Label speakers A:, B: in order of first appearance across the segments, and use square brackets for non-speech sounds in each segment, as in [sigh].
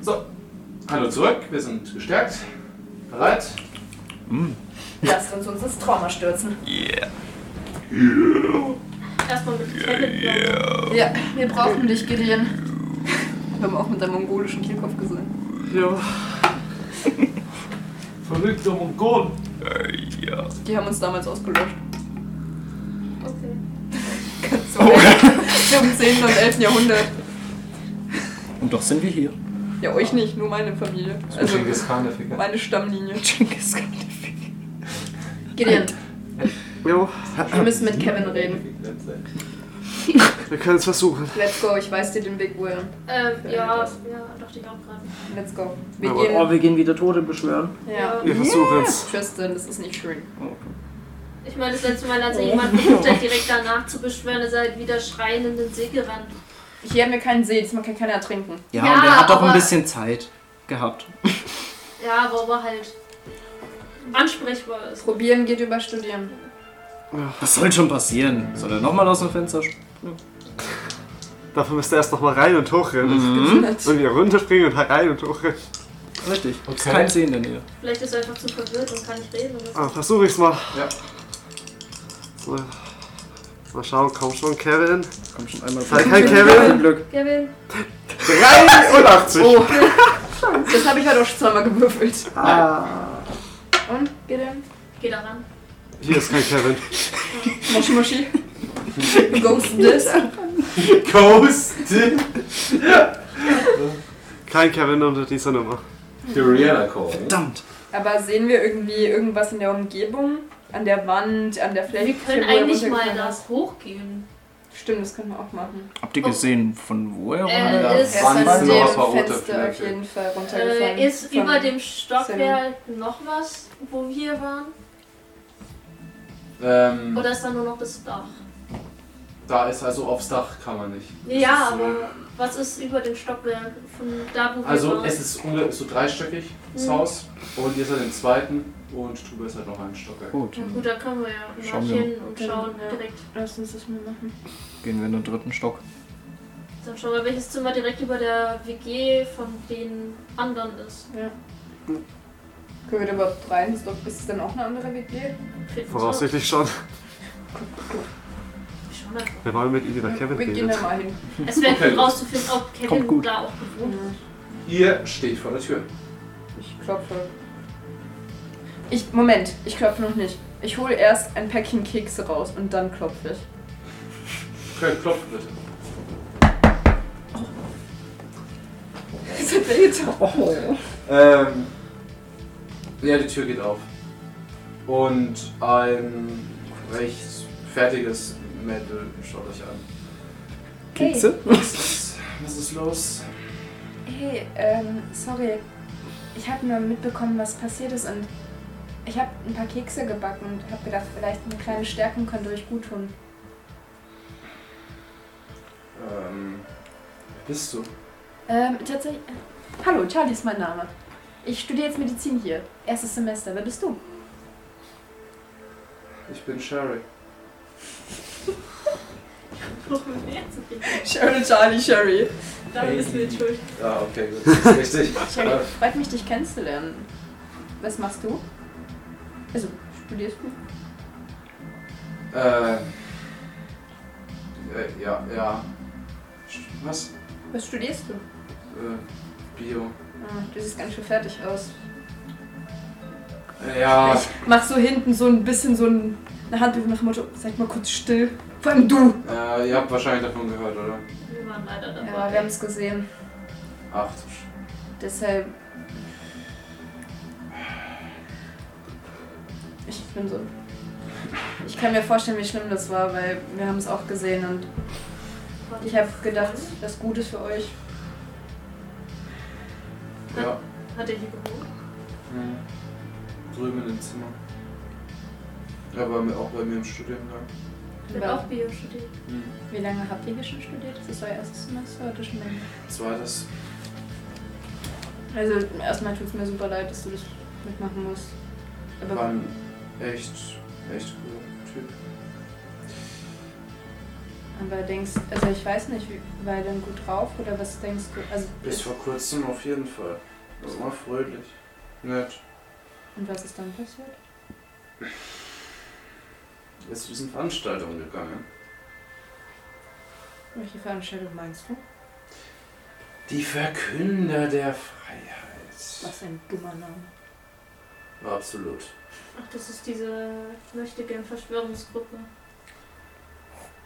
A: So, hallo zurück, wir sind gestärkt. Bereit?
B: Lasst uns uns ins Trauma stürzen.
C: Yeah.
D: Erstmal mit Kevin.
B: Ja, wir brauchen dich, Gideon. Wir haben auch mit deinem mongolischen Tierkopf gesehen.
A: [laughs] Ja. Verrückter Mongolen.
C: Äh, ja.
B: Die haben uns damals ausgelöscht.
D: Okay.
B: Ganz
E: Oh.
B: so Im 10. und 11. Jahrhundert.
F: Und doch sind wir hier.
B: Ja, euch nicht, nur meine Familie.
A: Also,
B: Also
A: Genghis Khan, der Ficker.
B: meine Stammlinie.
F: Genghis Khan.
D: Gideon,
E: Jo,
D: wir müssen mit Kevin reden.
E: wir können es versuchen.
B: Let's go, ich weiß dir den Weg, Will.
D: Ähm, ja, ja, dachte ich auch gerade.
B: Let's go. Wir
E: Jawohl.
G: Oh,
B: gehen.
G: wir gehen wieder Tote beschwören.
B: Ja.
D: Äh.
E: Wir versuchen es.
B: Tristan, das ist nicht schön.
D: Ich meine, das letzte Mal, als
B: Oh.
D: er jemanden versucht hat, direkt danach zu beschwören, ist er halt wieder schreiend in den See gerannt.
B: Ich habe mir keinen See, diesmal kann keiner ertrinken.
F: Ja,
D: Ja,
F: und er hat doch ein
D: aber-
F: bisschen Zeit gehabt.
D: Ja, aber ob er halt ansprechbar ist.
B: Probieren geht über Studieren.
F: Was soll schon passieren? Soll er nochmal aus dem Fenster springen?
E: Dafür müsst ihr erst nochmal rein und
B: Mhm.
E: hochrennen. Und wieder runterspringen und rein und hochrennen.
F: Richtig. Ist
A: Okay.
F: kein See in der Nähe.
D: Vielleicht ist er einfach zu verwirrt und kann nicht reden. Oder so.
E: Ah, versuche ich's mal.
A: Ja.
E: So. Mal schauen, komm schon, Kevin.
F: Komm schon einmal
E: Sei kein Kevin.
F: Glück.
D: Kevin,
E: 83!
B: Oh. Das habe ich halt auch schon zweimal gewürfelt. Ah. Und? Gideon?
D: geh da ran.
E: Hier ist kein Kevin.
B: Moshi Moshi? Ghost this?
A: Ghosted.
E: Kein Kevin unter dieser Nummer.
A: The Rihanna Call.
F: Verdammt.
B: Aber sehen wir irgendwie irgendwas in der Umgebung? An der Wand, an der Fläche?
D: Wir können
B: wo er
D: eigentlich mal
B: runtergefallen
D: das hochgehen.
B: ist? Stimmt, das können wir auch machen.
F: Habt ihr gesehen, von wo er
D: Äh,
F: war?
A: Ja,
D: ist
B: Er ist an
A: Wand,
B: dem
A: Wand, Wand,
B: Fenster
A: Wand,
B: auf jeden Fall runtergefallen.
D: Äh, ist
B: Von-
D: über dem Stockwerk noch was, wo wir waren?
A: Ähm,
D: Oder ist da nur noch das Dach?
A: da ist also aufs Dach kann man nicht.
D: Ja, aber was ist über dem Stockwerk von da, wo wir
A: Also
D: waren?
A: es ist unge- so dreistöckig, das
D: Mhm.
A: Haus. Und ihr seid im zweiten und drüber ist halt noch ein Stockwerk.
F: Gut,
D: Na gut, da können wir ja
F: Schauen
D: schauen
F: wir
D: hin und schauen
B: Ja.
D: direkt.
B: Lass uns das mal machen.
F: gehen wir in den dritten Stock.
D: Dann schauen wir, welches Zimmer direkt über der WG von den anderen ist.
B: Können wir da überhaupt rein? Ist, doch, ist es dann auch eine andere WG?
D: Finden
E: Voraussichtlich schon.
D: wir. Schauen wir einfach.
E: Wir wollen mit Ihnen nach Kevin
B: wir gehen da
E: reden.
B: mal hin.
D: Es wäre
A: Okay.
D: gut rauszufinden, ob
F: Kommt
D: Kevin
F: gut.
D: da auch gewohnt hat.
A: Ihr steht vor der Tür.
B: Ich klopfe. Ich, Moment, ich klopfe noch nicht. Ich hole erst ein Päckchen Kekse raus und dann klopfe ich. [laughs]
A: Okay, klopft bitte.
B: Das hat wehgetan. Oh.
A: Ähm, ja, die Tür geht auf. Und ein recht fertiges Mädel schaut euch an.
F: Kekse?
A: Was ist, was ist los?
B: Hey, ähm, sorry. Ich habe nur mitbekommen, was passiert ist und ich habe ein paar Kekse gebacken und habe gedacht, vielleicht eine kleine Stärkung könnte euch gut tun.
A: Ähm, wer bist du?
B: Ähm, tatsächlich. äh, Hallo, Charlie ist mein Name. Ich studiere jetzt Medizin hier. Erstes Semester. Wer bist du?
A: Ich bin Sherry.
D: um [laughs]
B: Cheryl, Charlie, Sherry.
D: Da ist mir schuld.
A: Ah, okay, gut, das ist richtig.
B: [laughs] Sherry, freut mich, dich kennenzulernen. Was machst du? Also, studierst du?
A: äh, äh, ja, ja. Was?
B: Was studierst du?
A: Äh, Bio.
B: Ah, du siehst ganz schön fertig aus.
A: Ja,
B: Ich mach so hinten so ein bisschen so ein, eine Handbewegung nach dem Motto, seid mal kurz still. Vor allem du.
A: äh, ihr habt wahrscheinlich davon gehört, oder?
D: Wir waren leider dabei.
B: Ja, wir haben es gesehen.
A: Ach du Sch-
B: Deshalb. Ich bin so. Ich kann mir vorstellen, wie schlimm das war, weil wir haben es auch gesehen und ich habe gedacht, das Gute für euch.
A: Ja.
D: Hat er hier gewohnt?
A: Mhm. Drüben in dem Zimmer. Ja, bei mir, auch bei mir im Studiengang.
D: Ich bin auch Bio studiert.
A: Hm.
B: Wie lange habt ihr hier schon studiert? Ist das euer erstes Semester oder schon länger?
A: Zweites.
B: Also erstmal tut es mir super leid, dass du das mitmachen musst.
A: War
B: Aber
A: ein echt, echt guter Typ.
B: Aber denkst, also ich weiß nicht, wie- war er denn gut drauf oder was denkst du? Also
A: Bis vor kurzem auf jeden Fall. Das war fröhlich. Nett.
B: und was ist dann passiert?
A: Ist zu diesen Veranstaltungen gegangen.
B: Welche Veranstaltung meinst du?
A: Die Verkünder der Freiheit.
B: Was ein dummer Name.
A: Absolut.
D: Ach, das ist diese mächtige Verschwörungsgruppe.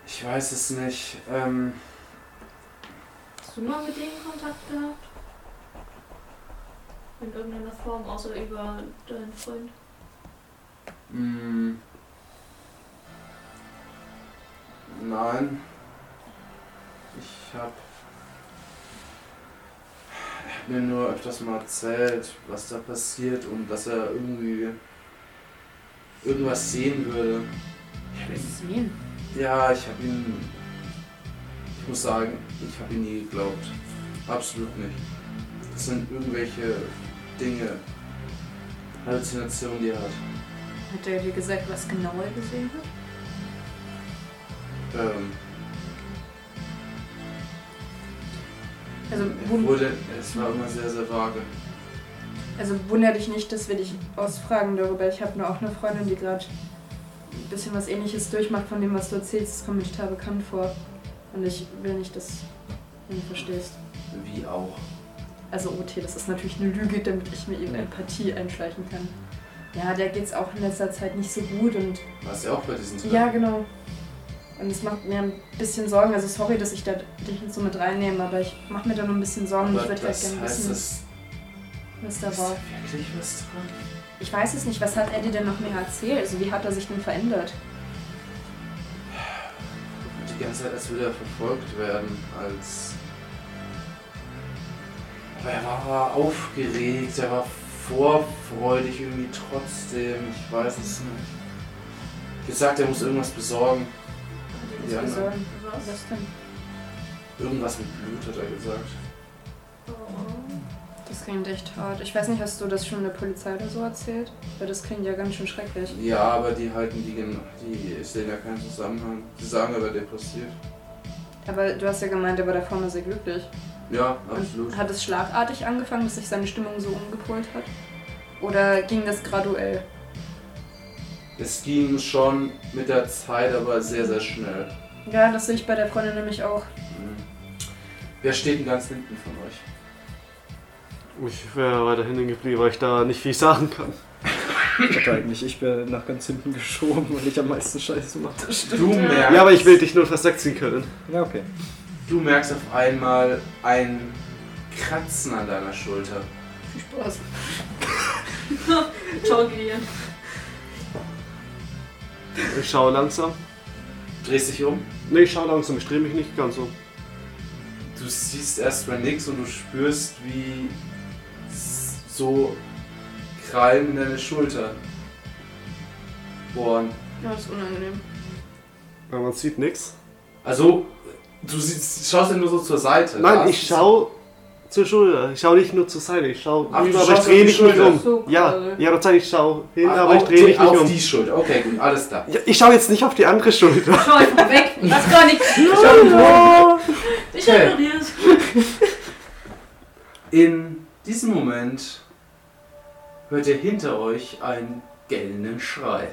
A: Ich weiß es nicht. Ähm,
D: Hast du mal mit denen Kontakt gehabt? In irgendeiner Form, außer über deinen Freund.
A: mh, nein. Ich hab. Er hat mir nur öfters mal erzählt, was da passiert und dass er irgendwie irgendwas sehen würde. Ich hab ihn
B: Sehen.
A: Ja, ich habe ihn. Ich muss sagen, ich habe ihn nie geglaubt. Absolut nicht. Das sind irgendwelche Dinge, Halluzinationen, die er hat.
B: Hat er dir gesagt, was genau er gesehen hat?
A: Ähm,
B: Also,
A: er
B: wund
A: wurde, es war immer sehr, sehr vage.
B: also wunder dich nicht, dass wir dich ausfragen darüber. Ich habe nur auch eine Freundin, die gerade ein bisschen was ähnliches durchmacht von dem, was du erzählst. Das kommt mir total bekannt vor. Und ich will nicht, dass du nicht verstehst.
A: Wie auch.
B: Also OT, das ist natürlich eine Lüge, damit ich mir eben Empathie einschleichen kann. Ja, der geht's auch in letzter Zeit nicht so gut und
A: Warst du auch bei diesen Treffen?
B: Ja, genau. Und es macht mir ein bisschen Sorgen. Also sorry, dass ich da dich jetzt so mit reinnehme, aber ich mache mir da nur ein bisschen Sorgen.
A: Aber
B: ich würde halt
A: das
B: gerne
A: heißt,
B: wissen,
A: es
B: was da
A: ist
B: war.
A: wirklich was dran.
B: Ich weiß es nicht. Was hat er dir denn noch mehr erzählt? Also wie hat er sich denn verändert?
A: Und die ganze Zeit, als würde er verfolgt werden, als. Aber er war, war aufgeregt, er war vorfreudig irgendwie trotzdem, ich weiß es nicht. Gesagt, er muss irgendwas besorgen.
D: Hat
A: Ja,
D: das
A: ne.
D: gesagt? Was?
B: Also, Was denn?
A: Irgendwas mit Blut hat er gesagt.
D: Oh.
B: Das klingt echt hart. Ich weiß nicht, hast du das schon der Polizei oder so erzählt? Weil das klingt ja ganz schön schrecklich.
A: Ja, aber die halten die, gen- die sehen ja keinen Zusammenhang. Die sagen, er war depressiv.
B: Aber du hast ja gemeint, er war davor mal sehr glücklich.
A: Ja,
B: Und
A: absolut.
B: Hat es schlagartig angefangen, dass sich seine Stimmung so umgepolt hat? Oder ging das graduell?
A: Es ging schon mit der Zeit, aber sehr, sehr schnell.
B: Ja, das sehe ich bei der Freundin nämlich auch.
A: Mhm. Wer steht denn ganz hinten von euch?
E: Ich wäre weiterhin geblieben, weil ich da nicht viel sagen kann.
F: Hat er eigentlich, ich wäre nach ganz hinten geschoben, weil ich am meisten Scheiße mache.
A: Du merkst,
E: Ja, aber ich will dich nur versetzen können.
F: Ja, okay.
A: du merkst auf einmal ein Kratzen an deiner Schulter.
B: Viel Spaß.
D: Jonglieren.
E: Ich schaue langsam.
A: Drehst dich um,
E: Nee, ich schaue langsam, ich drehe mich nicht ganz um.
A: du siehst erstmal nichts und du spürst, wie s- so Krallen in deine Schulter bohren.
B: Ja, das ist unangenehm.
E: Aber man sieht nichts.
A: Also, du siehst, schaust ja nur so zur Seite.
E: Nein,
A: Hast-
E: ich schaue zur Schulter. Ich schaue nicht nur zur Seite, ich schaue
A: Ach, du
E: rüber, aber ich
A: schaust auf
E: drehe
A: die
E: mich nicht
A: Schulter.
E: um.
B: So,
E: Ja,
B: quasi.
E: ja, Zeit, ich schaue hin,
A: Ah,
E: aber ich
A: auf-
E: drehe mich
A: auf
E: nicht um.
A: die Schulter. Okay, gut, alles klar.
E: Ja, ich schaue jetzt nicht auf die
A: [laughs]
E: andere Schulter.
D: Schau
B: [laughs]
D: einfach weg. Das gar nicht. Ich
A: Okay.
D: ignoriere es.
A: In diesem Moment hört ihr hinter euch einen gellenden Schrei.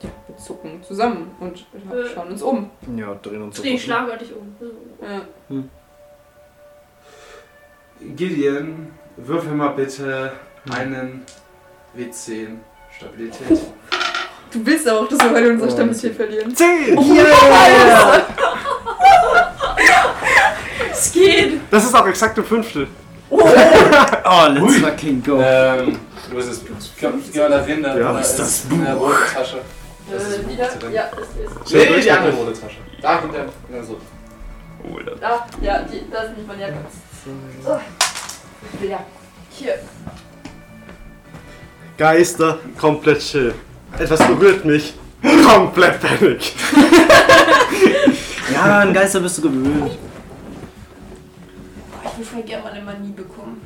B: Wir zucken zusammen und
D: Äh.
B: schauen uns um.
F: Ja, drehen uns
D: Nee, schlagartig um. So.
B: Ja.
A: Gideon, würfel mal bitte einen W10 Stabilität.
B: Du willst auch, dass wir heute unsere
F: Oh,
B: Stammtier verlieren.
E: 10!
F: Yeah!
D: Es geht.
E: Das ist auch exakt ein Fünftel.
F: Oh, let's
A: Ui.
F: fucking go.
A: ähm, wo ist es? Ich glaube, da drin, da
E: Ja,
A: da
F: was ist das
A: in der
F: Buch?
A: roten Tasche. Das ist
D: Äh,
A: gut zu
D: wieder?
A: denken.
D: Ja, es ist.
A: Nee, nee, die andere rote Tasche. Da hinter. Ja, so.
D: Ah, ja, die, das ist nicht meine Jacke.
B: Ja. Hier.
E: Geister, komplett chill. Etwas berührt mich. Komplett Panik.
F: Ja, an Geister bist du gewöhnt.
B: ich würde voll gerne mal eine Manie bekommen.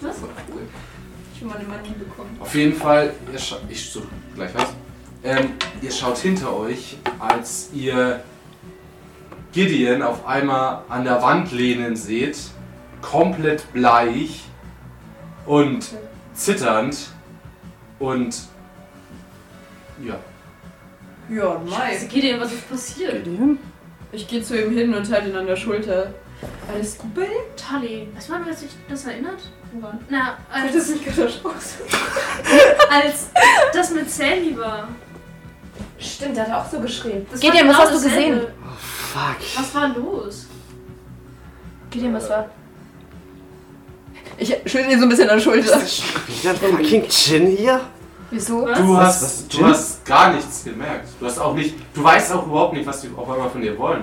D: Was?
B: Ich will mal eine Manie bekommen.
A: Auf jeden Fall, ihr scha- ich suche gleich was. Ähm, ihr schaut hinter euch, als ihr Gideon auf einmal an der Wand lehnen seht, komplett bleich und zitternd und ja,
B: Ja,
D: Scheiße,
B: Mike.
D: Gideon, was ist passiert?
F: Gideon?
B: Ich gehe zu ihm hin und halte ihn an der Schulter. Alles gut bei dir?
D: Tolly, weißt du, an was sich das erinnert? Na,
B: Sieht
D: als,
B: das nicht gerade aus?
D: als das mit Sandy war.
B: Stimmt, da hat er auch so geschrien.
D: Das
H: Gideon,
D: war genau
H: was hast du
D: dasselbe.
E: Oh, Fuck.
D: Was war los?
H: Gideon, was war?
B: Ich schüttel ihn so ein bisschen an der Schulter.
E: Ist ein fucking Gin hier?
H: Wieso?
D: Was?
A: Du
E: Was?
A: hast,
E: Was?
A: du
E: Gin?
A: hast gar nichts gemerkt. Du hast auch nicht, du weißt auch überhaupt nicht, was die auf einmal von dir wollen.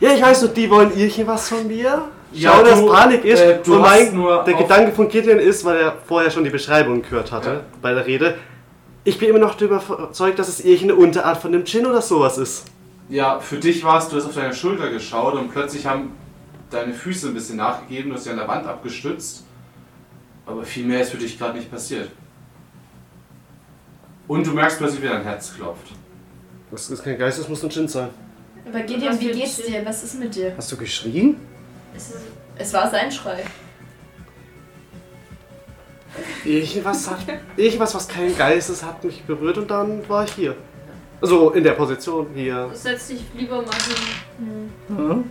E: Ja, ich weiß nur, die wollen irgendwas was von mir.
A: Ja,
E: Schau, dass
A: du-
E: Panik ist.
A: äh, du
E: und
A: hast
E: mein,
A: nur
E: der
A: auf-
E: Gedanke von Gideon ist, weil er vorher schon die Beschreibung gehört hatte
A: Ja.
E: bei der Rede. Ich bin immer noch darüber überzeugt, dass es irgendeine Unterart von dem Gin oder sowas ist.
A: Ja, für dich war es, du hast auf deine Schulter geschaut und plötzlich haben deine Füße ein bisschen nachgegeben, du hast sie an der Wand abgestützt. Aber viel mehr ist für dich gerade nicht passiert. Und du merkst plötzlich, wie dein Herz klopft.
E: Das ist kein Geist, das muss ein Gin sein.
H: Aber Gideon,
D: Was
H: wie
D: für ein
H: geht's
D: Shit.
H: dir? Was ist mit dir?
F: Hast du geschrien?
D: Es ist,
H: Es war sein Schrei.
E: Irgendwas, hat, irgendwas, was kein Geist ist, hat mich berührt und dann war ich hier. Also in der Position hier.
D: setz dich lieber mal hin.
F: Mhm.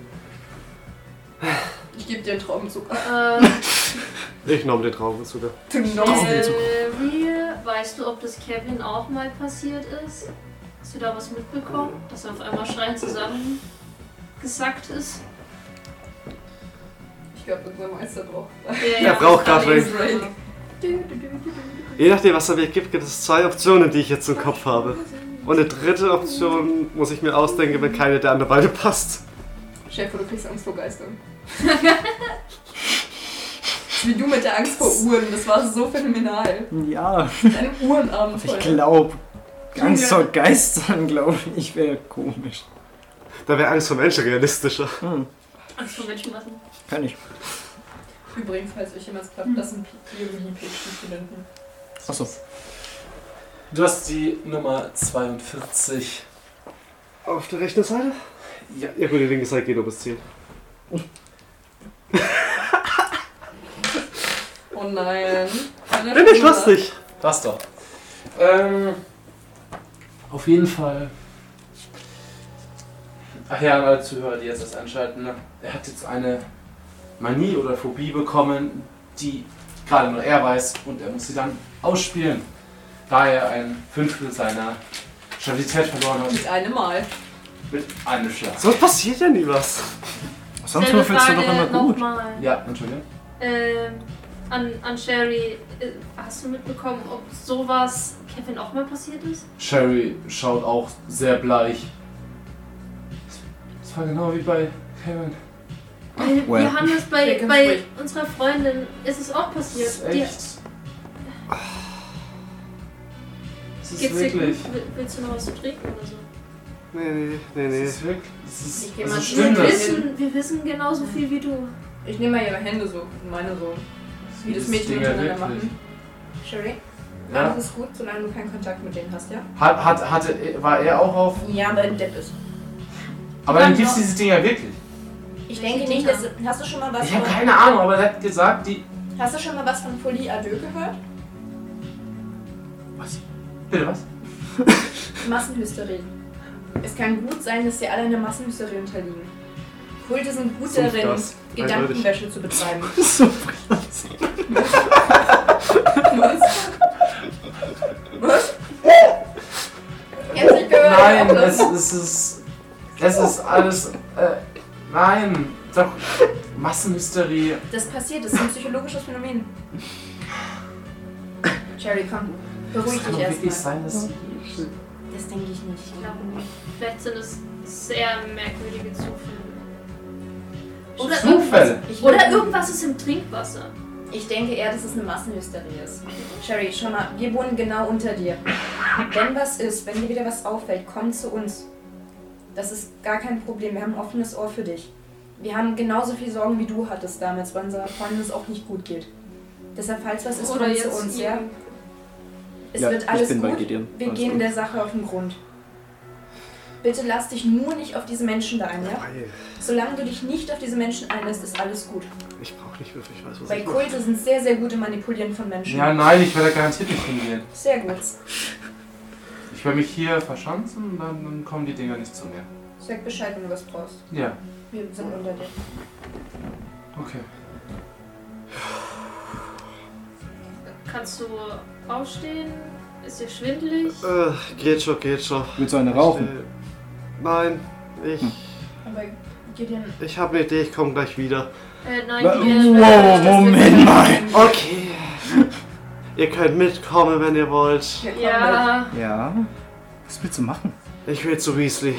B: Ich gebe dir einen Traumzug.
D: Äh,
E: Ich nahm den Traum sogar.
B: Du
D: Harry, Ähm, weißt du, ob das Kevin auch mal passiert ist? Hast du da was mitbekommen? Dass er auf einmal schreiend zusammengesackt ist?
B: Ich glaube, unser Meister braucht.
D: Der
E: Ja, braucht gerade
B: weg.
E: Je nachdem, was er mir gibt, gibt es zwei Optionen, die ich jetzt im Kopf habe. Und eine dritte Option muss ich mir ausdenken, wenn keine der anderen beide passt.
B: Chef, du kriegst Angst vor Geistern. Das ist Wie du mit der Angst vor Uhren, das war so phänomenal.
F: Ja,
B: Dein
F: ich
B: Uhrenabenteuer.
F: glaube. Ganz vor Geistern, glaube ich, wäre komisch.
E: Da wäre Angst vor Menschen realistischer.
F: Hm,
D: Angst vor Menschen machen.
F: kann ich.
B: Übrigens, falls euch jemals klappt, das sind irgendwie Pixie finden.
F: Achso.
I: Du hast die Nummer 42.
E: Auf der rechten Seite?
I: Ja.
E: Ja gut, die linke Seite geht um das Ziel.
B: Oh nein.
E: Bin ich lustig!
I: Passt doch. Ähm, auf jeden Fall.
A: Ach ja, an alle Zuhörer, die jetzt das einschalten, ne? er hat jetzt eine Manie oder Phobie bekommen, die gerade nur er weiß und er muss sie dann ausspielen, da er ein Fünftel seiner Stabilität verloren hat
B: Mit einem Mal.
A: mit einem Schlag.
E: Sonst passiert ja nie was.
F: Sonst
D: Selbe
F: würfelst du doch
D: Frage
F: immer gut.
D: nochmal.
A: Ja, Entschuldigung.
D: Ähm, an, an Sherry, äh, hast du mitbekommen, ob sowas Kevin auch mal passiert ist?
A: Sherry schaut auch sehr bleich. Es war genau wie bei Kevin.
D: Weil
F: well.
D: Wir haben das bei,
B: Ja, ganz
D: bei
B: ruhig.
D: unserer Freundin, ist es auch passiert.
A: Es ist
D: Die-
A: echt. Es ist
D: geht's dir gut?
A: wirklich.
D: Will- Willst du noch was zu trinken oder so?
E: Nee, nee, nee,
A: Es
E: nee.
A: ist wirklich. Es ist,
H: Ich geh
A: es
H: mal
A: ist
H: schnell
A: schlimm,
D: wir,
A: dass
D: wissen, wir wissen genauso viel wie du.
B: Ich nehme mal ihre Hände so, meine so. Wie das
A: diese
B: Mädchen
A: Dinge
B: miteinander machen.
A: wirklich-
B: Sherry,
A: Ja.
B: alles ist gut, solange du keinen Kontakt mit denen hast, ja?
A: Hat, hat, hatte, war er auch auf.
H: Ja, aber ein Depp ist.
A: Aber dann gibt's diese Dinger wirklich.
H: Ich denke nicht, dass. Hast du schon mal was
A: Ich habe
H: von.
A: keine Ahnung, aber er hat gesagt, die.
H: Hast du schon mal was von Folie à deux gehört?
A: Was? Bitte was?
H: Massenhysterie. Es kann gut sein, dass sie alle einer Massenhysterie unterliegen. Kulte sind gut darin,
E: das.
H: Gedankenwäsche
A: [laughs]
H: zu betreiben.
B: Herzlich gehört!
A: Nein, es, es ist. Es ist alles. Äh, nein. Doch. Massenhysterie.
H: Das passiert, das ist ein psychologisches Phänomen. Cherry, komm, beruhig
A: Es kann
H: dich
A: doch wirklich
H: erstmal.
A: sein, dass.
H: Das denke ich nicht.
D: Ich glaube nicht. Vielleicht sind es sehr merkwürdige Zufälle. Oder,
A: Zufälle.
H: Ich,
D: oder irgendwas ist im Trinkwasser.
H: ich denke eher, dass es eine Massenhysterie ist. Cherry, schau mal, wir wohnen genau unter dir. Wenn was ist, wenn dir wieder was auffällt, komm zu uns. Das ist gar kein Problem, wir haben ein offenes Ohr für dich. Wir haben genauso viel Sorgen, wie du hattest damals, weil unserer Freundin es auch nicht gut geht. Deshalb, falls was ist,
D: Oder
H: komm zu
D: jetzt
H: uns,
D: ihr-
H: ja? Es
F: Ja,
H: wird
F: ich
H: alles
F: bin bei
H: gut.
F: Gideon.
H: Wir
F: Alles
H: gehen
F: gut.
H: der Sache auf den Grund. Bitte lass dich nur nicht auf diese Menschen da ein, ja?
E: Weil
H: Solange du dich nicht auf diese Menschen einlässt, ist alles gut.
E: ich brauche nicht wirklich was, was
H: Weil
E: ich mache.
H: Kulte sind sehr, sehr gut im Manipulieren von Menschen.
A: Ja, nein, ich werde garantiert nicht hingehen.
H: Sehr gut.
A: Ich werde mich hier verschanzen und dann, dann kommen die Dinger nicht zu mir.
H: Sag Bescheid, wenn du was brauchst.
A: Ja,
H: Wir sind unter dir.
A: okay.
D: Kannst du aufstehen? Ist dir schwindelig?
E: Äh, geht schon, geht schon.
F: Willst du eine rauchen?
E: Äh, Nein, ich,
H: Aber Gideon,
E: ich habe eine Idee, ich komme gleich wieder.
D: Äh, nein,
F: Wa-
D: wir-
F: Wow, oh, Moment mal.
E: Okay. [laughs] ihr könnt mitkommen, wenn ihr wollt.
H: wir kommen mit.
D: Ja,
F: Ja. Was willst du machen?
E: Ich will zu Weasley.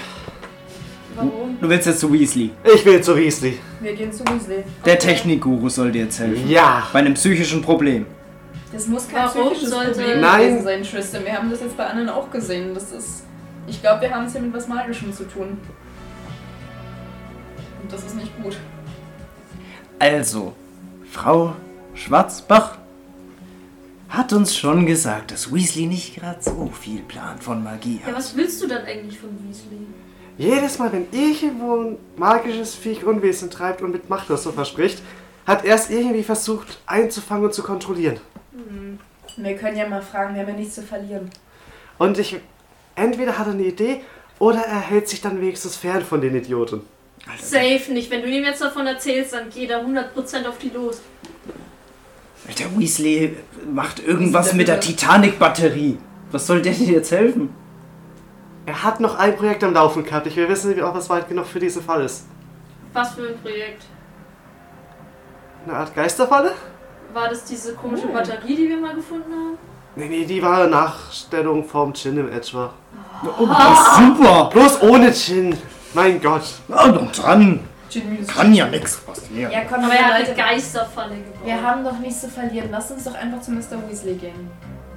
D: warum?
F: Du willst jetzt zu Weasley.
E: Ich will zu Weasley.
H: Wir gehen zu Weasley.
F: Der
D: Okay.
F: Technikguru soll dir jetzt helfen.
E: Ja.
F: Bei einem psychischen Problem.
H: Das muss kein
D: Warum
H: psychisches
D: sollte-
H: Problem
E: Nein.
H: gewesen sein, Tristan. Wir haben das jetzt bei anderen auch gesehen. Das ist. Ich glaube, wir haben es hier mit was Magischem zu tun. Und das ist nicht gut.
F: Also, Frau Schwarzbach hat uns schon gesagt, dass Weasley nicht gerade so viel Plan von Magie
D: Ja,
F: hat.
D: was willst du dann eigentlich von Weasley?
E: Jedes Mal, wenn irgendwo ein magisches Viech Unwesen treibt und mit Macht was so verspricht, hat er es irgendwie versucht einzufangen und zu kontrollieren.
H: Wir können ja mal fragen, wir haben ja nichts zu verlieren.
E: Und ich. Entweder hat er eine Idee oder er hält sich dann wenigstens fern von den Idioten.
F: Also,
D: Safe nicht. Wenn du ihm jetzt davon erzählst, dann geht er 100% auf die los.
F: Alter, Weasley macht irgendwas
H: der
F: mit der
H: Blöde?
F: Titanic-Batterie. Was soll der dir jetzt helfen?
E: Er hat noch ein Projekt am Laufen gehabt. Ich will wissen, wie auch was weit genug für diesen Fall ist.
D: Was für ein Projekt.
E: Eine Art Geisterfalle?
D: War das diese komische Batterie, die wir mal gefunden haben?
E: Nee, nee, die war eine Nachstellung vom Chin im Edge.
F: Oh, super!
E: Bloß ohne Chin. Mein Gott.
F: Na, noch dran!
H: Jimmy ist-
F: Kann ja nichts passieren.
H: Ja, komm,
D: Aber er hat
H: wir
D: eine
H: Leute.
D: Geisterfalle gebaut.
H: Wir haben doch nichts zu verlieren. Lass uns doch einfach zu Mr. Weasley gehen.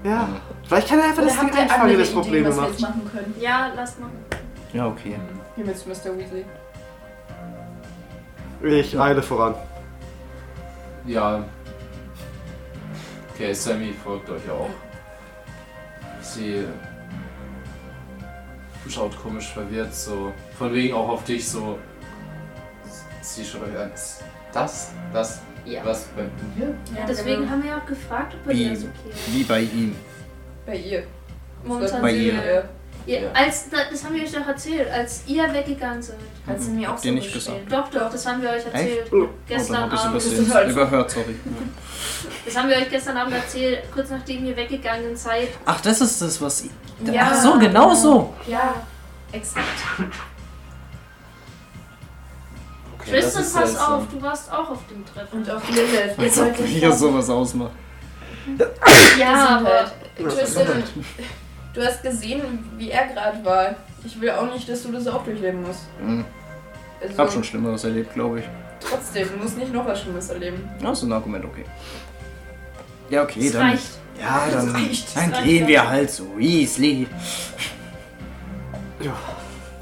E: Ja. Vielleicht kann er einfach das
H: Oder
E: Ding
H: habt ihr
E: einfangen,
H: andere
E: das
H: Ideen,
E: Probleme
H: was wir jetzt
E: macht.
H: machen können?
D: ja, lass machen.
F: Ja, okay.
H: Gehen wir zu Mr.
F: Hm,
H: Weasley.
E: Ich eile voran.
J: Ja. Okay, Sammy folgt euch auch. Sie schaut komisch verwirrt, so. Von wegen auch auf dich, so. Sie schaut euch an. Ist Das? Das?
D: Ja.
J: Was? Bei mir?
D: Ja, deswegen
H: genau.
D: haben wir ja auch gefragt, ob bei
F: Wie?
D: dir ist okay.
F: Wie bei ihm.
H: genau. Bei ihr.
D: Momentan
F: Bei
D: sind
F: ihr.
D: wir- Ihr,
J: Ja.
D: als, da- das haben wir euch doch erzählt, als ihr weggegangen seid.
H: Kannst du mir auch
F: Habt ihr
H: so
F: nicht
H: bestellen?
D: Doch, doch, das haben wir euch erzählt.
E: Oh,
D: Gestern
F: oh, dann hab
D: Abend.
F: ich
H: Abend.
F: übersehen.
H: Halt.
F: Überhört, sorry.
D: Das haben wir euch gestern Abend erzählt, kurz nachdem ihr weggegangen seid.
F: Ach, das ist das, was...
H: Ja.
F: Ach so, genau so.
H: Ja, exakt.
J: Okay, das
D: Tristan,
J: ist
D: pass
J: seltsam.
D: auf, du warst auch auf dem Treffen.
H: Und auch Lilith. Ihr sollt euch
F: hier sowas ausmacht.
D: ja, aber
H: Tristan, du hast gesehen, wie er gerade war. Ich will auch nicht, dass du das auch durchleben musst.
F: Mhm.
H: Also,
F: Hab schon Schlimmeres erlebt, glaube ich.
H: Trotzdem, du musst nicht noch was Schlimmes erleben.
F: Ja, ist ein Argument, okay. Ja, okay,
D: es
F: dann.
D: reicht.
F: Ja, dann,
H: reicht,
F: dann
D: reicht,
F: gehen
D: ja.
F: wir halt zu Weasley.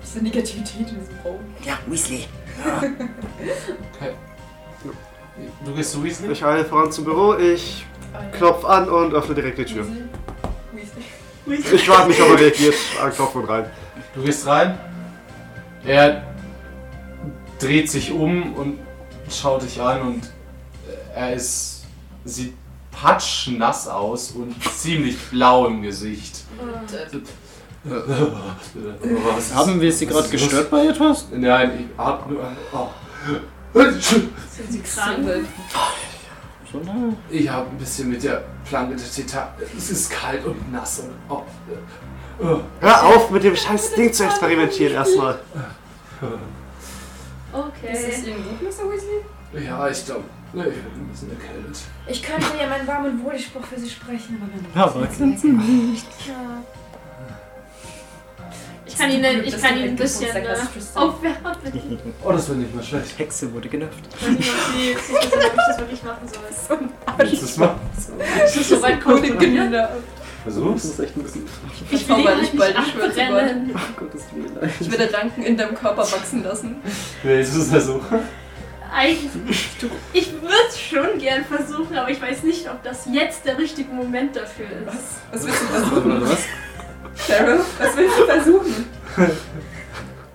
H: Diese Negativität in diesem Raum.
F: Ja, Weasley.
A: Du gehst zu Weasley?
E: Ich eile voran zum Büro, ich klopf an und öffne direkt die Tür.
H: Weasley. Weasley.
E: Ich warte nicht, ob er reagiert. An Klopf und rein.
A: Du gehst rein. Er dreht sich um und schaut dich an und äh, er ist sieht patschnass aus und ziemlich blau im Gesicht. Was
F: Haben wir sie
A: was
F: gerade
A: ist
F: gestört bei etwas?
A: los? [laughs] Nein, ich hab nur. Oh.
D: Sind sie krank?
H: Weasley.
F: So, na,
J: Ich habe ein bisschen mit der Planke der Tita. Es ist kalt und nass und. Oh,
E: Hör auf, mit dem scheiß Ding zu experimentieren erstmal.
H: Ist
D: Okay.
H: es Ihnen gut, Mr. Weasley?
J: ja, ich glaube, ich bin ein bisschen erkältet.
H: Ich könnte ja meinen warmen Wohlspruch für Sie sprechen, aber wenn
F: Ja, aber
D: Ja. Ich kann ihn, ich kann ihn ein bisschen äh, [laughs] aufwärmen.
A: oh, das wird nicht mal schlecht.
F: Hexe wurde genervt.
D: Ich weiß nicht, ob sie jetzt sicher sind, ob ich das wirklich machen soll.
A: Willst du es mal?
D: Ist das so weit kontrolliert?
A: [laughs] Versuch's.
F: ist echt ein bisschen.
D: Ich will ihn
H: Aber
D: halt
H: nicht
D: nicht
H: bald, ich schwör's
D: abbrennen.
F: Gottes
H: Ich will Gedanken in deinem Körper wachsen lassen.
A: Willst du es versuchen?
D: Eigentlich. Ich würde es schon gern versuchen, aber ich weiß nicht, ob das jetzt der richtige Moment dafür ist.
H: Was willst du versuchen?
F: Was?
H: Cheryl, was willst du versuchen?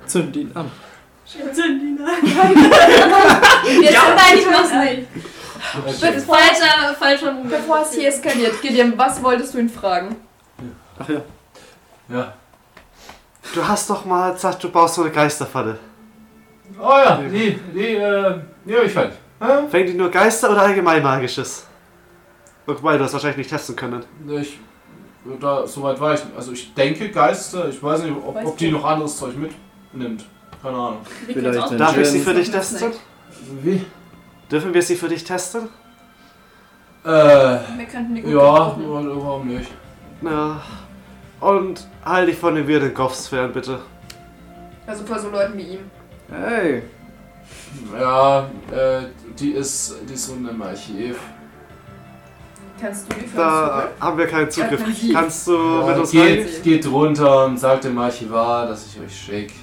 F: zünd ihn an.
D: Wir sind eigentlich was nicht.
A: Okay.
D: Falscher, falscher Moment.
B: Bevor es hier eskaliert, Gideon, was wolltest du ihn fragen?
E: Ach ja.
A: Ja.
E: Du hast doch mal gesagt, du baust so eine Geisterfalle.
A: Oh ja, nee, nee, äh, nee, hab ich falsch. Äh,
E: Fängt die nur Geister oder allgemein magisches? Wobei, du hast wahrscheinlich nicht testen können.
A: Ich, da, soweit war ich. Also ich denke Geister, ich weiß nicht, ob, ob die noch anderes Zeug mitnimmt. Keine Ahnung.
F: Vielleicht ein
E: Darf ich sie
F: Gin.
E: für dich
B: Das ist
E: testen?
A: Wie?
E: Dürfen wir sie für dich testen?
A: Äh,
B: Wir könnten die
A: ja, warum nicht?
E: Ja. Und halt dich von den wirren Goffs fern, bitte.
B: Also vor so Leuten wie ihm.
F: Hey,
A: Ja, äh, die ist, die ist unten im Archiv.
B: Kannst du ne? die für
E: Da
B: uns
E: haben wir keinen Zugriff. Kannst du mit
A: Ja,
E: uns rein?
A: geht, geht runter und sagt dem Archivar, dass ich euch schicke.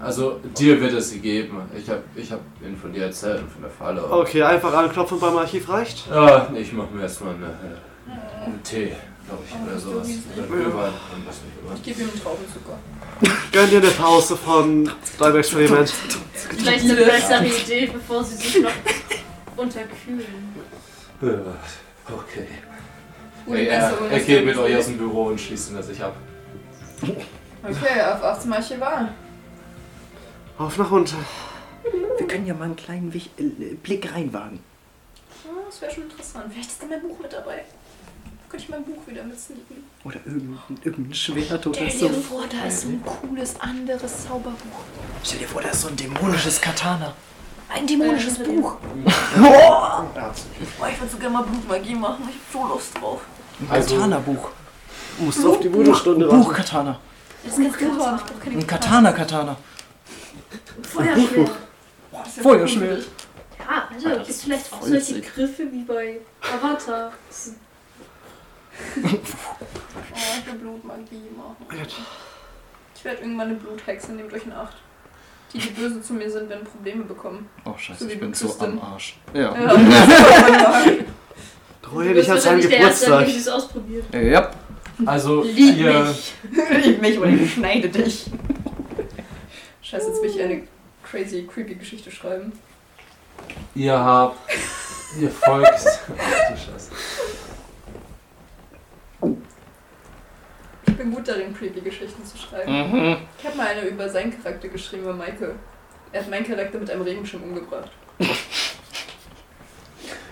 A: Also dir wird es gegeben. Ich hab, ich hab ihnen von dir erzählt und von der Falle.
E: Okay, einfach anklopfen beim Archiv reicht.
A: Ja, nee, ich mach mir erstmal eine, äh, einen Tee, glaube ich, oder sowas. Oder Glühwein. dann weiß ich
B: Ich gebe ihm einen Traubenzucker.
E: Gönn dir eine Pause von deinem Experiment.
D: Vielleicht eine bessere Idee, bevor sie sich noch unterkühlen.
A: nicht, oder? Ja, Okay.
B: Gute
A: Ey, er,
B: Besserung,
A: er
B: das
A: geht
B: kann
A: mit
B: ich
A: euch
B: nicht.
A: aus dem Büro und schließt ihn, dass ich ab.
B: Okay, auf 18 Mal Cheval.
E: Auf nach unten.
F: wir können ja mal einen kleinen Wich äh, Blick reinwagen.
H: Oh,
B: das wäre schon interessant. Vielleicht ist da mein Buch mit dabei. Könnte ich mein Buch wieder mitsneaken?
F: Oder irgendein, irgendein Schwert oder
B: Stell
F: so.
B: dir vor, da ist so ein cooles anderes Zauberbuch.
F: Stell dir vor, da ist so ein dämonisches Katana.
B: Ein dämonisches
D: Äh,
H: [laughs]
B: Buch. Boah, ich würde so gerne mal Blutmagie machen. Ich hab so Lust drauf.
F: Ein
A: Also-
F: Katana-Buch.
E: Musst du auf die
F: Ein
E: Budelstunde warten.
F: Buch-Katana.
D: Das ist ganz klar.
F: Ein Katana-Katana.
D: Feuerschwert.
B: Das ist ja
F: Feuerschwert.
D: Ja, Alter, das ist vielleicht auch solche Griffe wie bei Avatar. Das ist-
B: cool. Oh, ich will Blutmagie machen.
F: Oh
B: Ich werde irgendwann eine Bluthexe, nehmt euch in Acht. Die, die böse zu mir sind, werden Probleme bekommen.
F: Oh, scheiße,
B: So wie
F: ich
B: du
F: bin so
B: küsst dann.
F: am Arsch. Ja.
B: Ja, das ist
E: Treue
D: Das
E: dich an
D: wird
E: seinem
D: nicht der Erste, der
E: Geburtstag.
D: dieses ausprobiert.
F: Ja. Äh, ja.
A: Also,
B: Lieb
A: ihr,
B: mich. Lieb mich oder ich schneide dich. Scheiße, jetzt will ich eine crazy, creepy Geschichte schreiben.
A: ihr habt, ihr folgt. Ach du Scheiße.
B: Ich bin gut darin, creepy Geschichten zu schreiben.
F: Mhm.
B: Ich habe mal eine über seinen Charakter geschrieben, über Michael. Er hat meinen Charakter mit einem Regenschirm umgebracht.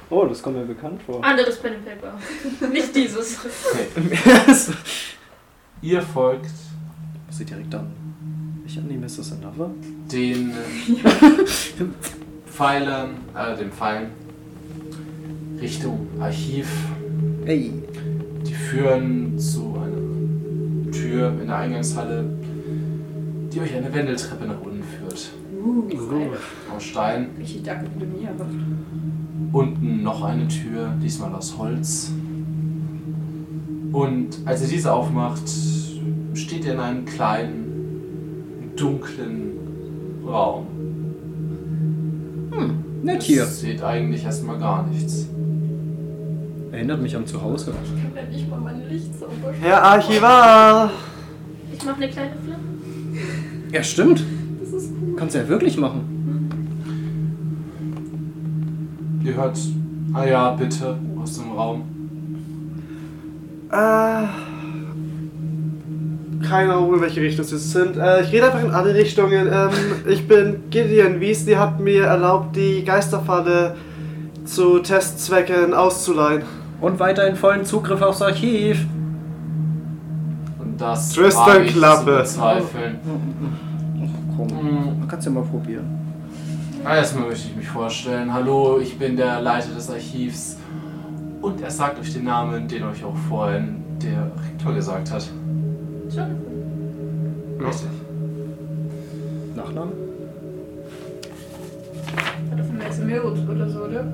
F: Oh, das kommt mir bekannt vor.
D: Anderes Pen and Paper. Nicht dieses.
A: Ihr folgt
F: Sie direkt an. Ich annehme, ist das ein Lava?
A: den Pfeilern, äh, den Pfeilen Richtung Archiv.
F: Ey.
A: Die führen zu einer Tür in der Eingangshalle, die euch eine Wendeltreppe nach unten führt.
B: Uh,
A: Aus Stein.
B: ich dachte, du mir aber.
A: Unten noch eine Tür, diesmal aus Holz. Und als ihr diese aufmacht, steht ihr in einem kleinen, dunklen Raum.
F: Hm, Nett hier.
A: Ihr seht eigentlich erstmal gar nichts.
F: Erinnert mich am Zuhause.
B: Ich kann ja nicht mal mein Licht zaubern.
E: Herr Archivar!
D: Ich mache eine kleine Flamme.
F: Ja, stimmt. Kannst du ja wirklich machen.
A: Ihr hört, ah ja, bitte, aus dem Raum.
E: Äh. Keine Ahnung, in welche Richtung sie sind. Äh, ich rede einfach in alle Richtungen. Ähm, ich bin Gideon Weasley, hat mir erlaubt, die Geisterfalle zu Testzwecken auszuleihen.
F: Und weiterhin vollen Zugriff aufs Archiv.
A: Und das
E: Tristan
A: wage ich
E: Klappe.
A: zu bezweifeln.
F: Komm,
A: Hm,
F: man kann es ja mal probieren.
A: Ah, Erstmal möchte ich mich vorstellen. Hallo, ich bin der Leiter des Archivs. Und er sagt euch den Namen, den euch auch vorhin der Rektor gesagt hat.
D: Schon.
A: Richtig.
F: Nachname?
B: Hat auf dem letzten Mirror oder so, oder?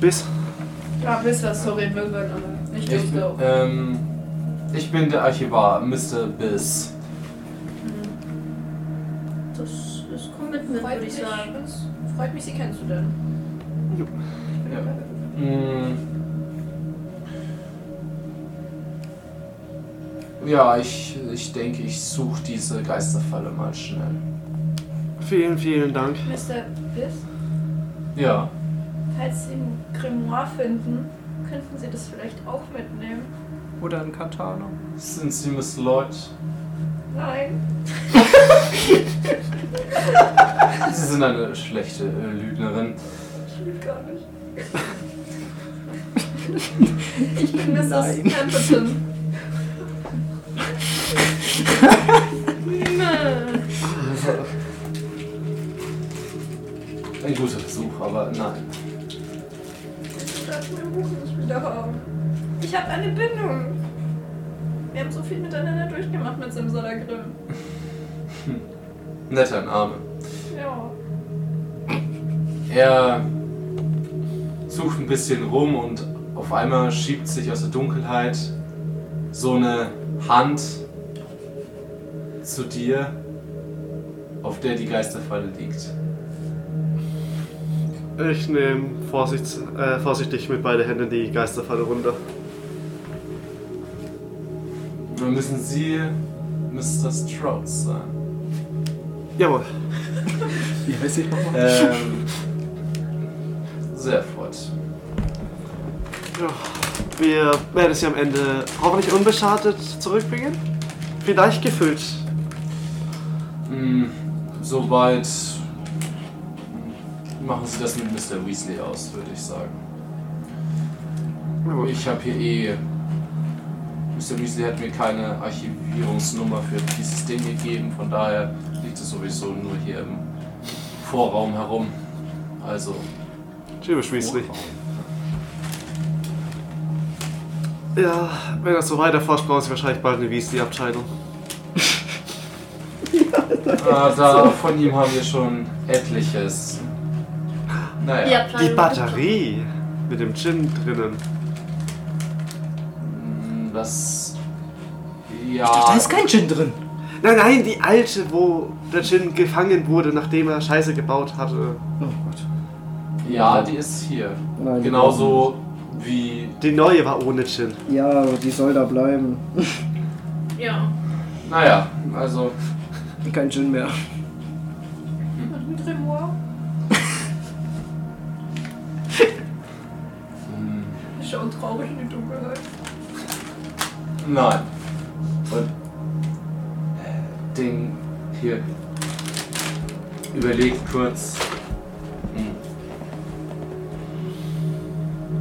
E: Bis.
B: Ja, bist das, sorry, Mirror, aber nicht
A: Ich, bin-
B: Dummslau.
A: ähm, ich bin der Archivar, Mr. Biss.
D: Das ist Commitment, würde ich sagen.
B: freut mich, sie kennenzulernen.
A: Ja. Mm. Ja, ich, ich denke, ich suche diese Geisterfalle mal schnell.
E: Vielen, vielen Dank.
H: Mr. Biff,
A: Ja.
H: falls Sie ein Grimoire finden, könnten Sie das vielleicht auch mitnehmen.
F: Oder ein Katana.
A: Sind Sie Miss Lloyd?
H: Nein.
A: Sie sind eine schlechte äh, Lügnerin.
H: Ich will gar nicht. ich bin Mrs.
F: Nein.
H: Templeton.
D: Äh,
A: Ein guter Versuch, aber nein.
H: Ich darf mein Buch nicht wieder haben. Ich habe eine Bindung. Wir haben so viel miteinander durchgemacht mit Simsalagrim.
A: Netter Name.
H: Ja.
A: Er sucht ein bisschen rum und auf einmal schiebt sich aus der Dunkelheit so eine Hand zu dir, auf der die Geisterfalle liegt.
E: Ich nehme vorsichts, äh, vorsichtig mit beiden Händen die Geisterfalle runter.
A: Dann müssen Sie Mr. Stroud sein.
E: Jawohl.
F: Wie heißt ich nochmal?
A: Ähm, sehr freut.
E: Ja. Wir werden sie am Ende hoffentlich unbeschadet zurückbringen. Vielleicht gefüllt.
A: Hm, Soweit machen Sie das mit Mr. Weasley aus, würde ich sagen.
E: Jawohl.
A: Ich habe hier eh. Mr. Weasley hat mir keine Archivierungsnummer für dieses Ding gegeben, von daher liegt es sowieso nur hier im Vorraum herum. Also.
E: Tschüss, Weasley.
A: Vorraum.
E: Ja, wenn das so weiterforscht, brauchen sie wahrscheinlich bald eine Weasley-Abteilung.
A: Ah, da von ihm haben wir schon etliches. Naja.
D: Ja, Plan-
E: Die Batterie mit dem Gin drinnen.
A: Mm, Das. Ja.
F: Da ist kein Gin drin.
E: Nein, nein, die alte, wo der Gin gefangen wurde, nachdem er Scheiße gebaut hatte.
F: Oh Gott.
A: ja, die ist hier.
F: Nein, die
A: Genauso wie.
E: Die neue war ohne Gin.
F: Ja, aber die soll da bleiben.
D: Ja.
A: Naja, also.
F: Kein Gin mehr.
H: Und ein Grimoire?
A: mm,
H: Ich schaue traurig in die Dunkelheit.
A: Nein. Und. äh, Ding hier. Überlegt kurz. Hm.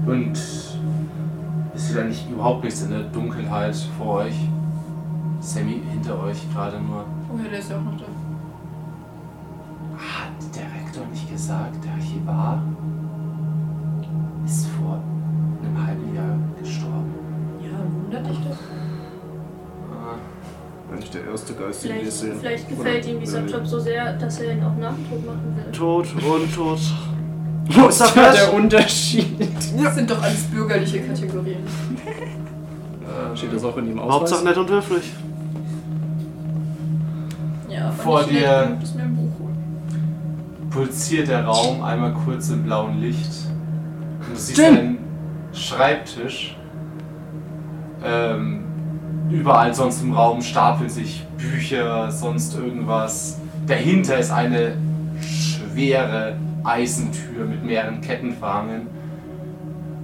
A: Mm. Und. Es sieht eigentlich überhaupt nichts in der Dunkelheit vor euch. Sammy hinter euch gerade nur.
H: Oh ja, der ist ja auch noch da.
A: Hat der Rektor nicht gesagt, der Archivar ist vor einem halben Jahr gestorben?
H: Ja, wundert dich das?
J: Eigentlich der erste Geist, den wir
D: Vielleicht,
J: sehen.
D: vielleicht
J: Oder-
D: gefällt ihm dieser
J: oder-
D: Job so sehr, dass er ihn auch Nachdruck machen will.
E: Tot und tot.
F: Wo ist
E: Sag
F: da
E: das.
F: [laughs] der Unterschied?
B: Das sind doch alles bürgerliche Kategorien.
A: Äh,
F: Steht das auch in dem Ausweis?
E: Hauptsache nett und höflich.
H: Ja, aber
A: Vor
H: nicht schlecht,
A: dir-
H: du müsstest mir ein Buch holen.
A: pulsiert der Raum einmal kurz im blauen Licht. Und du siehst
F: Stimmt.
A: einen Schreibtisch. Ähm, überall sonst im Raum stapeln sich Bücher, sonst irgendwas. Dahinter ist eine schwere Eisentür mit mehreren Ketten verhangen.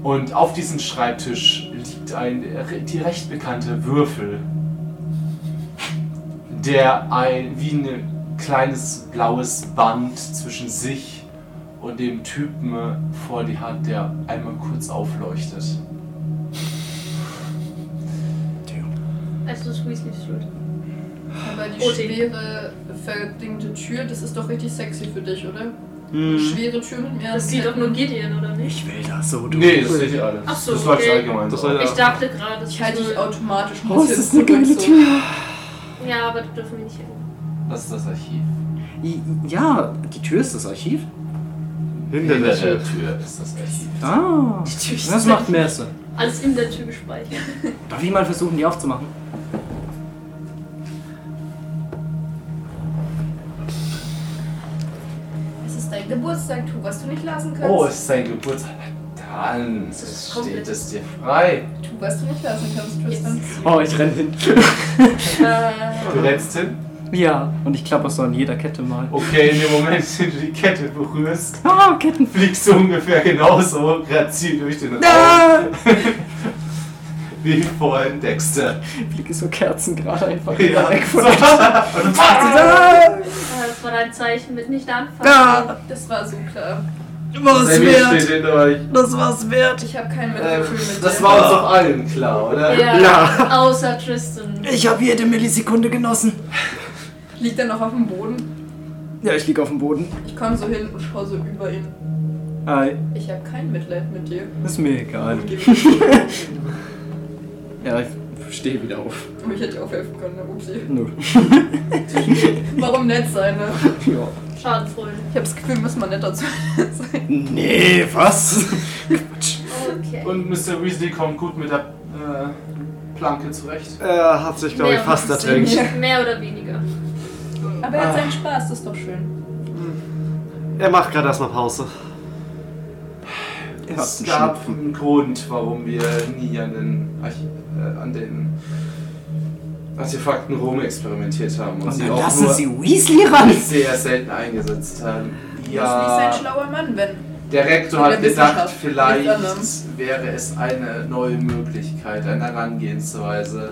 A: Und auf diesem Schreibtisch liegt ein, die recht bekannte Würfel, der ein, wie ein kleines blaues Band zwischen sich und dem Typen vor die hat, der einmal kurz aufleuchtet.
D: Also das Weasleys Schuld.
B: Aber die
D: Oh, die-
B: schwere, verdingte Tür, das ist doch richtig sexy für dich, oder?
A: Mhm.
E: Hm.
B: Schwere Tür mit mehreren
D: Das sieht doch nur Gideon, oder nicht?
F: Ich will das so, du.
A: Nee, das seht ihr alle.
D: Ach so,
A: das läuft
D: okay.
A: allgemein
E: Das
A: so.
E: war ja-
D: Ich dachte gerade, das
B: Ich halte
D: ist
B: dich
D: nur-
B: automatisch ein
F: Oh, das
B: bisschen
F: ist eine
B: zurück,
F: geile
B: so.
F: Tür.
D: Ja, aber da dürfen wir nicht hin.
A: Das ist das Archiv.
F: I- Ja, die Tür ist das Archiv.
E: Hinter der Tür.
A: Tür ist das Archiv.
F: Ah,
D: Die Tür ist
F: das macht mehr Sinn.
D: alles in der Tür gespeichert.
F: Darf ich mal versuchen, die aufzumachen?
H: Es ist dein Geburtstag, tu, was du nicht lassen kannst.
A: Oh, es ist sein Geburtstag. Dann
D: Das ist
A: steht
D: komplett-
A: es dir frei.
J: Oh.
H: Tu, was du nicht lassen kannst, Tristan.
F: Oh, ich renn hin.
H: Äh,
A: Du rennst hin.
F: Ja, und ich klappe es so an jeder Kette mal.
A: Okay, in dem Moment, in dem du die Kette berührst,
F: Ah, Ketten. [laughs]
A: fliegst du ungefähr genauso grazil durch den Raum
F: Ah!
A: wie vorhin Dexter.
F: Blick ist so Kerzen gerade einfach
A: Ja.
F: weg [laughs] von der
A: Und ah!
D: Ah, Das war dein Zeichen mit nicht anfangen.
F: Da!
B: Das war so klar.
F: Was
A: Sammy steht hinter euch.
F: Das war's wert!
B: Ich habe kein
A: Ähm,
B: Mitgefühl mit
A: das
B: dir.
A: war uns doch allen klar, oder?
D: Ja.
E: Ja.
D: Außer Tristan.
F: Ich habe jede Millisekunde genossen.
B: Liegt er noch auf dem Boden?
F: Ja, ich liege auf dem Boden.
B: Ich komme so hin und schaue so über ihn.
F: Hi.
B: Ich habe kein Mitleid mit dir.
F: Ist mir egal.
B: Und gebe ihm-
F: Ja, ich stehe wieder auf.
B: Oh, ich hätte aufhelfen können, ne? Upsi.
F: Nö.
B: Warum nett sein, ne?
F: Ja.
D: Schadenfreude.
B: Ich habe das Gefühl, wir müssen mal netter zu sein.
F: Nee, was? [laughs] Quatsch.
D: Okay.
A: Und Mr. Weasley kommt gut mit der äh, Planke zurecht.
E: Er hat sich, glaube ich,
D: Mehr
E: fast
D: muss
E: ertrinkt.
D: Mehr oder weniger.
B: Aber er hat seinen Spaß, das ist doch schön.
E: Er macht gerade erstmal Pause.
F: Er hat
A: Es
F: einen
A: gab
F: Schnupfen.
A: einen Grund, warum wir nie an den, Arch äh, an den Artefakten Rom experimentiert haben und
F: Und
A: sie
F: dann
A: auch
F: lassen
A: nur [laughs]
F: sie Weasley ran.
A: sehr selten eingesetzt haben.
B: Das ist ein
A: Ja,
B: schlauer Mann, wenn.
A: der Rektor
B: Oder
A: hat gedacht,
B: Wissenschaft.
A: vielleicht
B: Nichts anderem.
A: wäre es eine neue Möglichkeit, eine Herangehensweise.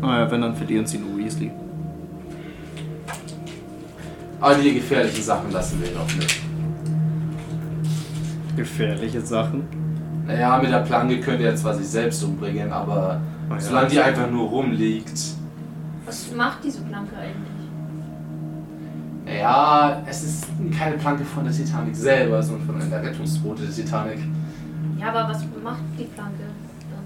F: Naja, Oh wenn, dann verlieren sie nur Weasley.
A: Aber die gefährlichen Sachen lassen wir doch nicht.
F: Gefährliche Sachen.
A: Naja, mit der Planke könnt ihr jetzt zwar sich selbst umbringen, aber
F: Oh ja.
A: solange die einfach nur rumliegt.
D: Was macht diese Planke eigentlich?
A: Naja, es ist keine Planke von der Titanic selber, sondern von einer Rettungsboote der Titanic.
D: Ja, aber was macht die Planke dann?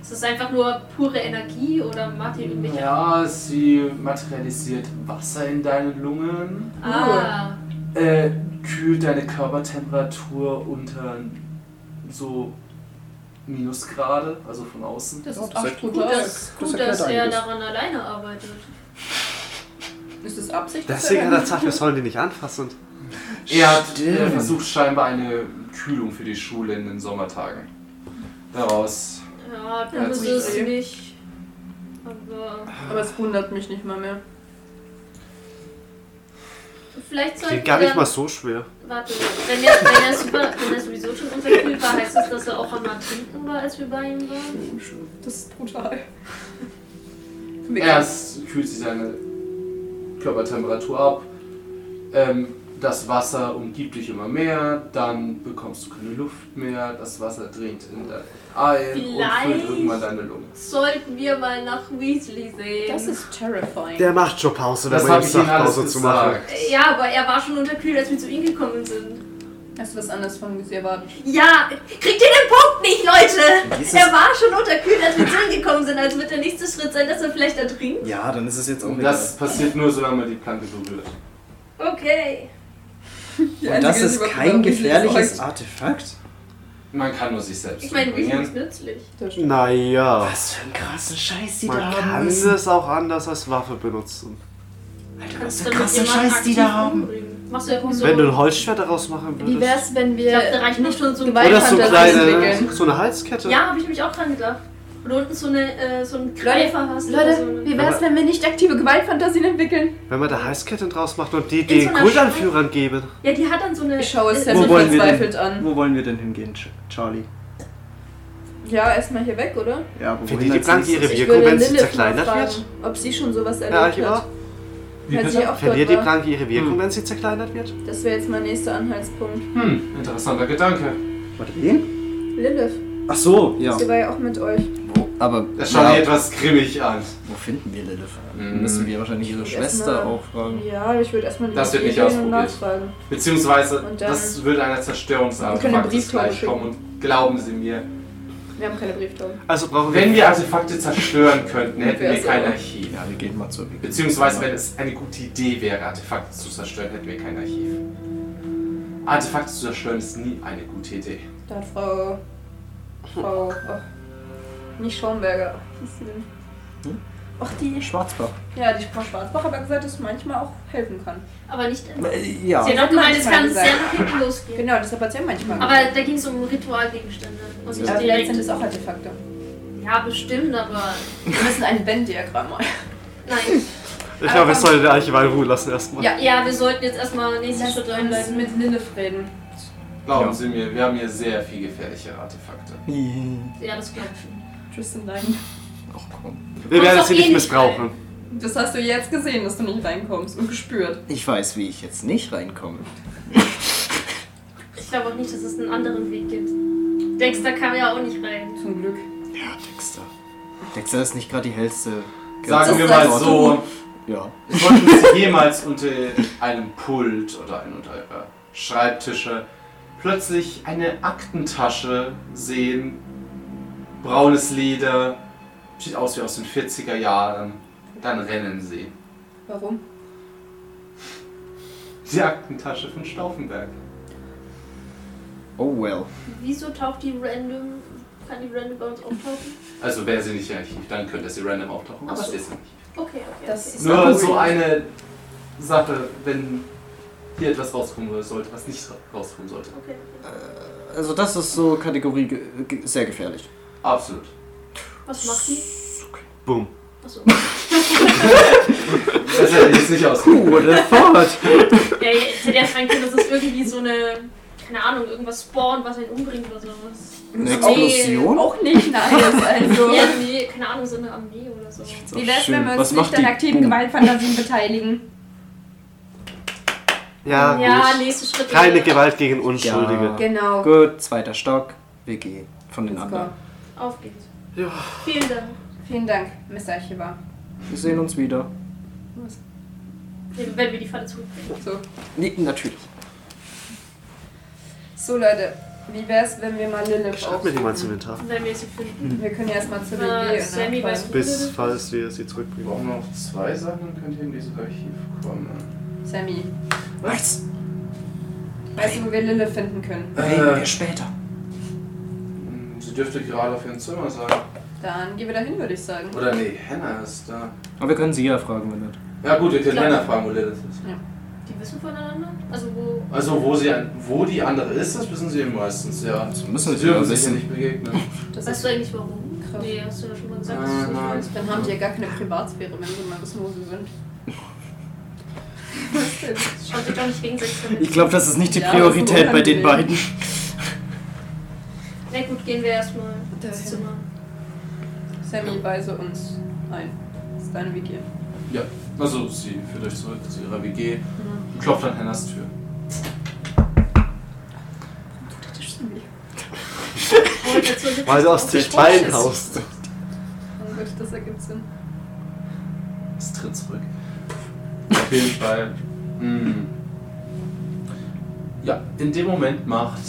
D: Ist das einfach nur pure Energie oder macht die irgendwelche.
A: Ja, sie materialisiert Wasser in deinen Lungen,
D: Ah,
A: äh, kühlt deine Körpertemperatur unter so Minusgrade, also von außen.
B: Das
F: Ja,
B: ist
F: das
B: auch
F: ist
B: total.
D: gut, dass,
F: Das
D: gut,
F: erklärt
D: dass er
F: einiges.
D: daran alleine arbeitet.
B: Ist das Absicht?
E: Deswegen hat er gesagt, wir sollen die nicht anfassen.
A: Er hat äh,
F: Stimmt.
A: versucht scheinbar eine Kühlung für die Schule in den Sommertagen. Daraus.
D: Ja, du
A: Ja,
D: bist
A: das
D: es
B: ist-
D: nicht. Aber
B: Aber es wundert mich nicht mal mehr.
D: vielleicht sollten
E: Klingt gar nicht
D: wir-
E: mal so schwer.
D: Warte, wenn er, wenn, er super, wenn er sowieso schon unterkühlt war, heißt das, dass er auch einmal trinken war, als wir bei ihm waren?
B: Das ist brutal.
A: Erst kühlt sie seine Körpertemperatur ab. Ähm, das Wasser umgibt dich immer mehr, dann bekommst du keine Luft mehr, das Wasser dringt in deine Eilen und füllt
D: Vielleicht-
A: irgendwann deine Lunge.
D: Sollten wir mal nach Weasley sehen.
B: Das ist terrifying.
E: Der macht schon Pause, Also wenn
A: Das
E: man
A: habe
E: ihm
A: ich ihnen
E: sagt,
A: alles
E: Pause zu machen.
A: gesagt.
D: ja, aber er war schon unterkühlt, als wir zu ihm gekommen sind.
B: Hast du was anderes von mir erwartet?
D: Ja, kriegt ihr den Punkt nicht, Leute?
F: Dieses-
D: Er war schon unterkühlt, als wir zu ihm gekommen sind. Also wird der nächste Schritt sein, dass er vielleicht ertrinkt?
F: Ja, dann ist es jetzt auch
A: Und
F: wieder.
A: das passiert nur, solange man die Planke berührt.
D: Okay.
B: Die
F: und das
B: Einzige, die
F: ist
B: überhaupt
F: kein
B: überhaupt nicht
F: gefährliches
B: sorgt.
F: Artefakt?
A: Man kann nur sich selbst
D: Ich meine, Weasley ist
A: umbringen.
D: nützlich.
E: Naja.
F: Was für einen krassen Scheiß die
E: Man
F: da
E: kann
F: haben. müssen.
E: es auch anders als Waffe benutzen.
F: Alter, was
D: Kannst
F: für einen
D: damit
F: krassen
D: jemanden
F: Scheiß die da
D: aktiv
F: haben.
D: umbringen. Machst du ja so.
E: Wenn du ein Holzschwert daraus machen
B: Wie
E: würdest.
B: wär's, wenn
D: ich glaube, da
B: wir
D: reicht nicht schon so ein
B: Gewalt-
E: Oder so
B: Weiter
E: kleine,
B: entwickeln.
E: so eine Halskette.
D: Ja, habe ich mich auch dran gedacht. Und unten so, eine, äh, so einen Greifer hast. oder so
B: Leute,
H: Also,
D: einen-
B: wie wär's, wenn wir nicht aktive Gewaltfantasien entwickeln?
E: Wenn man da Halsketten draus macht und die
D: In so
E: den
D: einer
E: Kultanführern geben.
D: Ja, die hat dann so eine.
B: Ich schaue es
D: äh,
B: Sam
F: Wo wollen wir denn?
B: verzweifelt an.
F: Wo wollen wir denn hingehen, Ch- Charlie?
B: Ja, erstmal hier weg, oder?
F: Ja, aber
E: Wenn
F: wohin
E: die die
F: als
E: Planke ihre
F: nächstes?
B: Ich
E: Wirkung,
B: würde
E: wenn sie
B: Lilith
E: zerkleinert
B: mal
E: wird?
B: fragen, Ob sie schon sowas
E: Herr
B: erlebt
E: Archivar?
B: hat. Weil sie auch
E: Verliert die
B: dort war.
E: Planke ihre Wirkung,
F: Hm.
E: wenn sie zerkleinert wird?
B: Das wäre jetzt mein nächster Anhaltspunkt.
A: Hm, interessanter Gedanke.
F: Warte, wen?
B: Lilith,
F: Ach so, ja.
B: sie war ja auch mit euch.
F: Wo, aber
A: Das schaut
F: ja,
A: mir etwas grimmig an.
F: wo finden wir Lilith?
A: Mhm.
F: Müssen wir wahrscheinlich ihre
B: Ich
F: Schwester
B: erstmal-
F: auch fragen.
B: Ja, aber ich würde erstmal die
A: Das wird
B: Idee
A: nicht
B: gehen und
A: ausprobiert.
B: nachfragen.
A: Beziehungsweise,
B: Und dann-
A: das würde einer
B: Wir können eine
A: Zerstörungsartefakt
B: Brieftaube
A: gleich kommen und glauben Sie mir.
B: Wir haben keine Brieftaube.
E: Also brauchen wir.
A: Wenn wir Artefakte zerstören könnten, hätten wir
B: Wär's
A: kein
B: aber-
A: Archiv.
F: Ja, wir gehen mal zur Wiki.
A: Beziehungsweise, wenn es eine gute Idee wäre, Artefakte zu zerstören, hätten wir kein Archiv. Artefakte zu zerstören ist nie eine gute Idee.
B: Da hat Frau. Frau. Och, nicht Schomberger. Was ist sie denn?
F: Hm?
B: Ach, die.
F: Schwarzbach.
B: Ja, die Frau Schwarzbach hat aber gesagt, dass manchmal auch helfen kann.
D: Aber nicht. Sie
F: Äh, Ja.
D: hat auch gemeint, es
B: Manchmal
D: kann
B: gesagt.
D: sehr nach hinten losgehen.
B: Genau, deshalb hat sie ja manchmal.
D: Aber da ging es um Ritualgegenstände. Und nicht
B: aber vielleicht sind es
D: direkt.
B: auch
D: [laughs]
B: Artefakte.
D: Ja, bestimmt, aber.
B: Wir müssen ein Venn-Diagramm machen.
D: Nein.
E: Ich glaube, ich sollte den Archival ruhen lassen erstmal.
D: Ja, ja, wir sollten jetzt erstmal nächsten
B: Lass
D: Schritt
B: uns
D: einleiten.
B: mit Lilith reden.
A: Glauben
F: Ja.
A: Sie mir, wir haben hier sehr viel gefährliche Artefakte.
D: Ja, das glaube ich schon.
B: Tristan, rein.
F: Ach komm.
E: Wir
D: Kommst
E: werden
D: doch
E: sie
D: eh
E: nicht
D: nicht
E: missbrauchen.
B: Das hast du jetzt gesehen, dass du nicht reinkommst und gespürt.
F: Ich weiß, wie ich jetzt nicht reinkomme.
D: Ich glaube auch nicht, dass es einen anderen Weg gibt. Dexter kam ja auch nicht rein.
B: Zum Glück.
F: Ja, Dexter. Dexter ist nicht gerade die hellste.
A: Sagen
F: Kerze
A: wir
F: auf
A: mal
F: der Torte.
A: so,
F: Ja.
A: sollten Sie jemals unter einem Pult oder einem unter Ihrer Schreibtische plötzlich eine Aktentasche sehen, braunes Leder, sieht aus wie aus den 40er Jahren, dann rennen Sie.
B: Warum?
A: Die Aktentasche von Stauffenberg.
F: Oh well.
D: Wieso taucht die random. Kann die random bei uns auftauchen?
A: Also wäre sie nicht im Archiv, dann könnte sie random auftauchen, aber
D: Ach
A: das
D: so.
A: ist sie nicht.
D: Okay, okay.
B: Das
D: okay.
B: ist
A: Nur
B: aber
A: so
B: ruhig.
A: eine Sache, wenn hier etwas rauskommen sollte, was nicht rauskommen sollte.
D: Okay.
F: Also das ist so Kategorie ge ge sehr gefährlich.
A: Absolut.
D: Was macht die?
E: Boom.
D: Achso.
A: Das hätte ich jetzt nicht ausgedacht.
F: What a thought!
D: Ja, jetzt hätte er sein können, das ist irgendwie so eine. Keine Ahnung, irgendwas spawnt, was einen umbringt oder sowas.
F: Eine Explosion?
B: Nee, auch nicht
F: [laughs]
B: nice. Also.
D: Ja, nee, keine Ahnung, so eine Armee oder so.
F: Ist doch
B: Wie wär's, wenn
F: schön.
B: wir uns
F: Was
B: nicht
F: macht
B: an
F: die?
B: aktiven
F: Boom.
B: Gewaltfantasien beteiligen?
E: Ja,
D: Ja,
E: gut.
D: nächste Schritt.
E: Keine Gewalt gegen Unschuldige.
B: Genau.
F: Gut, zweiter Stock. Wir gehen von den
B: Let's go.
F: anderen.
D: Auf geht's.
E: Ja.
D: Vielen Dank.
B: Vielen Dank, Mr. Archivar.
F: Wir sehen uns wieder.
D: Wenn wir die Falle zurückbringen.
B: So.
F: Nee, natürlich.
B: so, Leute, wie wär's, wenn wir mal Lilith
E: Schreib mir die
B: aufsuchen?
E: mal ins Inventar.
D: Wenn wir sie finden.
B: Wir können ja erstmal zu
D: Äh,
B: WG und
D: Sammy
B: nachfragen.
D: weiß-
E: Mhm. Bis falls wir sie zurückbringen.
J: Wir brauchen noch zwei Sachen, dann könnt ihr in dieses Archiv kommen.
B: Sammy,
F: Was?
B: weißt du, wo wir Lilith finden können?
A: Äh.
F: Reden wir später.
J: Hm, Äh, Sie dürfte gerade auf ihrem Zimmer sein.
B: Dann gehen wir dahin, würde ich sagen.
J: Oder nee, Hannah ist da.
F: Aber wir können sie ja fragen, wenn nicht.
J: Ja gut, ihr könnt
D: Klar.
J: Hannah fragen, wo Lilith ist.
D: Die wissen voneinander? Also wo.
J: Also wo sie an, wo die andere ist, das wissen sie meistens, ja.
F: Das müssen
J: Sie
F: sie ja
J: dürfen sich ja
F: wissen.
J: nicht begegnen.
B: Das
D: Weißt
B: ist
D: du eigentlich warum?
B: Kraft.
D: Nee, hast du ja schon mal gesagt,
J: Nein,
D: dass du es nicht
J: nein.
D: weißt.
B: dann haben die ja gar keine Privatsphäre, wenn sie mal wissen, wo sie
F: [laughs]
B: sind. Was denn?
D: Das Schaut sich doch nicht gegenseitig
F: Ich
D: damit.
F: glaube, das ist nicht die
B: Ja,
F: Priorität bei den beiden.
B: unangenehm.
D: Na gut, gehen wir erstmal ins
B: Dahin.
D: Zimmer.
B: Sammy, weise uns ein. Das ist deine WG.
A: Also, sie führt euch zurück zu ihrer WG und klopft an Hennas Tür.
D: Oh, dazu gibt's
E: Weil du aus
D: auch
E: den
D: Sport-
E: Beinen haust.
B: Oh Gott, das ergibt Sinn.
A: Es tritt zurück. Auf jeden Fall. mm. Ja, in dem Moment macht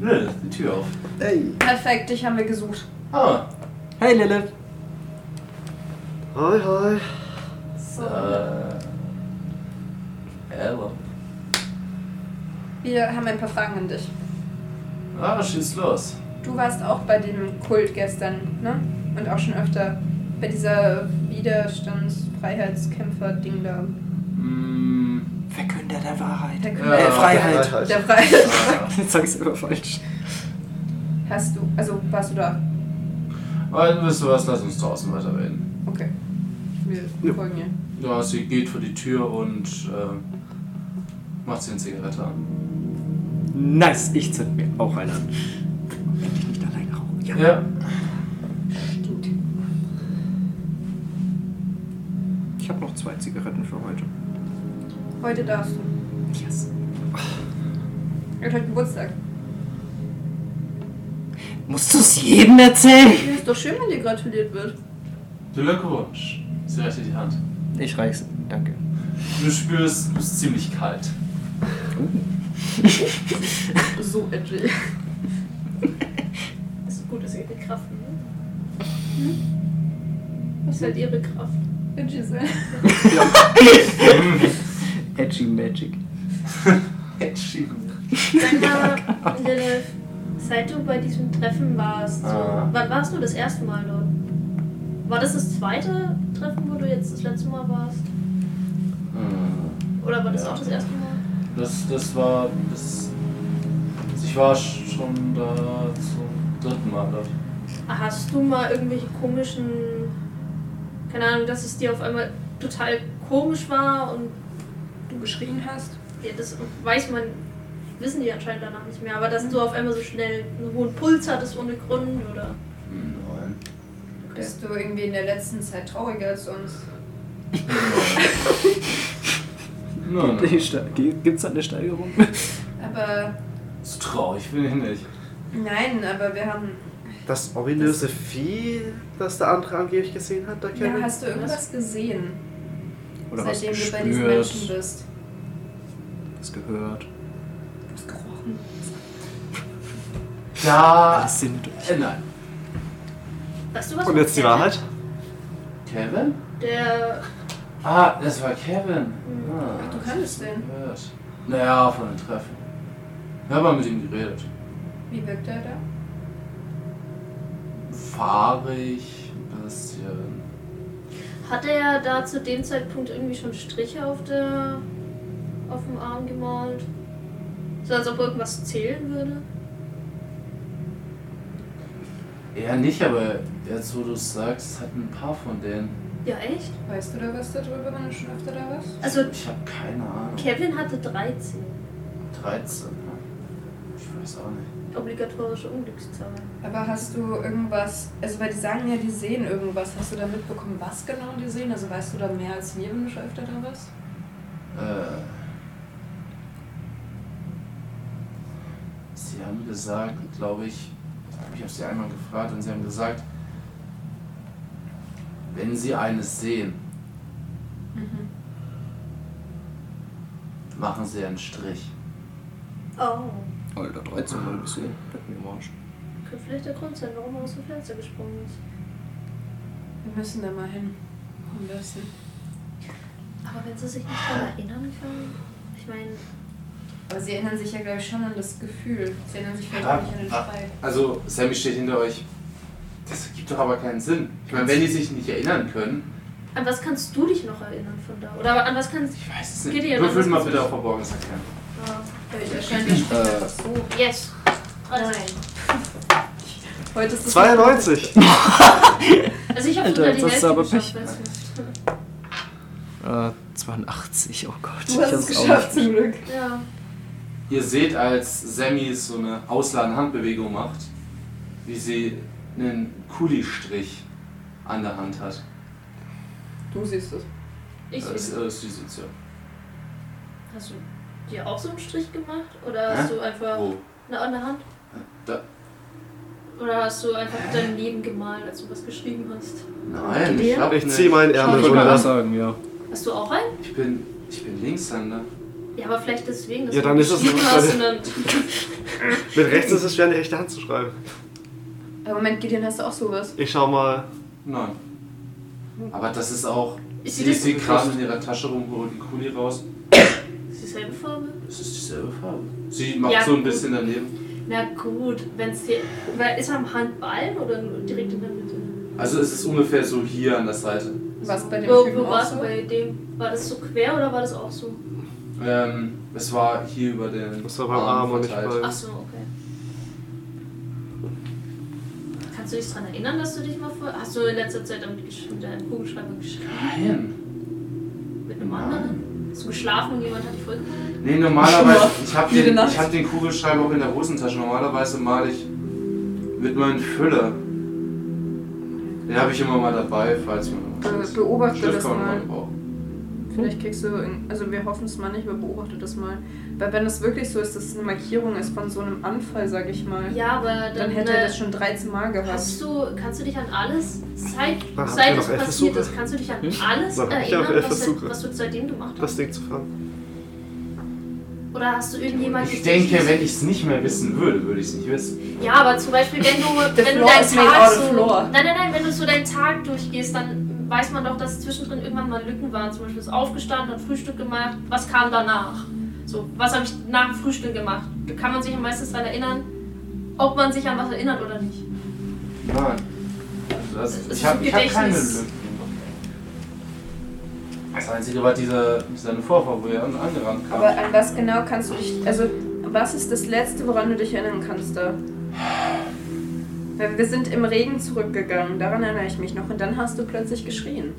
A: Lilith die Tür auf.
F: Hey.
B: Perfekt, dich haben wir gesucht.
A: Ah,
F: Hey Lilith.
E: Hoi, hoi.
A: äh. Ella.
B: Wir haben ein paar Fragen an dich.
A: Ah, schieß los.
B: Du warst auch bei dem Kult gestern, ne? Und auch schon öfter bei dieser Widerstandsfreiheitskämpfer-Ding da.
A: Mm,
F: Verkünder der Wahrheit.
B: Der,
A: Ja.
F: äh, Freiheit.
B: der Freiheit.
A: ah.
F: [laughs] Jetzt sag ich's immer falsch.
B: Hast du, also warst du da?
A: Aber wisst ihr was, lass uns draußen weiterreden.
B: Okay. Wir folgen dir.
A: Ja, sie geht vor die Tür und äh, macht sie eine Zigarette an.
F: Nice, ich zünd mir auch eine an. Wenn ich nicht allein rauche. Ja.
A: Ja,
F: Ich habe noch zwei Zigaretten für heute.
B: Heute darfst du.
F: Yes.
B: Er hat heute Geburtstag.
F: Musst du es jedem erzählen?
B: Ja, ist doch schön, wenn dir gratuliert wird.
A: Glückwunsch. Sie reicht dir die Hand.
F: Ich reich's. Danke.
A: Du spürst, du bist ziemlich kalt.
B: So edgy.
D: Das ist gut, dass ihre Kraft. Ne? Was ist halt ihre Kraft?
B: Edgy sein.
F: Edgy Magic.
D: Sag mal, Lilith, seit du bei diesem Treffen warst, so,
A: Ah.
D: wann warst du das erste Mal dort? War das das zweite Treffen, wo du jetzt das letzte Mal warst? Oder war das
A: Hm. Ja.
D: auch das erste Mal?
A: Das, das war. Das, also ich war schon da zum dritten Mal dort.
D: Ah, Hast du mal irgendwelche komischen, keine Ahnung, dass es dir auf einmal total komisch war und
B: Du geschrien hast?
D: ja, das weiß man, wissen die anscheinend danach nicht mehr, aber dass du auf einmal so schnell einen hohen Puls hattest ohne Grund oder.
A: Nein.
H: Bist du irgendwie in der letzten Zeit trauriger als sonst?
A: Oh,
J: Nein, nein.
F: Gibt es da eine Steigerung?
H: Aber
J: So traurig bin ich nicht.
H: nein, aber wir haben.
E: Das ominöse Vieh, das der andere angeblich gesehen hat, da
H: Ja,
E: kennen
H: hast du irgendwas gesehen,
F: Oder was
H: seitdem du bei diesen Menschen
F: gespürt?
H: bist?
F: Was gehört?
H: Was gerochen?
J: Da.
F: Alles Sinn durch.
J: Äh, nein.
D: Weißt du was?
E: Und jetzt die Wahrheit?
J: Kevin?
D: Der
J: Ah, das war Kevin.
A: Mhm.
J: Ah,
H: Ach, du kannst den.
J: gehört. Naja, von den Treffen. Ich habe mal mit ihm geredet.
H: Wie wirkt er da?
J: Fahrig, ein bisschen.
D: hatte ja da zu dem Zeitpunkt irgendwie schon Striche auf der auf dem Arm gemalt. So als ob irgendwas zählen würde.
J: Eher nicht, aber jetzt wo du es sagst, hat ein paar von denen.
D: Ja echt?
H: Weißt du da was darüber, wenn du schon öfter da warst?
D: Also
J: Ich habe keine Ahnung.
D: Kevin hatte 13.
J: 13. ne? Ich weiß auch nicht.
D: Obligatorische Unglückszahl.
H: Aber hast du irgendwas, also weil die sagen ja, die sehen irgendwas. Hast du da mitbekommen, was genau die sehen? Also weißt du da mehr als wir, wenn du schon öfter da warst?
J: Äh, sie haben gesagt, glaube ich, ich habe sie einmal gefragt und sie haben gesagt, wenn sie eines sehen, machen sie einen Strich.
D: Oh.
F: Alter, 13 mal ein bisschen. Leck mir im Arsch.
D: Könnte vielleicht der Grund sein, warum er aus dem Fenster gesprungen ist.
H: Wir müssen da mal hin. Am besten.
D: Aber wenn sie sich nicht daran erinnern können. Ich meine,
H: Aber sie erinnern sich ja, glaube ich, schon an das Gefühl. Sie erinnern sich vielleicht
J: Ah,
H: auch nicht an den
J: ah.
H: Schrei.
A: Also, Sammy steht hinter euch. Das ergibt doch aber keinen Sinn. Ich meine, wenn die sich nicht erinnern können,
D: an was kannst du dich noch erinnern von da? Oder an was kannst
A: ich weiß es
D: Geht
A: nicht.
D: ihr
A: Würfel
D: dann-
A: mal bitte auf Verborgenes erkennen.
H: Vielleicht erscheint der Schrei einfach so.
D: du. Yes. Also, Nein.
H: Heute ist das
E: 92!
D: Also ich
F: Alter,
D: habe sogar die
F: das ist
D: Hälfte
F: aber
D: geschafft.
F: Pech.
D: weißt du.
F: Äh, 82, oh Gott.
H: Du hast es geschafft, zum Glück.
D: Ja.
A: Ihr seht, als Sammy so eine ausladende Handbewegung macht, wie sie einen Kuli-Strich an der Hand hat.
B: Du siehst es.
D: Ich
A: Das ist,
D: sehe.
A: das ist die Situation.
D: Hast du dir auch so einen Strich gemacht? Oder hast
A: Hä?
D: du einfach
A: Wo?
D: eine andere Hand?
A: Da.
D: Oder hast du einfach dein Leben gemalt, als du was geschrieben hast?
A: Nein, ich hab
E: Ich
A: ne-
E: zieh meinen Ärmel
F: Ich wollte auch
E: runter.
F: sagen, ja.
D: Hast du auch einen?
A: Ich bin, ich bin Linkshänder.
D: Ja, aber vielleicht deswegen, dass
E: Ja,
D: du
E: dann ist das
D: geschrieben
E: eine-
D: hast und dann
E: Mit rechts ist es schwer, in die rechte Hand zu schreiben.
B: Aber Moment, Gideon, hast du auch sowas?
E: Ich schau mal.
A: Nein. Aber das ist auch.
D: Ist sie
A: sie
D: Hm. das-
A: sie kramt in ihrer Tasche rum, holt einen Kuli raus.
D: ist dieselbe Farbe.
A: Es ist dieselbe Farbe. Sie macht
D: Ja,
A: so ein
D: gut.
A: bisschen daneben.
D: Na gut, wenn's hier. Weil ist am Handballen oder nur direkt in der Mitte?
A: Also es ist ungefähr so hier an der Seite.
H: Was bei dem
D: Wo,
H: Typen
D: wo
H: auch
D: warst du
H: so?
D: bei dem? War das so quer oder war das auch so?
A: Ähm, es war hier über den
E: Das war beim Arm und nicht
A: verteilt.
E: bei.
D: Ach so, okay. Kannst du dich daran erinnern, dass du dich mal vor. Hast du in letzter Zeit damit gesch- mit deinem Kugelschreiber geschrieben?
A: Ah, Nein.
D: Mit einem anderen? Hast du geschlafen und jemand hat dich vollgebracht?
A: Nee, normalerweise. Ich habe
B: Jede
A: den,
B: Nacht.
A: ich hab den Kugelschreiber auch in der Hosentasche. Normalerweise male ich mit meinem Füller. Den habe ich immer mal dabei, falls man.
B: Äh, beobachte
A: Stift
B: das
A: kann man
B: mal.
A: mal brauchen.
B: Vielleicht kriegst du, in- also wir hoffen es mal nicht, aber beobachte das mal. Weil wenn es wirklich so ist, dass es eine Markierung ist von so einem Anfall, sag ich mal,
D: Ja, aber dann.
B: dann hätte
D: äh,
B: er das schon 13 Mal
D: Hast
B: gehabt.
D: du, kannst du dich an alles, seit,
E: Na, habt ihr
D: seit
E: noch
D: es
E: elf
D: passiert
E: Versuche?
D: ist, kannst du dich an alles
E: Na, habt ihr noch
D: erinnern,
E: elf
D: was,
E: Versuche?
D: du- was du seitdem gemacht hast?
E: Das Ding zu fangen.
D: Oder hast du irgendjemanden...
A: Ich denke, wenn ich es nicht mehr wissen würde, würde ich es nicht wissen.
D: Ja, aber zum Beispiel, wenn du,
B: The
D: wenn du
B: floor
D: deinen
B: is made
D: Tag
B: out of
D: so...
B: floor.
D: Nein, nein, nein, wenn du so deinen Tag durchgehst, dann weiß man doch, dass zwischendrin irgendwann mal Lücken waren. Zum Beispiel ist aufgestanden, hat Frühstück gemacht. Was kam danach? So, was habe ich nach dem Frühstück gemacht? Da kann man sich ja meistens daran erinnern, ob man sich an was erinnert oder nicht.
A: Nein. Also das,
D: Es ist
A: ich habe
D: ein
A: ich hab keine
D: Gedächtnis.
A: Lücken. Das einzige war dieser, dieser Vorfall, wo er an- angerannt kam.
B: Aber an was genau kannst du dich, also was ist das Letzte, woran du dich erinnern kannst da? Weil wir sind im Regen zurückgegangen, daran erinnere ich mich noch. Und dann hast du plötzlich geschrien.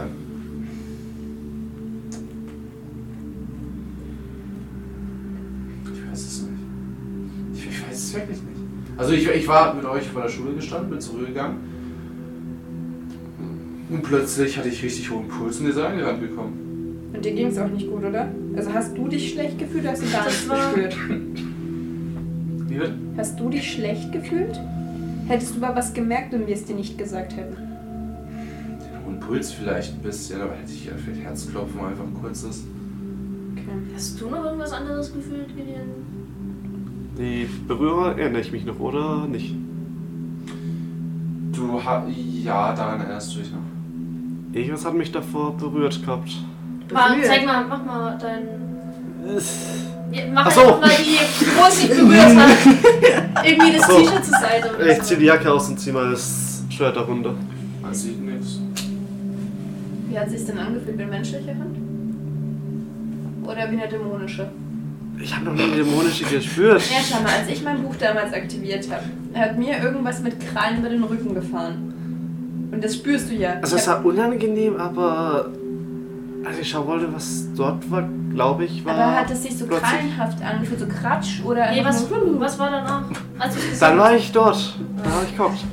A: Ähm,
J: Also ich, ich war mit euch vor der Schule gestanden, bin zurückgegangen. Und plötzlich hatte ich richtig hohen Puls und ihr seid angerannt gekommen.
B: Und dir ging es auch nicht gut, oder? Also hast du dich schlecht gefühlt, hast du gar
D: Das
B: nichts
D: war-
B: gespürt?
J: Wie wird?
B: Hast du dich schlecht gefühlt? Hättest du mal was gemerkt und wir es dir nicht gesagt hätten.
J: Den hohen Puls vielleicht ein bisschen, aber hätte ich ja vielleicht Herzklopfen einfach ein kurzes.
B: Okay.
D: Hast du noch irgendwas anderes gefühlt, Gideon?
E: Die Berührung erinnere ich mich noch, oder nicht?
J: Du ha ja, daran erinnerst du dich noch.
E: Irgendwas hat mich davor berührt gehabt.
D: Mal,
B: Gefühl.
D: zeig mal, mach mal dein. Ja, mach
E: Ach so.
D: einfach mal die, wo es sich
E: [laughs]
D: berührt hat. Irgendwie das
E: Ach so.
D: T-Shirt zur Seite. oder
E: Ich
D: so.
E: zieh die Jacke aus und zieh mal das Schwert darunter.
J: Man sieht nichts.
H: Wie hat sich denn angefühlt mit menschlicher Hand? Oder wie eine dämonische?
E: Ich habe noch nie eine dämonische gespürt.
H: Ja, schau mal, als ich mein Buch damals aktiviert habe, hat mir irgendwas mit Krallen über den Rücken gefahren. Und das spürst du ja.
E: Also
H: Ich
E: es
H: hab-
E: war unangenehm, aber als ich schauen wollte, was dort war, glaube ich, war.
H: aber hat es sich so
E: plötzlich-
H: krallenhaft angefühlt, so kratsch oder
D: Nee,
H: einfach
D: was,
H: nur-
D: was war danach? Als du es gesagt
E: Dann war ich dort. Dann habe ich
D: [laughs]
E: gekocht.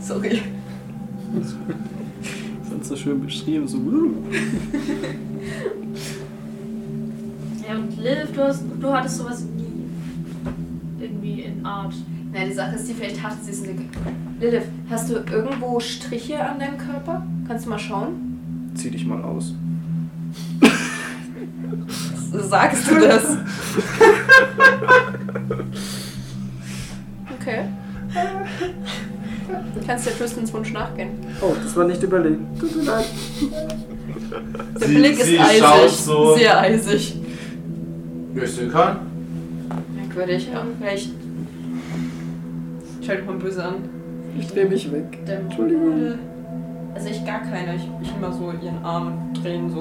H: Sorry.
F: Ich fand's so schön beschrieben, so. uh.
D: hast? Ja, und Liv, du, hast, du hattest sowas nie. Irgendwie in Art.
H: Na, die Sache ist, die vielleicht hat sie es nicht. Lilith, hast du irgendwo Striche an deinem Körper? Kannst du mal schauen?
F: Zieh dich mal aus.
H: Sagst du das? [laughs] okay. Du kannst der Flüstenswunsch nachgehen.
K: Oh, das war nicht überlegen. Tut mir leid.
H: Der
A: Sie-
H: Blick ist
A: sie schaut
H: eisig.
A: so.
H: Sehr eisig.
J: Ja, ich sehe keinen.
H: Merkwürdig, ja. Vielleicht. Schaut mich mal böse an.
K: Ich drehe mich weg. Entschuldigung.
H: Also ich gar keine. Ich, ich immer so ihren Arm drehen [laughs] so.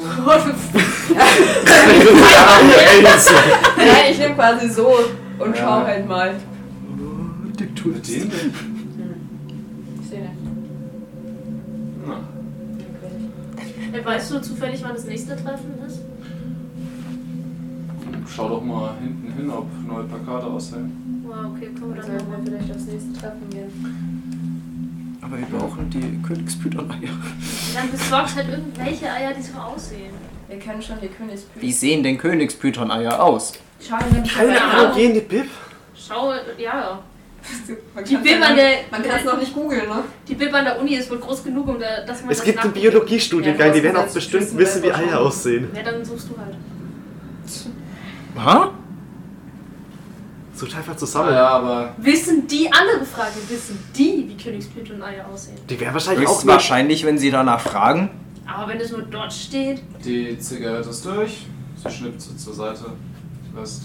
H: Nein, ich nehme quasi so und schau
J: Ja.
H: halt mal.
F: Diktur.
J: Den?
H: Ich sehe nicht.
J: Na,
D: Ja, Äh, Weißt du zufällig, wann das nächste Treffen ist?
J: schau doch mal hinten hin, ob neue Plakate aushängen.
D: Wow, Ah, okay, können wir dann
H: Sollten
D: nochmal.
H: wir vielleicht aufs nächste Treffen gehen?
F: Aber wir brauchen die Königspython-Eier.
D: Dann besorgt halt irgendwelche Eier, die so aussehen.
H: Wir können schon die Königspython.
F: Wie sehen denn Königspython-Eier aus?
H: Schau dir nämlich
E: Keine
D: Ja.
E: Ahnung, gehen die Pip?
D: Schau, ja.
H: Man
D: Die
H: kann's
D: Bib
H: ja
D: an
H: noch-
D: der,
H: Man kann es noch nicht googeln, ne?
D: die Bib an der Uni ist wohl groß genug, um da, dass man
E: Es
D: das
E: gibt einen
D: nachgucken kann.
E: Biologiestudiengang, die werden auch bestimmt wissen, wie Eier aussehen.
D: Ja, dann suchst du halt.
F: Ha?
E: Sucht einfach
A: Ah,
E: zusammen.
A: ja, aber
D: Wissen die, andere Frage, wissen die, wie Königspython Eier aussehen?
E: Die
F: Also
E: wäre wahrscheinlich auch nicht.
F: Höchstwahrscheinlich, wenn sie danach fragen.
D: Aber wenn es nur dort steht,
A: die Zigarette ist durch. Sie schnippt sie zur Seite. Lässt.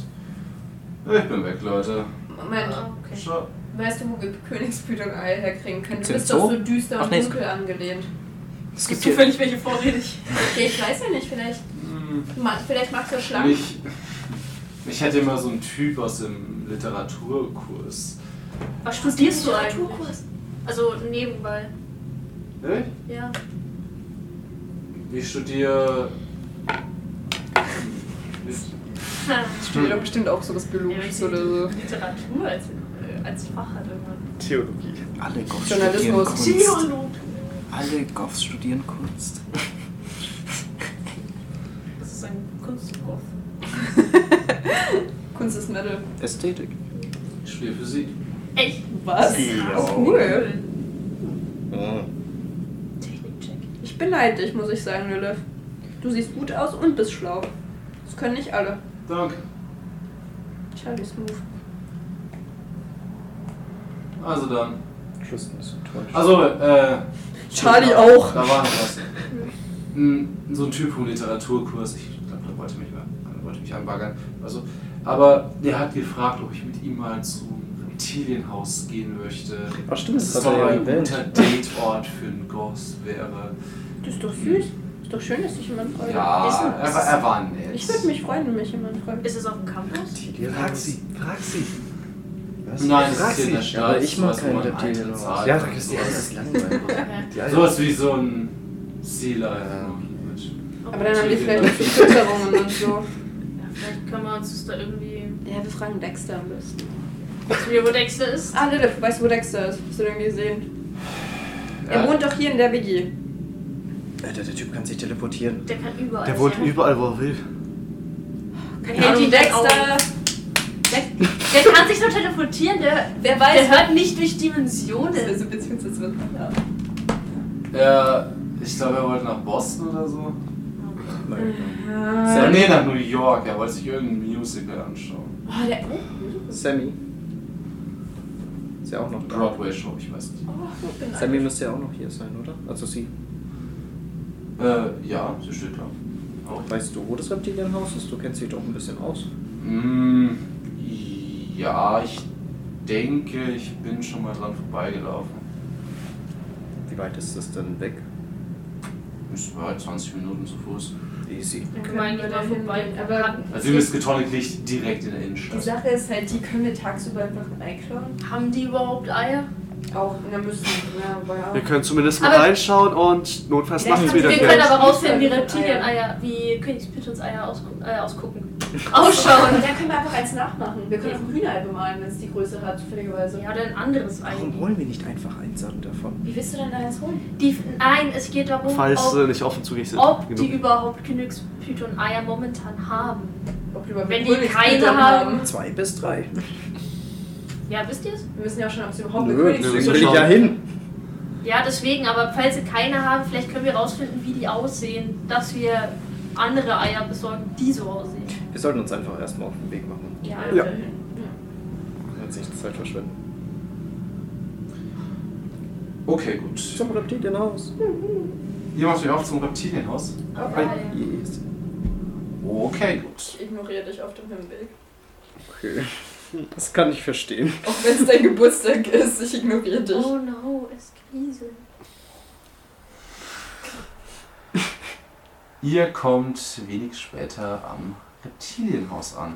A: Ich bin weg, Leute.
H: Moment,
D: ah, okay.
A: Schau.
H: weißt du, wo wir Königspython Ei herkriegen können? Du
F: Sind
H: bist doch
F: so?
H: so düster
F: Ach,
H: und
F: nee, ist
H: dunkel angelehnt.
F: Es
D: Es gibt
F: gibt hier.
D: zufällig welche vorrätig.
H: Okay, ich weiß ja nicht, vielleicht.
A: Hm.
H: Ma- Vielleicht macht er schlank.
A: Mich, mich hätte immer so ein Typ aus dem Literaturkurs.
D: Was studierst du eigentlich? Also nebenbei.
A: Ich?
D: Ja.
A: Ich studiere.
B: Ich studiere doch bestimmt auch so was Biologisches oder so.
D: Literatur als, äh, als Fach hat irgendwann.
E: Theologie.
F: Alle Goffs studieren
B: Journalismus.
F: Kunst. Alle Goffs studieren Kunst.
D: Das ist ein Kunstgolf.
B: Kunst ist Metal.
F: Ästhetik.
A: Ich studiere Physik.
D: Echt?
B: Was?
F: Ja.
D: Äh.
B: Cool.
D: Technikcheck.
B: Ich beneide dich, muss ich sagen, Lilith. Du siehst gut aus und bist schlau. Das können nicht alle.
A: Danke.
B: Charlie's Move.
A: Also dann.
F: Tristan ist enttäuscht.
A: Also, äh.
B: Charlie
A: da-
B: auch.
A: Da war noch was. Hm, so ein Typ vom Literaturkurs. Ich glaube, der wollte mich, der wollte mich anbaggern. Also, aber der hat gefragt, ob ich mit ihm mal zum Reptilienhaus gehen möchte.
K: Ach stimmt,
A: Das
K: das
A: ist
K: hat
A: doch
K: er ja
A: ein
K: erwähnt.
A: guter Dateort für einen Ghost wäre.
B: Das ist doch süß. Ist doch schön, dass sich jemand freut.
A: Ja, er, war- er war
B: Ich würde
A: nett.
B: mich freuen, wenn mich jemand freut.
D: Ist es auf dem Campus?
K: Frag sie, frag sie. Was?
A: Nein, das
K: Frag
A: ist hier in der
K: sie.
A: Stadt.
K: Ja, aber ich mag
A: Sowas, wo
K: keine
A: man
K: Reptilien.
A: Eintritt zahlt
K: Ja,
A: und
K: da ist die
A: sowas.
K: das
F: [laughs]
K: langweilig. Die Eier.
A: Sowas wie so ein Sea Lion.
B: Aber dann
H: [laughs]
B: haben wir vielleicht noch so Fütterungen und so.
D: Ja, vielleicht können wir uns das da irgendwie.
B: Ja, wir fragen Dexter am besten.
D: Wissen wir, wo Dexter ist?
B: Ah, Lilith, du weißt, wo Dexter ist. Hast du den gesehen? Er
A: Ja.
B: wohnt doch hier in der WG.
F: Alter, der Typ kann sich teleportieren.
D: Der kann überall.
E: Der wohnt
D: sein.
E: überall, wo er will.
D: Der
B: Keine Ahnung,
D: hält die Dexter.
B: Dexter!
D: Der, der kann sich nur teleportieren, der,
B: Wer
D: der
B: weiß,
D: hört nicht durch Dimensionen.
B: also beziehungsweise wird ja.
A: Er, ich glaube, er wollte nach Boston oder so.
F: Sam-
A: nee, nach New York. Er wollte sich irgendein Musical anschauen.
H: Oh, der,
F: Sammy. Ist ja auch noch da.
A: Broadway-Show, ich weiß nicht.
F: Sammy müsste ja auch noch hier sein, oder? Also sie.
A: Äh, ja, sie steht da. Auch.
F: Weißt du, wo das Reptilienhaus ist? Du kennst dich doch ein bisschen aus.
A: Mm, ja, ich denke, ich bin schon mal dran vorbeigelaufen.
F: Wie weit ist das denn weg?
A: Müssen wir halt 20 Minuten zu Fuß.
F: Easy.
D: Dann können wir eigentlich mal vorbei.
H: Aber-
D: haben,
A: Also, wir müssen getonic nicht direkt in der
H: die
A: Innenstadt.
H: Sache ist halt, die können wir tagsüber einfach einklauen.
D: haben die überhaupt Eier?
B: Auch, da müssen ja, aber ja.
E: Wir können zumindest mal
D: Aber- also
E: reinschauen und notfalls
H: Ja,
E: nachts
H: wir
E: wieder
D: Wir
E: fährt.
D: können aber rausfinden, wie Reptilien-Eier, wie Königspitons Eier aus, äh, ausgucken.
H: Und
D: Ausschauen.
H: dann können wir einfach eins nachmachen. Wir können auch ein Hühnerei bemalen, wenn es die Größe hat, zufälligerweise.
D: Ja, oder ein anderes Ei.
F: Warum holen wir nicht einfach einen Sachen davon?
H: Wie willst du denn da eins holen?
D: Die, nein, es geht darum,
E: Falls
D: ob,
E: sie nicht offen zugänglich sind.
D: ob die
E: Genug.
D: überhaupt Königspython-Eier momentan haben.
B: Ob die überhaupt
D: Wenn die
B: Königsblätter
D: keine haben.
F: Zwei bis drei.
D: Ja, wisst ihr es?
B: Wir wissen ja auch schon, ob sie überhaupt eine
F: Nö,
B: Königsblätter
F: deswegen will
E: müssen
F: ich
E: schauen.
F: ja hin.
D: Ja, deswegen, aber falls sie keine haben, vielleicht können wir rausfinden, wie die aussehen, dass wir andere Eier besorgen, die so aussehen.
F: Wir sollten uns einfach erstmal auf den Weg machen.
D: Ja.
E: Ja.
F: Und Jetzt nicht Zeit verschwenden.
A: Okay, gut.
F: Zum Reptilienhaus.
A: Ihr macht euch auf zum Reptilienhaus.
D: Okay.
F: Yes.
A: Okay, gut.
B: Ich ignoriere dich auf dem Hinweg.
F: Okay. Das kann ich verstehen.
B: Auch wenn es dein Geburtstag ist, ich ignoriere dich.
D: Oh no, es kriselt.
A: Ihr kommt wenig später am Reptilienhaus an.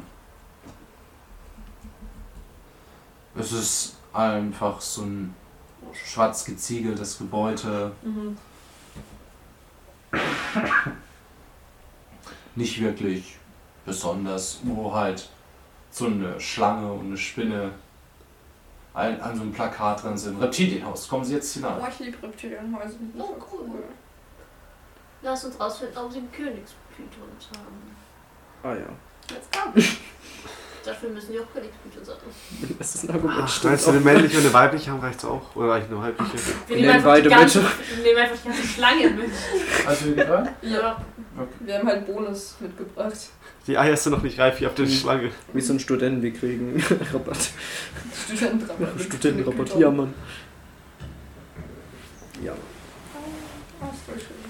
A: Es ist einfach so ein schwarz geziegeltes Gebäude,
B: Mhm.
A: nicht wirklich besonders, wo halt so eine Schlange und eine Spinne an, an so einem Plakat dran sind. Reptilienhaus, kommen Sie jetzt hinein.
B: Oh, ich liebe Reptilienhäuser.
D: Oh, cool. Lass uns rausfinden, ob sie einen Königspythons haben.
F: Ah ja.
D: Let's go. Dafür müssen die auch Königspythons haben.
F: Das ist ein Argument.
E: Meinst du, eine männliche und eine weibliche haben reicht's auch? Oder eigentlich nur weibliche?
D: Wir
F: nehmen beide
D: die ganze, wir nehmen einfach die ganze Schlange
E: [laughs]
D: mit.
A: Also, ihr geht rein?
B: Ja, wir haben halt Bonus mitgebracht.
E: Die Eier sind noch nicht reif hier auf der Schlange.
F: Wie so ein Student, wir kriegen [laughs] Rabatt.
B: Studentenrabatt.
F: Studentenrabatt, ja Mann. Ja.
B: Oh, ist voll schön.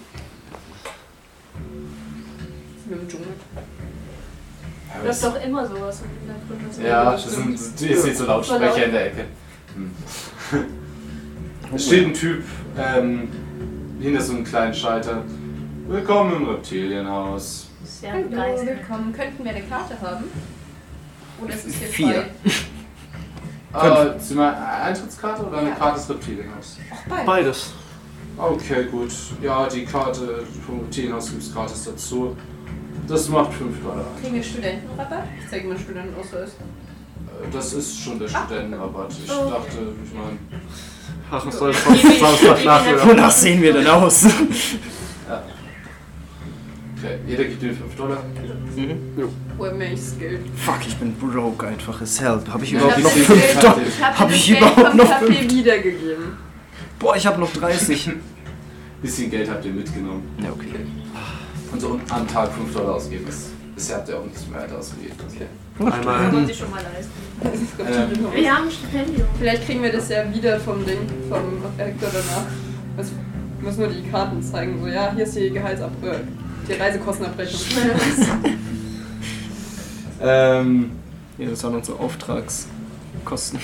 B: Sind wir im Dschungel?
D: Du hast doch immer sowas im Hintergrund. das
A: Ja,
D: ist-
A: das sind, ihr seht so Lautsprecher in der Ecke. Hm. Es steht ein Typ ähm, hinter so einem kleinen Schalter. Willkommen im Reptilienhaus.
D: Sehr
B: Hallo,
D: geil.
B: willkommen. Könnten wir eine Karte haben? Oder ist es hier
F: Vier.
B: frei?
A: Äh, sind wir eine Eintrittskarte oder eine
B: Ja.
A: Karte des Reptilienhaus?
B: Ach, beide.
E: Beides.
A: Okay, gut. Ja, die Karte vom Reptilienhaus gibt es gratis dazu. Das macht 5 Dollar.
B: Kriegen wir Studentenrabatt? Ich zeige mir Studentenausweis.
A: Äh, Das ist schon der Studentenrabatt. Ich
D: Okay.
A: dachte, ich meine.
E: Ach, was soll ich Samstag nachher?
F: Wonach sehen wir denn aus?
A: Okay, jeder gibt dir 5 Dollar.
B: Hol mir ich Skill.
F: Fuck, ich bin broke einfach as hell. Hab ich
A: Ja,
F: überhaupt
A: das
F: noch
A: ist
F: 5
A: okay.
F: Dollar?
B: Ich habe
F: Hab
B: das
F: ich
B: Geld
F: überhaupt
B: vom
F: noch
B: Café wiedergegeben.
F: Boah, ich hab noch 30.
A: [laughs] Bisschen Geld habt ihr mitgenommen.
F: Ja, okay.
A: Und so am Tag 5 Dollar ausgeben ist. Bisher habt ihr auch nichts mehr Geld ausgegeben.
D: Kann
E: [laughs] Einmal.
D: man sich schon mal leisten.
A: Ähm,
D: Wir haben ein Stipendium.
B: Vielleicht kriegen wir das ja wieder vom Ding, vom Rektor danach. Das müssen nur die Karten zeigen. So, ja, hier ist die Gehaltsabbrüche. Die
D: [laughs]
B: Reisekostenabrechnung.
A: ähm,
F: Ja, das waren unsere Auftragskosten.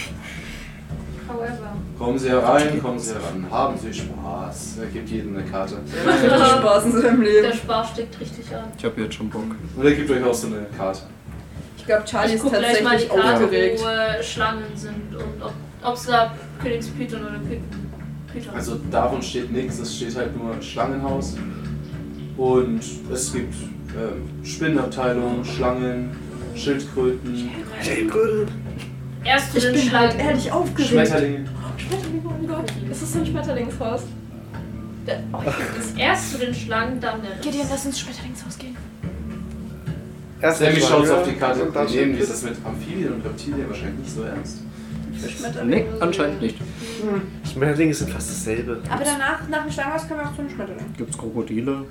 H: However.
A: kommen Sie herein, kommen Sie heran. Haben Sie Spaß. Er gibt jedem eine Karte.
B: Macht richtig Spaß in seinem
D: Der
B: Leben.
D: Spaß steckt richtig an.
F: Ich hab jetzt schon Bock.
A: Und er gibt euch auch so eine Karte.
B: Ich glaube, Charlie
D: Ich
B: ist
D: guck gleich mal die
B: tatsächlich
D: Karte,
B: aufgeregt.
D: wo äh, Schlangen sind und ob es da Königspython oder Py- Python
A: Also davon steht nichts, es steht halt nur Schlangenhaus. Und es gibt ähm, Spinnenabteilung, Schlangen, Schildkröten.
E: Schildkröte.
D: erst zu
B: Ich
D: den
B: bin halt
D: Schleim.
B: ehrlich aufgeregt.
A: Schmetterlinge.
B: Schmetterling, oh mein Gott. Ist das so ein Schmetterlingshaus?
D: Ist erst zu den Schlangen, dann der
H: Gideon,
D: Riss.
H: lass uns Schmetterlingshaus gehen.
E: Erst
J: Sammy schaut auf die Karte.
E: und dann
J: Wir nehmen ist
E: steht-
J: das mit Amphibien und Reptilien wahrscheinlich nicht so ernst.
F: Nee, anscheinend nicht.
E: Schmetterlinge sind fast dasselbe.
H: Aber danach, nach dem Schlangenhaus, können wir auch zu den Schmetterlingen.
F: Gibt's Krokodile?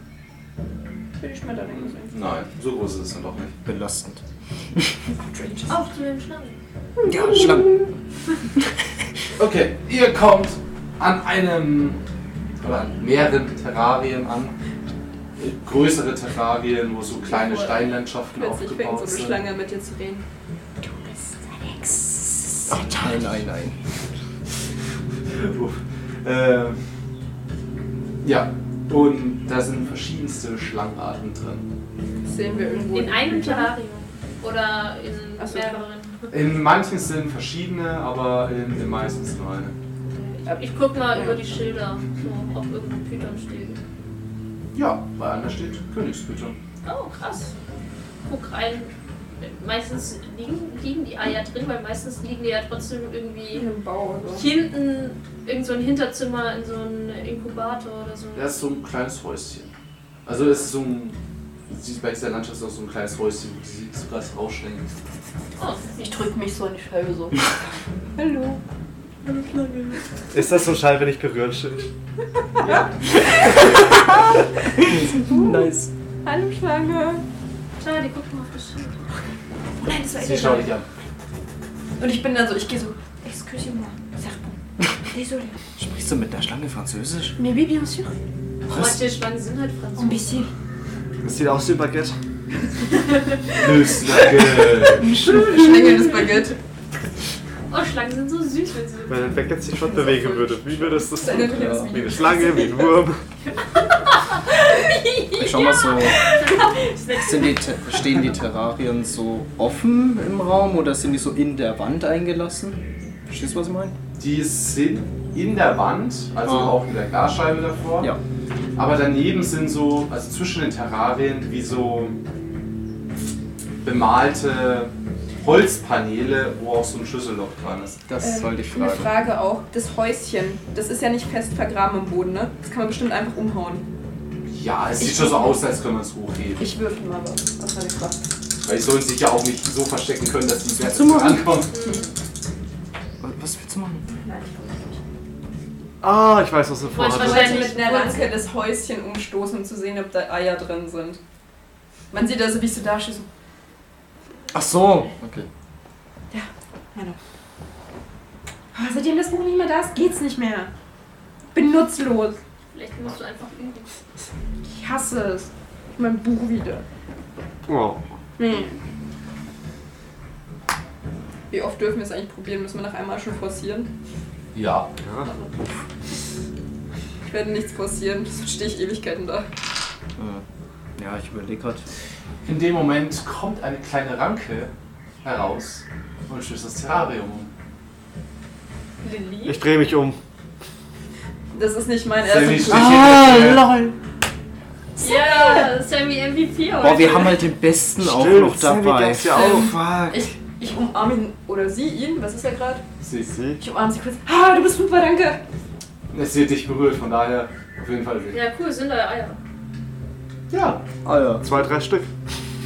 H: Für die Schmetterlinge sehen.
J: Nein, so groß ist es dann doch nicht.
F: Belastend.
D: Auf zu den Schlangen.
F: Ja, Schlangen.
A: Okay, ihr kommt an einem oder an mehreren Terrarien an. Äh, Größere Terrarien, wo so kleine Steinlandschaften
B: Plötzlich fängt so
A: aufgebaut
B: eine
A: sind.
B: Schlange mit dir zu reden.
F: Ach, nein, nein,
J: [laughs]
F: nein.
A: Äh, ja, und da sind verschiedenste Schlangenarten drin.
B: Sehen wir irgendwo.
D: In einem Terrarium. Oder in
B: Ach so.
D: mehreren.
A: In manchen sind verschiedene, aber in den meisten ist nur eine.
D: Ich guck mal über die Schilder, so, ob irgendein Python steht.
A: Ja, bei einer steht Königsbüter.
D: Oh, krass. Guck rein. Meistens liegen, liegen die Eier drin, weil meistens liegen die ja trotzdem
B: In
D: irgendwie
B: einem Bau oder so.
D: hinten irgend so ein Hinterzimmer in so einem Inkubator oder so.
A: Er ist so ein kleines Häuschen. Also es ist so ein. Sieht bei dieser Landschaft aus so ein kleines Häuschen, wo die so gerade rausstehen.
D: Oh,
B: Ich drück mich so in die Scheibe so. Hallo.
E: Ist das so ein Schall, wenn ich berührt bin?
F: Nice.
B: Hallo Schlange.
D: klar, die gucken auf das Schild.
H: Nein, das war
A: Sie schaut dich an.
B: Und ich bin dann so, ich gehe so.
H: Excusez-moi. Serpent. Désolé.
F: Sprichst du mit der Schlange Französisch?
H: Mais oui, bien sûr.
F: Was?
D: Manche Oh, Schlangen sind halt
E: Oh,
H: Un
D: Franzosen.
H: bisschen.
E: Das sieht aus wie [laughs] Baguette.
A: Nüssnacke!
B: Schlängelndes Baguette.
D: Oh, Schlangen sind so süß, wenn sie.
E: Wenn ein Baguette sich schon bewegen würde, wie würde das das
B: Das
E: tun?
B: erinnert mich an das Video.
E: Wie eine Schlange, wie ein Wurm.
F: Ich schau mal so. Sind die, Te- stehen die Terrarien so offen im Raum oder sind die so in der Wand eingelassen? Verstehst du, was ich meine?
A: Die sind in der Wand, also
F: Ah.
A: auch mit der Glasscheibe davor.
F: Ja.
A: Aber daneben sind so, also zwischen den Terrarien, wie so bemalte Holzpaneele, wo auch so ein Schlüsselloch dran ist. halt
F: Das
B: Ähm,
F: sollte ich
B: Eine
F: fragen.
B: Frage auch, das Häuschen, das ist ja nicht fest vergraben im Boden, ne? Das kann man bestimmt einfach umhauen.
A: Ja, es sieht schon so aus, als können wir es hochheben.
B: Ich würfel mal was auf meine Kraft.
A: Weil die sollen sich ja auch nicht so verstecken können, dass die Blätter ankommen.
F: Was willst du machen?
H: Nein, ich komme nicht.
E: Ah, ich weiß, was du
D: Wollte ich
B: Ich
E: vorhattest.
B: wollte
D: Wahrscheinlich
B: mit einer
D: kurz-
B: Lanze das Häuschen umstoßen, um zu sehen, ob da Eier drin sind. Man sieht also, wie ich so dastehe, so,
F: Ach so. Okay.
B: "Ah, seitdem das Buch nicht mehr da ist, geht's nicht mehr. Bin nutzlos.
D: Vielleicht musst du einfach üben.
B: Ich hasse es. Ich mein Buch wieder.
E: Oh.
B: Nee. Wie oft dürfen wir es eigentlich probieren? Müssen wir nach einmal schon forcieren?
A: Ja.
B: Ich werde nichts forcieren, sonst stehe ich Ewigkeiten da.
F: Äh, Ja, ich überlege gerade.
A: In dem Moment kommt eine kleine Ranke heraus und stößt das Terrarium um.
B: Lilly?
E: Ich drehe mich um.
B: Das ist nicht mein
A: Sammy
B: erster
A: steht hinter dir.
F: Ah, lol.
D: Ja, Sammy MVP heute.
F: Boah, wir haben halt den Besten auch
E: Stimmt,
F: noch
E: Sammy
F: dabei.
E: gab's ja auch.
B: Ich, ich umarme ihn oder sie ihn, was ist er gerade?
A: Sie, sie.
B: Ich umarme sie kurz. Ah, du bist super, danke.
A: Es wird dich berührt, von daher auf jeden Fall.
D: Ja, cool, sind da Eier.
A: Ja,
F: Ah ja.
E: Zwei, drei Stück.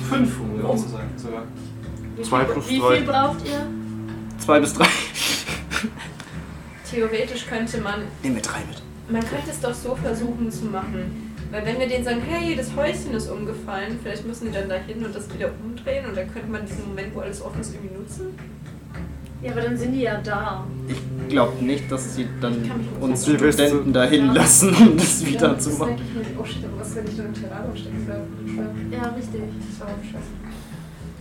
A: fünf, um genau zu sein sogar.
D: Wie
E: Zwei
D: viel,
E: plus
D: Wie
E: drei.
D: viel braucht ihr?
F: Zwei bis drei.
B: Theoretisch könnte man,
F: Nehmen wir drei mit.
B: man könnte es doch so versuchen zu machen. Weil wenn wir denen sagen, hey, das Häuschen ist umgefallen, vielleicht müssen die dann da hin und das wieder umdrehen und dann könnte man diesen Moment, wo alles offen ist, irgendwie nutzen.
D: Ja, aber dann sind die ja da.
F: Ich glaube nicht, dass sie dann uns
E: Die willst du-
F: Studenten dahin lassen, um das wieder zu machen.
B: denke ich mir, oh shit, aber was, wenn ich dann im Terrarium stecken bleibe?
D: Ja, richtig.
B: Das war auch scheiße.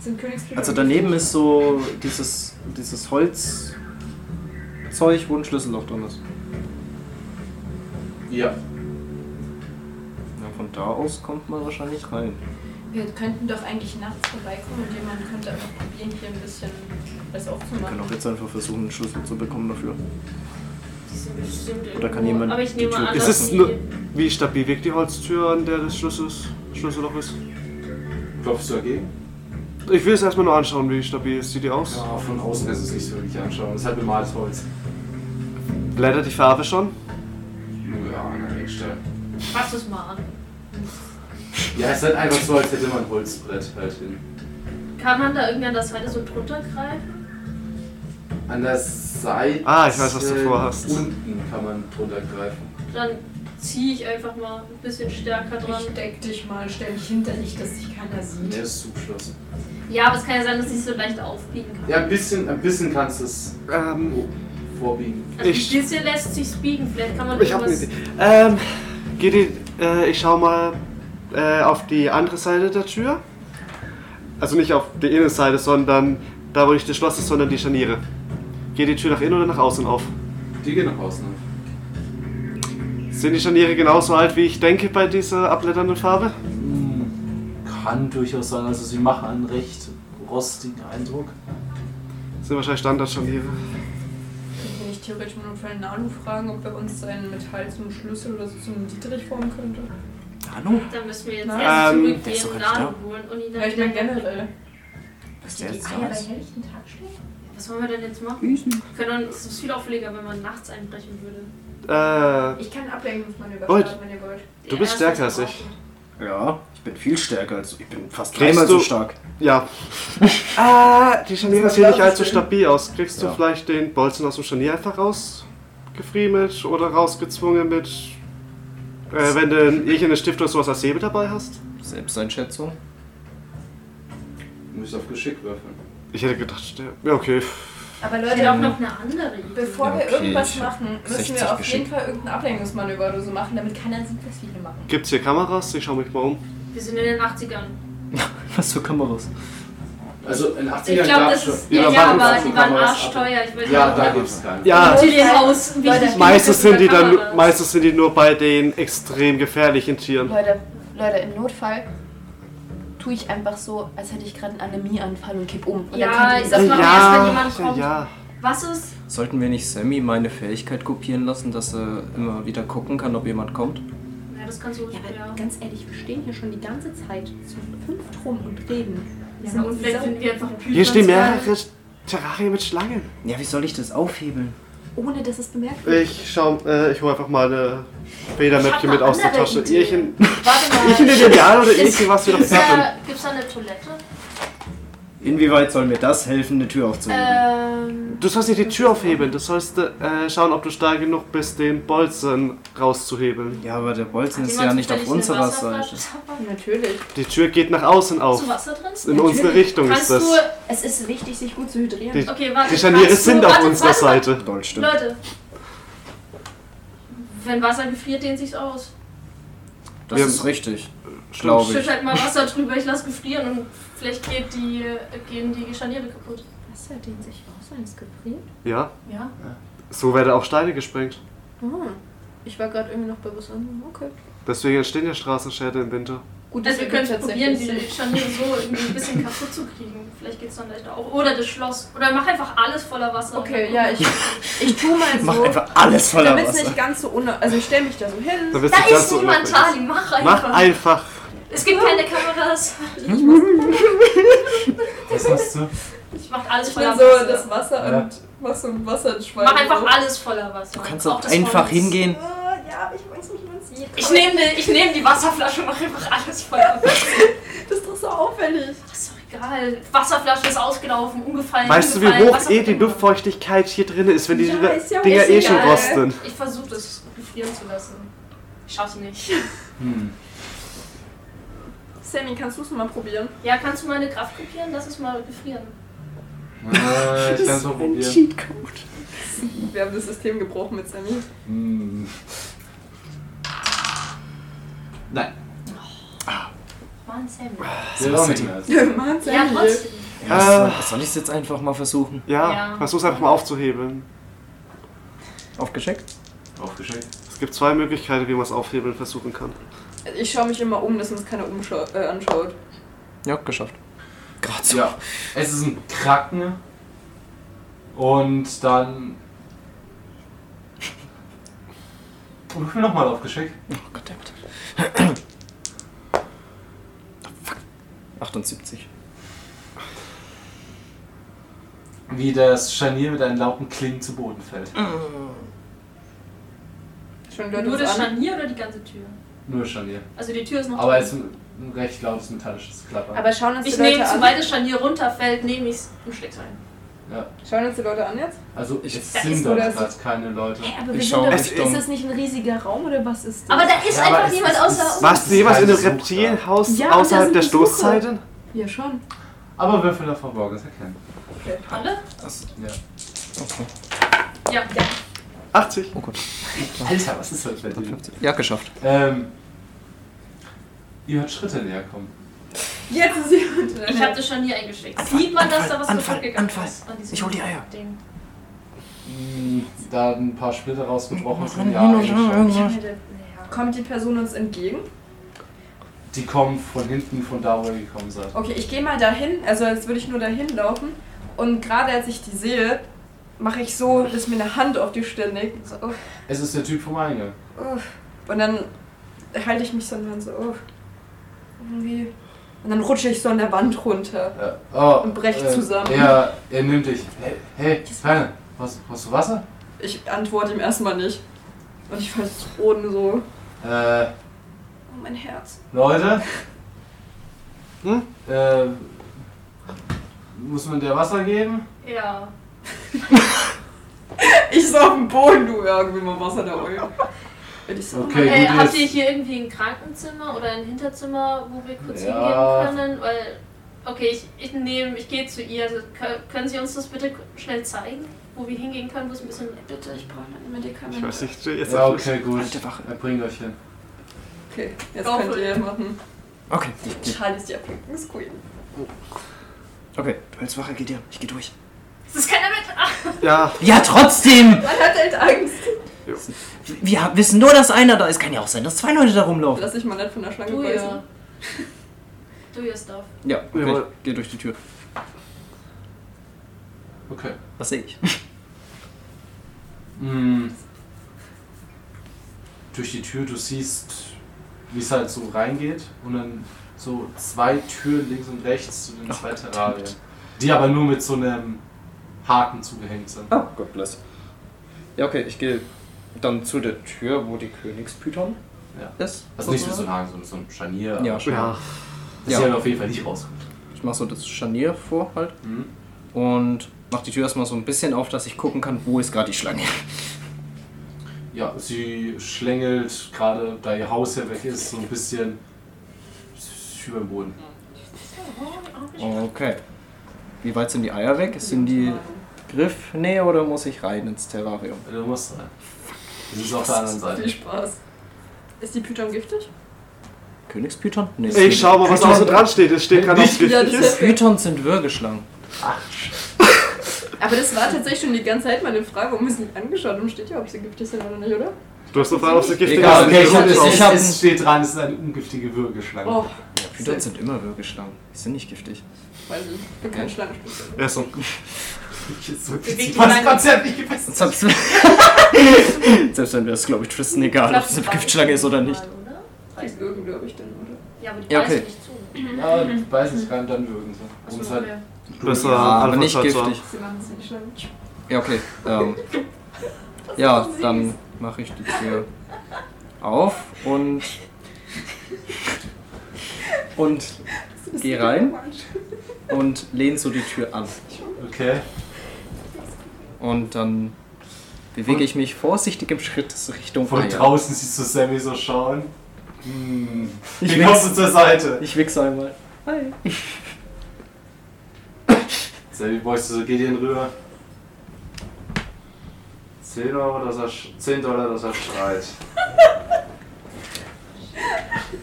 B: Sind Königsblüten.
F: Also daneben ist so dieses, dieses Holzzeug, wo ein Schlüsselloch drin ist.
A: Ja.
F: Ja, von da aus kommt man wahrscheinlich rein.
B: Wir könnten doch eigentlich nachts vorbeikommen und jemand könnte einfach probieren, hier ein bisschen was
F: Wir können
B: aufzumachen.
F: auch jetzt einfach versuchen, einen Schlüssel zu bekommen dafür.
D: Die sind bestimmt irgendwo.
F: Oder kann jemand
D: aber ich
F: die
D: nehme
F: Tür-
D: an,
E: Ist
D: dass
E: es
D: die-
E: nur- Wie stabil wirkt die Holztür, an der das Schlüssel Schlüsselloch ist?
A: Klopfst du dagegen?
E: Ich will es erstmal nur anschauen, wie stabil sieht die aus.
A: Ja, von außen ist es nicht so wirklich anschauen. Es ist halt bemaltes Holz.
E: Blättert die Farbe schon?
A: Ja, an der Eckstelle.
D: Fass es mal an.
A: Ja, es ist halt einfach so, als hätte man ein Holzbrett halt hin.
D: Kann man da irgendwie an der Seite so drunter greifen?
J: An der Seite.
E: Ah, ich weiß, was du vorhast.
J: Unten kann man drunter greifen.
D: Dann ziehe ich einfach mal ein bisschen stärker
L: Genau.
D: dran.
H: Ich deck dich mal, stell dich hinter dich, dass dich keiner sieht.
J: Nee, ist zugeschlossen.
D: Ja, aber es kann ja sein, dass ich so leicht aufbiegen kann.
J: Ja, ein bisschen, ein bisschen kannst du es
E: Ähm,
J: vorbiegen.
D: Also
E: Ich-
D: ich ein bisschen lässt sich's biegen, vielleicht kann man
E: ich hab eine
D: irgendwas.
E: Idee. Ähm, Gedi, äh, ich schau mal äh, auf die andere Seite der Tür. Also nicht auf die Innenseite, sondern da, wo nicht das Schloss ist, sondern die Scharniere. Geht die Tür nach innen oder nach außen auf?
J: Die gehen nach außen. auf.
A: ne?
E: Sind die Scharniere genauso alt, wie ich denke, bei dieser abblätternden Farbe?
A: Kann durchaus sein, also sie machen einen recht rostigen Eindruck.
E: Das sind wahrscheinlich Standardscharniere.
H: Könnte ich theoretisch mal für einen Nanu fragen, ob er uns seinen Metall zum Schlüssel oder so zum Dietrich formen könnte?
F: Nanu?
D: Dann müssen wir jetzt
H: Ähm,
D: erst
F: der ist doch
D: zurückgehen,
F: gar nicht
D: Nadeln holen und ihn
H: Ja,
D: dann
H: ich meine generell.
F: Ist der
L: Ah,
F: jetzt da? ist?
H: helllichten Tag schlägt?
D: Was wollen wir denn jetzt machen? Wir können uns das ist viel auffälliger, wenn man nachts einbrechen würde.
E: Äh,
H: Ich kann Ablenkungsmanöver
E: Gut.
H: starten, wenn ihr wollt.
E: Du bist
D: Der
E: stärker als
D: erste
E: ich.
F: Ja, ich bin viel stärker als ich bin fast
E: Kriegst
F: dreimal
E: du-
F: so stark.
D: [laughs]
E: ja. ah, die Scharniere
H: Das
E: sehen nicht
H: war
E: allzu
H: das denn?
E: stabil aus. Kriegst
F: Ja.
E: du vielleicht den Bolzen aus dem Scharnier einfach rausgefriemelt oder rausgezwungen mit. Äh, wenn du irgendeinen Stift oder sowas als Säbel dabei hast?
F: Selbsteinschätzung.
J: Du musst auf Geschick würfeln.
E: Ich hätte gedacht, der- ja, okay.
H: Aber
D: Ich hätte auch
H: Leute,
D: noch eine andere Idee.
H: bevor
F: Ja,
H: wir
F: okay,
H: irgendwas
F: ich hab
H: machen, müssen
F: 60
H: wir auf
F: geschickt.
H: jeden Fall irgendein Ablenkungsmanöver oder so machen, damit keiner sieht, was wir hier machen.
E: Gibt's hier Kameras? Ich schau mich mal um.
D: Wir sind in den 80ern.
F: Was für Kameras?
J: Also in 80ern
D: Ich glaube,
J: gab's
D: das
J: schon-
D: ist.
E: Ja,
D: Ja,
E: machen wir
D: aber
J: dazu
D: die waren
J: Kameras ab.
D: arschteuer. Ich will
J: Ja,
D: nicht-
J: da gibt's keinen.
E: Ja,
D: Tilienhaus,
H: Leute,
D: wichtig.
E: meistens sind die dann,
D: Kameras.
E: meistens sind die nur bei den extrem gefährlichen Tieren.
L: Leute, Leute, im Notfall tue ich einfach so, als hätte ich gerade einen Anämieanfall und kipp um. Und
D: Ja,
L: dann kann die
D: das
L: Sache-
D: machen wir erst, wenn jemand kommt.
E: ja.
D: Was ist?
F: Sollten wir nicht Sammy meine Fähigkeit kopieren lassen, dass er immer wieder gucken kann, ob jemand kommt?
D: Ja, das kannst du
L: Ja,
D: ruhig.
L: aber
D: Ja.
L: ganz ehrlich, wir stehen hier schon die ganze Zeit zu fünf drum und reden.
D: Ja,
H: genau.
D: und vielleicht finden wir einfach einen
E: Hier stehen
D: Python-Zwerg.
E: mehrere Terrarien mit Schlangen.
F: Ja, wie soll ich das aufhebeln?
L: Ohne dass es bemerkt wird.
E: Ich schau, äh, ich hole einfach mal eine Federmäppchen mit aus der
D: andere
E: Tasche.
D: Idee.
E: Irchen, [laughs]
D: Warte mal.
E: Irchen Ideal oder
D: Ist- äh,
E: Irchen, was wir doch
D: Gibt's
E: zappeln.
D: da, gibt's da eine Toilette?
F: Inwieweit soll mir das helfen, eine Tür
E: Mhm.
F: aufzuheben?
D: Ähm.
E: Du sollst nicht die Tür aufhebeln, du sollst äh, schauen, ob du stark genug bist, den Bolzen rauszuhebeln.
F: Ja, aber der Bolzen
D: hat
F: ist
D: jemand
F: ja nicht auf
D: zufällig eine
F: unserer
D: Wasserflasche
F: Seite.
D: dabei?
B: Natürlich.
E: Die Tür geht nach außen
D: Hast du
E: auf.
D: Wasser drin?
E: In unsere Richtung ist
D: Kannst du.
E: das.
L: Es ist wichtig, sich gut zu hydrieren.
E: Die,
D: Okay, warte.
E: die Scharniere
D: kannst du-
E: sind auf
D: warte,
E: unserer
D: warte,
E: Seite.
F: Doll, stimmt.
D: Leute. Wenn Wasser gefriert, dehnt sich's aus.
F: Das
E: Wir-
F: ist richtig. Glaube
D: Schütt
F: ich.
D: halt mal Wasser drüber, ich lass gefrieren und vielleicht geht die, äh, gehen die Scharniere kaputt.
L: Wasser dehnt sich aus, wenn es gefriert.
E: Ja,
D: Ja.
E: so werden auch Steine gesprengt.
H: Oh,
B: Ah, ich war gerade irgendwie noch bei was anderem. Okay.
E: Deswegen entstehen ja Straßenschäden im Winter.
B: Gut,
D: Also wir können
B: ergibt
D: probieren,
B: tatsächlich
D: die Scharniere so irgendwie ein bisschen kaputt zu kriegen. Vielleicht geht's dann leichter auch. Oder das Schloss. Oder mach einfach alles voller Wasser.
B: Okay,
F: [laughs]
B: ja, ich, ich tu mal
F: Mach
B: so,
F: einfach alles voller
B: damit es nicht
F: Wasser.
B: ganz so uner... Also ich stelle mich da so hin.
E: Dann bist
D: Da
E: du ganz
D: ist
E: so
D: niemand,
E: unauffällig.
D: Tali, mach einfach.
E: Mach einfach.
D: Es gibt keine Kameras.
E: [laughs]
A: Was hast du?
D: Ich mach alles
H: Ich
D: voller
H: nehme so
D: Wasser.
H: das Wasser
A: Ja.
H: und mach so ein Wasser in Schwein.
D: Mach einfach alles voller Wasser.
F: Du kannst auch
D: das
F: einfach
D: Holz.
F: hingehen.
H: Ah, Ja, aber ich weiß nicht, wie man sieht.
D: Ich nehme die, ich nehm die Wasserflasche und mach einfach alles voller Wasser.
H: Das ist doch so auffällig.
D: Das ist doch egal. Wasserflasche ist ausgelaufen, umgefallen.
E: Weißt du, wie
D: umgefallen,
E: hoch
D: was auch
E: eh die
D: immer.
E: Luftfeuchtigkeit hier drin ist, wenn die
H: Ja, ist ja
E: Dinger eh schon
D: egal.
E: rosten?
D: Ich versuche das gefrieren zu lassen. Ich schaff's nicht.
A: Hm.
B: Sammy, kannst du es mal probieren?
D: Ja, kannst du meine Kraft kopieren? Lass es mal gefrieren.
A: Äh, ich kann's mal probieren.
K: Cheatcode.
B: Wir haben das System gebrochen mit
H: [laughs]
B: Sammy.
A: Hm. Nein.
D: Mann, Sam.
A: Der war nicht mehr.
B: Mann,
D: Ja,
B: Sammy.
D: trotzdem.
F: Ja, was soll-
E: Äh.
F: was soll ich es jetzt einfach mal versuchen?
E: Ja,
D: Ja.
E: versuch's einfach mal aufzuhebeln.
F: Aufgeschickt?
A: Aufgeschenkt.
E: Es gibt zwei Möglichkeiten, wie man es aufhebeln versuchen kann.
B: ich schaue mich immer um, dass uns keiner umschau äh, anschaut.
F: Ja, geschafft. Gerade so.
A: Ja. Es ist ein Kraken. Und dann. Und ich bin nochmal aufgeschickt.
F: Oh Gott, der Mutter. [coughs] Oh, fuck. 78.
A: wie das Scharnier mit einem lauten Klingen zu Boden fällt.
B: Schon
D: Nur
B: Leute
D: das
B: an.
D: Scharnier oder die ganze Tür?
A: Nur Scharnier.
D: Also die Tür ist noch
A: Aber
D: offen.
A: es ist ein recht lautes metallisches Klappern.
B: Aber schauen uns
D: Ich
B: die Leute
D: nehme,
B: an.
D: sobald das Scharnier runterfällt, nehme ich es und schläg's ein.
B: Schauen uns die Leute an jetzt?
A: also es
D: da
A: sind
B: ist
A: dort
B: nur das-
A: gerade keine Leute.
L: Hä, aber wir
F: Ich
L: sind
F: schaue
L: doch,
F: mich
L: ist
F: dumm.
L: das nicht ein riesiger Raum oder was ist das?
D: Aber da ist
A: Ja, aber
D: einfach
A: es
D: niemand
A: ist-
D: außer uns.
E: Warst du jemals in
A: keine
E: einem
A: Suche.
E: Reptilienhaus
L: Ja,
E: außerhalb
L: da
E: der
L: sind Besucher.
E: Stoßzeiten?
L: ja, schon.
A: Aber Würfel der Verborgenes erkennen.
D: Alle?
A: Ja.
F: Okay.
D: Ja.
E: 80.
A: Alter, was ist das für ein Ding?
F: Ja, geschafft.
A: Ähm. Ihr hört Schritte näher kommen.
B: Jetzt ist
D: [laughs]
B: sie unter.
D: Ich habe das Scharnier eingeschickt. Sieht man, dass da was
F: Anfall,
D: kaputt gegangen
F: Anfall.
D: ist? an diesem
F: Ich hol die Eier.
D: Ding?
A: Mm, Da ein paar Splitter rausgebrochen sind, ja, eigentlich schon.
F: Ja,
B: Kommt die Person uns entgegen?
A: Die kommen von hinten, von da, wo ihr gekommen seid.
B: Okay, ich gehe mal dahin, also als würde ich nur dahin laufen. Und gerade als ich die sehe, mache ich so, dass mir eine Hand auf die Stirn legt. So, uff,
A: Es ist der Typ vom Eingang.
B: uff. Und dann halte ich mich so an der Hand so, uff. irgendwie. Und dann rutsche ich so an der Wand runter.
A: Äh, oh,
B: Und brecht zusammen.
A: Ja, er nimmt dich. Hey, hey Kleine, hast, hast du Wasser?
B: Ich antworte ihm erstmal nicht. Und ich falle roden so.
A: Äh,
B: Oh, mein Herz.
A: Leute.
E: Hm?
A: Äh, muss man der Wasser geben?
D: Ja.
B: Ich so auf dem Boden, du ja, irgendwie mal Wasser da oben. Und ich so,
A: Okay,
D: Äh,
A: gut,
D: habt ihr
A: jetzt-
D: hier irgendwie ein Krankenzimmer oder ein Hinterzimmer, wo wir kurz
A: Ja.
D: hingehen können? Weil, okay, ich, ich nehme, ich gehe zu ihr. Also, kö- können Sie uns das bitte schnell zeigen, wo wir hingehen können, wo es ein bisschen...
B: bitte, ich brauche meine
E: Ich
B: Medikamente.
E: weiß nicht, jetzt
A: Ja, okay, gut.
F: Alte Wache.
A: Er bringt euch hin.
B: Okay, jetzt
D: Go
B: könnt
D: for
B: ihr
D: it.
B: machen.
F: Okay.
B: Charlie ist die Ablenkungsqueen.
F: Okay, du als Wache, geh dir. Ich geh durch.
D: Es ist keiner mit... Ach,
E: Ja,
F: Ja, trotzdem!
B: Man hat halt Angst.
F: Wir ha- wissen nur, dass einer da ist. Kann ja auch sein, dass zwei Leute da rumlaufen.
B: Lass dich mal nicht von der Schlange
D: do
B: beißen.
D: [laughs] your... do your stuff.
F: Ja, okay.
E: Jawohl.
F: Ich geh durch die Tür.
A: Okay.
F: Was sehe ich?
A: Mm. Durch die Tür, du siehst, wie es halt so reingeht und dann so zwei Türen links und rechts zu den
F: Ach,
A: zwei
F: verdammt.
A: Terrarien. Die aber nur mit so einem Haken zugehängt sind.
F: Oh, Gott bless. Ja, okay, ich gehe dann zu der Tür, wo die Königspython
A: Ja.
F: ist. Mhm.
A: Also nicht mit so einem Haken, sondern so einem Scharnier.
F: Ja,
A: aber
F: schon.
E: ja.
A: Das
F: Ja.
A: ja. auf jeden Fall nicht rauskommt.
F: Ich mache so das Scharnier vor halt
A: Mhm.
F: und mache die Tür erstmal so ein bisschen auf, dass ich gucken kann, wo ist gerade die Schlange.
A: Ja, sie schlängelt gerade, da ihr Haus ja weg ist, so ein bisschen über den Boden.
F: Okay. Wie weit sind die Eier weg? Ist in die Griffnähe oder muss ich rein ins Terrarium?
A: Also Du musst rein. Sie ist auf der anderen
B: Viel
A: Seite.
B: Spaß. Ist die Python giftig?
F: Königspython? Nee.
E: Ich schau mal, was
F: Python-
E: außen dran steht. Es steht gerade, ob es
B: Ja,
E: giftig
B: das
E: ist.
B: ist-
F: Pythons sind Würgeschlangen.
B: Aber das war tatsächlich schon die ganze Zeit meine Frage, warum ist nicht angeschaut und steht ja, ob sie giftig sind oder nicht, oder?
E: Du hast eine Frage, ob es giftig ist.
F: Egal, okay,
E: Ich
F: ich hab-
E: muss drauf.
F: ich hab-
A: es steht dran, es ist eine ungiftige Würgeschlange.
B: Oh,
F: Pythons sind immer Würgeschlangen. Die sind nicht giftig.
B: weiß ich. Ich bin kein Schlangenspitze.
E: Ja, so.
A: Ich jetzt wirklich
D: Bewegt
A: ich
D: die
A: hab das
D: Beine.
A: Konzept nicht gefasst.
F: [laughs] Selbst, Selbst wenn wir es, glaube ich, Tristan egal, ob es eine Giftschlange ist oder nicht.
B: Ist Irgend, glaube ich, dann, oder?
D: Ja, aber die
F: Ja,
D: beißen
F: okay.
D: nicht zu. ne?
A: Ja, ich weiß nicht, kann dann würgen sie.
D: Was
A: Und es
D: machen
A: halt
D: wir?
E: Besser
F: Ja, aber
E: Alpha
F: nicht
E: Schatz
F: giftig.
E: haben.
B: Sie machen es nicht Schlangen.
F: Ja, okay. Ähm, ja, dann mache ich die Tür auf und. und geh rein und lehn so die Tür an.
A: Okay.
F: Und dann bewege ich mich vorsichtig im Schritt Richtung
A: Von
F: Eier.
A: draußen siehst du Sammy so schauen. Hm.
F: Ich
A: Den
F: weiß-
A: kommst du zur Seite.
F: Ich wichse einmal. Hi.
A: Sammy, bräuchst du so Gideon rüber? 10 Euro, dass er, sch- 10 Dollar, dass er schreit.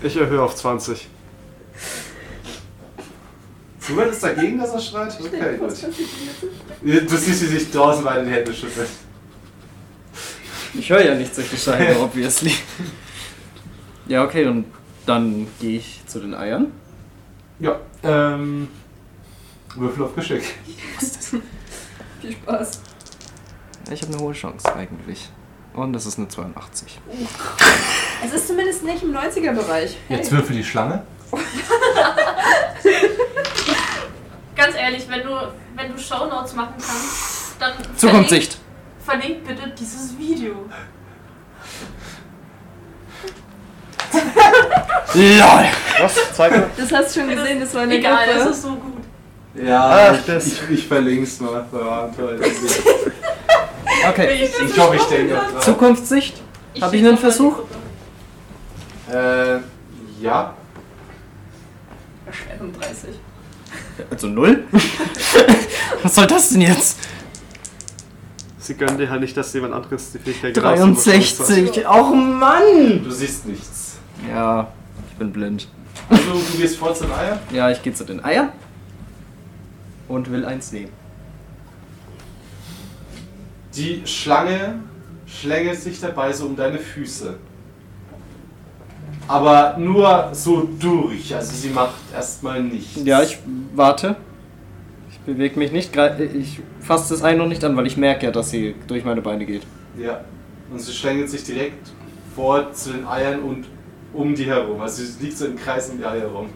E: Ich erhöhe auf 20.
A: Du würdest dagegen, dass er schreit? Okay, gut. Du siehst, wie sich draußen beide die Hände schütteln.
F: Ich höre ja nichts durch die Scheibe, obviously. Ja, okay, und dann gehe ich zu den Eiern.
A: Ja, ähm. Würfel auf Geschick.
B: Viel Spaß.
F: Ich habe eine hohe Chance eigentlich. Und das ist eine 82.
B: Es ist zumindest nicht im 90er-Bereich.
A: Jetzt würfel die Schlange.
D: ganz ehrlich, wenn du, wenn du Shownotes machen kannst, dann
F: Zukunftssicht.
D: verlink, verlink bitte dieses Video.
F: LOL!
E: Was? Zeig mal.
B: Das hast du schon gesehen, das war eine
D: Egal, das
B: Gruppe.
D: ist so gut.
A: Ah,
J: Ja,
E: Ach, das-
J: ich, ich, ich verlink's mal. Ja, toll.
F: Okay.
A: Ich hoffe, ich denke auch dran.
F: Zukunftssicht? Hab ich einen Versuch?
A: Äh, ja.
B: 31.
F: Also null? Was soll das denn jetzt?
E: Sie gönnen dir halt nicht, dass jemand anderes die Fähigkeit rausgeholt hat.
F: 63. Och Mann!
A: Du siehst nichts.
F: Ja, ich bin blind.
A: Also, du gehst vor zu den Eiern?
F: Ja, ich gehe zu den Eiern. Und will eins nehmen.
A: Die Schlange schlängelt sich dabei so um deine Füße. Aber nur so durch. Also, sie macht erstmal nichts.
F: Ja, ich warte. Ich bewege mich nicht. grei- Ich fasse das Ei noch nicht an, weil ich merke ja, dass sie durch meine Beine geht.
A: Ja. Und sie schlängelt sich direkt vor zu den Eiern und um die herum. Also, sie liegt so im Kreis um die Eier herum.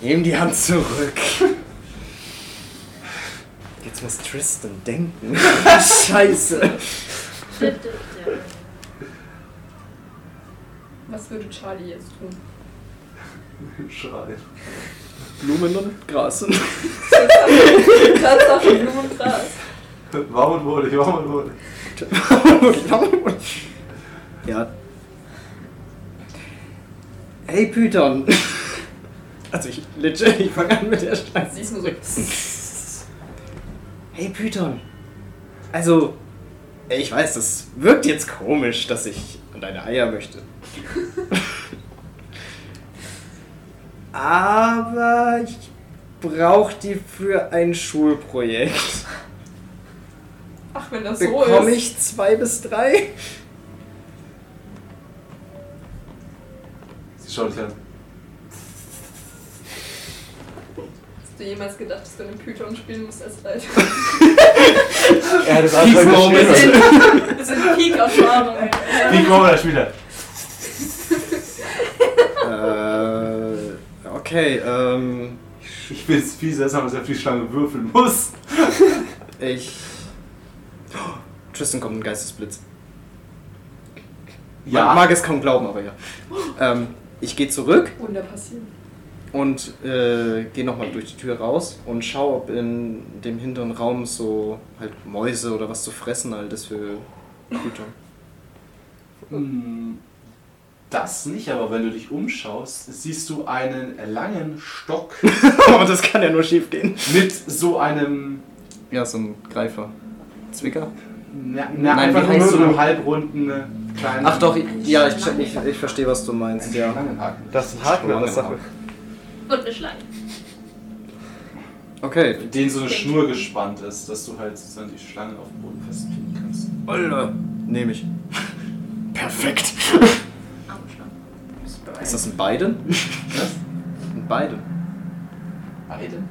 F: Nehm die Hand zurück. Jetzt muss Tristan denken. [laughs] Scheiße.
B: Was würde Charlie jetzt tun?
A: Schreien.
F: Blumen und Gras.
B: Kratz auf den Blumengras.
A: [laughs] Warm und wohlig, warm und wohlig.
F: [laughs] ja. Hey Python. [laughs] Also ich legit, ich fange an mit der Scheiße.
B: Siehst nur so.
F: Hey Python. Also, ey, ich weiß, das wirkt jetzt komisch, dass ich an deine Eier möchte.
B: [laughs]
F: Aber ich brauche die für ein Schulprojekt.
B: Ach, wenn das so
F: Bekomme
B: ist.
F: ich zwei bis drei?
A: Sie schaut dich an.
B: Hast du jemals gedacht, dass du einen Python spielen musst halt als Leiter?
J: Er hat es
F: Peak
J: einfach
F: Moment.
J: gespielt.
B: [laughs] Das ist ein Peak auf Warnung.
A: Wie kommen wir da Spieler?
F: äh, okay, ähm,
A: Ich bin es viel seltsam, dass er auf die Schlange würfeln muss.
F: ich. Tristan kommt ein Geistesblitz. Man
A: Ja,
F: mag es kaum glauben, aber ja. Ähm, ich gehe zurück
B: Wunder passieren.
F: und äh, gehe nochmal durch die Tür raus und schaue, ob in dem hinteren Raum so halt Mäuse oder was zu fressen halt ist für Güter. [laughs]
A: Hm, das nicht, aber wenn du dich umschaust, siehst du einen langen Stock
F: Aber das kann ja nur schief gehen.
A: mit so einem,
F: Ja, so ein Greifer. Zwicker?
A: na,
F: Nein,
A: na, einfach
F: wie
A: nur
F: heißt
A: so
F: du?
A: einem halbrunden äh, kleinen
F: Ach doch, ich, ja, ich, ich, ich verstehe, was du meinst, ja.
A: Schlangenhaken.
E: Das ist ein Haken an der Sache.
D: Und eine Schlange.
F: Okay,
A: Mit denen so eine Schnur gespannt ist, dass du halt sozusagen die Schlange auf dem Boden festpinnen kannst.
F: Alter, nehme ich. [laughs] Perfekt.
D: Arme Schlange.
F: Ist das ein Biden?
A: Was?
F: Ein Biden.
A: Beide?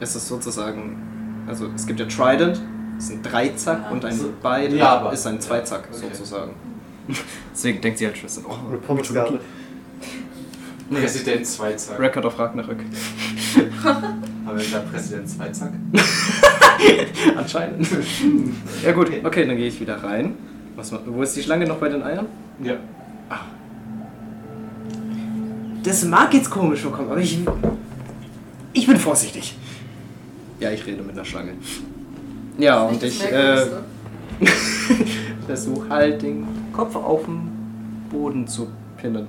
F: Ist das sozusagen, also es gibt ja Trident, ist ein Dreizack und ein
A: so.
F: Biden
A: Ja, aber-
F: ist ein Zweizack
A: okay.
F: sozusagen. [laughs] Deswegen denkt sie halt Tristan, oh,
E: Republikskarte.
F: Nee.
A: Präsident Zweizack.
F: Record of Ragnarök.
A: Haben wir da Präsident Zweizack?
F: [laughs] Anscheinend. ja gut, okay, dann gehe ich wieder rein. Was, ma- wo ist die Schlange noch bei den Eiern? Ah.
A: Ja.
F: Das mag jetzt komisch vorkommen, aber ich. Ich bin vorsichtig. Ja, ich rede mit der Schlange. Ja, und ich äh, versuche halt den Kopf auf den Boden zu pinnen.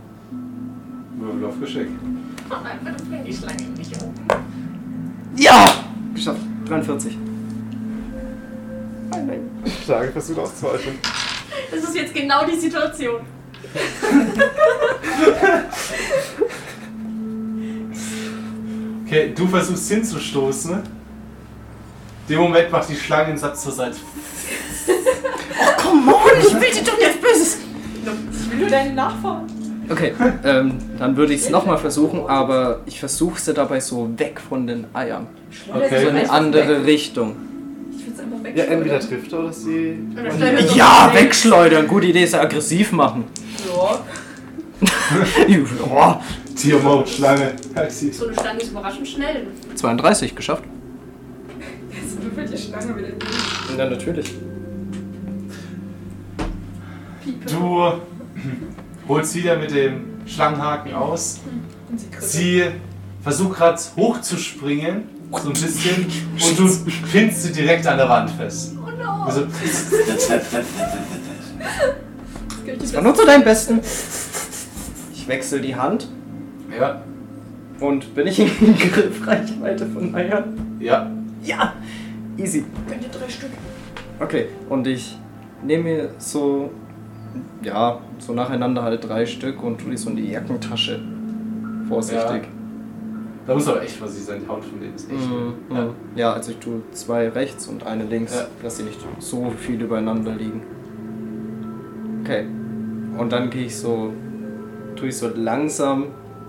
A: Würfel auf Geschick.
D: Oh nein, bitte bring die Schlange nicht um.
F: Ja! Geschafft. 43.
E: Schlange versucht auszuweichen.
D: Das ist jetzt genau die Situation.
A: Okay, du versuchst hinzustoßen. ne? In dem Moment macht die Schlange einen Satz zur Seite.
F: Come on, ich will dir doch nichts Böses!
B: Ich will nur deinen Nachfahren.
F: Okay, ähm, dann würde ich es nochmal versuchen, aber ich versuche sie dabei so weg von den Eiern.
A: Okay.
F: So in eine andere Richtung.
B: Ich will's einfach weg.
E: Ja, entweder trifft er oder sie.
D: Und dann stellen wir so
F: Ja,
D: eine-
F: wegschleudern! Gute Idee ist [laughs] ja aggressiv machen.
B: Ja.
F: Ja.
A: Tiermode, Schlange. Taxi.
D: So eine Schlange ist überraschend schnell.
F: 32 geschafft.
B: Jetzt würfelt die Schlange wieder durch.
F: Na natürlich.
A: [laughs] Du holst wieder mit dem Schlangenhaken aus.
B: Und sie kribbelt.
A: Sie versucht gerade hochzuspringen, so ein bisschen, und du pinnst sie direkt an der Wand fest.
D: Oh no!
A: Also,
B: Gilt die
F: Das war nur zu deinem Besten. Ich wechsle die Hand
A: ja,
F: und bin ich in Griffreichweite von Eiern.
A: ja.
F: Ja! Easy.
B: Könnt ihr drei Stück?
F: Okay, und ich nehme mir so, ja, so nacheinander halt drei Stück und tue die so in die Jackentasche. Vorsichtig.
A: Da muss aber echt was sein, die Haut von denen ist echt.
F: Mhm.
A: Ja.
F: Ja. ja, also ich tue zwei rechts und eine links,
A: Ja.
F: dass sie nicht so viel übereinander liegen. Okay. Und dann gehe ich so, tue ich so langsam,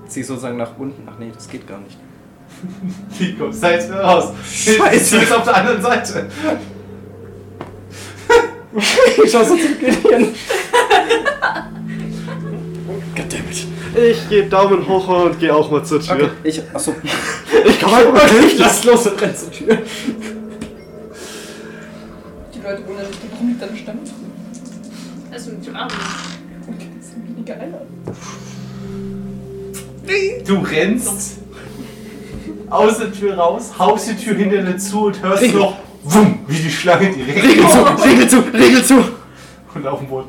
F: ziehe sozusagen nach unten. Ach nee, das geht gar
B: [laughs]
F: nicht.
A: Die kommt Seite raus.
F: Scheiße.
A: Du bist auf der anderen Seite.
F: ich schaue so
B: [laughs]
F: zum Gehirn. [laughs] Goddammit.
E: Ich gebe Daumen hoch und gehe auch mal zur Tür.
F: Okay, ich, achso.
E: Ich komme halt mal durch.
F: Lass los und renn zur Tür.
B: Die Leute wundern sich, warum mit deinem Stamm
D: Also mit dem Arm.
B: Okay, das sind weniger Eier.
A: Du rennst aus der Tür raus, haust die Tür hinter dir zu und hörst
F: Riegel.
A: noch wumm, wie die Schlange direkt
F: Regel zu, Regel zu, Regel zu.
A: und auf dem Boden.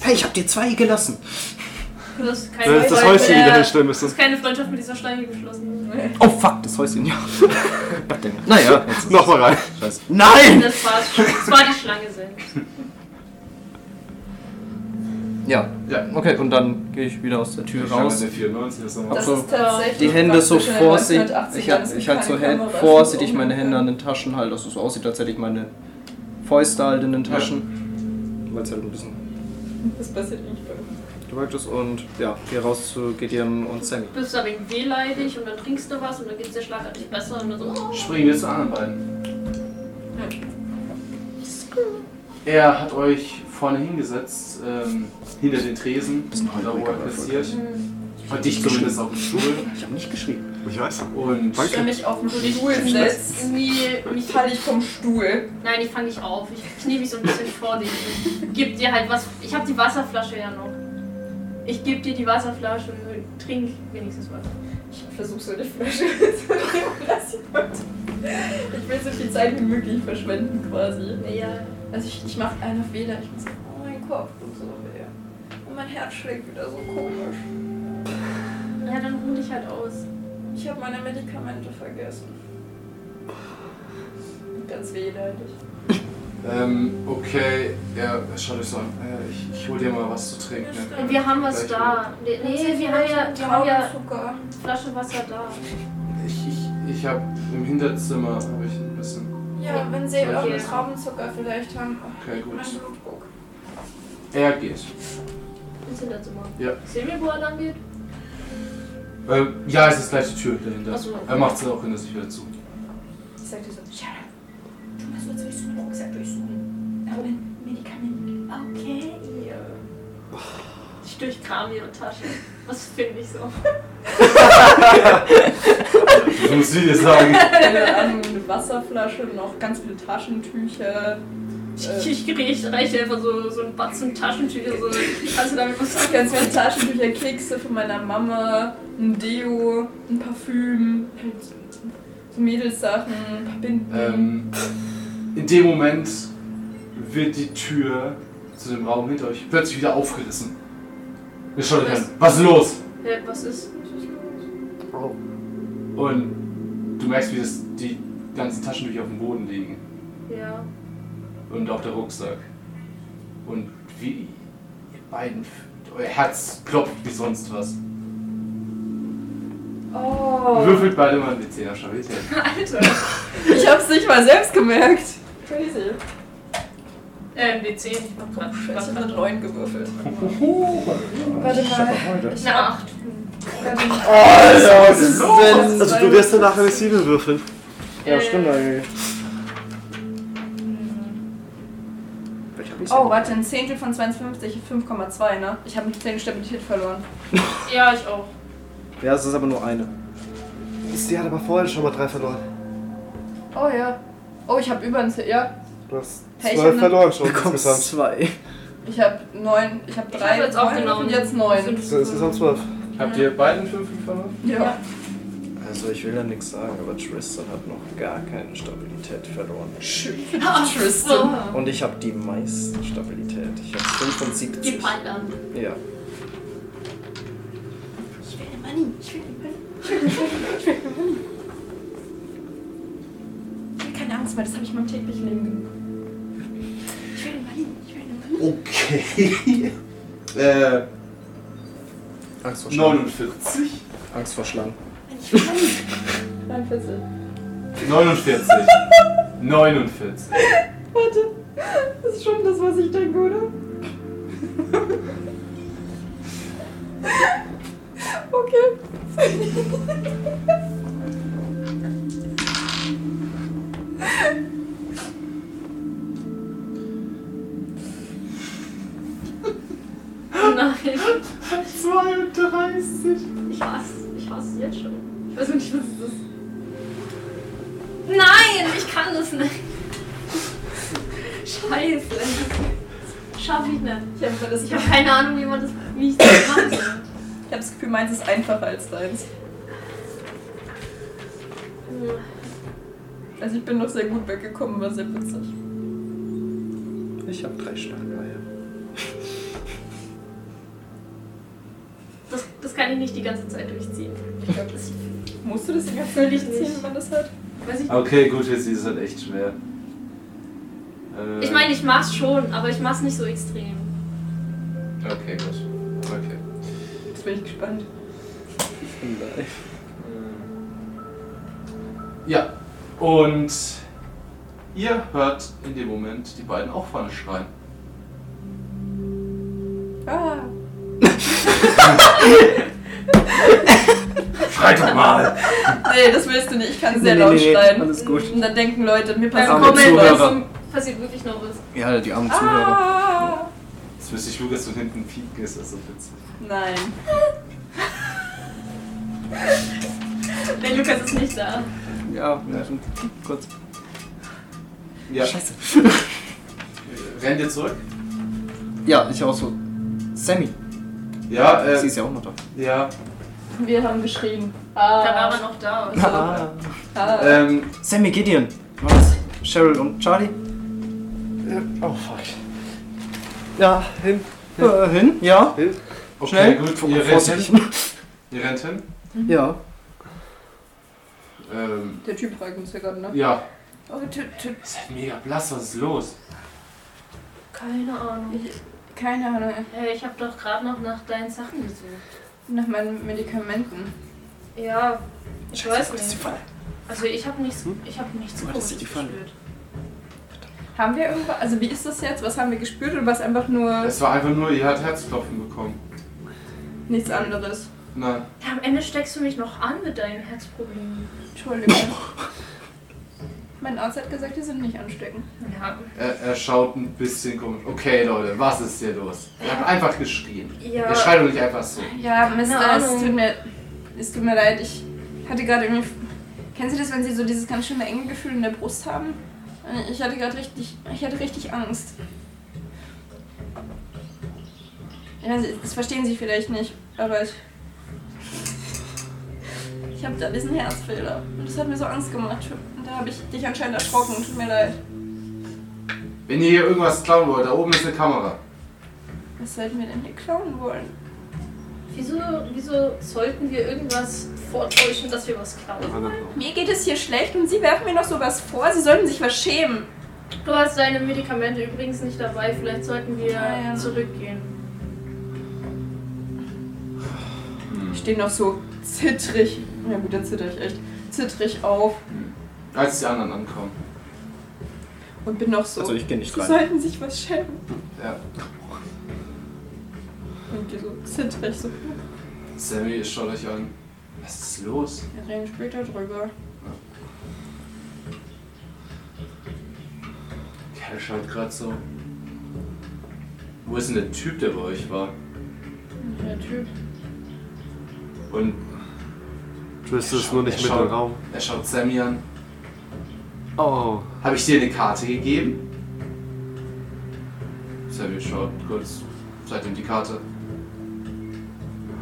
F: Hey, ich hab dir zwei gelassen.
D: Du hast keine
E: Dann ist das
D: Freunde-
E: Häuschen wieder
D: äh,
E: herstellen
D: Du
E: müssen.
D: hast keine Freundschaft mit dieser Schlange geschlossen.
F: Oh fuck, das Häuschen, [laughs] ja. Goddammit. Naja, jetzt
E: Nochmal rein.
F: Scheiße. Nein!
D: Das war's schon. Das war die Schlange selbst.
F: Ja,
A: Ja,
F: okay, und dann gehe ich wieder aus der Tür raus.
A: Der 94 ist nochmal.
F: Hab
B: Das
F: so
B: ist tatsächlich
F: Also, die Hände so
B: praktisch, wenn man
F: vorsichtig.
B: 180
F: Ich halte
B: Jahren
F: ich halt so
B: keine
F: Hand-
B: Kamera
F: vorsichtig
B: sieht,
F: meine
B: um-
F: Hände an den Taschen halt, dass es so aussieht, als hätte ich meine Fäuste halt in den Taschen. Weil es halt ein bisschen
B: Das passiert eigentlich bei uns.
F: gewölbt ist und ja, gehe raus zu Gideon und Sammy.
D: Du bist da wegen wehleidig und dann trinkst du was und dann geht's dir schlagartig besser und dann so. Oh,
A: Springen wir zu anderen beiden. Er hat euch vorne hingesetzt, ähm, hinter den Tresen, da wo er
F: Heureka,
A: kassiert. Hat dich zumindest auf dem Stuhl.
F: Ich habe nicht geschrieben.
E: Ich weiß.
A: Und
B: Ich stelle mich auf den Stuhl
D: ich
B: setzt,
D: knie mich.
B: falle ich vom Stuhl.
D: Nein, ich fange nicht auf. Ich knie mich so ein bisschen vor dich. Ich Gib dir halt was. Ich habe die Wasserflasche ja noch. Ich gebe dir die Wasserflasche und trink wenigstens was.
B: Ich versuche so eine Flasche [laughs] zu nehmen, dass ich heute- Ich will so viel Zeit wie möglich verschwenden quasi.
D: Ja.
B: Also ich, ich mache einen auf Wähler, ich muss oh mein Kopf und so weh. Und mein Herz schlägt wieder so komisch.
D: Ja, dann ruh dich halt aus.
B: Ich habe meine Medikamente vergessen. Ganz wehleidig.
J: Ähm, okay, ja, schaut euch so an. Äh, ich ich hol dir mal was zu trinken. Ne?
D: Wir haben was
J: Gleich
D: da. Nee, nee wir haben ja, wir haben ja
B: Traubenzucker.
D: Flasche Wasser da.
J: Ich, ich, ich hab im Hinterzimmer hab ich ein bisschen.
B: Ja, wenn sie auch
D: Okay.
B: Traubenzucker vielleicht haben. Oh,
J: Okay, gut.
B: mein [laughs] Blutdruck.
J: Er geht.
D: Ins Hinterzimmer.
J: Ja.
D: Sehen wir, wo er lang geht?
A: Äh,
J: Ähm, ja, es ist gleich die Tür dahinter.
D: Ach so.
J: Er macht es auch hinter sich wieder zu.
B: Ich sagte so, Sharon, du musst jetzt durch den Rucksack durchsuchen. Aber ein Medikament.
D: Okay. Ich durchkram ihre Tasche. Was finde ich so?
A: du musst wieder sagen.
B: Keine Ahnung, eine Wasserflasche, noch ganz viele Taschentücher.
D: Ich, ich, ich reiche einfach so, so einen Batzen Taschentücher. So, kannst du damit was
B: Ich ganz viele Taschentücher, Kekse von meiner Mama, ein Deo, ein Parfüm, halt so Mädelsachen, ein paar Binden.
A: Ähm, in dem Moment wird die Tür zu dem Raum hinter euch plötzlich wieder aufgerissen. Ihr schaut euch an. Was ist los?
D: Hä, was ist?
A: Und du merkst, wie das, die ganzen Taschentücher auf dem Boden liegen.
D: Ja.
A: und auch der Rucksack. Und wie ihr beiden, euer Herz klopft wie sonst was.
B: Oh,
A: Würfelt beide mal die Zehnerschalite.
D: Alter.
B: ich hab's nicht mal selbst gemerkt. Crazy.
D: Ähm, W10. Ich mach grad
B: Ich
D: was
B: hab eine
D: anderes.
B: 9 gewürfelt. Warte mal,
D: Eine 8.
B: warte mal.
F: Was ist
B: denn-
E: Also du wirst danach eine 7 würfeln.
B: Äh.
F: Ja, stimmt eigentlich.
K: Ich hab nicht
B: Oh, warte, ein Zehntel von 22,50 ist 5,2, ne? Ich habe mit 10 Stabilität verloren.
D: Ja, ich auch.
F: Ja, es ist aber nur eine.
E: Sie hat aber vorhin schon mal drei verloren.
B: Oh ja. Oh, ich habe über ein Zehntel. Ja,
E: Du hast
B: Hey, ich hab
E: zwölf
B: ne-
E: verloren schon
F: Bekommst
E: insgesamt.
F: zwei.
B: ich habe 9, ich habe 3.
D: Ich habe jetzt auch genau
B: Und jetzt 9.
D: fünf.
E: So, insgesamt zwölf.
A: Habt ihr beiden fünf verloren?
B: Ja.
F: Also ich will da nichts sagen, aber Tristan hat noch gar keine Stabilität verloren.
D: Tristan.
F: Und ich habe die meisten Stabilität. Ich habe 75.
D: Gib mal dann.
F: Ja.
D: Ich will den Money. Ich will den Money.
H: Keine Angst, weil das habe ich meinem täglichen Leben genug. Ich will den Money, ich will den Money.
A: [laughs]
J: Okay. äh,
F: Angst vor Schlangen.
A: 49.
F: Angst vor Schlangen.
H: Ich will den Money.
A: 49. 49.
B: Das ist schon das, was ich denke, oder? okay.
D: Nein.
A: 32.
D: Ich hasse, ich hasse jetzt schon. Ich weiß nicht, was es ist. Nein, ich kann das nicht. Scheiße. Schaff ich nicht.
B: Ich habe das,
D: Ich
B: ich hab,
D: habe keine Ahnung, wie man das, wie ich das machen soll.
B: ich hab das Gefühl, meins ist einfacher als deins.
D: Hm.
B: Also ich bin noch sehr gut weggekommen, war sehr witzig.
F: Ich habe drei Schlangeneier.
D: Das, das kann ich nicht die ganze Zeit durchziehen. Ich glaube, das
B: Musst du das Ding völlig
D: Völlig
B: ziehen,
D: nicht.
B: wenn man das hat?
D: weiß ich.
A: Okay, gut, jetzt ist es halt echt schwer. Äh,
D: Ich meine, ich mach's schon, aber ich mach's nicht so extrem.
A: Okay, gut. Okay.
B: Jetzt bin ich gespannt.
F: Nein.
A: Ja, und ihr hört in dem Moment die beiden auch vorne schreien.
B: Ah,
A: Schreit doch mal!
B: nee, das willst du nicht. Ich kann sehr
F: Nee, nee,
B: laut
F: nee, nee,
B: schreien.
F: alles gut.
B: Und dann denken Leute, mir
D: Beim
B: passt
F: Arme
D: Also Kommen
F: Zuhörer.
D: passiert wirklich noch was.
F: Ja, halt die armen Zuhörer.
B: Ah,
A: Jetzt müsste ich Lukas von hinten pieken, ist das so witzig.
B: nein.
D: Der Lukas ist nicht da.
F: Ja, ja. kurz.
A: Ja,
F: Scheiße.
A: rennt ihr zurück?
F: Ja, ich auch so. Sammy,
A: Ja, äh,
F: sie ist ja auch noch da.
A: ja.
B: Wir haben geschrien.
D: Da war
B: Ah,
D: er noch da.
F: Ah.
B: ah.
A: Ähm,
F: Sammy, Gideon, was? Cheryl und Charlie?
E: Oh fuck. Ja, hin.
F: Äh, hin? Ja.
E: Hin.
A: okay,
F: Schnell.
A: gut,
F: Vor-
A: ihr rennt
F: vorsichtig.
A: hin. Ihr rennt hin.
F: Ja.
A: Ähm,
B: Der Typ fragt uns ja gerade, ne?
A: ja.
B: Oh, tü, tü.
A: Ist halt mega blass, was ist los?
D: Keine Ahnung.
B: Keine Ahnung.
D: Hey, ich habe doch gerade noch nach deinen Sachen gesucht.
B: Nach meinen Medikamenten.
D: Ja, ich weiß
F: Das ist die
D: nicht.
F: Fall.
D: Also ich habe nichts, ich habe nichts
F: Oh, das ist die Falle.
D: gespürt.
B: Haben wir irgendwas? Also wie ist das jetzt? Was haben wir gespürt oder was einfach nur
A: Es war einfach nur, ihr hat Herzklopfen bekommen.
B: nichts anderes?
A: Nein.
D: Ja, am Ende steckst du mich noch an mit deinen Herzproblemen.
B: Entschuldigung. mein Arzt hat gesagt, die sind nicht ansteckend.
D: Ja,
A: Er, er schaut ein bisschen komisch. Okay, Leute, was ist hier los? Ihr habt einfach geschrien.
D: Ja.
A: Ihr schreit doch nicht einfach so.
B: Ja, Mister, es
D: Ahnung.
B: tut mir, es tut mir leid. Ich hatte gerade irgendwie. Kennen Sie das, wenn Sie so dieses ganz schöne enge Gefühl in der Brust haben? Äh, Ich hatte gerade richtig, ich hatte richtig Angst. Ja, Sie- das verstehen Sie vielleicht nicht, aber ich, ich habe da diesen Herzfehler und das hat mir so Angst gemacht. Und da habe ich dich anscheinend erschrocken. Tut mir leid.
A: Wenn ihr hier irgendwas klauen wollt, da oben ist eine Kamera.
B: Was sollten wir denn hier klauen wollen?
D: Wieso, wieso sollten wir irgendwas vortäuschen, dass wir was klauen?
B: Mir geht es hier schlecht und Sie werfen mir noch sowas vor. Sie sollten sich was schämen.
D: Du hast deine Medikamente übrigens nicht dabei, vielleicht sollten wir
B: Ah, ja.
D: zurückgehen.
B: Ich
A: Hm.
B: stehe noch so zittrig. Ja gut, dann zitter ich echt. Zittrig auf
A: Als die anderen ankommen.
B: und bin noch so.
F: Also ich gehe nicht
B: Sie
F: rein.
B: sollten sich was schämen.
A: Ja.
B: Und die so zittrig so.
A: Sammy, schaut euch an. Was ist los?
B: Wir reden später drüber.
A: Der schaut gerade so.
J: Wo ist denn der Typ, der bei euch war?
B: Der Typ.
J: Und
E: Du bist es
A: Schau-
E: nur nicht mit
A: schau-
E: im Raum.
J: er schaut Sammy an.
E: Oh.
J: Habe ich dir eine Karte gegeben? Sammy schaut kurz. Seitdem die Karte.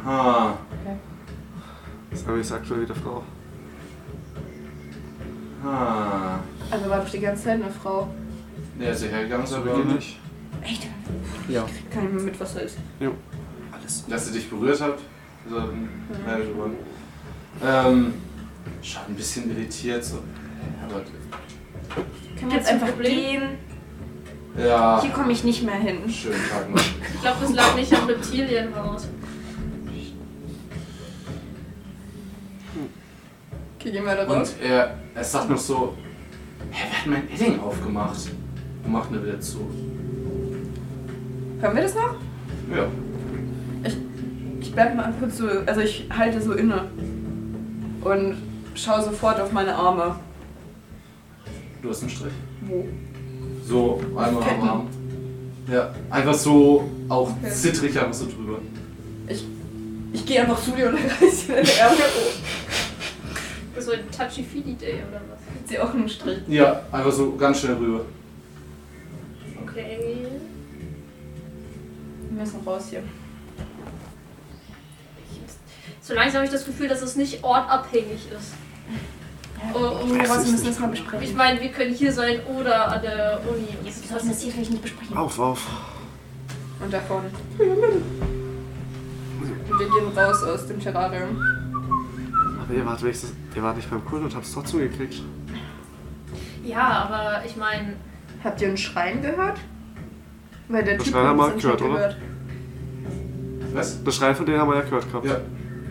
J: Ha.
E: Sammy ist aktuell wieder Frau.
J: Ha.
B: Also war doch die ganze Zeit eine Frau.
J: Der ist ja hergegangen, so
E: Bei dir
J: aber
E: nicht?
F: Ja.
B: Kann ich mir mit, was da ist.
F: Alles.
J: dass ihr dich berührt habt. So, nein, ich wollte. ähm, schaut ein bisschen irritiert so. Hä, Aber
B: Kann man jetzt einfach gehen?
J: Ja,
B: Hier komme ich nicht mehr hin.
J: schönen Tag noch.
D: Ich glaube, das lag nicht am Reptilienhaus.
B: Okay, gehen wir da raus.
J: Und er, er sagt noch so, hä, wer hat mein Edding aufgemacht? Und macht nur wieder zu.
B: Hören wir das noch?
J: Ja,
B: Ich bleib mal kurz so, also ich halte so inne und schaue sofort auf meine Arme.
J: du hast einen Strich.
B: Wo?
J: So, einmal am
B: Fetten.
J: Arm. Ja, einfach so, auch
B: Okay.
J: zittrig einfach so drüber.
B: Ich gehe einfach zu dir und [laughs] reiß dir deine Ärmel hoch.
D: So Also ein Touchy-Feely-Day oder was?
B: Hat sie auch einen Strich.
J: Ja, einfach so ganz schnell rüber.
D: Okay.
B: Wir müssen raus hier.
D: So langsam habe ich das Gefühl, dass es nicht ortabhängig ist. Oh, oh,
B: Wir
D: was-
B: müssen das mal
D: ich
B: besprechen.
D: meine, wir können hier sein oder an der Uni.
L: Wir sollten das hier vielleicht nicht besprechen.
E: Auf, auf.
B: Und da vorne. Und wir gehen raus aus dem Terrarium.
E: Aber ihr wart, wenigstens, ihr wart nicht beim Kult und habt's trotzdem gekriegt.
D: Ja, aber ich meine,
B: Habt ihr einen Schrein gehört? Weil der
E: Das
B: Typ
E: Schrein haben wir
B: uns
E: gehört,
B: anscheinend
E: oder?
J: Was?
E: Das Schreien von denen haben wir ja gehört gehabt.
J: Ja.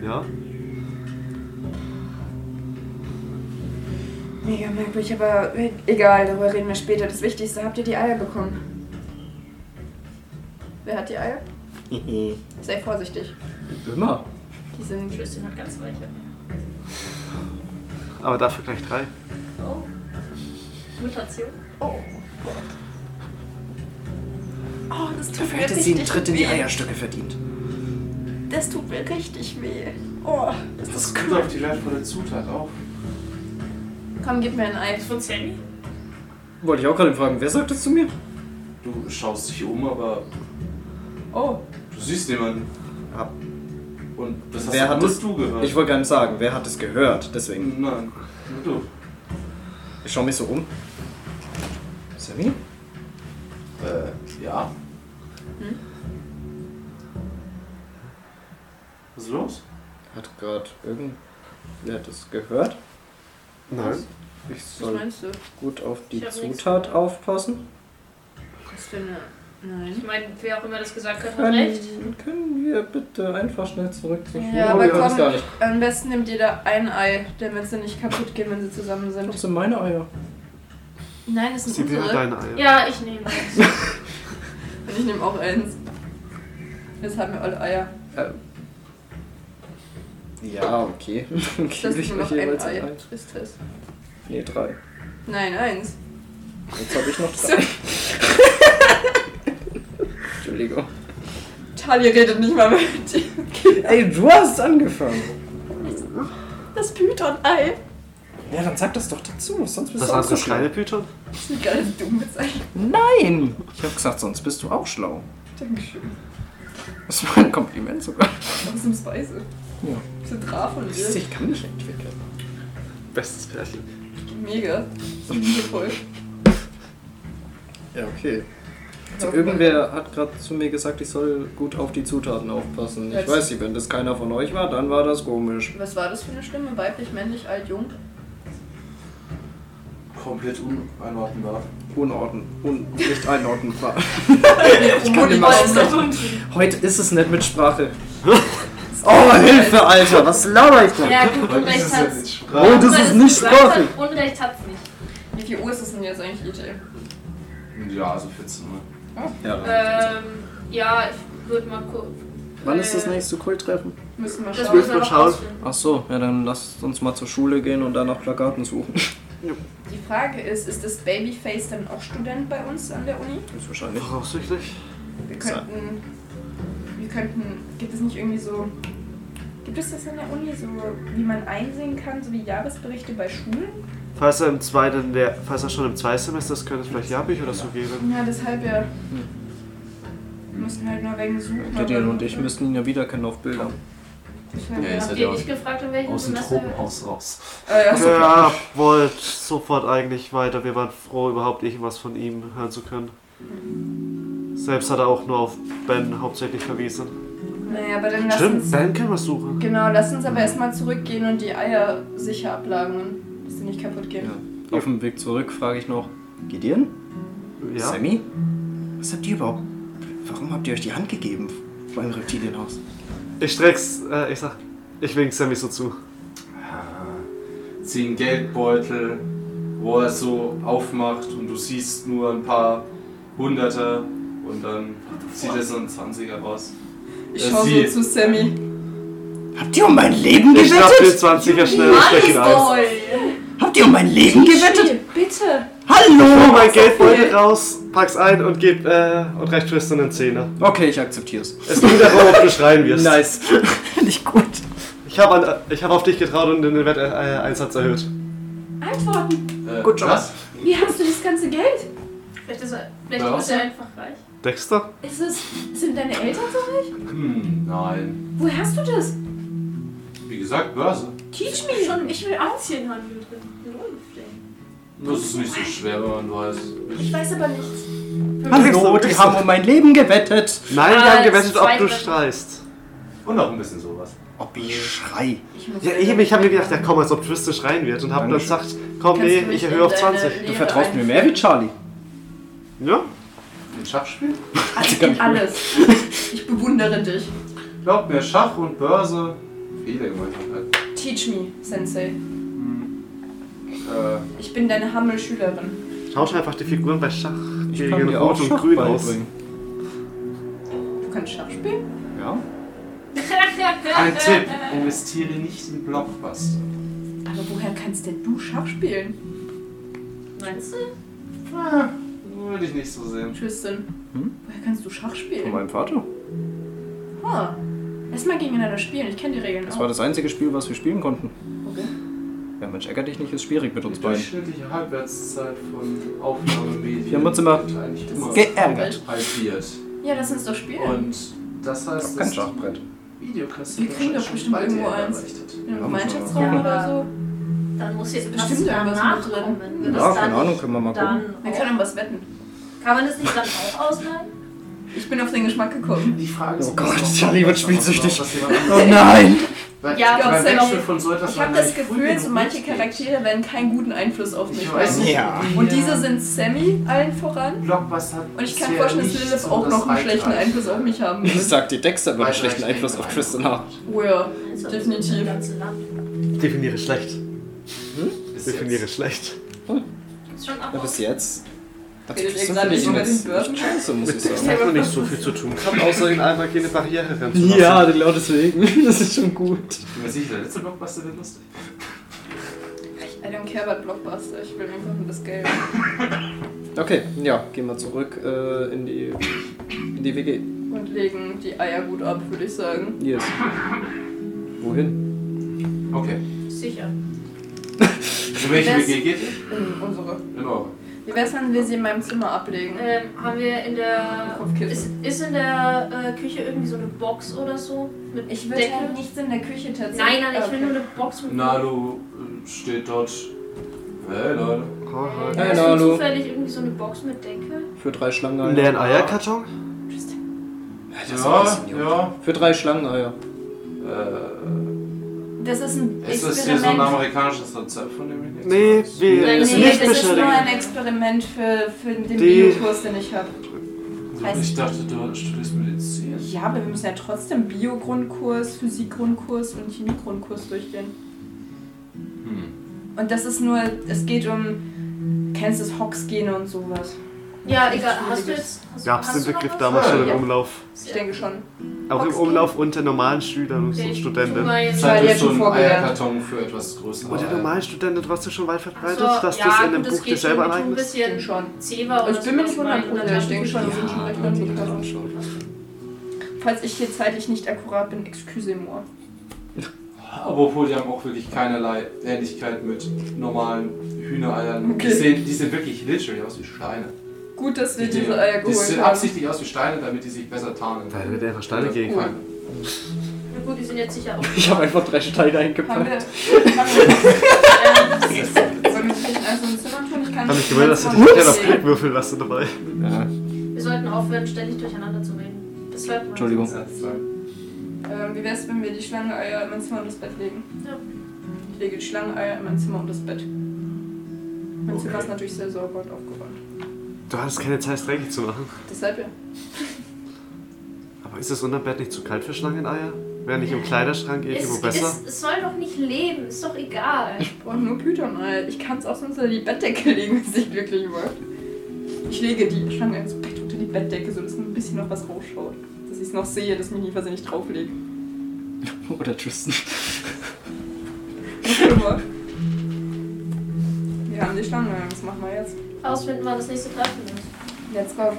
E: Ja?
B: Mega merkwürdig, aber egal, darüber reden wir später. Das Wichtigste, habt ihr die Eier bekommen? Wer hat
F: [laughs]
B: die Eier? Sei vorsichtig.
F: Immer.
B: Die sind
D: Schüsschen hat ganz weiche.
E: Aber dafür gleich drei.
D: Oh. Mutation.
B: Oh, das tut
F: Dafür
B: mir
F: hätte sie einen
B: richtig
F: Tritt in die
B: weh.
F: Eierstöcke verdient.
B: Das tut mir richtig weh. Oh.
J: Das, kommt auf die wertvolle Zutat auf.
B: Komm, gib mir ein Ei.
D: Von Sammy?
F: Wollte ich auch gerade fragen, wer sagt das zu mir?
J: Du schaust dich um, aber
B: Oh.
J: du siehst niemanden.
F: Ja.
J: Und das hast
F: Wer
J: du,
F: hat
J: das
F: das-
J: du gehört.
F: Ich wollte gar nicht sagen, wer hat es gehört, deswegen.
J: Nein, nur du.
F: Ich schaue mich so um. Sammy?
J: Äh, ja.
B: Hm?
J: Was ist los?
F: Hat gerade irgendwer das gehört?
E: Nein.
F: Ich
B: Was
F: soll
B: meinst du?
F: gut auf die
D: Ich hab nichts
F: Zutat
D: gehört.
F: aufpassen.
B: Was für eine. Nein.
D: Ich meine, wer auch immer das gesagt hat,
F: Ähm,
D: hat recht.
F: Können, können wir bitte einfach schnell zurück zur Schule?
B: Ja, aber
F: wir hören es
B: komm.
F: gar nicht.
B: Am besten nimmt jeder ein Ei, damit sie nicht kaputt gehen, wenn sie zusammen
F: Das
B: sind.
F: sind meine Eier.
B: Nein, das
E: Sie
B: sind
E: wäre
B: unsere.
E: deine Eier.
D: Ja, ich nehme das.
B: Und ich nehme auch eins. Jetzt haben wir alle Eier.
F: Ja, okay. [laughs] Dann
B: Das
F: gebe
B: ist
F: ich
B: nur
F: euch
B: noch ein
F: jeweils ein
B: Ei.
F: Ei.
B: Ist das?
F: Nee, drei.
B: Nein, eins.
F: Jetzt habe ich noch
B: [laughs]
F: drei. Entschuldigung.
B: Charlie redet nicht mal mit dir.
F: Ey, du hast angefangen.
B: Das Python-Ei.
F: Ja, dann sag das doch dazu, sonst bist
E: Das
F: du auch
E: hast
F: so
E: du
F: schlau.
E: keine Python?
B: Das ist ein ganz dummes Ei.
F: Nein! Ich habe gesagt, sonst bist du auch schlau.
B: Dankeschön.
F: Das war ein Kompliment sogar.
B: Ausnahmsweise.
F: Ja.
B: Das ist ein Draht von
F: Siehst du,
B: dir.
F: Ich kann mich entwickeln.
E: Bestes Pärchen.
B: Mega. Das ist liebevoll.
F: Ja, okay. Also irgendwer hat gerade zu mir gesagt, ich soll gut auf die Zutaten aufpassen. Ich
B: Jetzt.
F: weiß nicht, wenn das keiner von euch war, dann war das komisch.
B: Was war das für eine Stimme? Weiblich, männlich, alt, jung?
J: Komplett uneinordnbar.
F: Unordnen. Un nicht [laughs] einordnenbar.
B: Ich
F: kann immer Heute ist es nicht mit Sprache. Oh, Hilfe, Alter, was laber ich denn?
D: Ja, gut,
J: Heute ist
D: Unrecht
J: es
D: hat
J: ja nicht
F: Oh,
J: Sprache.
F: das ist nicht sprachig.
D: Unrecht hat's nicht.
B: Wie viel Uhr ist es denn jetzt eigentlich, E IT?
J: Ja, also so 14 Uhr.
F: Ja, dann-
D: Ähm, ja, ich würde mal gucken.
F: Wann ist das nächste Kulttreffen?
B: Müssen wir
D: Das
B: schauen.
D: müssen wir
E: mal
D: noch
E: schauen.
D: rausfinden.
F: Ach so, ja, dann lasst uns mal zur Schule gehen und danach Plakaten suchen.
B: Die Frage ist, ist das Babyface dann auch Student bei uns an der Uni?
F: Das ist wahrscheinlich.
E: Voraussichtlich.
B: Wir
E: So.
B: könnten. Wir könnten. Gibt es nicht irgendwie so. Gibt es das an der Uni so, wie man einsehen kann, so wie Jahresberichte bei Schulen?
E: Falls er, im zweiten Lehr falls er schon im zweiten Semester ist, könnte es vielleicht Jahrbücher oder so geben.
B: Ja, deshalb ja. Wir müssen halt nur wegen suchen.
F: Gideon
B: aber-
F: Hm. und ich müssten ihn ja wiedererkennen auf Bildern.
B: Deshalb,
J: Ja, ist
D: Habt
J: halt
D: ihr
J: auch
D: nicht gefragt, um in welchem
A: Aus dem
D: Semester wir-
A: Tropenhaus raus.
B: Ah, ja.
E: Ja, wollt sofort eigentlich weiter. Wir waren froh, überhaupt irgendwas von ihm hören zu können. Selbst hat er auch nur auf Ben hauptsächlich verwiesen.
B: Naja, aber dann lass
E: Stimmt,
B: uns.
E: Ben können wir suchen.
B: Genau, lass uns aber erstmal zurückgehen und die Eier sicher ablagen, dass sie nicht kaputt gehen.
F: Auf dem Weg zurück frage ich noch, Gideon?
E: Ja,
F: Sammy? Was habt ihr überhaupt? Warum habt ihr euch die Hand gegeben vor einem Reptilienhaus?
E: ich streck's, äh, ich sag, ich wink Sammy so zu.
A: zieh einen Geldbeutel, wo er es so aufmacht und du siehst nur ein paar Hunderter und dann zieht er so einen 20er raus.
B: Ich
A: Äh,
B: schaue
A: sie-
B: so zu Sammy.
F: Habt ihr um mein Leben
E: Ich schnapp den
F: gewettet?
E: 20er schnell und steck ihn ein.
F: Habt ihr um mein Leben gewettet?
B: Bitte!
E: Hol
F: Hallo!
E: mein Geldbeutel raus, pack's ein und gib, äh, und reich Tristan einen Zehner.
F: Okay, ich akzeptiere es.
E: Es ging darum, ob du schreien wirst.
F: Nice. Finde ich gut.
E: Ich habe hab auf dich getraut und den Wetteinsatz erhöht.
B: Antworten!
A: Äh,
F: Gut, schon
A: was?
B: Wie hast du das ganze Geld?
D: Vielleicht ist er, vielleicht
A: Ja.
D: ist er einfach reich.
E: Dexter?
B: Ist es. Sind deine Eltern so?
A: Hm, nein.
B: Woher hast du das?
A: Wie gesagt, Börse.
B: Teach me! Schon, ich will auch.
D: Aktienhandel drin. Läuft, ey.
A: Das ist nicht so schwer, wenn man weiß.
B: Ich weiß aber nichts.
F: Hallo, die haben um mein Leben gewettet.
E: Nein,
D: Ah,
E: wir haben
D: das
E: gewettet,
D: ist
E: ob du
D: zweite.
E: streist.
A: Und auch ein bisschen sowas.
F: Ob ich schrei.
E: Ja, eben, ich habe mir gedacht, ja komm, als ob Tristan schreien wird und habe dann
F: Dankeschön.
E: gesagt, komm,
B: Kannst
E: nee,
B: du mich
E: ich
B: in
E: erhöhe auf
B: deine
E: 20.
F: Du
B: Lehre
F: vertraust
B: ein-
F: mir mehr wie Charlie.
E: Ja?
A: Ein Schachspiel?
B: Ah, Alles. Ich bewundere dich.
A: Glaubt mir, Schach und Börse. Viele Gemeinsamkeiten.
B: Teach me, Sensei.
A: Äh,
B: Ich bin deine Hammelschülerin.
E: Tausch einfach die Figuren bei Schach
F: Ich kann
E: gegen
F: dir auch
E: Rot und
F: Schach
E: Grün aus.
F: beibringen.
B: Du kannst Schach spielen?
F: Ja?
A: ein Tipp: Investiere nicht in Blockbuster.
B: Aber woher kannst denn du Schach spielen?
D: Meinst du?
A: Ah, würde ich nicht so sehen.
B: Tristan,
F: Hm?
B: woher kannst du Schach
F: Von
B: spielen?
F: meinem Vater.
B: Ah, erstmal gegeneinander spielen. Ich kenne die Regeln
F: Das
B: auch.
F: war das einzige Spiel, was wir spielen konnten.
B: Okay.
F: Ja, Mensch, ärger dich nicht, ist schwierig mit uns
A: Die
F: beiden.
A: durchschnittliche Halbwertszeit von Aufnahmemedien
F: Wir haben uns immer
A: wird eigentlich immer
F: Geärgert.
A: halbiert.
B: Ja, lass uns doch spielen.
A: Und das heißt,
F: Kein
A: dass die
F: Schachbrett.
A: Videokassette
B: Wir kriegen doch
A: schon
B: bestimmt
A: bald die
B: irgendwo
A: Ende
B: eins.
A: erreicht hat.
B: In einem
F: Ja,
B: Gemeinschaftsraum
D: aber-
B: oder so.
D: Dann muss jetzt
B: Bestimmt
D: was
B: irgendwas
D: danach
B: mit drin.
D: kommen. Wenn wir
F: Ja,
D: das
F: keine
D: dann
F: Ahnung,
D: nicht-
F: können wir mal gucken.
D: Dann
B: Wir können um was wetten.
D: Kann man das nicht dann auch ausleihen?
B: Ich bin auf den Geschmack gekommen.
A: Die Frage
F: Oh
A: ist,
F: Gott,
A: ob das
F: Charlie wird
A: noch- ob das
F: spielsüchtig.
A: noch was jemand anderes-
F: Oh nein!
A: Weil-
D: Ja,
A: beim
B: Gott sei
A: Wechsel
B: Dank.
A: von so etwas
B: Ich
A: war
B: habe das
A: nicht früh
B: Gefühl,
A: genug
B: so manche
A: durchgeht.
B: Charaktere werden keinen guten Einfluss auf mich
A: Ich
B: haben.
A: weiß nicht.
F: Ja.
A: wie,
B: Und
A: äh,
B: diese sind Sammy allen voran.
A: Blockbuster hat
B: Und ich kann
A: bisher
B: mir vorstellen, dass
A: nicht
B: Lilith
A: so
B: auch
A: das
B: noch einen schlechten
A: Reichweite.
B: Einfluss auf mich haben
F: Ich
B: wird.
F: sag dir, Dexter wird einen schlechten
A: Weitreichende
F: Einfluss auf Tristan haben.
B: Oh ja.
D: Also,
B: Definitiv.
D: Das ganze Land.
E: Definiere schlecht.
A: Bis jetzt.
E: Definiere schlecht.
D: Ist schon
F: Ja,
D: ab.
F: bis jetzt. Hat
B: Redet ihr
F: Tristan
B: gerade
F: für
B: nicht
F: ihn
B: über
F: jetzt
B: den Börsen?
F: echt Scheiße, muss ich
E: Ich
F: sagen.
E: habe noch nicht so viel zu tun gehabt, außer ihn einfach keine Barriere ranzulassen.
F: Ja, genau deswegen. [laughs] Das ist schon gut.
A: Ich bin mir sicher, der letzte Blockbuster wird lustig.
B: I don't care about Blockbuster. Ich will einfach nur das Geld.
F: Okay, ja, gehen wir zurück äh, in, die, in die WG.
B: Und legen die Eier gut ab, würde ich sagen.
F: Yes. Wohin?
A: Okay.
D: Sicher.
A: Also welche
B: Das-
A: WG geht? ihr?
B: In unsere.
A: In eure.
B: Wie wär's, wenn wir sie in meinem Zimmer ablegen?
D: Ähm, haben wir in der.
B: Kopfkissen.
D: Ist, ist in der äh, Küche irgendwie so eine Box oder so? Mit
B: Ich würde
D: Deckel?
B: halt nichts in der Küche tatsächlich.
D: Nein, nein, ich will
B: Okay.
D: nur eine Box mit.
A: Nalu äh, steht dort. Hey Leute.
E: Aha.
D: Da
F: Nein,
D: ist
F: hallo.
D: zufällig irgendwie so eine Box mit Deckel.
F: Für drei
E: Einen
F: Schlangeneier.
E: leeren Eierkarton?
F: Das ist ein
A: Ja,
F: bisschen jung.
A: ja.
F: Für drei Schlangeneier.
A: Äh,
B: Das ist ein
A: ist das hier so ein
B: Experiment.
A: amerikanisches Rezept von dem Remix?
E: Nee, wir
D: Nein,
E: es
D: nee,
E: nicht
B: das ist nur ein
E: beschädigen.
B: Experiment für, für den
E: Die-
B: Biokurs, den ich habe.
A: Ich dachte, du studierst Medizin.
B: Ja, aber wir müssen ja trotzdem Bio-Grundkurs, Physik-Grundkurs und Chemie-Grundkurs durchgehen.
A: Hm.
B: Und das ist nur, es geht um, kennst du das Hox-Gene und sowas?
D: Ja, egal. Hast du jetzt. Hast,
E: Gab es
D: hast
E: den
D: du noch
E: Begriff
D: was?
E: damals schon im
B: Ja.
E: Umlauf?
B: Ich denke schon.
E: Auch im
B: Boxen.
E: Umlauf unter normalen Schülern und
D: Okay, ich tu
E: Studenten.
D: mal jetzt-
A: Das
B: Weil die
A: ist
B: hat schon
A: schon ein
B: vorgelernt.
A: Eierkarton für etwas größere
E: Unter
A: Eier.
E: normalen Studenten trotzdem schon weit verbreitet,
D: Ach so,
E: dass
D: ja,
E: das in einem
D: gut,
E: Buch dir
D: geht
E: selber
D: schon,
E: aneignet?
D: mit so ein bisschen
B: schon.
D: Zewa oder ne?
B: Ich bin mir nicht
D: sowas rein,
B: 100
D: oder
B: ich denke schon,
D: Taschentücher.
B: das sind schon recht ganz gut. Falls ich hier zeitlich nicht akkurat bin, excusez-moi.
A: Apropos, die haben auch wirklich keinerlei Ähnlichkeit mit normalen Hühnereiern.
B: Okay.
A: Die, sehen, die sehen wirklich literally aus wie Steine.
B: Gut, dass wir
A: Dinge.
B: diese Eier
A: die
B: geholt
A: sehen
B: haben.
A: absichtlich aus wie Steine, damit die sich besser tarnen.
E: Da wird einfach Steine gegen.
A: Cool.
D: Na gut, die sind jetzt sicher auch.
F: Ich habe einfach drei Steine
B: Haben
A: [laughs]
F: eingepackt.
B: wir, haben
D: Ja,
B: wir, wollen wir vielleicht also ein Zimmer tun? Ich kann
E: Hab ich gemerkt, dass du dich gerne auf Glück würfeln lassen dabei.
F: Ja,
D: wir sollten aufhören, ständig durcheinander zu reden. Das hört man.
F: Entschuldigung.
B: Ähm, wie wär's, wenn wir die Schlangeneier in mein Zimmer und das Bett legen?
D: Ja.
B: Ich lege die Schlangeneier in mein Zimmer und das Bett. Mein Zimmer ist natürlich sehr sauber und aufgeräumt.
E: Du hattest keine Zeit, es dreckig zu machen.
B: Deshalb ja.
E: Aber ist das unterm Bett nicht zu kalt für Schlangeneier? Wäre nicht im Kleiderschrank
D: Es,
E: irgendwo besser?
D: es, es soll doch nicht leben, ist doch egal.
B: Ich brauche nur Python-Eier. Ich kann's auch sonst unter die Bettdecke [laughs] legen, wenn es dich glücklich macht. Ich lege die Schlangeneier ins Bett unter die Bettdecke, sodass ein bisschen noch was rausschaut. Dass ich es noch sehe, dass ich mich nicht versehentlich drauflege.
F: [laughs] Oder Tristan.
B: Wunderbar. wir haben die Schlangeneier. Was machen wir jetzt?
D: Rausfinden, wann das nächste Treffen ist.
B: Let's go.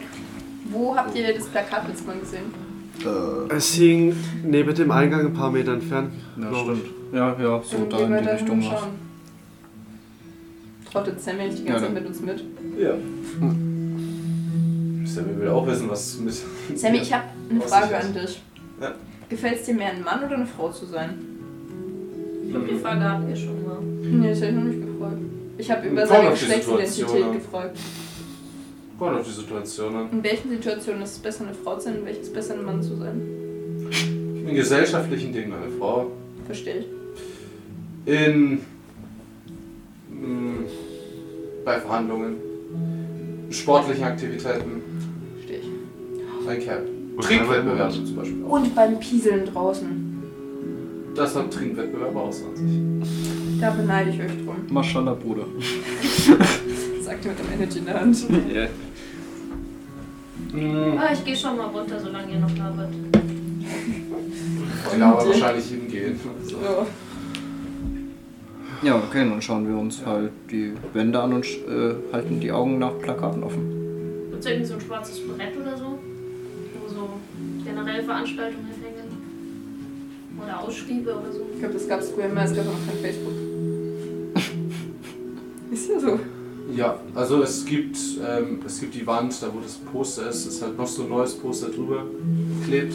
B: Wo habt ihr das Plakat letztes Mal gesehen?
E: Es hing neben dem Eingang ein paar Meter entfernt.
F: Ja,
E: glaub ich.
F: stimmt. Ja, ja, so da in die
B: da
F: Richtung was.
B: hinschauen. Trottet Sammy nicht die ganze
F: Ja,
B: Zeit
F: dann-
B: mit uns mit.
J: Ja.
A: Sammy will auch wissen, was mit.
B: Sammy, ich habe eine
A: Was
B: Frage
A: ist das?
B: an dich.
A: Ja.
B: Gefällt es dir mehr, ein Mann oder eine Frau zu sein?
D: Ich glaube, die Frage hatten wir schon mal.
B: Nee, das habe ich noch nicht gefragt. Ich habe über
A: Kommt
B: seine
A: auf die Situation
F: ne?
B: Geschlechtsidentität
A: an.
B: gefragt.
A: Kommt auf die Situation an.
B: In welchen Situationen ist es besser, eine Frau zu sein, in welchen ist es besser, ein Mann zu sein?
A: In gesellschaftlichen Dingen eine Frau.
B: Verstehe ich.
A: In. mm, bei Verhandlungen. Sportlichen Aktivitäten.
B: Verstehe ich.
A: Ein Cap.
E: Und
A: Trinkwettbewerb zum Beispiel auch.
B: Und beim Pieseln draußen.
A: Das hat Trinkwettbewerb aus an sich.
B: Da beneide ich euch drum.
F: Maschallah, Bruder.
B: [laughs] Sagt ihr mit dem Energy in
F: [laughs]
B: der Hand.
F: Ja.
B: Hm.
A: Mm,
D: Ah, ich gehe schon mal runter, solange ihr noch da seid.
A: Die labern wahrscheinlich hingehen. So.
B: So.
F: ja, okay, dann schauen wir uns halt die Wände an und äh, halten die Augen nach Plakaten offen.
D: Gibt es irgendwie so ein schwarzes Brett oder so? Wo so generell Veranstaltungen hängen? Oder Ausschriebe oder so?
B: Ich glaube, das gab es früher immer, es gab auch noch kein Facebook. [laughs] Ist ja so.
A: Ja, also es gibt, ähm, es gibt die Wand, da wo das Poster ist, ist halt noch so ein neues Poster drüber geklebt.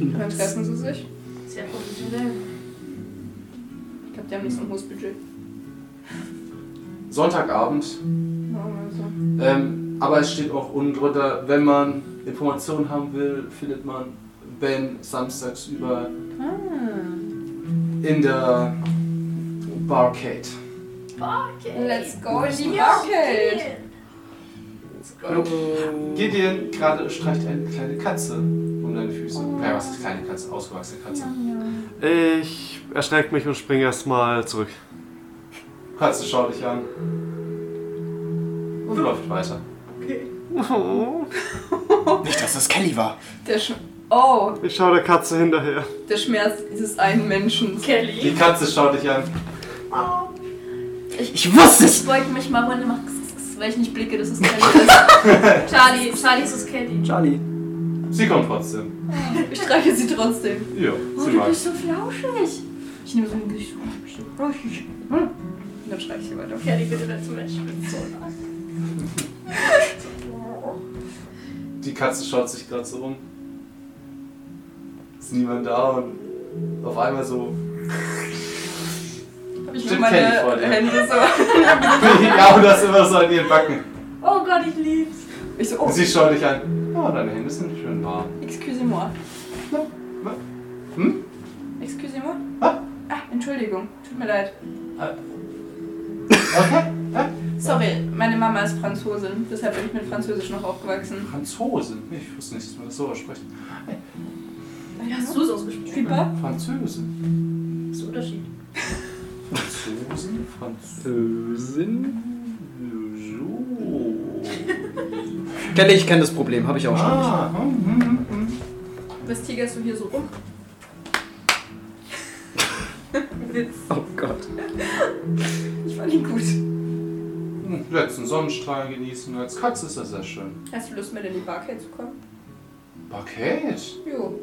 B: Und dann treffen sie sich.
D: Sehr professionell.
B: Ich glaube, die haben nicht so ein hohes Budget.
A: Sonntagabend.
B: also.
A: Ähm, aber es steht auch unten drunter, wenn man Informationen haben will, findet man Ben samstags über in der Barcade.
D: Okay.
B: Let's go in die Arcade!
A: Gideon gerade streicht eine kleine Katze um deine Füße. Ja, was ist kleine Katze? Ausgewachsene Katze.
E: Ich erschrecke mich und springe erstmal zurück.
A: Katze, schau dich an. Und läuft weiter.
F: Nicht, dass das Kelly war.
B: Der Sch oh,
E: Ich schaue der Katze hinterher.
B: der Schmerz dieses einen Menschen.
A: Die
D: Kelly.
A: Katze schaut dich an.
F: Ich wusste es!
B: Ich wollte mich mal runter machen, kss, kss, kss, weil ich nicht blicke, dass es kein ist.
D: Charlie, Charlie ist es Kelly.
F: Charlie.
A: Sie kommt trotzdem.
B: [laughs] Ich streiche sie trotzdem.
A: Ja, sie
B: Oh, du
A: mag.
B: bist so flauschig. Ich nehme so ein Gesicht. oh, ich bin so flauschig. Hm. Und dann streiche ich sie weiter.
D: Kelly, bitte dazu Menschen.
A: Die Katze schaut sich gerade so um. Ist niemand da und auf einmal so.
B: Hab ich nur
A: Stimmt, Kelly vor
B: meine
A: dir.
B: Hände so.
A: [laughs] ja, und das immer so an ihren Backen.
D: Oh Gott, ich lieb's.
B: Ich so, oh,
A: Sie schaut dich an. Oh, deine Hände sind schön warm.
B: excusez-moi.
A: Hm?
B: Excusez-moi?
A: Ah.
B: Ah, Entschuldigung, tut mir leid.
A: Okay.
B: Sorry, meine Mama ist Franzosin, deshalb bin ich mit Französisch noch aufgewachsen.
A: Franzosen. Ich wusste nicht, dass man das so ausspricht.
D: Hast du es ausgesprochen?
B: Super.
A: Französen.
D: Das ist der Unterschied.
A: Franzosen? Franzosen?
F: Sinn?
A: So.
F: Stelle, ich kenne das Problem, habe ich auch schon.
A: Ah, hm, hm, hm.
B: Was tigerst du hier so rum?
F: Oh Gott.
B: Ich fand ihn gut.
A: Hm, Letzten Sonnenstrahl genießen. Als Katze ist das sehr schön.
B: Hast du Lust, mit in die Barcade zu kommen?
A: Barcade?
B: Jo.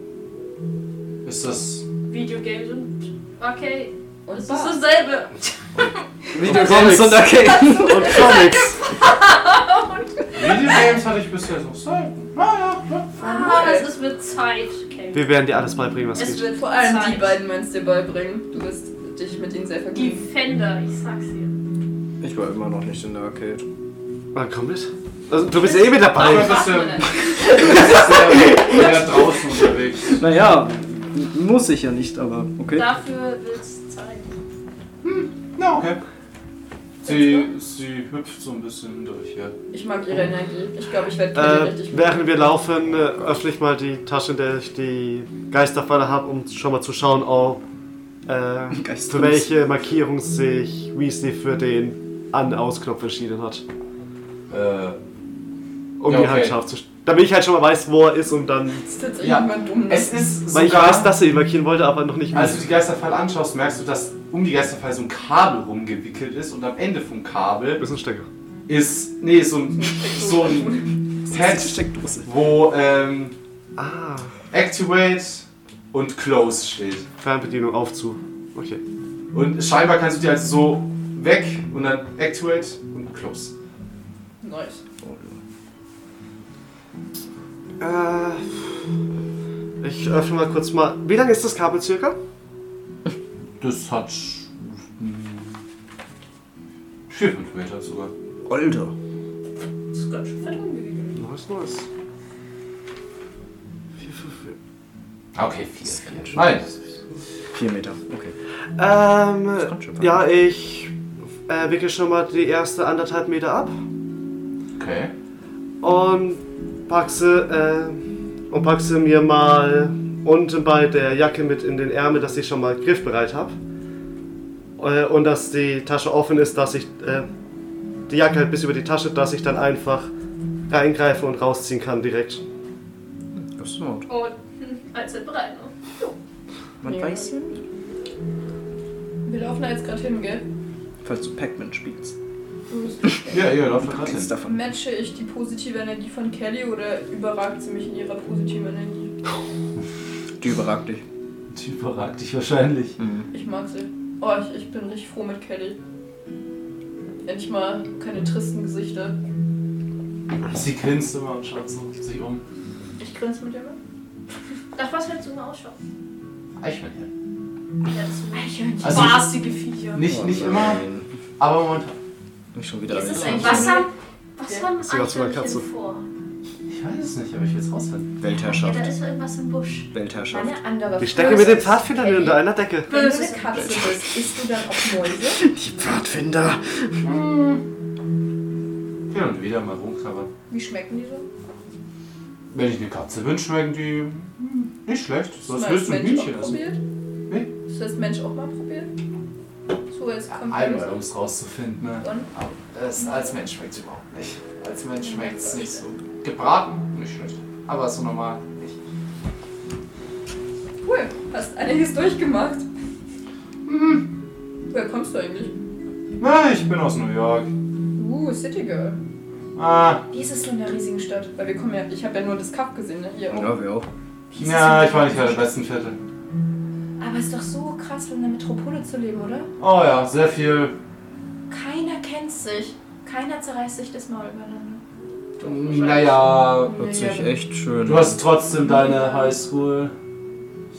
A: Ist das.
D: Videogames und. Okay.
B: Und
D: Das ist
B: Bar.
D: dasselbe.
F: Videogames und
E: [laughs]
F: Arcade.
E: Und Comics.
A: Videogames hatte ich bisher so selten. Naja, ne?
D: Ah, das ist mit Zeit. Okay.
E: Wir werden dir alles beibringen, was
D: Es
E: geht.
D: wird
B: Vor allem
D: Zeit.
B: die beiden meinst dir beibringen. Du wirst dich mit ihnen sehr vergnügen.
D: Defender, ich sag's dir.
F: Ich war immer noch nicht in der Arcade.
E: Dann komm mit. Also, du bist eh mit dabei.
A: Dafür bist du sehr, sehr draußen unterwegs.
F: Naja, m- muss ich ja nicht, aber okay.
D: Dafür willst Zeit.
A: Na, okay. Sie, sie hüpft so ein bisschen hinter euch her.
B: Ich mag ihre Energie. Ich glaube, ich werde mit ihr
E: Äh,
B: richtig gut.
E: während wir laufen, äh, öffne ich mal die Tasche, in der ich die Geisterfalle habe, um schon mal zu schauen, oh, äh,
A: [laughs]
F: Geisterfalle.
E: für welche Markierung sich Weasley für den An-Aus-Knopf entschieden hat.
A: Äh,
E: Um
A: Ja,
E: die Hand
A: okay.
E: scharf zu stellen. Damit ich halt schon mal weiß, wo er ist und dann.
B: Ist jetzt
A: Ja.
B: irgendwann dumm?
A: es ist sogar, Also-
E: Weil ich weiß, dass er ihn markieren wollte, aber noch nicht
A: als du
E: Weasley.
A: die Geisterfall anschaust, merkst du, dass um die Geisterfall so ein Kabel rumgewickelt ist und am Ende vom Kabel
E: Bisschen stärker.
A: ist, nee, so ein, [laughs] so ein [laughs] Pad,
F: Steckdose.
A: wo ähm,
E: Ah,
A: Activate und Close steht.
E: Fernbedienung auf zu. Okay.
A: Und scheinbar kannst du die also so weg und dann Activate und Close.
B: Nice.
E: Äh, ich öffne mal kurz mal. Wie lang ist das Kabel circa?
A: Das hat hm, vier fünf Meter sogar.
F: Alter.
D: Das ist ganz schön fett umgewickelt.
E: Neues, neues. Vier, fünf, vier.
A: Ah, Okay, vier. vier. Nein.
F: Vier Meter, okay.
E: Ähm,
F: kommt schon.
E: ja, ich äh, wickel schon mal die erste anderthalb Meter ab
A: Okay.
E: und pack sie, äh, und pack sie mir mal unten bei der Jacke mit in den Ärmel, dass ich schon mal griffbereit habe. Äh, und dass die Tasche offen ist, dass ich äh, die Jacke halt bis über die Tasche, dass ich dann einfach reingreifen und rausziehen kann direkt.
F: Das ist smart.
D: Und hm, als sind bereit, ne?
F: Man
B: Ja.
F: weiß ja nie.
B: Wir laufen da jetzt gerade hin, gell?
F: Falls du Pac-Man spielst.
A: Ja, ja, läuft
F: Du
A: gerade
F: kriegst
A: hin.
F: davon.
B: [laughs] Matche ich die positive Energie von Kelly oder überragt sie mich in ihrer positiven Energie?
F: Die überragt dich.
A: Die überragt dich wahrscheinlich.
B: Ich mag sie. Oh, ich, ich bin richtig froh mit Kelly. Endlich mal keine tristen Gesichter.
A: Sie grinst immer und schaut so sich um.
B: Ich grinse mit ihr mal.
D: Nach was hältst du immer Ausschau?
A: Eichhörnchen.
D: Eichhörnchen.
A: Also-
D: Spaßige Viecher.
A: Nicht, nicht
F: Oh,
A: immer,
F: nein.
A: aber momentan.
F: Nicht schon wieder.
D: Ist es
F: alles.
D: ein Wasser? Was
B: Ja.
D: haben
E: Sie war zu einer
D: Eichhörnchen
E: Katze.
D: vor?
A: Ich weiß es nicht, aber ich will es rausfinden.
D: Ja,
F: Weltherrschaft.
D: da ist so irgendwas im Busch.
F: Weltherrschaft.
H: Eine andere
E: Ich stecke mit den Pfadfindern unter einer Decke.
H: Wenn du eine Katze bist, isst du dann auch Mäuse?
F: Die Pfadfinder.
A: Hin und wieder mal rumknabbern.
H: Wie schmecken die so?
A: Wenn ich eine Katze bin, schmecken die hm, nicht schlecht. Was
B: Hast
A: willst du
B: das
A: ein
B: Mensch
A: Hühnchen
B: auch
A: essen?
B: probiert?
A: Nee.
B: Hast du das Mensch auch mal probiert? So, jetzt kommt
A: Einmal, um
B: Und?
A: es rauszufinden. Ne? Aber das, als Mensch schmeckt es überhaupt nicht. Als Mensch schmeckt es nicht so. Gebraten, nicht schlecht. Aber so normal nicht.
B: Cool, hast einiges durchgemacht. Woher kommst du eigentlich?
A: Na, ich bin aus New York.
B: Uh, City Girl.
A: Ah,
B: Wie ist es so in der riesigen Stadt? Weil wir kommen ja, ich habe ja nur das Cup gesehen, ne? Hier auch.
F: Ja, wir auch.
A: ja, ich war nicht der besten Viertel.
H: Aber ist doch so krass, in der Metropole zu leben, oder?
A: Oh ja, sehr viel.
H: Keiner kennt sich. Keiner zerreißt sich das Maul übereinander.
A: Naja,
F: Hört sich echt schön.
A: du hast trotzdem deine Highschool.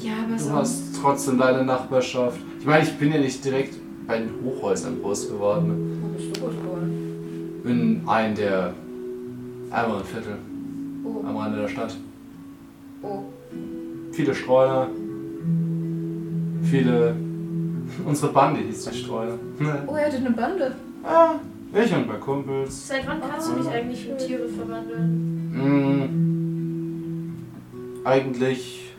H: Ja, aber
A: Du
H: so.
A: hast trotzdem deine Nachbarschaft. Ich meine, ich bin ja nicht direkt bei den Hochhäusern groß geworden.
B: Wo bist du groß geworden?
A: In einem der ärmeren Viertel
B: Oh,
A: am Rande der Stadt.
B: oh.
A: Viele Streuner. Viele. [laughs] Unsere Bande hieß die Streuner.
B: Oh, er hatte eine Bande.
A: Ah, ich und mein Kumpels.
D: Seit wann kannst du dich eigentlich in Tiere verwandeln?
A: Mm, eigentlich.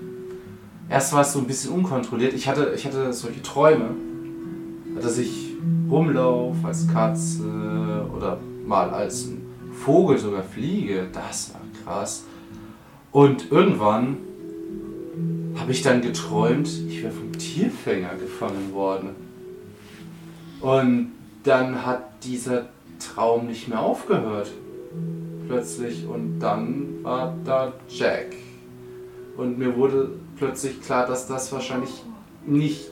A: Erst war es so ein bisschen unkontrolliert. Ich hatte, ich hatte solche Träume, dass ich rumlaufe als Katze oder mal als ein Vogel sogar Fliege. Das war krass. Und irgendwann habe ich dann geträumt, ich wäre vom Tierfänger gefangen worden. Und dann hat dieser Traum nicht mehr aufgehört. Plötzlich. Und dann war da Jack. Und mir wurde plötzlich klar, dass das wahrscheinlich nicht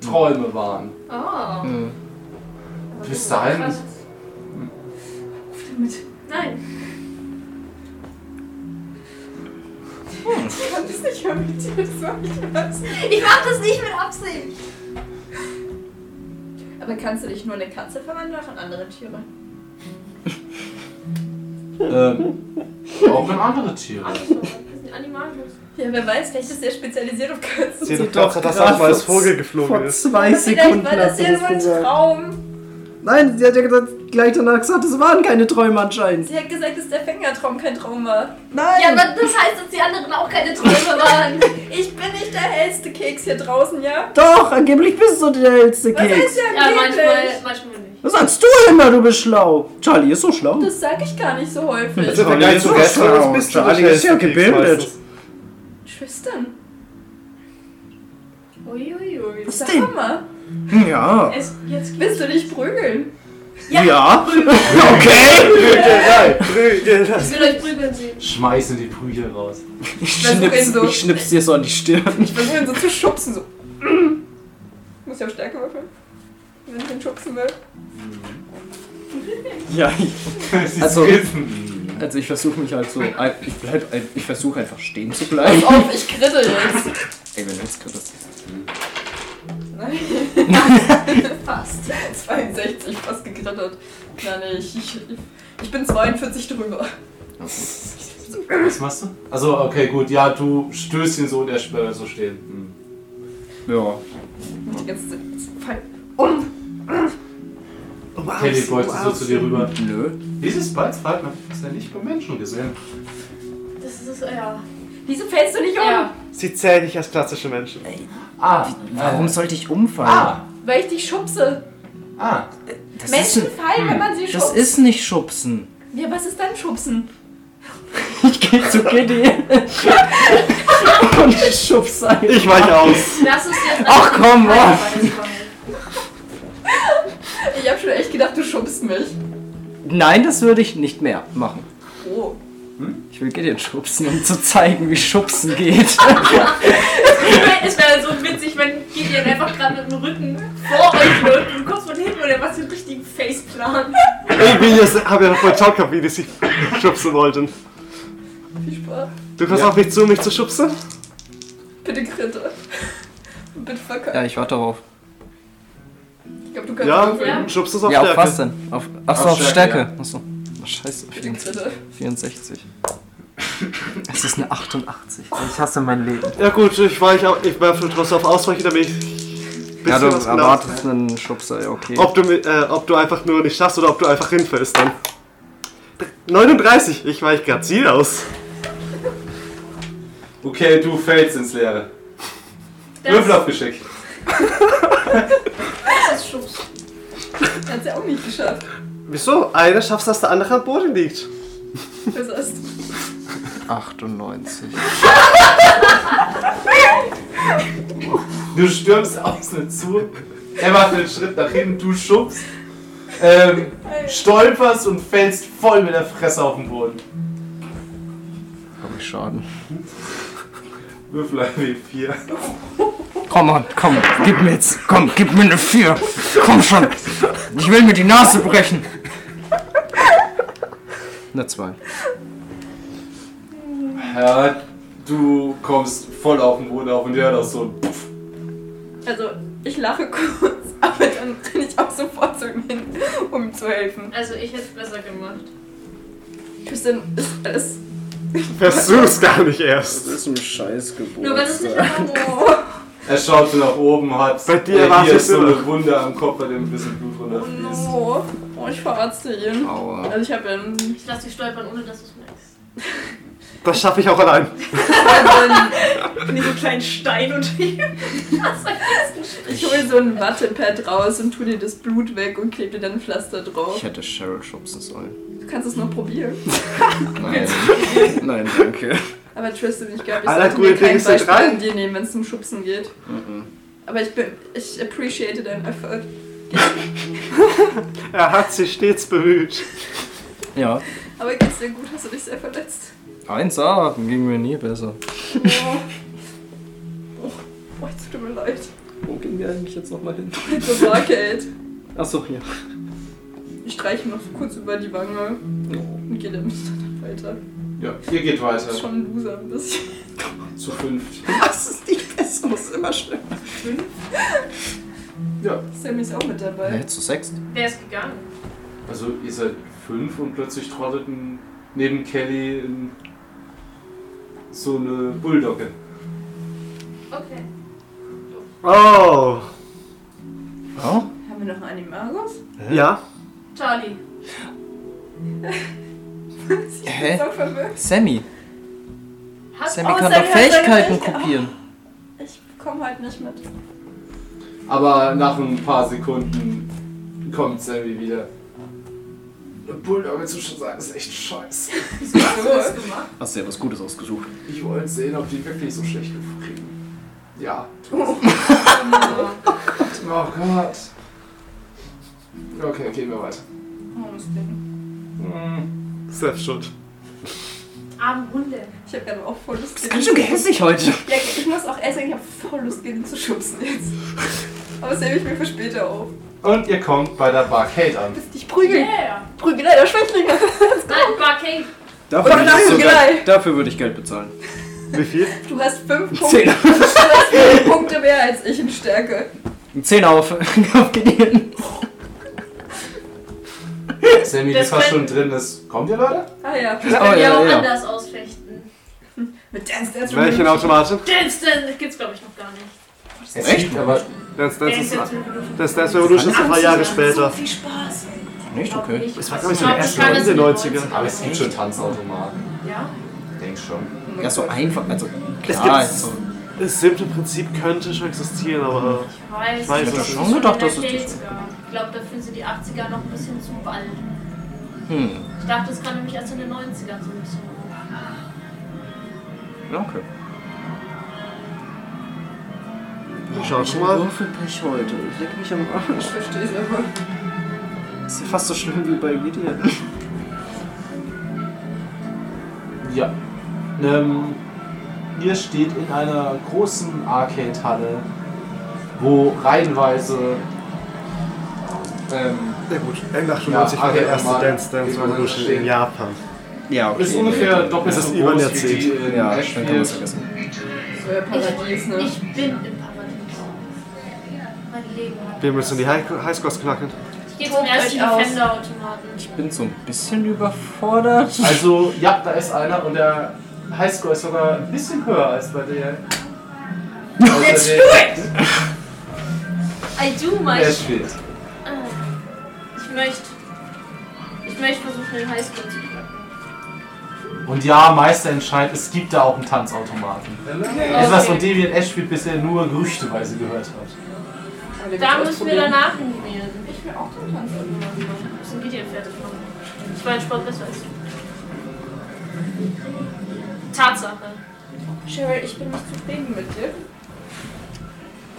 A: Träume waren.
D: Oh.
A: Bis dahin
D: Krass. Nein. Ich mach das nicht mit Absicht.
B: Aber kannst du dich nur in eine Katze verwandeln oder auch in andere Tiere?
A: ähm, [laughs] auch in andere Tiere.
D: Alles so. Wir sind Animalius.
B: Ja, wer weiß, vielleicht ist er spezialisiert auf Katzen.
E: Sie
F: Sie
E: hat doch
F: doch
E: das auch,
F: gerade
E: weil es
F: vor-
E: Vogel geflogen
F: Vor
E: ist.
F: zwei Sekunden
B: Vielleicht war
F: hast
B: das
F: du
B: ja
F: das
B: nur ein
F: gesagt.
B: Traum.
F: Nein, sie hat ja gesagt, gleich danach gesagt, es waren keine Träume anscheinend.
B: Sie hat gesagt, dass der Fängertraum kein Traum war.
F: Nein!
D: Ja, aber das heißt, dass die anderen auch keine Träume waren.
B: Ich bin nicht der hellste Keks hier draußen, ja?
F: Doch, angeblich bist du der hellste
B: Was heißt
F: Keks.
B: ja
D: Ja, manchmal,
B: angeblich?
D: manchmal nicht.
F: Was sagst du immer, du bist schlau? Charlie ist so schlau.
B: Das sag ich gar nicht so häufig.
E: Also,
F: Charlie ist so schlau. Charlie
E: der
F: ist ja
E: hellste Keks
F: gebildet.
E: meistens.
B: Schwestern.
D: Uiuiui.
F: Was
B: Sag
F: denn?
B: mal,
F: Ja.
D: Es, jetzt
B: willst du dich prügeln?
F: Ja. [laughs] Okay.
E: Prügelei, Prügelei.
D: ich will euch prügeln sehen.
A: Schmeißen die Prügel raus.
F: Ich
B: Versuch ihn
F: schnips,
B: so.
F: ich schnips dir so an die Stirn.
B: Ich versuche ihn so zu schubsen, so. [clears throat] Muss ja auf Stärke würfeln. Wenn ich ihn schubsen will.
F: Ja, ich,
A: Sie
F: [laughs] Also-
A: wissen.
F: also ich versuche mich halt so. ein- Ich, bleib ein- ich versuche einfach stehen zu bleiben. [laughs]
B: Auf, ich kritte jetzt.
F: Ey, wenn du jetzt gerade das.
B: Nein. Ne? [laughs] fast. 62, fast gekrittelt. Nein, nee, ich, ich, ich bin 42 drüber.
A: Was machst du? Also okay, gut. Ja, du stößt ihn so und er bleibt so stehen. Hm.
F: Ja.
B: Und die ganze Zeit. jetzt fall-
A: Kelly beugt sich so zu dir rüber.
F: Nö.
A: Dieses Balzverhalten habe ich bisher nicht bei Menschen gesehen.
D: Das ist, ja.
B: Wieso fällst du nicht um?
D: Ja.
E: [laughs] Sie zählen nicht als klassische Menschen.
A: Ah,
F: Warum
A: äh,
F: sollte ich umfallen?
A: Ah,
B: Weil ich dich schubse.
A: ah.
F: das
B: Menschen
F: ist, hm,
B: fallen, wenn man sie
F: das
B: schubst.
F: ist nicht schubsen.
B: Ja, was ist dann schubsen?
F: Ich gehe zu Kitty [laughs] und schubs ein.
E: Ich weiche aus.
D: Das ist jetzt.
F: Ach, komm,
D: Nein,
B: Ich hab schon echt gedacht, du schubst mich.
F: Nein, das würde ich nicht mehr machen.
B: Oh.
F: Ich will Gideon schubsen, um zu zeigen, wie Schubsen [laughs] geht.
D: Es wäre so witzig, wenn Gideon einfach gerade mit dem Rücken vor euch läuft und kurz von hinten und er macht so einen richtigen Faceplan.
E: Ich bin jetzt, hab ja noch mal Talk gehabt, wie die sich [laughs] schubsen wollten.
B: Viel Spaß.
E: Du kommst
F: Ja.
E: auf mich zu, mich zu schubsen?
B: Bitte kritte. Bitte verkack.
F: ja, ich warte darauf.
B: Ich glaube, du kannst
E: Ja,
B: würfeln.
D: Ja.
E: schubst es auf
F: ja, auf
E: Stärke.
F: was denn? Auf, achso,
A: Auf
F: auf,
A: Stärke,
F: Stärke. Achso. Oh, scheiße,
B: Bitte
F: 64.
B: kritte.
F: 64. Es ist eine 88. Ich hasse mein Leben.
E: Ja gut, ich weiche auch, ich werfe trotzdem auf Ausweichen, damit ich ein
F: Ja, du
E: bisschen was
F: erwartest einen Schubser, ja, okay.
E: Ob du, mit- äh, ob du einfach nur nicht schaffst oder ob du einfach hinfällst dann. 39, ich weiche gerade Ziel aus.
A: Okay, du fällst ins Leere. Würfel
D: Das,
A: auf Geschick.
D: das ist Schubs.
B: Hat's ja auch nicht geschafft.
E: Wieso? Einer schaffst, dass der andere am Boden liegt.
B: Das ist.
F: 98.
A: Du stürmst außen zu. Er macht einen Schritt nach hinten, du schubst. Ähm, stolperst und fällst voll mit der Fresse auf den Boden.
F: Hab ich Schaden.
A: Würfel ein W4.
F: Komm, Mann, komm, gib mir jetzt. Komm, gib mir eine 4. Komm schon. Ich will mir die Nase brechen. Eine 2.
A: Ja, du kommst voll auf den Boden auf und der hat auch so ein Puff.
B: Also, ich lache kurz, [laughs] aber dann renne ich auch sofort zu ihm hin, um ihm zu helfen.
D: Also ich hätte es besser gemacht.
B: Tristan, ist alles.
E: Versuch's gar nicht erst.
J: Das ist ein Scheißgeburt.
D: Nur wenn es nicht einfach
B: Oh, [laughs]
A: Er schaut so nach oben, hat
E: Bei dir
A: äh,
E: war's
A: hier
E: jetzt
A: ist so
E: immer.
A: eine Wunde am Kopf, bei dem ein bisschen Blut
B: oh
A: runterfließt.
B: no. Oh, ich verarzte ihn.
F: Aua.
B: Also, ich habe ihn.
D: Ich lasse dich stolpern, ohne dass du es merkst.
E: Das schaffe ich auch allein.
D: Und diesen kleinen Stein und
B: Ich hole so ein Wattepad raus und tue dir das Blut weg und klebe dir dann ein Pflaster drauf.
F: Ich hätte Cheryl schubsen sollen.
B: Du kannst es noch probieren.
F: Nein. Nein, danke.
B: Aber Tristan, ich glaube, ich
E: Alle
B: sollte
E: gute
B: mir kein
E: Dinge sind
B: Beispiel
E: drei.
B: an dir nehmen, wenn es zum Schubsen geht.
F: Mhm.
B: Aber ich bin, ich appreciate deinen Effort.
E: Er hat sich stets bemüht.
F: Ja.
B: Aber geht's dir gut? Hast du dich sehr verletzt?
F: Eins haben ging mir nie besser.
B: Oh, oh, oh es tut mir leid.
K: Wo gehen wir eigentlich jetzt nochmal
B: [laughs]
K: hin?
B: Bitte Barcade.
K: Achso, ja.
B: Ich streiche noch kurz über die Wange und gehe dann weiter.
A: Ja, ihr geht weiter.
B: Das ist schon ein Loser ein bisschen.
A: Zu fünft.
K: Das ist nicht besser, das ist immer schlimm.
A: Ja.
B: Sammy ist auch mit dabei.
F: Hä, zu sechst?
D: Wer ist gegangen?
A: Also ihr seid fünf und plötzlich trottet ein, neben Kelly ein, so eine Bulldogge.
D: Okay.
E: Oh.
F: Oh?
B: Haben wir noch einen Animagos?
E: Ja.
D: Charlie.
F: Hä?
B: So verwirrt.
F: Sammy.
D: Hast
F: Sammy
B: Oh,
F: kann doch
B: Sammy hat seine
F: Fähigkeiten
B: Fähigkeit-
F: kopieren.
B: Ich komme halt nicht mit.
A: Aber nach ein paar Sekunden kommt Sammy wieder.
J: Eine Bulldogge zu schon sagen, ist echt scheiße.
D: du das gemacht?
F: Hast du ja was Gutes ausgesucht.
J: Ich wollte sehen, ob die wirklich so schlecht kriegen.
A: [laughs]
J: Ja.
A: Oh Gott. Okay, gehen wir weiter.
B: Oh, das Ding.
A: Hm.
E: Selbst schuld.
D: Arme Hunde.
B: Ich habe gerade auch voll Lust, den
F: Ganz schön gehässig heute.
B: Ja, ich muss auch essen, ich habe voll Lust, den zu schubsen jetzt. Aber das hebe ich mir für später auf.
A: Und ihr kommt bei der Barcade an.
B: Ich prügel,
D: Yeah.
B: Prügelei der Schwächlinge.
D: Nein, Barcade.
F: Dafür
B: Oder
F: würde ich, sogar,
B: Nasengelei.
F: dafür würde ich Geld bezahlen.
E: Wie viel?
B: Du hast fünf Punkte,
F: Zehn,
B: fünf Punkte mehr als ich in Stärke.
F: [laughs] Zehn auf, auf [laughs] Gideon.
A: Sammy
D: Das
A: ist fast
D: können-
A: schon drin. Das kommt ihr Leute?
B: Ah ja.
F: Oh,
D: Können wir
F: ja,
D: auch
F: ja.
D: anders ausfechten.
B: Mit Dance Dance
E: Welchen Automaten?
D: Dance gibt's glaube ich noch gar nicht.
A: Es
F: echt?
A: sieht aber
E: Das Dance ist
D: Dance Revolution.
E: das Dance Revolution ist ein paar Jahre später.
B: Viel Spaß.
F: Nicht
D: Glaub
F: okay.
D: nicht.
E: Es war,
D: Also,
E: glaub ich, so
D: glaub,
E: die
D: das
E: ersten
D: kam
E: Runde
D: erst in den
E: 90er.
D: 90ern.
A: Aber es gibt schon Tanzautomaten.
D: Ja.
A: Denk schon.
F: Ja, so einfach. Also,
E: Es
F: klar,
E: gibt-
F: also,
E: Das simple Prinzip könnte schon existieren, aber äh,
D: Ich weiß.
E: Ich weiß,
D: das
E: ich
D: ist
E: hab
F: schon gedacht,
D: in der
F: dass es das-
D: 40er. Ich glaube, dafür sind die 80er noch ein bisschen zu bald.
F: hm.
D: Ich dachte, es kam nämlich erst in den 90ern so ein bisschen.
F: Ja, okay.
E: ich schau schon mal.
F: Würfelpech heute. Ich leck mich am
B: Ich
F: Arsch.
B: verstehe es aber.
F: Ist ja fast so schlimm wie bei Gideon.
A: Ja. Ähm, ihr steht in einer großen Arcade-Halle, wo reihenweise ähm,
E: Ja gut, Ende
A: Ja, okay, mal. Irgendwann stehen.
E: Japan.
F: Ja, okay.
A: ist ungefähr doppelt
E: Es ist
A: so
E: über ein
A: groß wie
E: Jahrzehnt.
A: die in
F: Ja, dann kann man
A: Ashfield.
F: es vergessen.
B: So ein Paradies, ne?
D: Ich bin im Paradies. Mein Leben hat.
E: Wir müssen die High- Highscores knacken.
D: Ich gehe zum
B: Tobt
D: ersten
B: euch aus.
D: Defender-Automaten.
F: Ich bin so ein bisschen überfordert.
A: Also ja, da ist einer und der Highscore ist sogar ein bisschen höher als bei der. Let's do it!
D: I do my.
A: Ashfield.
D: Ah. Ich möchte. Ich möchte versuchen, den Highscore zu knacken.
A: Und ja, Meister entscheidet, es gibt da auch einen Tanzautomaten. Etwas, von dem wir in Ashfield bisher nur gerüchteweise gehört hat.
D: Da müssen wir danach hingehen. Ich will auch den Tanz machen. Müssen Gideon fertig machen. Ich war in Sport besser als du. Tatsache.
B: Cheryl, ich bin nicht zufrieden mit dir.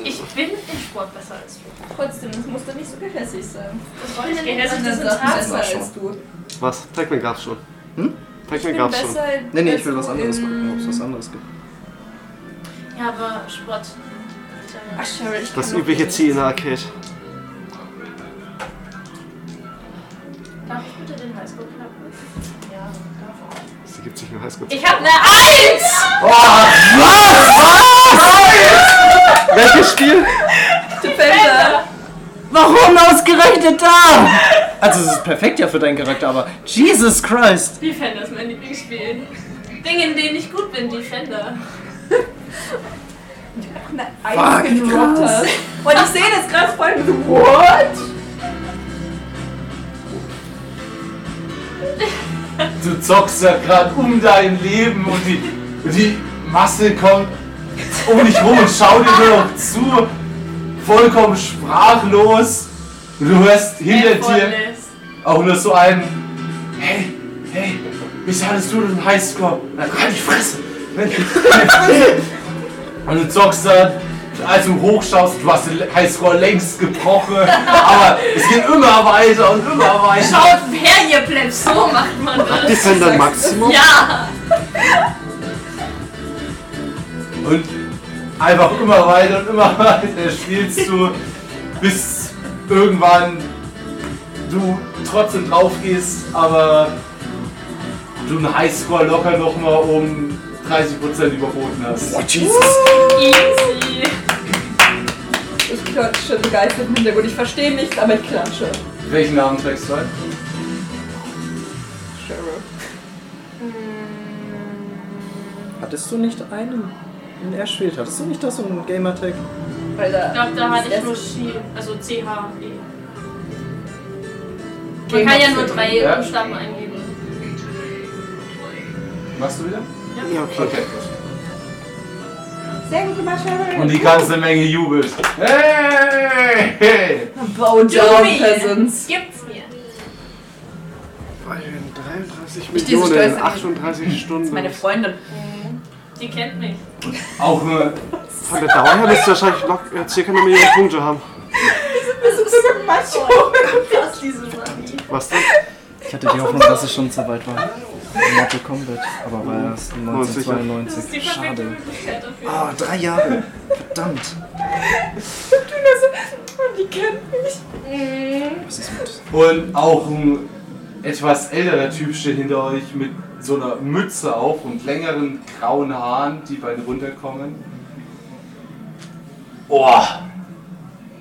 D: Ich bin in Sport besser als du.
B: Trotzdem, das muss doch nicht so gehässig sein.
D: Das war nicht gehässig,
B: Andere
D: das ist eine
B: Sachen
D: Tatsache.
B: besser als du.
E: Was? Pac-Man gab's schon.
F: Hm?
E: Pac-Man
B: bin
E: gab's schon.
B: besser
F: Nee, nee, ich
B: als
F: will was
B: du
F: anderes
B: in-
F: gucken, ob es was anderes gibt.
D: Ja, aber Sport.
B: Ach, Ah, Cheryl, ich
E: Das
B: kann doch
E: übliche
B: nicht.
E: Ziel in der Arcade.
D: Darf ich bitte den Highscore knacken? Ja, darf auch.
E: Es gibt sich nur Highscore.
D: Ich hab ne Eins!
E: Welches Spiel?
B: Defender!
F: Warum ausgerechnet da? Also es ist perfekt ja für deinen Charakter, aber Jesus Christ!
D: Defender ist mein Lieblingsspiel. Dinge, in denen ich gut bin, Defender.
B: Eine Eins gedroppt
F: krass.
B: hast. Und ich sehe das gerade voll und so, what?
A: Du zockst ja gerade um dein Leben und die, die Masse kommt um dich rum und schaut dir nur noch zu. Vollkommen sprachlos. Und du hörst hinter dir
D: Effortless.
A: auch nur so ein Hey, hey, wieso hattest du denn Highscore? Na, halt die Fresse! Und du zockst dann, als du hochschaust, du hast den Highscore längst gebrochen, aber es geht immer weiter und immer weiter.
D: Schaut her, ihr Plebs, so macht man das.
E: Defender Maximum.
D: Ja,
A: Und einfach immer weiter und immer weiter spielst du, bis irgendwann du trotzdem drauf gehst, aber du einen Highscore locker nochmal um 30% überboten hast.
D: easy.
B: Ich klatsche begeistert im Hintergrund. Ich verstehe nichts, aber ich klatsche.
A: Welchen Namen trägst du ein?
K: Sheriff. Hattest du nicht einen in Ashfield? Hattest du nicht da so einen Gamertag?
B: Weil
D: Ich
B: da.
D: glaube, da hatte ich nur Shield, also CH. Man kann ja nur drei
A: Ja.
D: Buchstaben eingeben.
A: Machst du wieder?
E: Ja, okay.
A: Okay.
B: Sehr gut gemacht, Sharon.
A: Und die ganze Menge jubelt. Hey! hey.
B: Bow down
D: Joey.
B: Peasants.
D: Gibt's mir.
E: Weil in 33
L: Nicht diese
E: Millionen, in
L: Stress-
E: 38 Stunden.
L: Meine Freundin.
D: Die kennt mich.
A: Auch nur
E: Von der Dauer her wirst du wahrscheinlich noch äh, circa eine Million Punkte haben.
D: Oh. Krass, diese Mami.
E: Was denn?
F: Ich hatte die Hoffnung, dass es schon zu weit war. Mortal Kombat, aber war erst
D: Das ist
F: 1992.
D: die perfekte
F: Schade.
D: Möglichkeit dafür.
F: Ah, drei Jahre. Verdammt. Was ist mit?
A: Und auch ein etwas älterer Typ steht hinter euch mit so einer Mütze auf und längeren grauen Haaren, die bei dir runterkommen. Oh.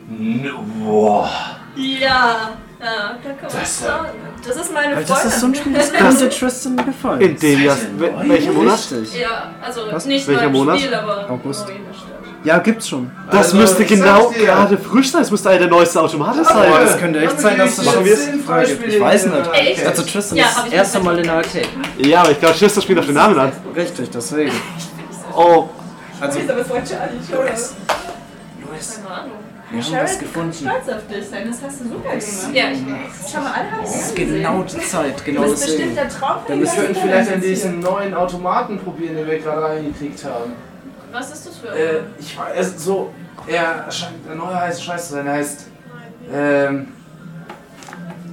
A: N- Boah.
D: Ja, ja, da kann man
A: Das,
D: das
A: äh,
D: sagen.
L: Das ist meine
F: Weil das
L: Freundin.
F: ist so ein Spiel, das könnte Tristan gefallen.
E: In dem Jahr. wel- Welchem Monat?
F: Richtig.
D: Ja, also
F: Was?
D: nicht
E: Welcher
D: nur im
E: Monat?
D: Spiel, aber
F: August.
D: Oh, in der Stadt.
F: Ja, gibt's schon.
E: Das
A: Also,
E: müsste
A: ich sag's
E: genau
A: dir.
E: gerade frisch sein. Das müsste einer der neueste Automate sein.
F: Aber das könnte echt sein, dass das
A: Machen
F: schon
A: wir's?
F: Frage. Ich weiß nicht.
D: Echt?
F: Also Tristan
D: Ja,
F: ist
D: hab
F: das
D: ich
F: erste
D: mir
F: Mal in der Arcade.
E: Ja, aber ich glaube, Schister spielt auf den Namen an.
F: Richtig, deswegen.
E: Oh,
F: Also,
B: Aber es wollte Charlie schon.
F: Louis,
D: Keine Ahnung.
F: wir haben das gefunden.
B: Stolz auf dich sein, das hast du super gemacht.
D: Ja, ich weiß.
B: Schau mal, alle haben
F: Das
B: es
F: ist genau die Zeit, genau
B: Du bist bestimmt
F: deswegen.
B: der Traum
F: Da müssen
A: könnten vielleicht an diesen neuen Automaten probieren, den wir gerade reingekriegt haben.
D: Was ist das für
A: Äh,
D: ein?
A: ich weiß, es ist so, er scheint ein neuer heiße Scheiß zu sein. Er heißt, ähm,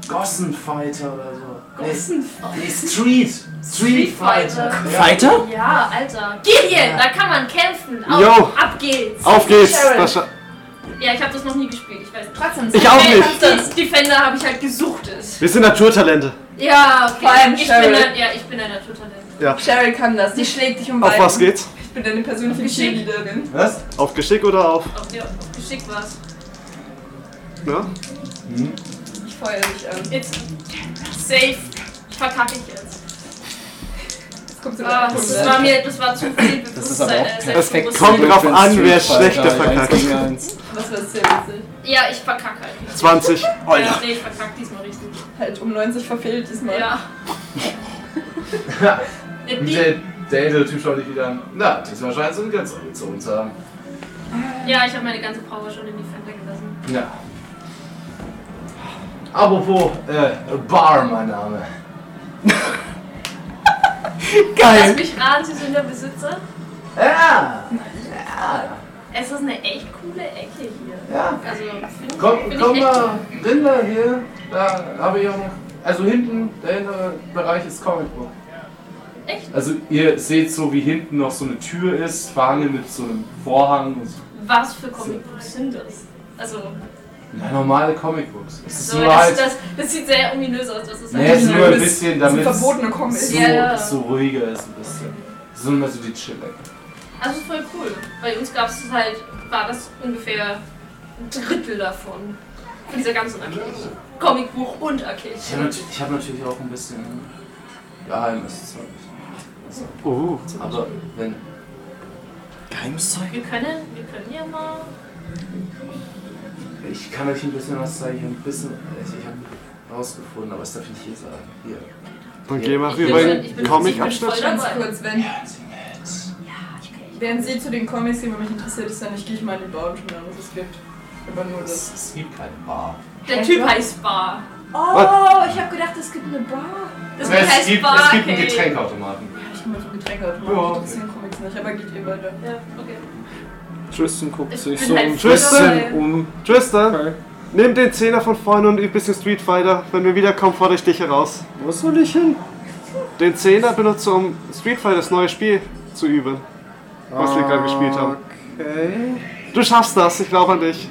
A: Gossenfighter oder so. Gossenfighter? Nee, Street. Street Fighter.
F: Fighter?
D: Ja, Alter. Gideon, da kann man kämpfen. Auf,
E: Jo.
D: Ab geht's.
E: auf geht's.
B: Sharon.
E: Das scha-
D: Ja, ich habe das noch nie gespielt. Ich weiß nicht.
B: Trotzdem,
E: Ich auch nicht.
D: Das Defender habe ich halt gesucht. Ist.
E: Wir sind Naturtalente.
D: Ja, okay.
B: Vor allem
D: ich
B: Cheryl.
D: bin ein, Ja, ich bin ein Naturtalent.
B: Cheryl kann das, die schlägt dich um
E: Auf was geht's?
B: Ich bin deine persönliche
D: Geschickt.
B: Cheerleaderin.
A: Was?
E: Auf Geschick oder auf?
D: Ob dir ob geschickt war's.
E: Ne?
B: Ich feuer dich an.
D: Jetzt. Safe. Ich verkacke ich jetzt.
B: Jetzt kommst du
D: Ah,
B: ah,
D: das war mir, das halt war zu viel äh,
F: Das ist aber auch perfekt.
E: Kommt
F: für-
E: drauf
F: für
E: an, wer
F: Street Fighter,
E: schlechter
F: eins
E: verkackt.
F: gegen eins.
B: Was war sehr witzig.
D: Ja, ich verkacke halt.
E: 20.
D: Ja, nee, ich verkacke diesmal richtig.
B: Halt um 90 verfehlt diesmal.
D: Ja. Die,
A: Der, der ältere Typ schaut dich wieder an. Na, diesmal scheint es eine Grenze gezogen zu haben.
D: ja, ich habe meine ganze Power schon in Defender gelassen.
A: Ja. Apropos, äh, Bar, mein Name.
D: Lass mich raten, Sie sind der Besitzer.
A: Ja,
D: Es ist eine echt coole Ecke hier.
A: ja.
D: Also, finde
A: Komm,
D: find
A: komm
D: ich echt
A: mal, Rinder hier. Da habe ich auch noch. Also hinten, der hintere Bereich ist Comicbook.
D: Echt?
A: Also ihr seht so, wie hinten noch so eine Tür ist, verhangen mit so einem Vorhang. und so.
D: Was für Comicbooks sind das? Also,
A: Na, normale Comicbooks. Es ist
D: so,
A: nur
D: das,
A: halt.
D: das, das sieht sehr ominös aus. Das ist halt
A: Nee, es ist nur ein äh,
D: ominös.
A: bisschen,
B: Das sind
A: damit es
B: verbotene Comics.
A: so,
D: Ja, ja.
A: so ruhiger ist ein bisschen. Das ist immer so die Chill-Ecke.
D: Also voll cool. Bei uns gab es halt, war das ungefähr ein Drittel davon. Von dieser ganzen Arcade. Comicbuch und Arcade.
A: Ich habe natürlich, hab natürlich auch ein bisschen geheimes Zeug.
E: Oh,
A: Also, Aber wenn.
F: Geheimes Zeug?
D: Wir können, wir können ja mal.
A: Ich kann euch ein bisschen was zeigen, ein bisschen. also Ich, ich habe rausgefunden, aber das darf ich nicht hier sagen. Hier.
E: dann geh mal
D: Ich
E: rüber
D: bin-
E: in
D: ich
E: den
D: bin-
E: Comic-Abschnitt.
D: ich bin voll
B: Ganz
D: dabei.
B: kurz, wenn,
D: Okay.
B: während sie zu den Comics gehen, wenn mich interessiert ist, dann ich gehe ich mal in die Bauern und schaue, was es gibt. Aber nur das.
A: Es, es gibt keine Bar.
D: Der Typ heißt Bar.
M: Oh, ich habe gedacht, es gibt eine Bar.
D: Das
J: Es,
D: heißt
J: gibt,
D: Bar,
J: es gibt einen
D: okay.
J: Getränkautomaten.
B: Ja, ich muss ein Getränk
J: Ja.
B: automaten. Interessieren Comics nicht, aber geht ihr weiter.
D: Ja, okay.
F: Tristan guckt
D: Ich
F: sich
D: bin
F: so
D: halt
F: ein
D: voll
F: bisschen
D: dabei.
F: um.
E: Tristan,
F: Okay.
E: nimm den Zehner von vorne und üb bisschen Street Fighter. Wenn wir wiederkommen, fordere ich dich heraus.
F: Wo soll ich hin?
E: Den Zehner benutze, um Street Fighter, das neue Spiel, zu üben. Was wir gerade gespielt haben.
F: Okay.
E: Du schaffst das, ich glaube an dich.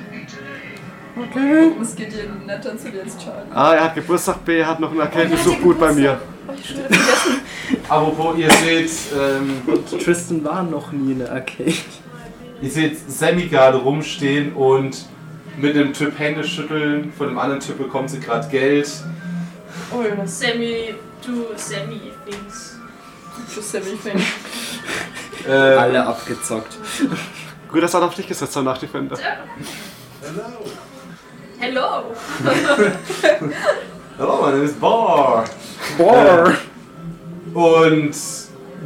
F: Okay.
B: Es geht dir netter zu dir als Charlie.
E: A, Ah, er hat Geburtstag, B, er hat noch einen Erkenntnissuch
M: hat
E: gut bei mir.
B: Oh,
J: Apropos, ihr seht, ähm,
F: Tristan war noch nie in der Arcade.
J: ihr seht Sammy gerade rumstehen und mit einem Typ Hände schütteln, von dem anderen Typ bekommt sie gerade Geld.
B: Oh ja, das
D: Sammy, du Sammy Things.
B: ist ja wichtig.
J: Ähm,
F: Alle abgezockt.
E: Gut, dass er auf dich gesetzt hat nach die Fender.
D: Hello!
J: Hello, my Oh, name is Bar.
F: Boah.
J: Und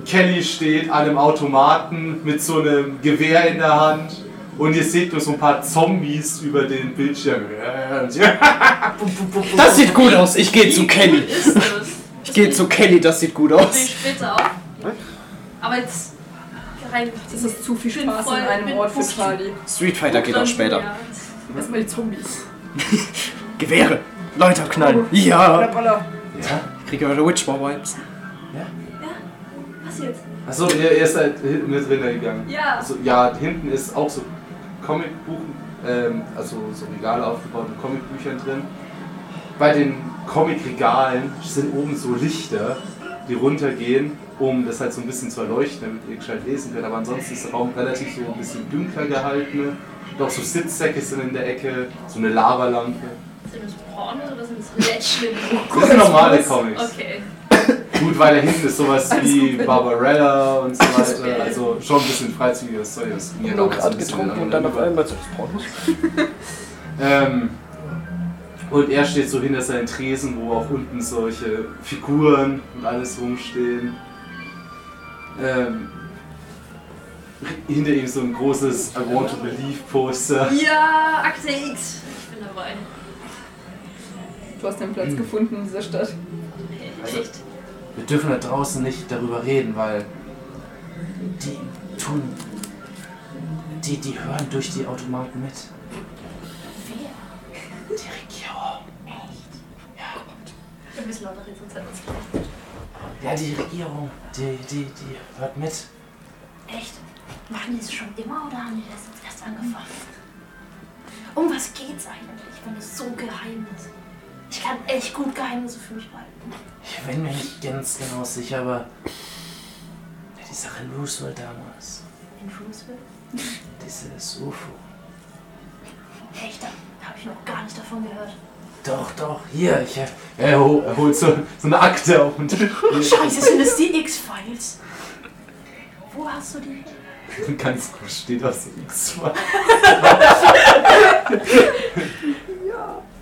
J: Kelly steht an einem Automaten mit so einem Gewehr in der Hand. Und ihr seht nur so ein paar Zombies über den Bildschirm.
F: Äh, Das sieht gut aus. Ich gehe zu Kelly.
D: Ist das?
F: Ich gehe zu Kelly. Das sieht gut aus.
D: Ich später auf. Aber jetzt rein.
B: Das ist zu viel
D: Ich bin
B: Spaß
D: voll-
B: an einem
D: bin
B: Ort für
D: positiv.
B: Charlie.
F: Street Fighter geht auch später.
D: Ja.
B: Mhm. Erstmal die Zombies.
F: Gewehre. Leute knallen. Ja.
B: Oder Baller.
F: Ich kriege eure Witchboy-Vibes.
D: Was jetzt?
J: Achso, ihr, ihr seid hinten mit runtergegangen.
D: Ja.
J: Also, ja, hinten ist auch so Comicbuch, ähm, also so Regale aufgebaut mit Comicbüchern drin. Bei den Comicregalen sind oben so Lichter, die runtergehen, um das halt so ein bisschen zu erleuchten, damit ihr gescheit lesen könnt. Aber ansonsten ist der Raum relativ so ein bisschen dünker gehalten. Doch so Sitzsäcke sind in der Ecke, so eine Lavalampe.
D: Sind das Pornos oder sind das Legend?
F: [laughs]
J: Das sind normale Comics.
D: Okay.
J: Gut, weiter hinten ist sowas wie Barbarella und so weiter. Also schon ein bisschen freizügiges Zeug. das mir
F: Nur
J: damals
F: gerade
J: ein bisschen
F: getrunken und dann auf
J: überall.
F: einmal zu das Pornos.
J: [laughs] Ähm, und er steht so hinter seinen Tresen, wo auch unten solche Figuren und alles rumstehen. Ähm, hinter ihm so ein großes I want to believe Poster.
D: Ja, Akte X. Ich bin dabei.
B: Du hast deinen
A: Mhm.
B: Platz gefunden in dieser Stadt.
J: Also-
D: Echt?
A: Wir dürfen da draußen nicht darüber reden, weil die tun. Die, die hören durch die Automaten mit. Wer? Die Regierung.
D: Oh Wir müssen auch noch jetzt uns etwas
A: Ja, die Regierung. Die, die, die hört mit.
D: Echt? Machen die es schon immer oder haben die das jetzt erst angefangen? Um was geht's eigentlich, wenn es so geheim ist? Ich kann echt gut Geheimnisse für mich behalten.
A: Ich bin mir nicht ganz genau sicher, aber. Ja, die Sache Roosevelt damals.
D: In
A: [laughs]
D: Schuhsville?
A: Dieses UFO.
D: Echt? Da habe ich noch gar nicht davon gehört.
A: Doch, doch, hier. Ich hab,
J: Er, hol, er holt so, so eine Akte auf und
D: Oh, Scheiße, sind das die X-Files? Wo hast du die?
J: ganz groß steht auf so x ja.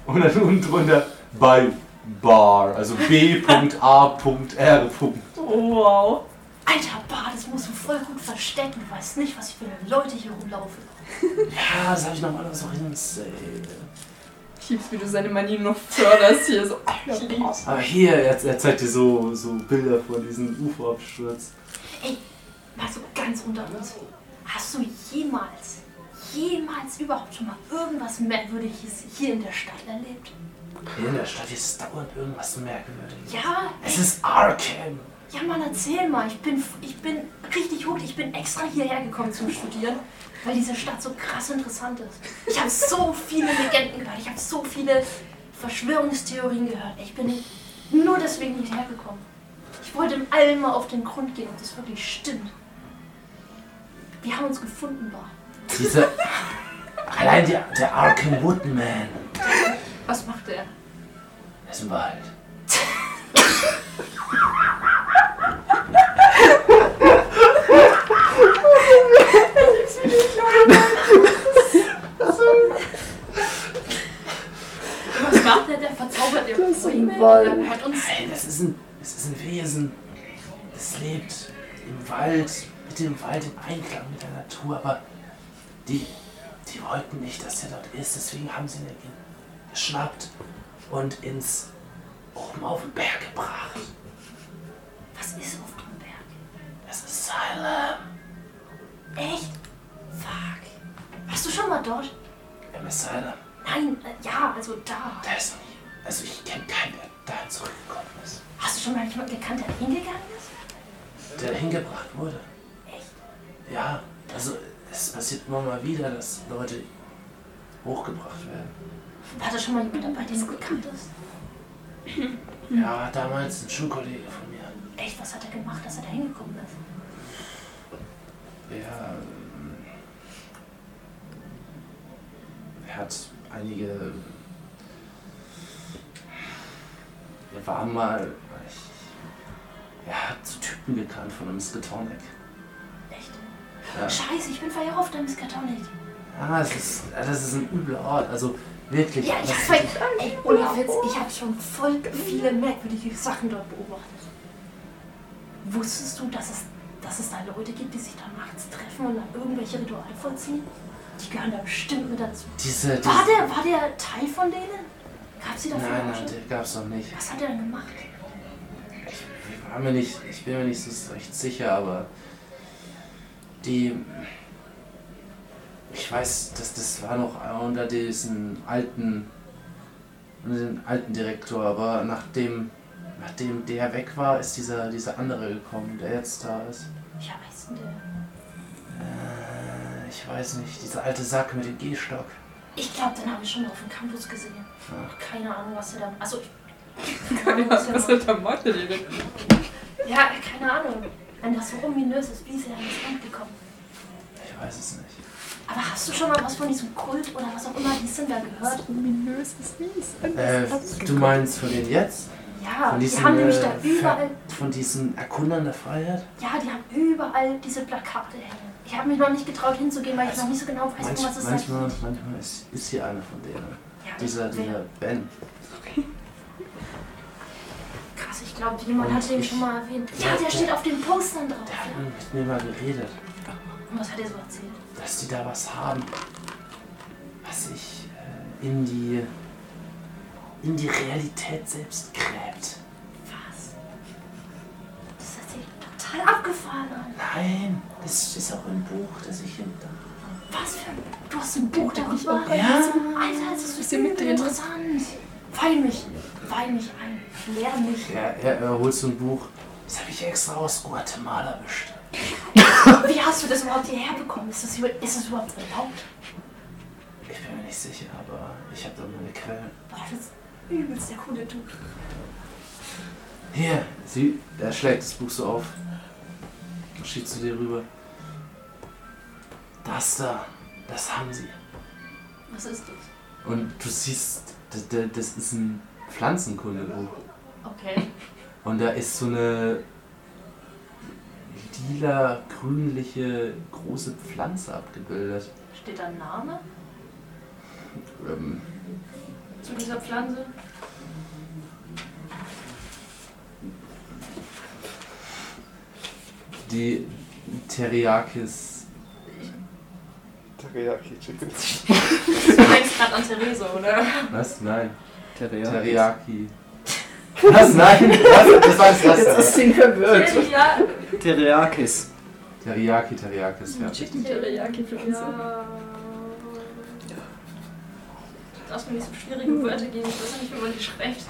J: Und dann unten drunter bei Bar, also B.A.R.
B: Oh, wow.
D: Alter, Bar, das musst du voll gut verstecken. Du weißt nicht, was für Leute hier rumlaufen.
A: ja, das habe ich normalerweise auch ins. Äh,
B: Ich lieb's, wie du seine Manien noch förderst hier. So, ich lieb's.
J: Aber hier, er, er zeigt dir so, so Bilder von diesem UFO-Absturz.
D: Mal so ganz unter uns. Hast du jemals, jemals überhaupt schon mal irgendwas Merkwürdiges hier in der Stadt erlebt?
A: Hier in der Stadt ist dauernd irgendwas merkwürdiges.
D: Ja,
A: Es ist Arkham.
D: Ja, Mann, erzähl mal. Ich bin, ich bin richtig hooked. Ich bin extra hierher gekommen zum Studieren, weil diese Stadt so krass interessant ist. Ich habe so viele Legenden gehört. Ich habe so viele Verschwörungstheorien gehört. Ich bin nur deswegen hierher gekommen. Ich wollte im All mal auf den Grund gehen, ob das wirklich stimmt. Wir haben uns gefunden, Bar.
A: Diese. Allein der, der Arkham Woodman.
D: Was macht er?
A: Er ist im Wald.
D: Was macht er? Der verzaubert der Bäume. Hat uns
A: Nein, das ist ein, das ist ein Wesen. Das lebt im Wald, mit dem Wald im Einklang mit der Natur. Aber die, die wollten nicht, dass er dort ist. Deswegen haben sie ihn geschnappt
N: und ins oben auf den Berg gebracht.
D: Was ist auf dem Berg?
N: Das Asylum.
D: Echt? Fuck. Warst du schon mal dort?
N: Im Asylum.
D: Nein, äh, ja, also da.
N: Da ist noch nie. Also ich kenne keinen, der dahin zurückgekommen ist.
D: Hast du schon mal jemanden gekannt, der hingegangen ist?
N: Der hingebracht wurde. Echt? Ja. Also es passiert immer mal wieder, dass Leute hochgebracht werden.
D: War da schon mal jemand dabei, der du gekannt ist?
N: Ja, war damals ein Schulkollege von mir.
D: Echt, was hat er gemacht, dass er da hingekommen ist?
N: Ja. ähm, Er hat einige. Wir waren mal. ich- Er hat so Typen gekannt von einem Skatonic.
D: Echt?
N: Ja.
D: Scheiße, ich bin vorher auf deinem Skatonic.
N: Ah, es ist, ah, das ist ein übler Ort. Also wirklich.
D: Ja, ich
N: das-
D: hab voll, ey, ohne Witz, ich hab schon voll viele merkwürdige Sachen dort beobachtet. Wusstest du, dass es, dass es da Leute gibt, die sich da nachts treffen und dann irgendwelche Rituale vollziehen? Die gehören da bestimmt mit dazu.
N: diese, diese,
D: War der, war der Teil von denen? Gab sie dafür
N: Nein,
D: auch
N: nein,
D: schon?
N: den gab's noch nicht.
D: Was hat er denn gemacht?
N: Ich, war mir nicht, ich bin mir nicht so recht sicher, aber die. Ich weiß, dass das war noch unter diesen alten, unter den alten Direktor, aber nachdem, nachdem der weg war, ist dieser, dieser andere gekommen, der jetzt da ist.
D: Ja, weißt du, der-
N: Äh, ich weiß nicht, dieser alte Sack mit dem Gehstock.
D: ich glaube, den habe ich schon mal auf dem Campus gesehen.
N: Ja.
D: Keine Ahnung, was er da. Also,
B: [laughs] Keine Ahnung, was hat der Mathe direkt?
D: ja, keine Ahnung. Wenn das so ominös ist, wie ist er an das Land gekommen?
N: Ich weiß es nicht.
D: Aber hast du schon mal was von diesem Kult oder was auch immer die sind da gehört?
B: Ominöses Ries.
N: Äh, du meinst von den jetzt?
D: Ja,
N: Von
D: die
N: diesen,
D: haben nämlich da
N: äh,
D: überall,
N: Von diesen Erkundern der Freiheit?
D: ja, die haben überall diese Plakate hängen. Ich habe mich noch nicht getraut hinzugehen, weil ich noch nicht so genau weiß,
N: Manch,
D: um was es da
N: manchmal manchmal ist, ist hier einer von denen.
D: Ja,
N: Dieser,
D: wer-
N: dieser Ben.
D: Krass, ich glaube, jemand hat
N: Und
D: den
N: ich-
D: schon mal erwähnt.
N: Ja,
D: Ja, der
N: der-
D: steht auf den Postern drauf.
N: Der hat
D: Ja.
N: mit mir mal geredet,
D: Und was hat er so erzählt?
N: dass die da was haben, was sich äh, in, die, in die Realität selbst gräbt.
D: Was? Das hat sich total abgefahren an.
N: Nein, das ist auch im Buch, das ich hier da.
D: Was für ein... Du hast ein Buch darüber?
N: Ja.
D: Alter, das ist übel interessant. Weih mich. Weih mich ein. Lehr mich.
N: Er, er, er holt so ein Buch. Das habe ich extra aus Guatemala bestellt.
D: Wie hast du das überhaupt hierher bekommen? Ist das, über- ist das überhaupt erlaubt?
N: Ich bin mir nicht sicher, aber ich habe da meine Quellen.
D: Boah, das ist übelst der coole Typ.
N: Hier, sie, er schlägt das Buch so auf. und Schiebt zu dir rüber. Das da, das haben sie.
D: Was ist das?
N: Und du siehst, das, das ist ein Pflanzenkundebuch.
D: Okay.
N: Und da ist so eine lila, grünliche, große Pflanze abgebildet.
D: Steht da ein Name
N: Ähm,
D: zu dieser Pflanze?
N: die Teriakis.
E: Teriyaki Chicken. [laughs]
D: Du denkst gerade an Therese, oder?
N: Was? Nein.
K: Terrier.
N: Teriyaki. [laughs] Was? Nein! Was? Das war das
K: Jetzt ist
N: erste.
K: sie verwirrt.
D: Ja.
K: Teriakis.
N: Teriyaki, Teriakis, ja.
B: Chicken Teriyaki für uns.
D: Ja. Dass man nicht so
B: Hm.
D: schwierigen Wörter gehen, ich weiß nicht, wie man die schreibt.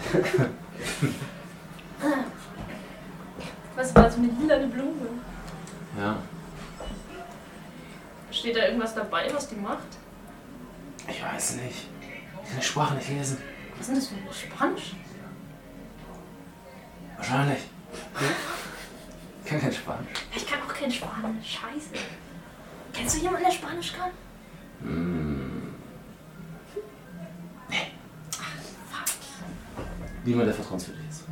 D: Was war so eine lilane Blume?
N: Ja.
D: Steht da irgendwas dabei, was die macht?
N: Ich weiß nicht. Ich kann die Sprache nicht lesen.
D: Was ist denn das für ein Spanisch?
N: Wahrscheinlich. Ich kann kein Spanisch.
D: Ich kann auch kein Spanisch. Scheiße. Kennst du jemanden, der Spanisch kann?
N: Niemand, der vertrauenswürdig ist.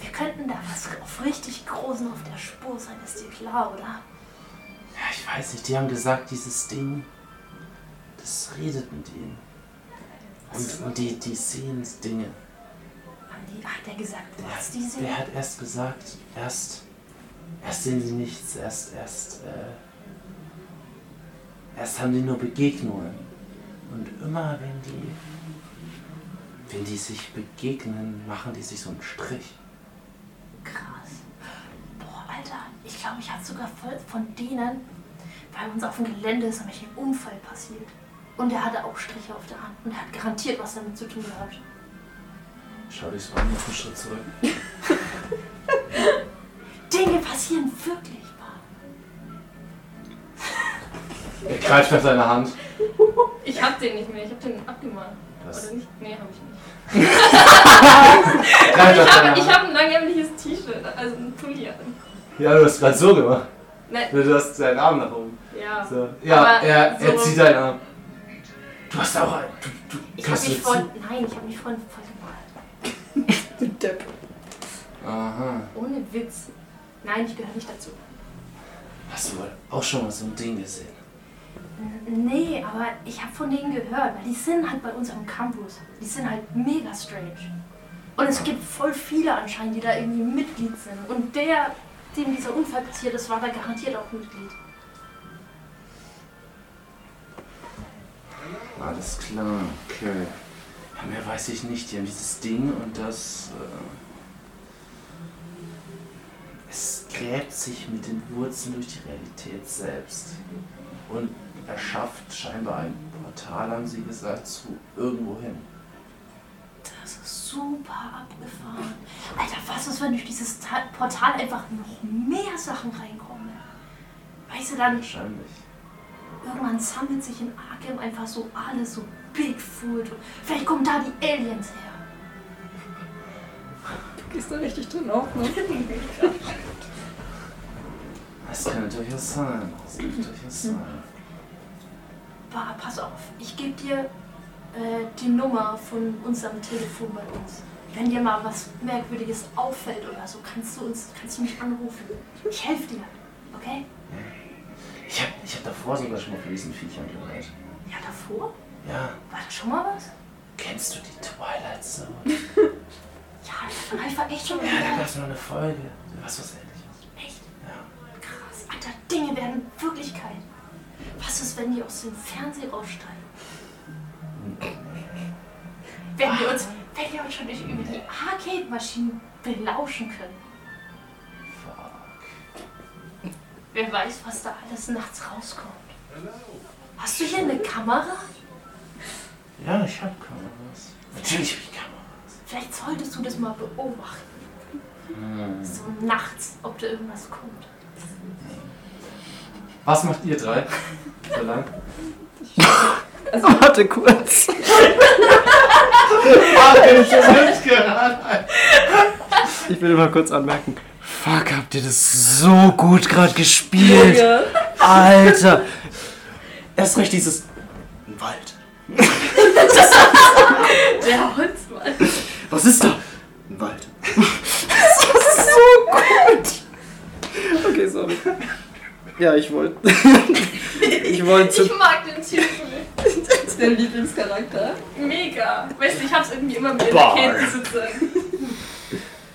D: Wir könnten da was auf richtig Großen auf der Spur sein, ist dir klar, oder?
N: Ja, ich weiß nicht. Die haben gesagt, dieses Ding, das redet mit ihnen. Und, und die, die sehen Dinge.
D: Haben die, hat der gesagt,
N: Der
D: was
N: hat,
D: die sind?
N: der hat erst gesagt, erst, erst sehen sie nichts, erst, erst, äh, erst haben die nur Begegnungen. Und immer wenn die Wenn die sich begegnen, machen die sich so einen Strich.
H: Krass. Boah, Alter, ich glaube, ich hatte sogar voll von denen, weil uns auf dem Gelände ist nämlich ein Unfall passiert. Und er hatte auch Striche auf der Hand und er hat garantiert was damit zu tun gehabt.
N: Schau dich so an, mach einen Schritt zurück.
H: Dinge passieren wirklich.
J: Er greift nach deiner Hand.
D: Ich hab den nicht mehr, ich hab den abgemalt. Oder nicht? Nee, hab ich nicht.
J: [laughs] Nein,
D: ich
J: das war-
D: habe ich hab ein langärmliches T-Shirt, also ein Pulli. an.
J: Ja, du hast gerade so gemacht.
D: Ne.
J: Du hast seinen Arm nach oben.
D: Ja.
J: So. Ja,
D: Aber
J: er, er
D: so-
J: zieht deinen Arm. Du hast auch einen. Du, du
H: Ich
J: kannst
H: habe mich
J: du-
H: vorhin. Nein, ich habe mich vorhin voll gemalt.
B: Depp.
N: Aha.
H: Ohne Witz. Nein, ich gehöre nicht dazu.
N: Hast du wohl auch schon mal so ein Ding gesehen?
H: N- Nee, aber ich habe von denen gehört, weil die sind halt bei uns am Campus. Die sind halt mega strange. Und es gibt voll viele anscheinend, die da irgendwie Mitglied sind. Und der, dem dieser Unfall passiert ist, war da garantiert auch Mitglied.
N: Alles klar, okay. Ja, mehr weiß ich nicht. Die haben dieses Ding und das. Äh, es gräbt sich mit den Wurzeln durch die Realität selbst. Und erschafft scheinbar ein Portal, haben sie gesagt, zu irgendwo hin.
H: Das ist super abgefahren. Alter, was ist, wenn durch dieses Ta Portal einfach noch mehr Sachen reinkommen? Weißt du, dann
N: Wahrscheinlich.
H: irgendwann sammelt sich in Arkham einfach so alles, so Bigfoot. Und vielleicht kommen da die Aliens her.
B: Gehst du richtig drin auf, ne?
N: Das kann durchaus sein. Das kann durchaus sein.
H: Mhm. Bah, pass auf, ich gebe dir äh, die Nummer von unserem Telefon bei uns. Wenn dir mal was Merkwürdiges auffällt oder so, kannst du uns, kannst du mich anrufen. Ich helfe dir, okay?
N: Hm. Ich hab, ich hab davor sogar schon mal von diesen Viechern gehört.
H: Ja, davor?
N: Ja,
H: War da schon mal was?
N: kennst du die Twilight Zone?
H: [laughs] Ja, davon hab ich war echt schon mal
N: Ja, da
H: gehört.
N: gab es noch eine Folge. Was was ähnliches.
H: Echt?
N: Ja.
H: Krass, Alter, Dinge werden Wirklichkeit. Was ist, wenn die aus dem Fernsehen aufsteigen? Wenn wir uns, wenn wir uns schon durch über die Arcade-Maschinen belauschen können. Wer weiß, was da alles nachts rauskommt. Hast du hier eine Kamera?
N: Ja, ich hab Kameras. Natürlich hab ich Kameras.
H: Vielleicht solltest du das mal beobachten. So nachts, ob da irgendwas kommt.
J: Was macht ihr drei? So lang?
A: Warte kurz.
E: [laughs]
A: Ich will mal kurz anmerken. Fuck, habt ihr das so gut gerade gespielt? Alter. Erst recht dieses ein Wald.
D: Der Holzmann.
A: Was ist da? Ein Wald.
F: Okay, sorry. Ja, ich wollte. ich wollte zu.
D: Ich mag den Titel.
B: Das ist dein Lieblingscharakter.
D: Mega. Weißt du, ich hab's irgendwie immer mit in der
F: Bar.
D: Kette sitzen.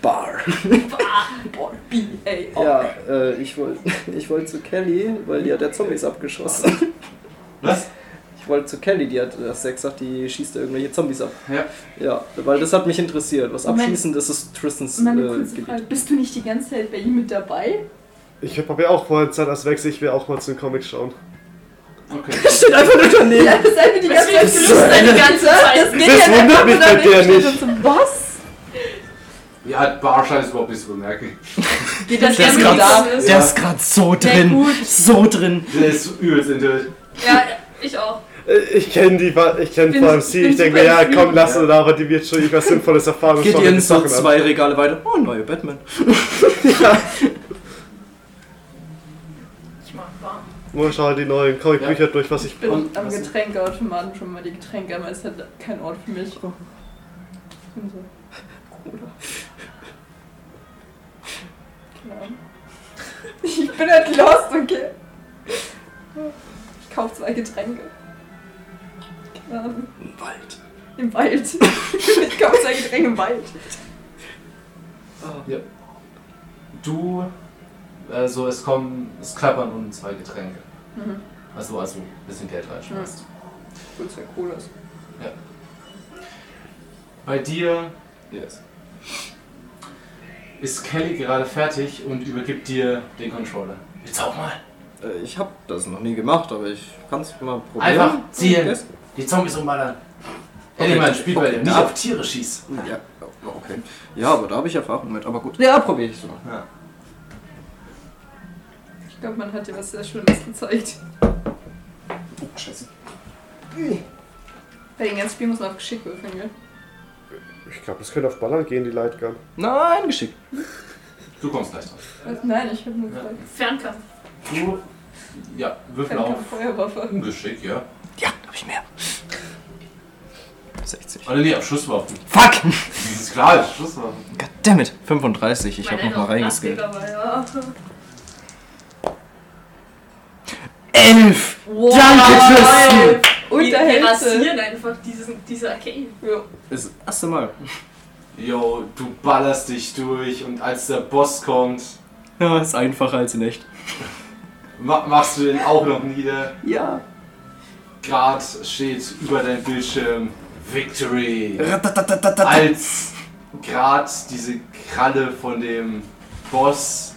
F: Bar.
B: Boah, B.A.
F: Ja, äh, ich wollte [laughs] ich wollt zu Kelly, weil die hat ja Zombies abgeschossen.
J: Was?
F: Ich wollte zu Kelly, die hat das ja gesagt, die schießt da irgendwelche Zombies ab.
J: Ja.
F: Ja, weil das hat mich interessiert. Was
B: Moment.
F: abschießen, das ist Tristans äh,
B: oh, Meine kurze
F: Gebiet.
B: Frage, bist du nicht die ganze Zeit bei ihm mit dabei?
E: Ich hab ja auch vorhin Zeit als Wechsel, ich will auch mal zu den Comics schauen.
J: Okay.
F: Steht einfach nur daneben.
B: Ja, das ist einfach die ganze Zeit
D: Weißt du, wie
B: gelüstert, die ganze Zeit. Das geht ja
E: wundert mich bei der
B: nicht.
E: nicht.
B: Und so, was?
J: Ja, wahrscheinlich überhaupt nicht zu bemerken.
B: Geht das
A: Der ist
B: irgendwie da?
A: gerade der ist grad so drin. So drin.
J: Der ist übelst enttäuscht.
D: Ja, ich auch.
E: Äh, Ich kenne die, wa- ich kenne
D: Bin-
E: vor allem sie.
D: bin
E: Ich denke mir,
D: super
E: ja,
D: zufrieden.
E: komm, lass sie da, aber die wird schon irgendwas Sinnvolles erfahren. und
A: Geht
E: schaut
A: ihr
E: mir die
A: ins noch
E: Sachen an.
K: also.
A: zwei Regale weiter? Oh, neue Batman.
D: Ich mag Bar.
E: Nur schau halt die neuen Comicbücher durch, was ich.
B: Ich bin
J: Und-
B: am
J: was-
B: Getränkeautomaten schon mal die Getränke, aber es hat keinen Ort für mich. Also. Und so. Cola. Keine Ahnung. Ich bin halt lost, okay? Ich kaufe zwei Getränke. Keine Ahnung.
A: Ein Wald.
B: Im Wald. [laughs] ich kaufe sein Getränk im Wald.
J: Du, also es kommen, es klappern
N: um
J: unten zwei Getränke.
B: Mhm.
J: Also, also ein bisschen Geld reinschmeißt.
B: Obwohl es ja Cola ist.
A: Bei dir
K: Yes.
A: ist Kelly gerade fertig und übergibt dir den Controller. Jetzt auch mal.
K: Äh, Ich habe das noch nie gemacht, aber ich kann es mal probieren. Hm,
N: Einfach zielen.
K: Yes.
N: Die Zombies umballern.
K: Okay.
N: Okay. Eddie, spiel bei
K: Okay.
N: dir. Nicht
K: Ja.
N: auf Tiere schieß.
K: Ja, okay. Ja, aber da habe ich Erfahrung mit. Aber gut. Ja, probiere ich so.
B: Ich glaube, man hat dir was sehr Schönes gezeigt.
K: Oh, scheiße.
B: Bei dem ganzen Spiel muss man auf Geschick würfeln, gell?
O: Ich glaube, es könnte auf Ballern gehen, die Lightgun.
K: Nein, geschickt.
A: Du kommst gleich drauf.
B: Was? Also, Nein, ich habe nur gefragt.
D: Fernkampf.
A: Du, ja, würfel auf.
B: Fernkampf, Feuerwaffe.
A: Geschick, ja.
F: Ja, hab ich mehr. 60.
A: Oder nee, auf Schusswaffen.
F: Fuck!
A: Ist klar, auf Schusswaffen.
F: Goddammit! 35, ich hab
D: Meine
F: noch mal
D: Erinnerung ist
F: reingeskillt.
D: aber ja.
F: 11!
D: Wow.
F: Danke fürs
B: Und der
D: Wir- Wir
B: Hälfte.
D: rasieren einfach diesen, diese Arcade.
B: Ja.
K: Das ist das erste Mal.
A: Yo, du ballerst dich durch und als der Boss kommt,
F: Ja, ist einfacher als in echt.
A: ma machst du den auch noch nieder.
F: Ja.
A: Grad steht über deinem Bildschirm Victory.
F: Ratatatatata.
A: Als Grad diese Kralle von dem Boss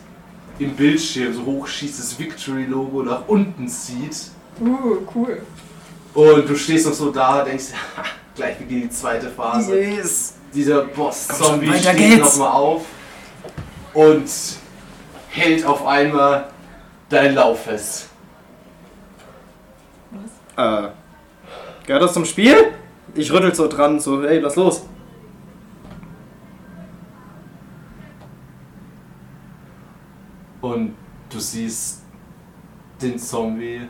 A: im Bildschirm so hoch schießt, das Victory-Logo nach unten zieht.
B: Uh, cool.
A: Und du stehst noch so da, denkst, [laughs] gleich beginnt die zweite Phase.
F: Yes!
A: Dieser Boss-Zombie
F: Komm schon, weiter
A: steht
F: geht's.
A: nochmal auf und hält auf einmal dein Lauf fest.
F: Äh. Gehört das zum Spiel? Ich rüttel so dran, so, hey, lass los.
A: Und du siehst den Zombie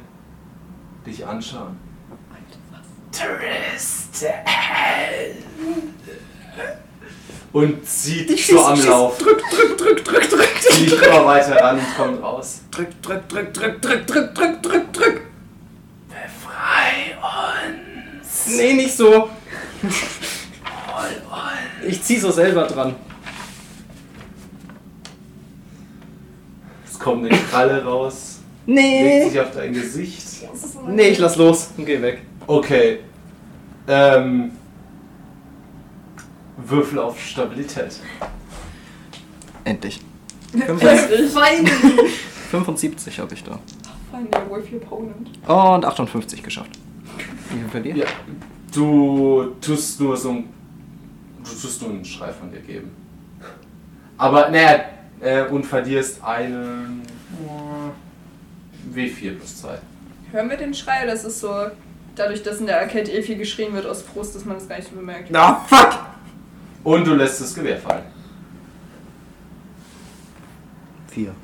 A: dich anschauen. Tourist! Und zieht so am Lauf.
F: Drück, drück, drück, drück, drück,
A: Zieht immer weiter ran und kommt raus.
F: drück, drück, drück, drück, drück, drück, drück, drück, drück.
N: Frei und
F: Nee, nicht so.
N: voll und.
F: Ich zieh so selber dran.
A: Es kommt eine Kralle raus, legt
F: Nee.
A: sich auf dein Gesicht.
F: Nee, ich lass los und geh weg.
A: Okay. Ähm. Würfel auf Stabilität.
F: Endlich.
D: Fein.
F: 75 habe ich da.
B: Find your with your opponent.
F: Und 58 geschafft. Wie viel verliert?
A: Ja. Du tust nur so ein. Du tust nur einen Schrei von dir geben. Aber, naja, äh, und verlierst einen. äh, W4 plus 2.
B: Hören wir den Schrei? Das ist so, dadurch, dass in der Arcade eh viel geschrien wird aus Frust, dass man das gar nicht so bemerkt.
F: Na, fuck!
A: Und du lässt das Gewehr fallen.
F: [laughs] 4.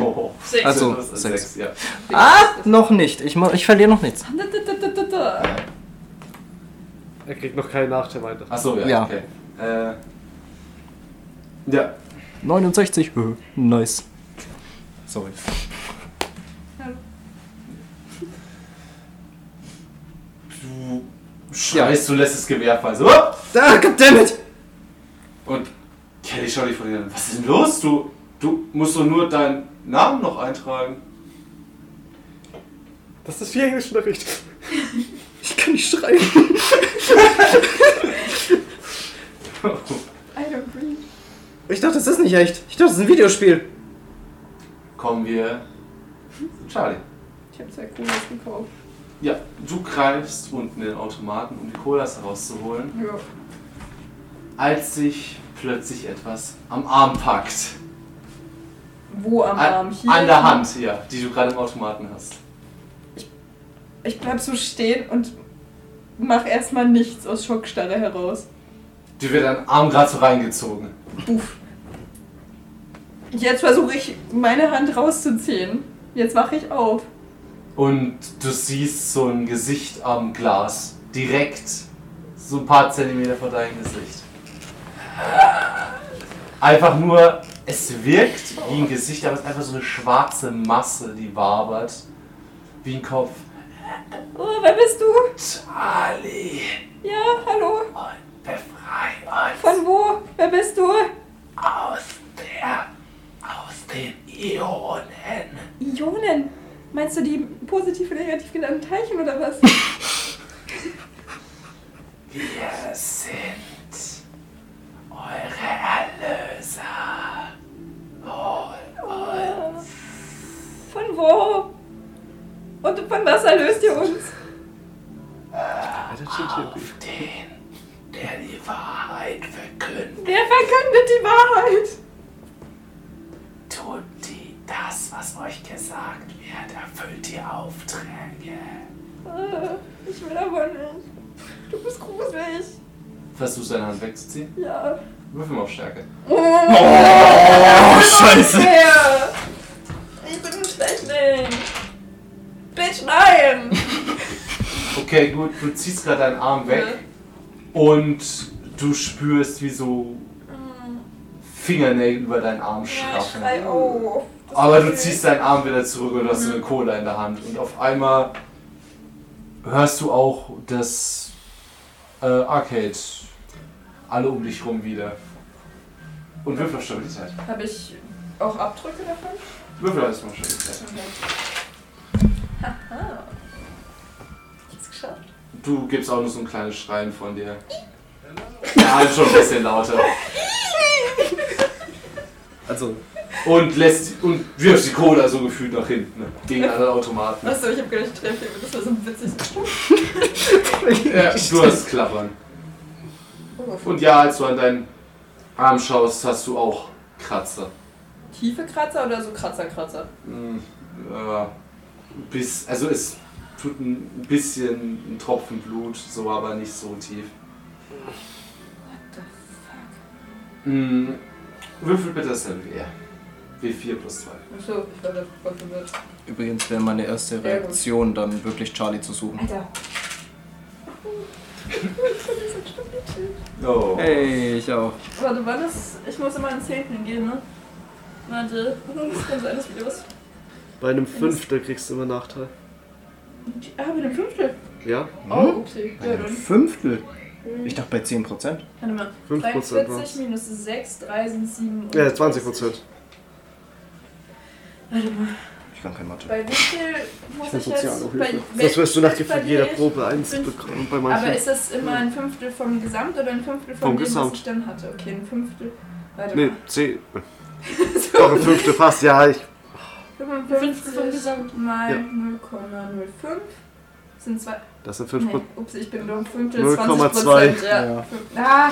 A: oh.
D: Sechs.
F: Also,
A: Das ist
F: sechs.
A: sechs, ja.
F: Ah, noch nicht. Ich, mo- ich verliere noch nichts.
B: Da, da, da, da, da.
O: Er kriegt noch keinen Nachteil weiter.
A: Achso, ja,
F: Ja.
A: okay. Äh, ja,
F: 69. Hö, Äh, Nice. Sorry.
A: du schreist, du lässt das Gewehr fallen. So, "Hup!"
F: Da, goddammit!
A: Und Kelly schaut dich von dir an. Was ist denn los? Du, du musst doch nur deinen Namen noch eintragen.
O: Das ist viel Englischunterricht.
F: Ich kann nicht schreiben.
B: I don't breathe.
F: Ich dachte, das ist nicht echt. Ich dachte, das ist ein Videospiel.
A: Kommen wir zu Charlie.
B: Ich habe zwei Colas gekauft.
A: Ja, du greifst unten den Automaten, um die Colas herauszuholen,
B: Ja.
A: als sich plötzlich etwas am Arm packt.
B: Wo am Arm?
A: An,
B: Hier?
A: an der Hand, ja, die du gerade im Automaten hast.
B: Ich bleib so stehen und mach erstmal nichts aus Schockstarre heraus.
A: Die wird an den Arm gerade so reingezogen.
B: Jetzt versuche ich, meine Hand rauszuziehen. Jetzt wache ich auf.
A: Und du siehst so ein Gesicht am Glas. Direkt so ein paar Zentimeter vor deinem Gesicht. Einfach nur, es wirkt wie ein Gesicht, aber es ist einfach so eine schwarze Masse, die wabert. Wie ein Kopf.
B: Oh, wer bist du?
A: Charlie,
B: Ja, hallo.
N: Befrei uns
B: Von wo? Wer bist du?
N: aus der. aus den Ionen.
B: Ionen. Meinst du die positiv oder negativ geladenen Teilchen oder was?
N: Wir sind
B: Und von was erlöst ihr uns?
E: Auf
N: den, der die Wahrheit verkündet,
B: Wer verkündet die Wahrheit?
N: tut die das, was euch gesagt wird, erfüllt die Aufträge.
B: Äh, Ich will aber nicht. Du bist gruselig.
A: Versuchst deine Hand wegzuziehen?
B: Ja.
A: Würfel mal auf Stärke.
B: Oh,
A: Oh, Scheiße.
B: Unfair. Ich bin ein Schlechtling. Bitch, nein.
A: Okay, gut, du ziehst gerade deinen Arm weg und du spürst, wie so Fingernägel über deinen Arm schlafen.
B: Schrei auf.
A: Aber du ziehst deinen Arm wieder zurück und hast so eine Cola in der Hand. Und auf einmal hörst du auch das äh, Arcade. Alle um dich rum wieder. Und Würfel auf Stabilität.
B: Habe ich auch Abdrücke davon?
A: Würfel auf Stabilität.
B: Haha. Ich hab's geschafft.
A: Du gibst auch nur so ein kleines Schreien von dir. Ja, halt schon ein bisschen lauter.
F: Also.
A: Und lässt und wirft die Cola so gefühlt nach hinten. ne? Gegen alle Automaten.
B: Achso, ich hab gedacht, ich treffe, das war so witzig.
A: Ja, du hast Klappern. Oh, Und ja, als du an deinen Arm schaust, hast du auch Kratzer.
B: Tiefe Kratzer oder so Kratzer-Kratzer?
A: Hm, ja. bis, also es tut ein bisschen ein Tropfen Blut, so aber nicht so tief. Hm, würfel bitte das Salvier. W4 plus 2.
B: Achso, ich war da voll verwirrt.
F: Übrigens wäre meine erste
B: Sehr gut.
F: Reaktion dann wirklich Charlie zu suchen.
B: Alter.
A: Oh.
F: Hey, ich auch.
B: Warte, wann ist. Ich muss immer ins Hinten gehen, ne? Warte, das kann sein, dass wieder was.
E: Bei einem Fünftel kriegst du immer Nachteil.
B: Ah, mit dem Fünftel.
E: Mhm. Ja?
F: Hm?
B: Oh, okay. Ja, dann.
F: Ein Fünftel?
B: Mhm.
F: Ich dachte bei 10%.
B: Warte mal.
E: 5%
B: 43
E: war's.
B: minus 6, 3 sind 7.
E: Ja, 20 Prozent.
B: Warte mal.
F: Ich kann kein Mathe.
B: Bei wie viel muss
E: Ich
B: ich,
E: bin
B: jetzt. Bei,
E: Das wirst du nach
B: bei dir
E: jeder
B: echt
E: Probe eins
B: fünf-
E: bekommen bei manchen.
B: Aber ist das immer ein Fünftel vom Gesamt oder ein Fünftel von
E: Vom
B: dem,
E: Gesamt.
B: was ich dann hatte? Okay, ein Fünftel. Warte
E: Nee,
B: mal.
E: 10. Doch, ein Fünftel fast, ja. Ich,
B: 55 vom Gesamt mal
E: Ja.
B: 0,05 sind zwei.
E: das sind 5
B: Nee,
E: Prozent.
B: ups, ich bin nur ein Fünftel, 20
E: 0,2.
B: Prozent. Ja.
E: Ja.
B: Fünf- Ah,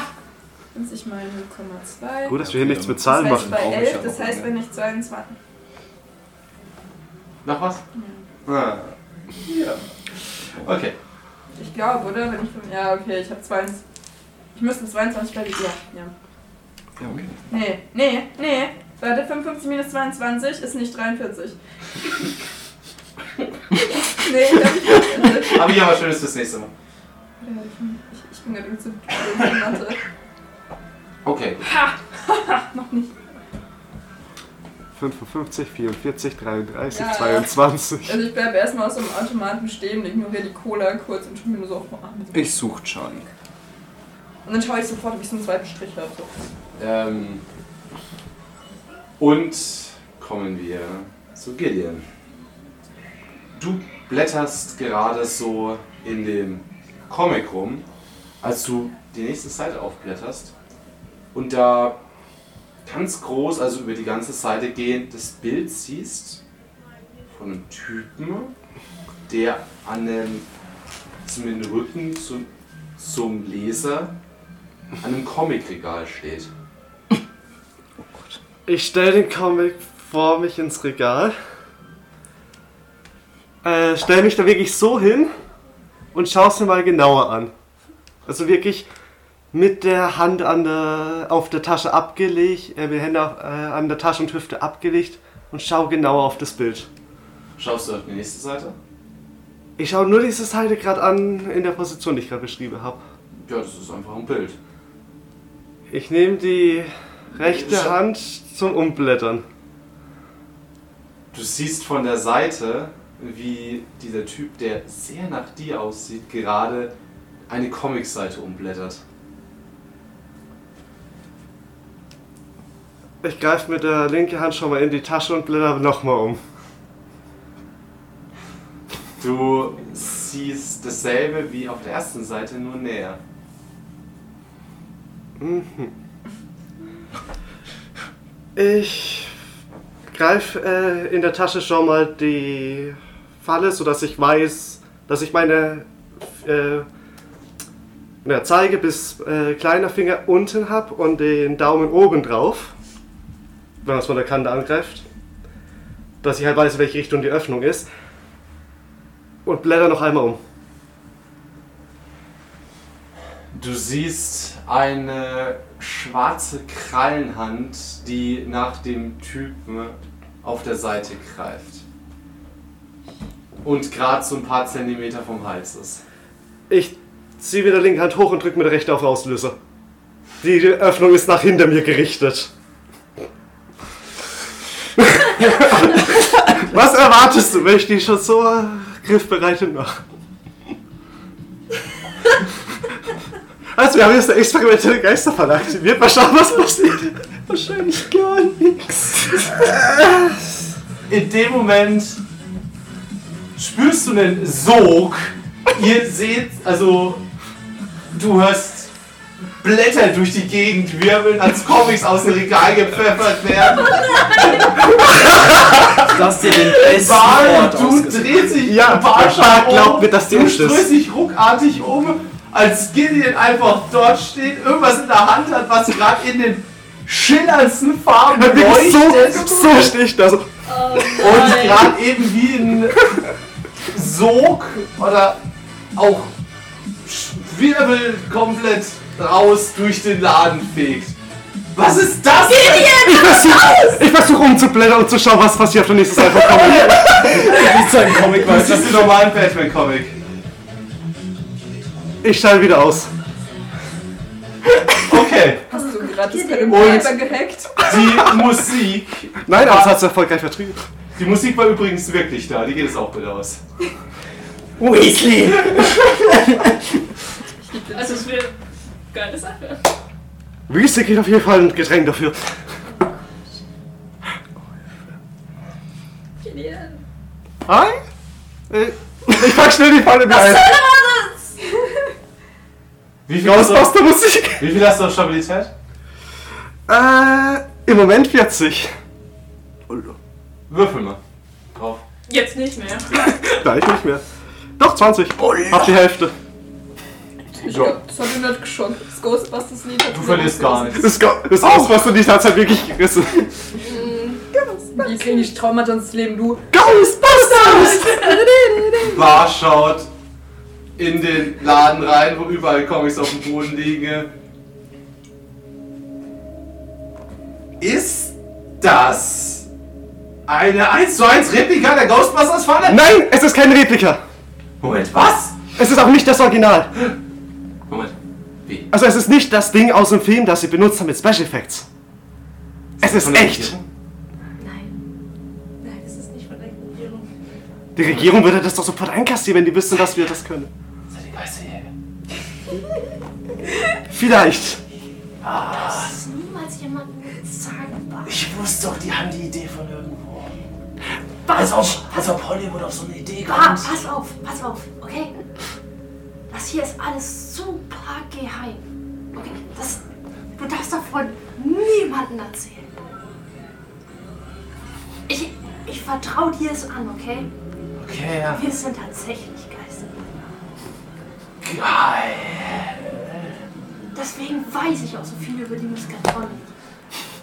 B: 50 mal 0,2.
E: Gut, dass wir hier nichts mit
B: das
E: Zahlen
B: heißt
E: machen.
B: bei 11, das heißt, wenn ich 22.
A: Noch was? Ah. Ja. Okay.
B: Ich glaube, oder? Wenn ich fünf- ja, okay, ich habe 22. Ich müsste 22 bei dir. Ja, ja.
A: Ja, okay.
B: Nee, nee, nee. Warte, 55 minus 22 ist nicht 43. [laughs] nee, ich hab ich
A: Aber ja, was Schönes fürs nächste Mal.
B: Ich, ich bin gerade zu blöd in Mathe.
A: Okay.
B: Ha! Noch nicht.
E: 55, 44, 33,
B: Ja.
E: 22.
B: Also ich bleib erstmal aus dem Automaten stehen und ignoriere die Cola kurz und schau mir nur so auf den Arm.
F: Ich suche Charlie.
B: Und dann schaue ich sofort, ob ich so einen zweiten Strich habe. So.
A: Ähm, und kommen wir zu Gideon. Du blätterst gerade so in dem Comic rum, als du die nächste Seite aufblätterst. Und da ganz groß, also über die ganze Seite gehend, das Bild siehst von einem Typen, der an dem, zum Rücken zum, zum Leser an einem Comicregal steht.
E: Ich stelle den Comic vor mich ins Regal. Äh, stell mich da wirklich so hin und schau es mir mal genauer an. Also wirklich mit der Hand an der, auf der Tasche abgelegt, äh, mit den Händen auf, äh, an der Tasche und Hüfte abgelegt und schau genauer auf das Bild.
A: Schaust du auf die nächste Seite?
E: Ich schaue nur diese Seite gerade an in der Position, die ich gerade beschrieben habe.
A: Ja, das ist einfach ein Bild.
E: Ich nehme die rechte
A: Scha-
E: Hand zum Umblättern.
A: Du siehst von der Seite, wie dieser Typ, der sehr nach dir aussieht, gerade eine Comicseite umblättert.
E: Ich greife mit der linken Hand schon mal in die Tasche und blätter nochmal um.
A: Du siehst dasselbe wie auf der ersten Seite, nur näher.
E: Mhm. Ich greife äh, in der Tasche schon mal die falle, sodass ich weiß, dass ich meine äh, na, Zeige bis äh, kleiner Finger unten habe und den Daumen oben drauf, wenn man es von der Kante angreift, dass ich halt weiß, in welche Richtung die Öffnung ist und blätter noch einmal um.
J: Du siehst eine schwarze Krallenhand, die nach dem Typen auf der Seite greift. Und gerade so ein paar Zentimeter vom Hals ist.
E: Ich ziehe mit der linken Hand hoch und drücke mit der rechten auf Auslöser. Die Öffnung ist nach hinter mir gerichtet. Was erwartest du, wenn ich die schon so äh, griffbereit mache? Also, wir haben jetzt eine experimentelle Geisterfalle aktiviert. Mal schauen, was passiert. Wahrscheinlich gar nichts.
J: In dem Moment spürst du einen Sog. Ihr seht, also du hörst Blätter durch die Gegend wirbeln, als Comics aus dem Regal gepfeffert werden.
F: [laughs] Lass dir den besten
J: Bar,
F: Ort
J: du
F: ausgesucht.
J: drehst dich
E: Ja,
J: Barschlag
E: Barschlag glaubt mir, dass die
J: Du
E: echt ist.
J: ströst dich ruckartig um, als Gideon einfach dort steht, irgendwas in der Hand hat, was gerade in den schillerndsten Farben
E: Wirklich
J: leuchtet.
E: So, so stehe ich da. So.
J: Und gerade eben wie ein Sog oder auch Wirbel komplett raus durch den Laden fegt. Was ist das? denn?
E: Ich versuche ich versuch umzublättern und zu schauen, was passiert auf der nächsten Seite.
J: Das ist ein Comic, weil das ist den normalen Batman-Comic.
E: Ich schalte wieder aus.
J: Okay,
B: Hast
P: Ah,
B: du gerade das bei dem
J: Und-
B: Viper gehackt?
J: die Musik.
E: Nein, aber es hat es erfolgreich vertrieben.
J: Die Musik war übrigens wirklich da, die geht es auch bitte aus.
F: Weasley!
P: Also es wäre geile Sache.
E: Wiese kriegt auf jeden Fall ein Getränk dafür.
P: Genial.
E: Hi? Äh, Ich pack schnell die Falle wieder ein.
J: Wie viel, hast du,
E: Ghostbuster Musik.
J: wie viel hast du auf Stabilität?
E: Äh, im Moment 40.
J: Würfel mal. Drauf.
P: Jetzt nicht mehr.
E: Nein, ich nicht mehr. Doch, 20. Hab die Hälfte.
B: Ich glaub, das hat ihn nicht geschockt. Das Ghostbusters-Lied hat
J: Du verlierst gar nichts.
E: Das, Go das Ghostbuster, die hat's halt wirklich gerissen.
B: Wie kriegen die Traumata ins Leben, du?
E: Ghostbusters!
J: Bar schaut in den Laden rein, wo überall Comics auf dem Boden liegen. Ist das eine 1 zu 1 Replika der Ghostbusters Falle?
E: Nein, es ist kein Replika.
J: Moment, was?
E: Es ist auch nicht das Original.
J: Moment. Wie?
E: Also es ist nicht das Ding aus dem Film, das sie benutzt haben mit Special Effects. Es ist
J: Von der
E: echt.
J: Regierung?
Q: Nein, das ist nicht von der Regierung.
E: Die Regierung würde das doch sofort einkassieren, wenn die wüssten, dass wir das können.
J: Seid ihr Geisterjäger?
E: Vielleicht.
D: Niemals jemandem sagen, was.
N: Ich wusste doch, die haben die Idee von irgendwo. Als ob, als ob Hollywood auf so eine Idee
D: Ah,
N: kommt.
D: pass auf, pass auf, okay? Das hier ist alles super geheim. Okay, das, du darfst davon niemanden erzählen. Ich, ich vertraue dir es an, okay?
N: Okay, ja.
D: Wir sind tatsächlich Geister.
N: Geil.
D: Deswegen weiß ich auch so viel über die Muskatonnen.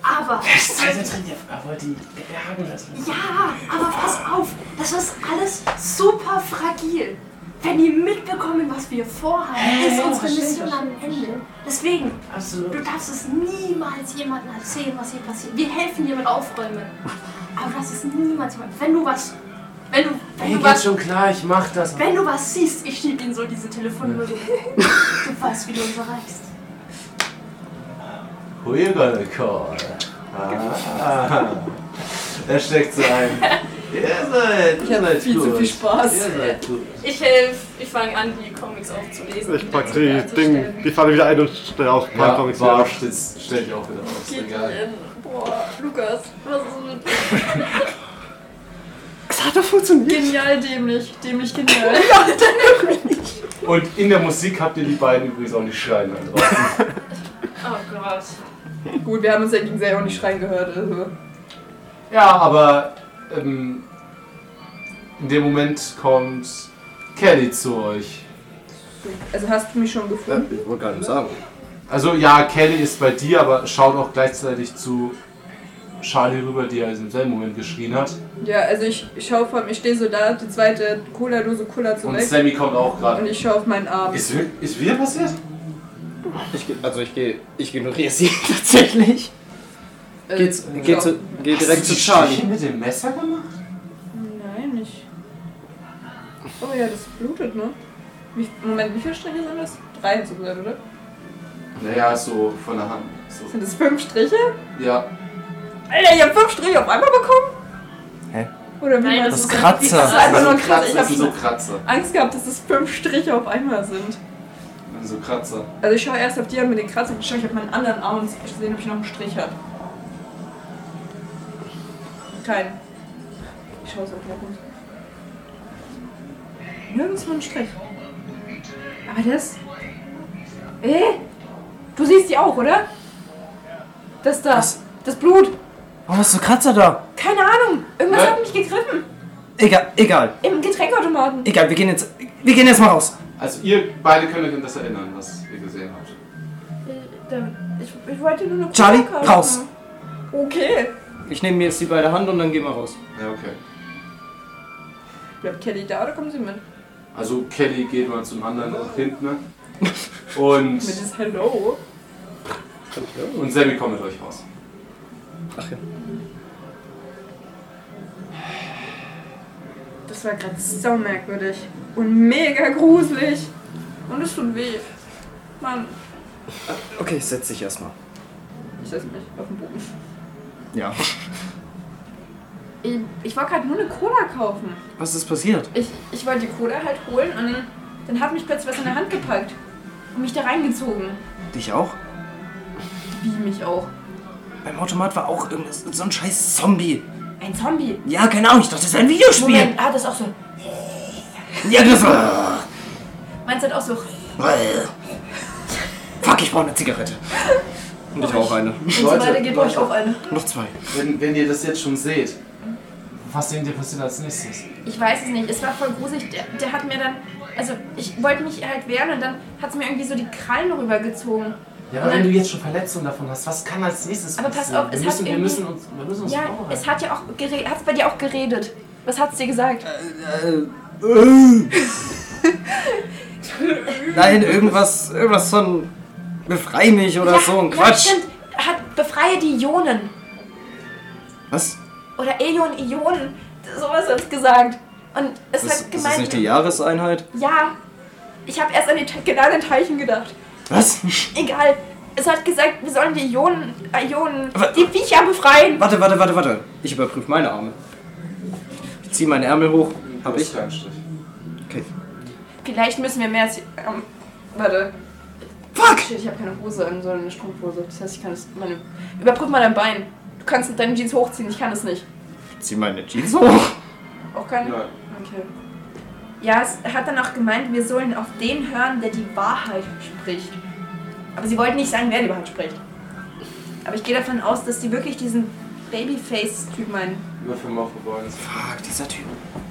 D: Aber,
N: Das zweite drin, ja, aber die also, Bergen das ist-
D: ja, aber pass auf, das ist alles super fragil. Wenn die mitbekommen, was wir vorhaben, ist
N: ja,
D: unsere
N: verstehe,
D: Mission am Ende. Deswegen,
N: Absolut.
D: Du darfst es niemals jemandem erzählen, was hier passiert. Wir helfen dir mit Aufräumen. Aber das ist niemals jemand. Wenn du was. Wenn du, wenn
N: Mir
D: du
N: geht's
D: was.
N: schon klar, ich mach das.
D: Wenn du was siehst, ich schieb ihnen so diese Telefonnummer. so. du weißt, wie du uns erreichst.
J: We're gonna call. Ah. Er steckt
B: [laughs]
J: so ein. Ihr seid, ihr seid
B: viel
J: halt gut.
B: zu viel Spaß.
J: Ihr seid gut.
P: Ich helfe, ich fange an, die Comics aufzulesen.
E: Ich pack die Ding, die Falle wieder ein und stelle auch ein paar
J: Ja,
E: Comics
J: Bar
E: wieder.
J: steht, stell dich auch wieder aus. Egal.
P: Gideon. Boah, Lukas, was ist mit
B: [laughs]
E: Es hat doch funktioniert.
B: Genial dämlich, dämlich genial.
J: Und in der Musik habt ihr die beiden übrigens auch nicht schreien
A: [laughs]
J: da draußen.
P: Oh Gott.
B: [laughs] Gut, wir haben uns ja gegenseitig auch nicht schreien gehört. Also.
J: ja, aber ähm,
A: In dem Moment kommt Kelly zu euch.
B: Also hast du mich schon gefunden?
A: Ich wollte gar nicht sagen. Also ja, Kelly ist bei dir, aber schaut auch gleichzeitig zu Charlie rüber, die ja im selben Moment geschrien hat.
B: Ja, also ich, ich schaue vor allem, ich stehe so da, die zweite Cola-Dose Cola zurück.
A: Und Sammy kommt auch gerade.
B: Und ich schaue auf meinen Arm.
A: Ist, wir- ist wieder passiert?
F: Ich, geh- also ich gehe, ich ignoriere sie [laughs] tatsächlich.
B: Äh,
F: Geh, zu, geh, zu, geh
A: Hast
F: direkt
A: du
F: zu
A: die
F: Charlie.
A: Stiche mit dem Messer gemacht?
B: Nein, ich. Oh ja, das blutet, ne? Wie, Moment, wie viele Striche sind das? Drei hast du gesagt, oder?
A: Naja, so von der Hand. So.
B: Sind das fünf Striche?
A: Ja.
B: Alter, ich hab fünf Striche auf einmal bekommen!
F: Hä?
B: Oder wie
F: Nein,
B: man-
F: das ist Kratzer.
B: Das ist einfach nur ein
A: Das
B: Kratzer. Ich
A: sind
B: hab
A: Also, so
B: schon
A: Kratzer.
B: Angst gehabt, dass das fünf Striche auf einmal sind.
A: Das sind so Kratzer.
B: Also ich schaue erst auf die an mit den Kratzern, ich schaue ich auf meinen anderen Arm und sehe, ob ich noch einen Strich habe. Kein. Ich schaue so herum. Nirgends mal einen Strich. Aber das. Äh? Du siehst die auch, oder? Das da. Das Blut.
E: Oh,
F: Warum hast du Kratzer da?
B: Keine Ahnung. Irgendwas
F: Hä?
B: hat mich gegriffen.
F: Egal, egal,
B: Im Getränkeautomaten.
F: egal, wir gehen jetzt, wir gehen jetzt mal raus.
A: Also ihr beide könnt euch an das erinnern, was ihr gesehen habt.
B: Äh, Ich, ich wollte nur eine Cola
F: Charlie,
B: kaufen.
F: raus.
B: Okay.
F: Ich nehme mir jetzt die beide Hand und dann gehen wir raus.
A: Ja, okay.
B: Bleibt Kelly da oder kommen sie mit?
A: Also Kelly geht mal zum anderen nach hinten. ne? Und,
B: Mit das Hello.
A: und Sammy kommt mit euch raus.
F: Ach ja.
B: Das war gerade so merkwürdig. Und mega gruselig. Und es tut weh. Mann,
F: Okay, ich setz dich erstmal.
B: ich setze mich auf den Boden.
F: Ja.
B: Ich, ich wollte gerade nur eine Cola kaufen.
F: Was ist passiert?
B: Ich, ich wollte die Cola halt holen und dann, dann hat mich plötzlich was in der Hand gepackt. Und mich da reingezogen.
F: Dich auch?
B: Wie mich auch.
F: Beim Automat war auch irgend- so ein scheiß Zombie.
B: Ein Zombie.
F: Ja, keine Ahnung, ich dachte, das ist ein Videospiel.
B: Moment, ah, das ist auch so.
F: Ja, das war...
B: Meins hat auch so.
F: Fuck, ich brauche eine Zigarette. Und ich
B: Oh,
F: auch eine.
B: Und so weiter geht euch auf eine.
F: Noch zwei.
A: Wenn, wenn ihr das jetzt schon seht, was denkt ihr passiert als nächstes?
H: Ich weiß es nicht, es war voll gruselig. Der, der hat mir dann. Also, ich wollte mich halt wehren und dann hat es mir irgendwie so die Krallen rübergezogen.
A: Ja,
H: Und
A: aber wenn
H: dann-
A: du jetzt schon Verletzungen davon hast, was kann als nächstes
H: Aber pass
A: passieren?
H: auf,
A: wir
H: es hat
A: müssen, wir
H: irgendwie-
A: müssen uns, wir müssen uns
H: ja,
A: vorbereiten.
H: es hat ja auch geredet. Hat es bei dir auch geredet? Was hat es dir gesagt?
F: Nein, irgendwas, irgendwas von befrei mich oder so ein
H: Ja,
F: Quatsch.
H: stimmt. Hat, befreie die Ionen.
F: Was?
H: Oder Eon, Ionen. Sowas hat es gesagt. Und
F: Ist,
H: es
F: ist
H: hat
F: das
H: gemeint.
F: nicht die Jahreseinheit?
H: ja, ich habe erst an die Te- genau an den Teilchen gedacht.
F: Was?
H: Egal. Es hat gesagt, wir sollen die Ionen, Ionen, die Viecher befreien.
F: Warte, warte, warte, warte. Ich überprüfe meine Arme. Ich ziehe meine Ärmel hoch. Hab ich? Okay.
B: Vielleicht müssen wir mehr. Ähm, warte. Fuck! Shit, ich habe keine Hose an, sondern eine Strumpfhose. Das heißt, ich kann das. Meine, überprüf mal dein Bein. Du kannst deine Jeans hochziehen, ich kann das nicht.
F: Ich ziehe meine Jeans hoch.
B: Auch keine?
F: Nein.
B: Okay.
H: Ja, es hat dann auch gemeint, wir sollen auf den hören, der die Wahrheit spricht. Aber sie wollten nicht sagen, wer die Wahrheit spricht.
B: Aber ich gehe davon aus, dass die wirklich diesen Babyface-Typ meinen.
A: Würfel mal vorbei.
F: Fuck, dieser Typ.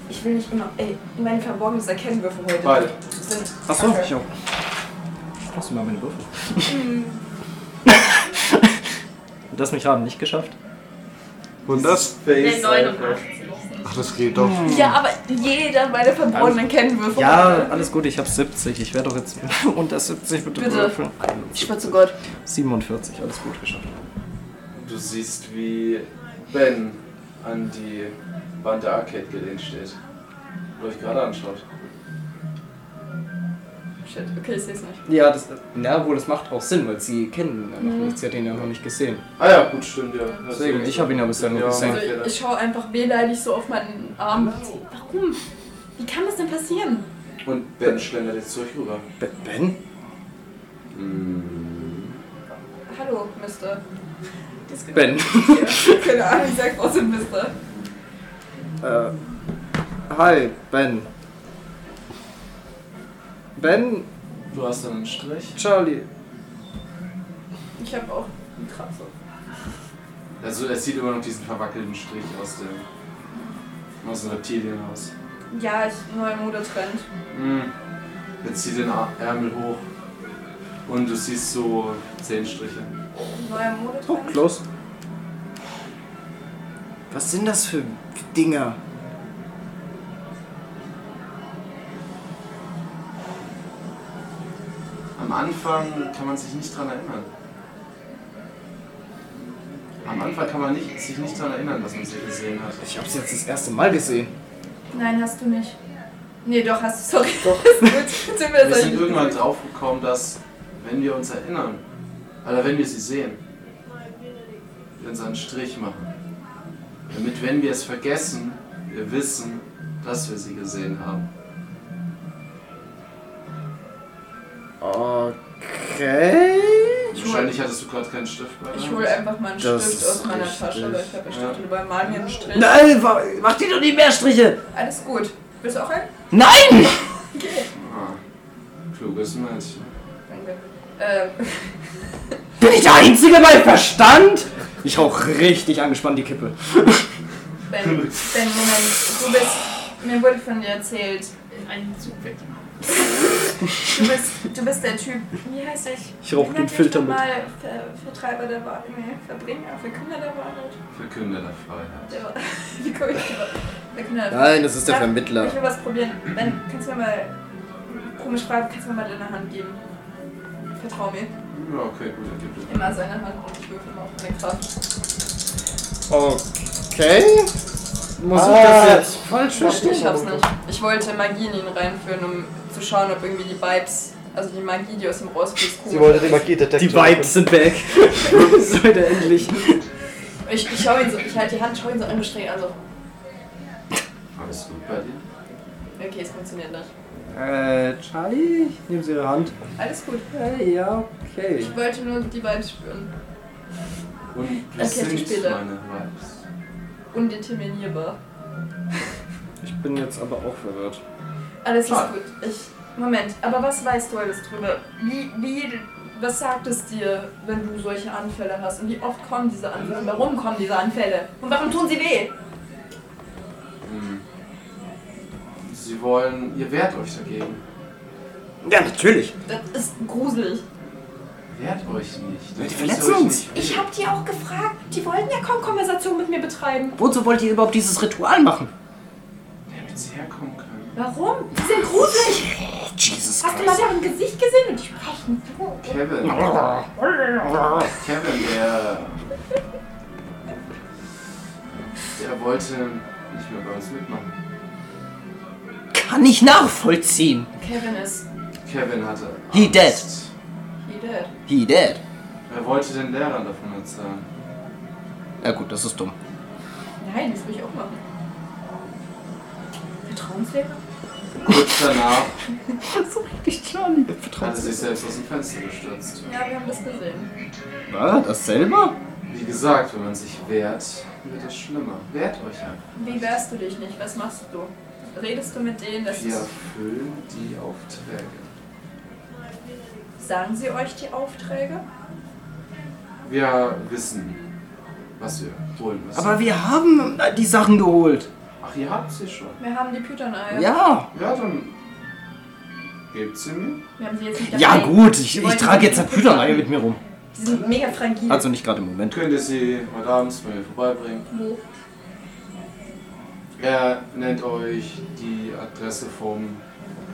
B: Ich will nicht immer. Ey, meine Verborgenes erkennen wir von heute.
A: Beide.
B: Das sind-
F: Achso, ich auch. Lass mir mal meine Würfel.
H: [laughs]
F: Und das mich haben nicht geschafft.
E: Und das?
D: Der 89.
E: Ach, das geht doch.
B: Ja, aber jeder meine Verborgenen kennen wir von
F: Ja,
B: heute.
F: alles gut, ich hab 70. Ich werde doch jetzt [laughs] unter 70 bitte,
B: Bitte.
F: würfeln.
B: Ich schwör zu Gott.
F: 47, alles gut geschafft.
A: Du siehst, wie Ben an die Wand der Arcade gelehnt steht. Und euch gerade anschaut.
B: Shit, okay, ich seh's nicht.
F: Ja, das, na wohl, das macht auch Sinn, weil sie kennen ihn ja noch
B: Mhm.
F: nicht. Sie hat ihn ja noch nicht gesehen.
A: Ah ja, gut, stimmt, ja. Das
F: Deswegen,
A: ist-
F: ich habe ihn ja bisher nur
A: Ja,
F: gesehen.
A: okay,
B: Also, Ich schaue einfach wehleidig so auf meinen Arm. Warum? Wie kann das denn passieren?
A: dann- Und Ben schlendert jetzt zu euch rüber.
F: Ben? Mm.
B: Hallo, Mister. Das
F: Ben.
B: Ja, [laughs] keine Ahnung, ich sag trotzdem Mister.
F: Äh, hi, Ben. Ben,
A: Du hast einen Strich.
F: Charlie.
B: Ich habe auch einen Kratzer.
A: Also es sieht immer noch diesen verwackelten Strich aus dem, aus dem Reptilienhaus.
B: Ja, ist neuer Modetrend.
F: Mm.
A: Mhm. Jetzt zieh den Ar- Ärmel hoch. Und du siehst so zehn Striche.
B: Neuer Modetrend.
F: Los. Was sind das für Dinger?
A: Am Anfang kann man sich nicht dran erinnern. Am Anfang kann man nicht, sich nicht dran erinnern, dass man sie gesehen hat.
F: Ich habe sie jetzt das erste Mal gesehen.
B: Nein, hast du nicht. Nee, doch, hast du, sorry. [laughs] Doch. sind wir
A: Wir
B: das
A: sind
B: eigentlich
A: irgendwann draufgekommen, dass wenn wir uns erinnern, oder wenn wir sie sehen, wir uns einen Strich machen. Damit, wenn wir es vergessen, wir wissen, dass wir sie gesehen haben.
F: Okay.
A: Wahrscheinlich hattest du gerade keinen Stift bei
B: Ich hole einfach mal einen
F: Das
B: Stift
F: ist
B: aus meiner
F: richtig.
B: Tasche, weil ich habe ich dachte, bei mal mir einen Strich.
F: Nein, wa- mach dir doch nicht mehr Striche!
B: Alles gut. Willst du auch einen?
F: Nein!
B: Okay.
A: Ah, kluges Mädchen.
B: Danke. Ähm,
F: Bin ich der Einzige mein Verstand? Ich rauch richtig angespannt die Kippe.
B: ben, ben, Moment. Du bist. Mir wurde von dir erzählt. Ein Zug weg. Du bist, du bist der Typ. Wie heißt der?
F: Ich rauch
B: wie
F: den
B: nennt ihr
F: Filter
B: schon
F: mit.
B: Mal Ver, Vertreiber der Wahrheit. Nee, Verbringer, Verkünder der Wahrheit.
A: Verkünder der Freiheit.
B: Der- [laughs] Wie komme ich drauf? Verkünder der
F: Nein, das ist der
B: Darf-
F: Vermittler.
B: Ich will was probieren. Ben, kannst du mir mal. Komisch Frage, kannst du mir mal deine Hand geben? Vertrau mir.
A: Ja, okay, gut, ergibt es.
B: Immer seine Hand und ich würfel mal auf meine Kraft.
F: Okay. Muss
B: Ah,
F: ich das jetzt falsch
B: Ich hab's
F: verstehen?
B: nicht, ich hab's nicht. Ich wollte Magie in ihn reinführen, um zu schauen, ob irgendwie die Vibes, also die Magie, die aus ihm rausfließt, komisch
O: Sie wollte den
B: ist.
O: Magiedetektor.
F: Die Vibes sind back. so wieder endlich.
B: Ich, ich schau ihn so, ich halte die Hand, schau ihn so angestrengt also, an, so.
A: Alles gut bei dir?
B: Okay, es funktioniert nicht.
F: Äh, Charlie, ich nehme sie ihre Hand.
B: Alles gut.
F: ja, okay.
B: Ich wollte nur die Vibes spüren.
A: Und
B: Okay,
A: wir sind
B: später.
A: meine Vibes.
B: Undeterminierbar.
F: Ich bin jetzt aber auch verwirrt.
B: Alles ist
F: Schade.
B: gut. Ich, Moment, aber was weißt du alles drüber? Wie, wie, was sagt es dir, wenn du solche Anfälle hast? Und wie oft kommen diese Anfälle? Und warum kommen diese Anfälle? Und warum tun sie weh?
A: Hm. Sie wollen, ihr wehrt euch dagegen.
F: Ja, natürlich.
B: Das ist gruselig.
A: Wehrt euch nicht.
F: Die
A: Tut
F: verletzen
A: euch
F: uns.
A: nicht.
B: Ich hab die auch gefragt. Die wollten ja kaum Konversation mit mir betreiben.
F: Wozu wollt ihr überhaupt dieses Ritual machen?
A: Damit sie herkommen können.
B: Warum? Die sind gruselig.
F: Jesus
B: Hast du mal deren Gesicht gesehen? Und die sprechen so.
A: Kevin. Kevin, der. Der wollte nicht mehr bei uns mitmachen.
F: Kann ich nachvollziehen.
B: Kevin ist
A: Kevin hatte.
F: He dead.
B: he dead.
F: He dead.
A: Er wollte den Lehrern davon erzählen.
F: Na gut, das ist dumm.
B: Nein, das will ich auch machen. Vertrauenslehrer?
A: Kurz danach
B: so richtig Charlie.
A: hat er sich selbst aus dem Fenster gestürzt.
B: Ja, wir haben das gesehen.
F: Was? Das selber?
A: Wie gesagt, wenn man sich wehrt, wird es schlimmer. Wehrt euch einfach.
B: Wie wehrst du dich nicht? Was machst du? Redest du mit denen? Das
A: Wir
B: ist,
A: erfüllen die Aufträge.
B: sagen sie euch die Aufträge?
A: Wir wissen, was wir holen müssen.
F: Aber wir haben äh, die Sachen geholt.
A: Ach, ihr habt sie schon.
B: Wir haben die Python-Eier.
F: Ja.
A: Ja, dann gebt sie mir.
B: Wir haben sie jetzt nicht
F: Ja
B: dabei.
F: gut, ich,
B: Wir
F: ich
B: wollten
F: trage
B: sie
F: jetzt eine
B: nicht
F: Python-Eier
B: mitmachen.
F: mit mir rum.
B: Die sind mega fragil.
F: Also nicht gerade im Moment.
A: Könnt ihr sie heute abends bei mir vorbeibringen?
B: Wo?
A: Er nennt euch die Adresse vom,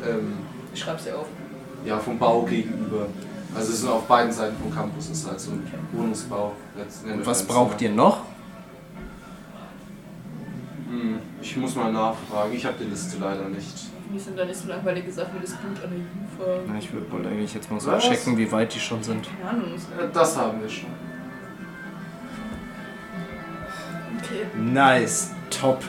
A: ähm,
B: Ich schreib sie auf.
A: ja, vom Bau gegenüber. Also es sind auf beiden Seiten vom Campus, es ist halt so ein Wohnungsbau. Jetzt nennt
F: Und
A: euch
F: was
A: ein
F: braucht
A: Zimmer.
F: ihr noch?
A: Hm, ich muss mal nachfragen, ich habe die Liste leider nicht.
B: Mir sind da nicht so langweilige Sachen wie das Blut an der Jufa.
F: Na, ich würd- wollte eigentlich jetzt mal so
A: Was?
F: checken, wie weit die schon sind.
B: Keine Ahnung.
A: Äh, Das haben wir schon.
B: Okay.
F: Nice, top.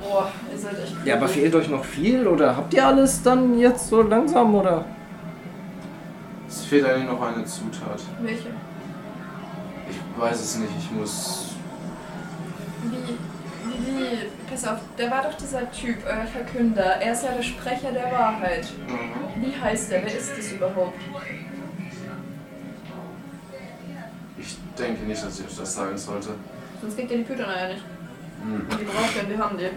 B: Boah, ihr seid echt cool.
F: Ja, aber fehlt euch noch viel oder habt ihr alles dann jetzt so langsam oder?
A: Es fehlt eigentlich noch eine Zutat.
B: Welche?
A: Ich weiß es nicht, ich muss
B: Wie, wie, wie, pass auf, da war doch dieser Typ, euer Verkünder. Er ist ja der Sprecher der Wahrheit.
F: Mhm.
B: Wie heißt er? Wer ist das überhaupt?
A: Ich denke nicht, dass ich euch das sagen sollte.
B: Sonst kriegt ihr die Python ja nicht.
A: Hm.
F: Mhm.
B: Und die braucht ihr und wir haben die.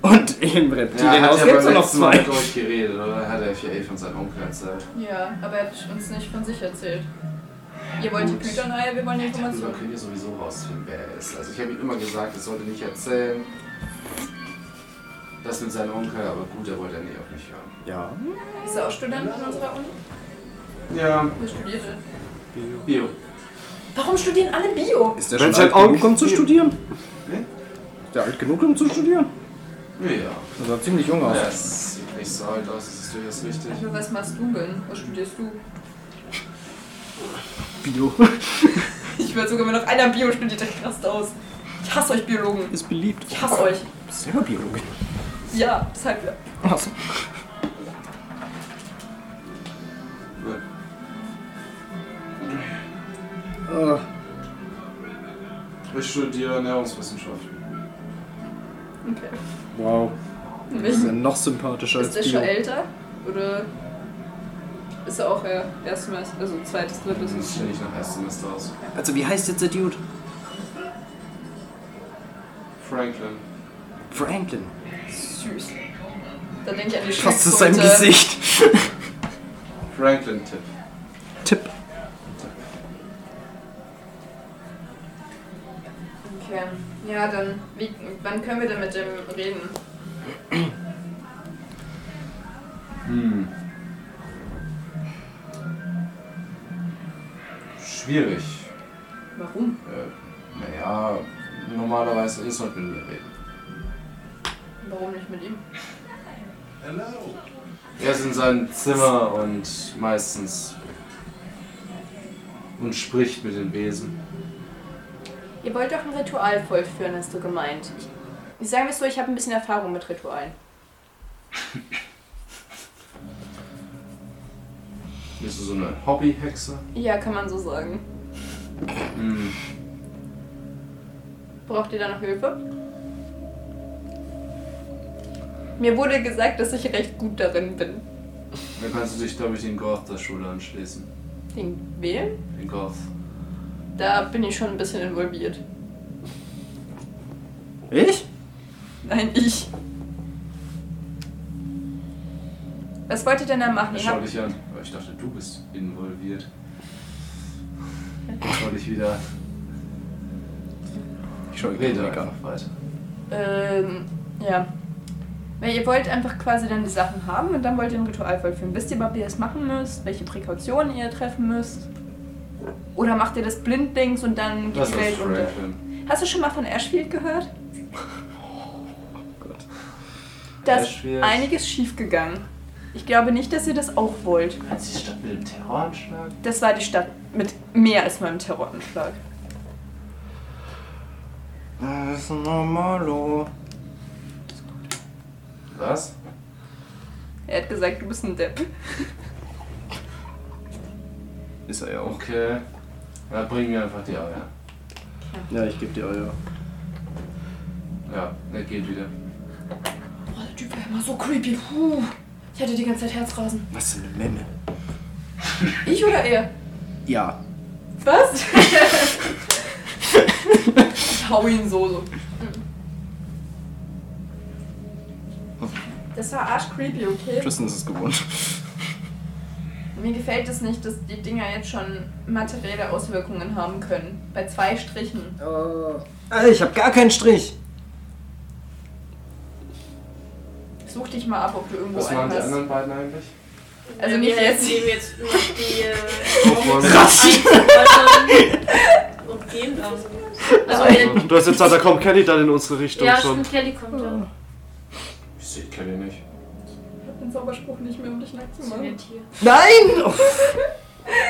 E: und [laughs] im Reptilienhaus
A: hat
E: gibt es
A: beim
E: nur noch
A: letzten Mal
E: zwei.
A: mit euch geredet, oder? Hat er ja eh von seinem Onkel erzählt.
B: Ja, aber er hat uns nicht von sich erzählt. Ihr wollt die Python-Eier, wir wollen die
A: Darüber
B: Informationen.
A: könnt ihr sowieso rausfinden, wer er ist. Also ich habe ihm immer gesagt, er sollte nicht erzählen. Das mit seinem Onkel, aber gut, er wollte ja nie auf mich hören.
E: Ja.
B: Ist er auch Student an unserer Uni?
A: Ja.
B: Wer studiert er?
A: Bio.
B: Warum studieren alle Bio?
E: Ist der
R: Wenn
E: schon
R: sein
E: alt genug,
R: Onkel-
E: um zu studieren?
A: Nee?
E: Ist der alt genug, um zu studieren?
A: Ja.
E: Das sah ziemlich jung aus.
A: Ja, es sieht nicht so alt aus, das ist durchaus richtig.
B: Aber was machst du denn? Was studierst du?
E: Bio.
B: Ich würde sogar, wenn noch einer Bio studiert, der rast aus. Ich hasse euch Biologen.
E: Ist beliebt.
B: Ich hasse euch.
E: Du bist selber Also. Biologin.
B: Ja, deshalb. ja.
E: Achso. Äh,
A: Ich studiere Ernährungswissenschaften.
B: Okay.
E: Wow. Das ist ja
B: Welchen?
E: noch sympathischer
B: Ist der
E: als
B: schon
E: Bio.
B: älter? Oder ist er auch eher erstmals, also zweites, drittes?
A: Das stelle ich nach Erstsemester aus.
E: Also wie heißt jetzt der Dude?
A: Franklin.
E: Franklin.
B: Süß. Da denke ich an die
E: Fast zu
B: Schneckkröte.
E: seinem Gesicht.
A: Franklin-Tipp.
E: Tipp.
B: Okay. Ja, dann, wie, wann können wir denn mit dem reden?
A: Hm. Schwierig.
B: Warum?
A: Äh, naja, normalerweise ist halt mit mir reden.
B: Warum nicht mit ihm?
A: Hello. Er ist in seinem Zimmer und meistens und spricht mit den Wesen.
S: Ihr wollt doch ein Ritual vollführen, hast du gemeint. Ich, ich sage es so, ich habe ein bisschen Erfahrung mit Ritualen.
A: Bist du so eine Hobbyhexe?
S: Ja, kann man so sagen.
A: Hm.
S: Braucht ihr da noch Hilfe? Mir wurde gesagt, dass ich recht gut darin bin.
A: Dann kannst du dich, glaube ich, den Goth der Schule anschließen.
S: Den Wählen?
A: Den Goth.
B: Da bin ich schon ein bisschen involviert.
E: Ich?
B: Nein, ich. Was wollt ihr denn da machen?
A: Er
B: Ihr
A: schaut
B: habt
A: dich an. Aber ich dachte, du bist involviert. Schau dich wieder.
E: Ich schaue
A: Rede einfach weiter.
B: Ähm, ja. Weil ihr wollt einfach quasi dann die Sachen haben und dann wollt ihr ein Ritual vollführen. Wisst ihr, ob ihr das machen müsst? Welche Präkautionen ihr treffen müsst? Oder macht ihr das blindlings und dann geht
A: Das
B: die
A: ist
B: Welt unter?
A: Franklin.
B: Hast du schon mal von
A: [laughs]
B: Ashfield gehört?
E: Gott.
B: Da ist
A: Oh Ashfield.
B: einiges schiefgegangen. Ich glaube nicht, dass ihr das auch wollt.
A: Als die Stadt mit dem Terroranschlag?
B: Das war die Stadt mit mehr als meinem Terroranschlag.
E: Das ist oh. ein Normalo.
A: Was?
B: Er hat gesagt, du bist ein Depp.
E: Ist er ja auch.
A: Okay. Dann bringen wir einfach die Eier.
E: Ja, ich gebe dir euer.
A: Ja, er geht wieder.
B: Boah, der Typ war immer so creepy. Puh. Ich hatte die ganze Zeit Herzrasen.
E: Was für eine Memme.
B: Ich oder er?
E: Ja.
A: [laughs]
B: Was? ich hau ihn so so. Das war arschcreepy, okay?
E: Tristan ist es gewohnt.
B: Mir gefällt es nicht, dass die Dinger jetzt schon materielle Auswirkungen haben können. Bei zwei Strichen.
E: Ey, Äh, ich habe gar keinen Strich.
B: Such dich mal ab, ob du irgendwo
A: Was
B: einen
A: machen die
B: hast.
A: anderen beiden eigentlich?
B: Also nicht jetzt.
D: nehmen jetzt nur die äh,
A: Rasch!
D: Einzelblätter und gehen dann. Also, wir-
R: Du hast jetzt gesagt, da kommt Kelly dann in unsere Richtung
D: ja,
R: schon. Oh,
D: stimmt, Kelly kommt ja.
A: Ich sehe Kelly nicht.
B: Ich hab den Zauberspruch nicht mehr, um dich nackt zu machen.
F: [laughs]
E: Nein! Oh,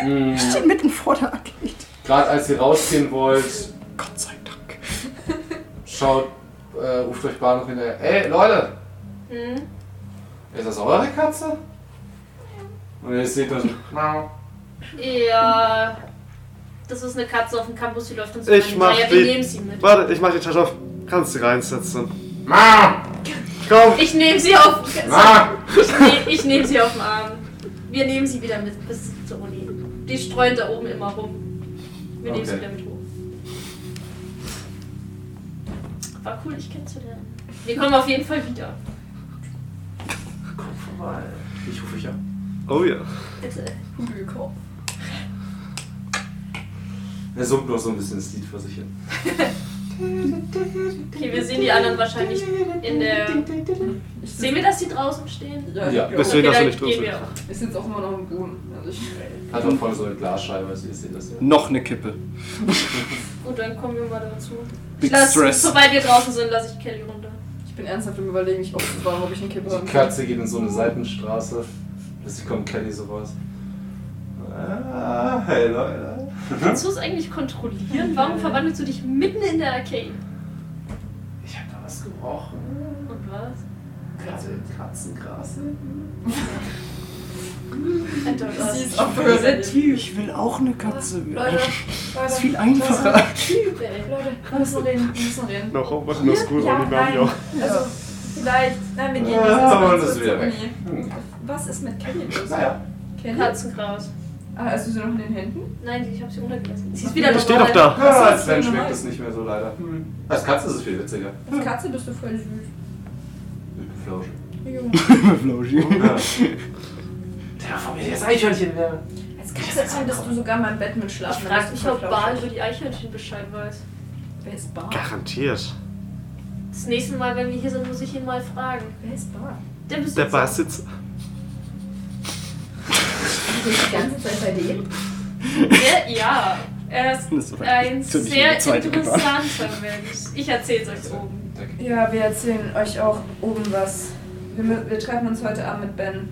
F: Hm.
A: Mhm.
E: ich stehe mitten vor der Athlet.
A: Gerade als ihr rausgehen wollt,
E: Gott sei Dank.
A: schaut, äh, ruft euch Bahnhof hinterher. Ey, Leute!
D: Hm?
A: Ist das eure Katze? Und ihr seht dann so, miau.
D: Ja. Das ist eine Katze auf dem Campus, die läuft uns
R: Ich
D: über
R: mach
D: den Weg. Ja, wir nehmen sie
R: die.
D: mit.
R: Warte, ich mach die Tasche auf. Kannst du reinsetzen.
A: Miau!
R: Komm!
D: Ich nehme sie auf.
A: Miau!
D: Ich, ne, ich nehme sie auf den Arm. Wir nehmen sie wieder mit bis zur Uni. Die streuen da oben immer rum. Wir nehmen sie
A: Okay.
D: wieder mit hoch. War cool, dich kennenzulernen. Wir kommen auf jeden Fall wieder.
A: Komm vorbei. Ich rufe dich an.
E: Oh ja.
D: Bitte. Hügelkorb.
A: Er summt noch so ein bisschen das Lied vor sich hin.
D: Okay, wir sehen die anderen wahrscheinlich in der. Sehen wir, dass die draußen stehen?
A: Ja, Ja,
E: wir sehen, dass sie nicht
D: dann
E: draußen
D: gehen wir.
B: Wir sind auch immer noch im Boden. Also ich,
A: Hat auch vorne so eine Glasscheibe, also ihr seht das ja.
F: Noch eine Kippe.
D: Gut, dann kommen wir mal dazu.
F: Big
D: lass,
F: Stress.
D: Sobald wir draußen sind, lasse ich Kelly runter.
B: ich bin ernsthaft im Überlegen, ich aufzubauen, ob ich einen Kippe
A: Die Katze geht in so eine Seitenstraße. Plötzlich kommt Kelly so raus. Ah, hey Leute.
D: Kannst du es eigentlich kontrollieren? Warum verwandelst du dich mitten in der Arcade?
A: Ich hab da was Ah, gebrochen.
D: Und was?
A: Katze, Katzengras.
B: Sie ist auf der Tür.
F: Ich will auch eine Katze.
B: Leute,
F: Das ist viel einfacher.
B: Typ, ey. Leute, wir müssen reden, wir müssen reden.
T: Noch
E: oh,
T: aufwachen, das ist gut,
B: Ja,
T: Oliver.
B: nein.
T: Ja.
B: Also, vielleicht. Nein, wir gehen
A: Ja,
B: jetzt
A: aber
B: erstmal
A: das
B: zur
A: ist wieder
B: zur
A: weg. Hm.
B: Uni. Was ist mit Kelly los?
A: Naja.
B: Kelly?
D: Katzenkraus.
B: Ah, hast du sie noch in den Händen?
D: Nein, ich habe sie runtergelassen. Sie ist
B: Okay.
D: wieder
E: Steht doch da.
A: Ja,
B: Was
A: als
B: ist
A: Fan
B: denn
A: schmeckt
B: neu?
A: es nicht mehr so leider. Als Katze ist es viel witziger.
B: Als Katze bist du
A: [laughs]
B: voll süß.
A: Flauschig.
B: Junge.
F: Flauschig.
A: Ja. Der Familie das Eichhörnchen wäre.
B: Als Katze findest du sogar mein Bett mit
D: Ich
B: Schlaf.
D: frage mich, ob Bahn über die Eichhörnchen Bescheid weiß.
B: Wer ist Bar?
E: Garantiert.
D: Das nächste Mal, wenn wir hier sind, muss ich ihn mal fragen.
B: Wer ist Bar?
D: Der bist
E: Der Barsitz.
B: Bist du die ganze Zeit bei dem?
D: Der, ja. Er ist
F: Das war
B: Äh,
D: ein
F: ziemlich
D: sehr
F: die zweite
D: interessanter Mensch. Ich erzähl's euch oben.
B: Ja, wir erzählen euch auch oben was. Wir, mü- wir treffen uns heute Abend mit Ben und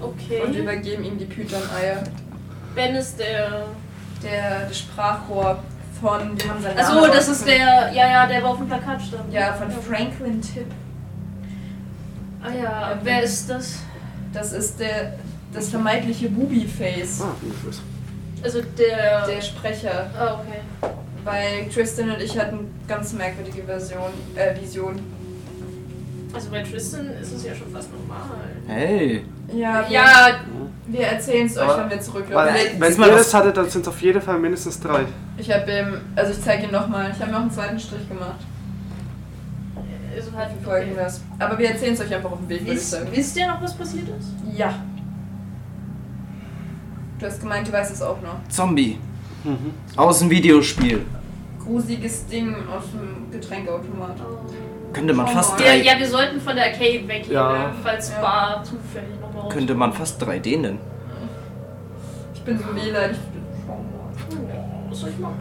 D: Okay.
B: übergeben ihm die Python-Eier.
D: Ben ist der.
B: Der, das Sprachrohr von, wir haben seinen
D: Achso,
B: Namen
D: das ist
B: rausgefunden.
D: der. Ja, ja, der war auf dem Plakat stand.
B: Ja, von Franklin Tipp.
D: Ah ja, wer ist das?
B: Das ist der, das vermeintliche Booby-Face,
E: Ah, Rufus.
D: Also der.
B: der Sprecher.
D: Ah, okay.
B: Weil Tristan und ich hatten ganz merkwürdige Version, äh, Vision.
D: Also bei Tristan ist es ja schon fast normal.
F: Hey.
B: Ja, wir,
D: Ja,
B: wir erzählen es euch,
E: Aber-
B: wenn wir zurücklaufen.
E: Weil, wenn ihr das hattet, dann sind es auf jeden Fall mindestens drei.
B: Ich habe ihm, also ich zeige ihm nochmal, ich habe mir auch einen zweiten Strich gemacht.
D: also halt okay.
B: Folgendes. Aber wir erzählen es euch einfach auf dem Weg, würde ich
D: Wisst,
B: sagen.
D: wisst ihr noch, was passiert ist?
B: Ja. Du hast gemeint, du weißt es auch noch.
F: Zombie.
B: Mhm.
F: Aus dem Videospiel.
B: Grusiges Ding aus dem Getränkeautomat.
F: Könnte man
B: Schau
F: fast
B: mal.
D: Ja,
F: drei.
D: ja, wir sollten von der Arcade weggehen,
E: Ja.
D: ne? falls
B: Ja.
D: Bar zufällig nochmal raus.
F: Könnte man fast 3D nennen.
B: Ich bin so wehleidig.
D: Soll ich mal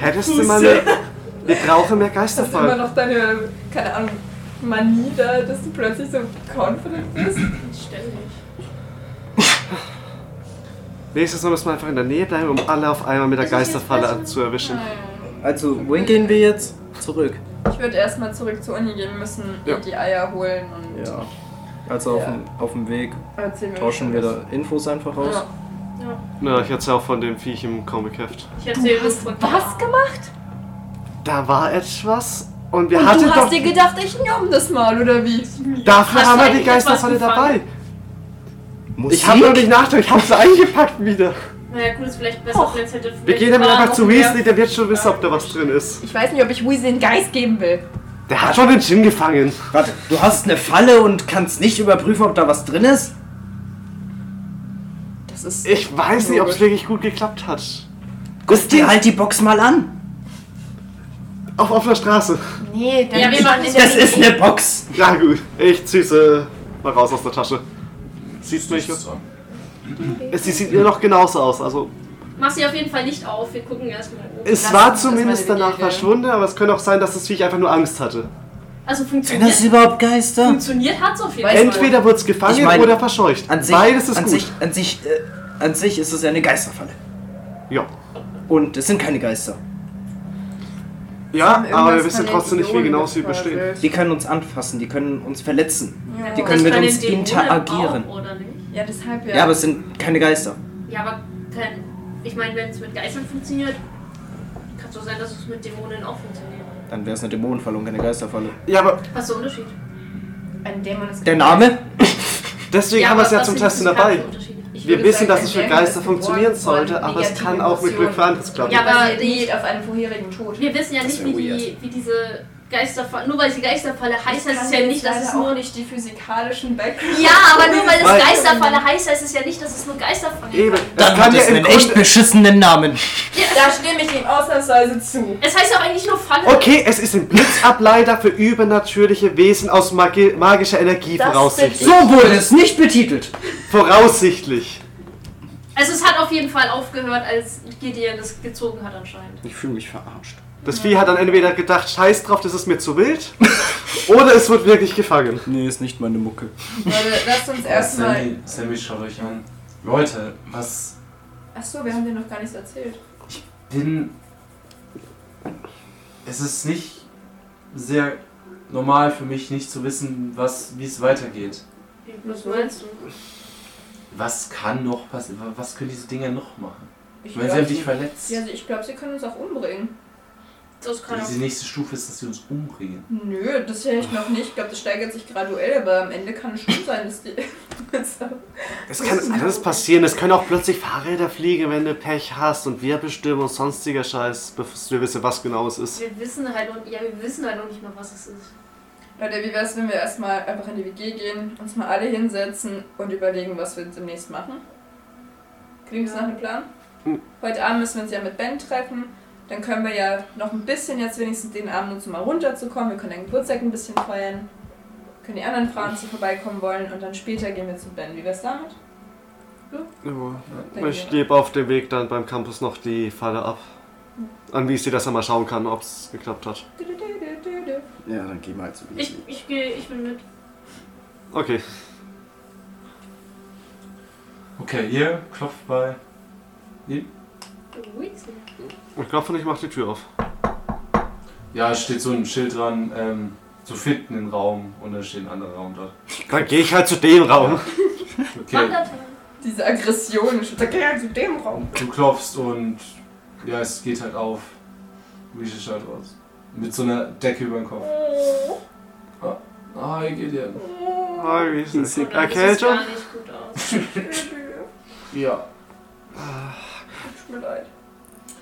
E: Hättest du mal mehr. Wir brauchen mehr
B: Das ist immer
E: Geisterfall.
B: noch deine, keine Ahnung, Manie da, dass du plötzlich so confident bist.
D: ständig?
E: Nächstes Mal müssen wir einfach in der Nähe bleiben, um alle auf einmal mit der
D: Also hier
E: Geisterfalle
D: ist besser.
E: zu erwischen.
F: Also, wohin gehen wir jetzt? Zurück.
B: Ich würde erstmal zurück zur Uni gehen müssen,
E: Ja.
B: die Eier holen und
F: Ja. Also auf
B: Ja.
F: dem, auf dem Weg
B: erzählen mir
F: tauschen wir
B: was.
F: da Infos einfach aus.
B: Ja.
E: Na, ich hatte auch von dem Viech im Comicheft.
D: Ich erzähle was von
B: Was gemacht?
E: Da war etwas und wir
B: Und
E: hatten
B: du hast
E: doch.
B: dir gedacht, ich nimm das mal, oder wie?
E: Dafür
D: Hast
E: haben
D: du
E: wir die
D: eigentlich
E: Geisterfalle
D: etwas
E: dabei.
D: gefangen?
F: Musik?
E: Ich habe noch nicht nachgedacht, ich habe sie eingepackt wieder.
D: Naja, gut, ist vielleicht besser, als hätte
E: Wir
D: vielleicht
E: gehen damit
D: Bar
E: einfach zu
D: noch mehr-
E: Weasley, der wird schon wissen, ob da was drin ist.
B: Ich weiß nicht, ob ich Weasley einen Geist geben will.
E: Der hat schon den Gin gefangen.
F: Warte, du hast eine Falle und kannst nicht überprüfen, ob da was drin ist?
B: Das ist.
E: Ich weiß nicht, ob es wirklich gut geklappt hat.
F: Guck dir halt die Box mal an.
E: Auf offener Straße.
H: Nee, dann
D: Ja, wir machen es.
F: Das ist eine Box.
E: Ja gut, ich zieh's äh, mal raus aus der Tasche. Sieht's nicht. Es, sie sieht immer noch genauso aus. Also
D: Mach sie auf jeden Fall nicht auf, wir gucken erstmal oben.
E: es
B: Das-
E: war
B: das ist
E: zumindest
B: meine
E: danach
B: Idee, gell?
E: verschwunden, aber es könnte auch sein, dass das Viech einfach nur Angst hatte.
D: Also
F: Sind das
D: funktioniert,
F: überhaupt Geister?
D: funktioniert hat's auf jeden Fall.
E: Entweder wird's gefangen
F: Ich meine,
E: oder verscheucht.
F: An sich,
E: Beides ist
F: an
E: gut.
F: Sich, an, sich, äh, an sich ist es ja eine Geisterfalle.
E: Ja.
F: Und es sind keine Geister.
E: Ja,
B: Irgendwas
E: aber wir
B: von
E: wissen
B: den
E: trotzdem nicht, wie
B: Dämonen
E: genau sie
B: gequält
E: bestehen.
B: wird.
F: Die können uns anfassen, die können uns verletzen.
B: Ja.
F: Die
D: Das
F: können mit
D: kann
F: uns
D: den Dämonen
F: interagieren.
D: Auch, oder nicht?
B: Ja, deshalb ja.
F: Ja, aber es sind keine Geister.
D: Ja, aber kein, ich meine, wenn es mit Geistern funktioniert, kann es doch sein, dass es mit Dämonen auch funktioniert.
F: Dann wäre es eine Dämonenfalle und keine Geisterfalle.
E: Ja, aber
D: Was ist der Unterschied?
B: ein Dämon ist
F: Der Name?
E: deswegen haben wir es ja
D: was
E: zum
D: sind
E: Testen
D: diese
E: dabei.
D: Unterschiede? Ich
E: Wir
B: würde
E: wissen,
B: sagen,
E: dass
B: ein
E: es für
B: Dämon ist
E: Geister funktionieren
B: geboren worden
E: sollte, aber es
B: negativen
E: kann auch mit Glück für
B: Emotionen.
E: anderes klappen.
D: Ja, aber
B: aber
D: die-
B: die auf einen vorherigen Tod.
D: Wir wissen ja
F: Das
D: nicht,
F: wär
D: wie, die, wie diese Geisterfalle, nur weil sie Geisterfalle heißt, heißt es ja nicht, dass es
B: auch
D: nur
B: nicht die physikalischen Background.
D: Ja, aber nur weil
F: Weil-
D: es Geisterfalle heißt, heißt es ja nicht, dass es nur Geisterfalle
F: Eben.
D: ist.
F: Dann
E: kann
F: hat
E: ja
F: es
E: im
F: einen
E: Grunde-
F: echt beschissenen Namen.
B: Da stimme ich ihm ausnahmsweise zu.
D: Es heißt ja auch eigentlich nur Falle.
E: Okay, es ist ein Blitzableiter für übernatürliche Wesen aus magi magischer Energie
D: Das
E: voraussichtlich.
D: bin ich. So
F: wurde es nicht betitelt.
E: Voraussichtlich.
D: Also es hat auf jeden Fall aufgehört, als Gideon das gezogen hat anscheinend.
F: Ich fühle mich verarscht.
E: Das Vieh hat dann entweder gedacht, scheiß drauf, das ist mir
F: [laughs]
E: zu wild. oder es wird wirklich gefangen.
F: Nee, ist nicht meine Mucke.
B: Leute, lasst uns erstmal.
A: Sammy, Sammy, schaut euch an. Leute, was
B: Achso, wir haben dir noch gar nichts erzählt.
A: bin. Es ist nicht sehr normal für mich, nicht zu wissen, was, wie es weitergeht.
D: Was meinst du?
A: Was kann noch passieren? Was können diese Dinger noch machen? Ich
B: Ich
A: meine, sie
B: glaub,
A: haben dich
B: sie-
A: verletzt.
B: Ja, also ich glaube, sie können uns auch umbringen.
D: Das kann
A: Die nächste Stufe ist, dass sie uns umbringen.
B: Nö, das höre ich noch nicht. Ich glaube, das steigert sich graduell, aber am Ende kann es schon sein, dass die. [laughs]
E: Es kann alles passieren. Es können auch plötzlich Fahrräder fliegen, wenn du Pech hast und Wirbelstürme und sonstiger Scheiß, bevor wir wissen, was genau es ist.
D: Wir wissen halt und ja, wir wissen halt noch nicht mal, was es ist.
B: Leute, wie wär's, wenn wir erstmal einfach in die WG gehen, uns mal alle hinsetzen und überlegen, was wir demnächst machen? Klingt das nach einem Plan?
E: Hm.
B: Heute Abend müssen wir uns ja mit Ben treffen. Dann können wir ja noch ein bisschen jetzt wenigstens den Abend uns mal runterzukommen. Wir können den Geburtstag ein bisschen feiern. Können die anderen fragen, die vorbeikommen wollen. Und dann später gehen wir zu Ben. Wie wär's damit?
E: Ja. Ich gebe auf dem Weg dann beim Campus noch die Falle ab. An wie sie das einmal schauen kann, ob es geklappt hat.
F: Ja, dann gehen wir halt zu mir.
D: Ich, ich gehe, ich bin mit.
E: Okay.
A: Okay, ihr klopft bei. Ihr-
D: Weasley.
E: Ich glaube, ich mache die Tür auf.
A: Ja, es steht so ein Schild dran, ähm, zu finden im Raum und da steht ein anderer Raum dort.
E: Dann gehe ich halt zu dem Raum.
A: Okay,
B: Diese Aggression. Ich da geh halt zu dem Raum.
A: du klopfst und ja, es geht halt auf. Wie sieht halt aus? Mit so einer Decke über den Kopf. Ah, hi, Gideon.
B: Oh,
E: Hi, wie ist es?
D: Und dann sieht es
E: Erkältung?
D: gar nicht gut aus.
A: Ja.
B: Tut mir leid.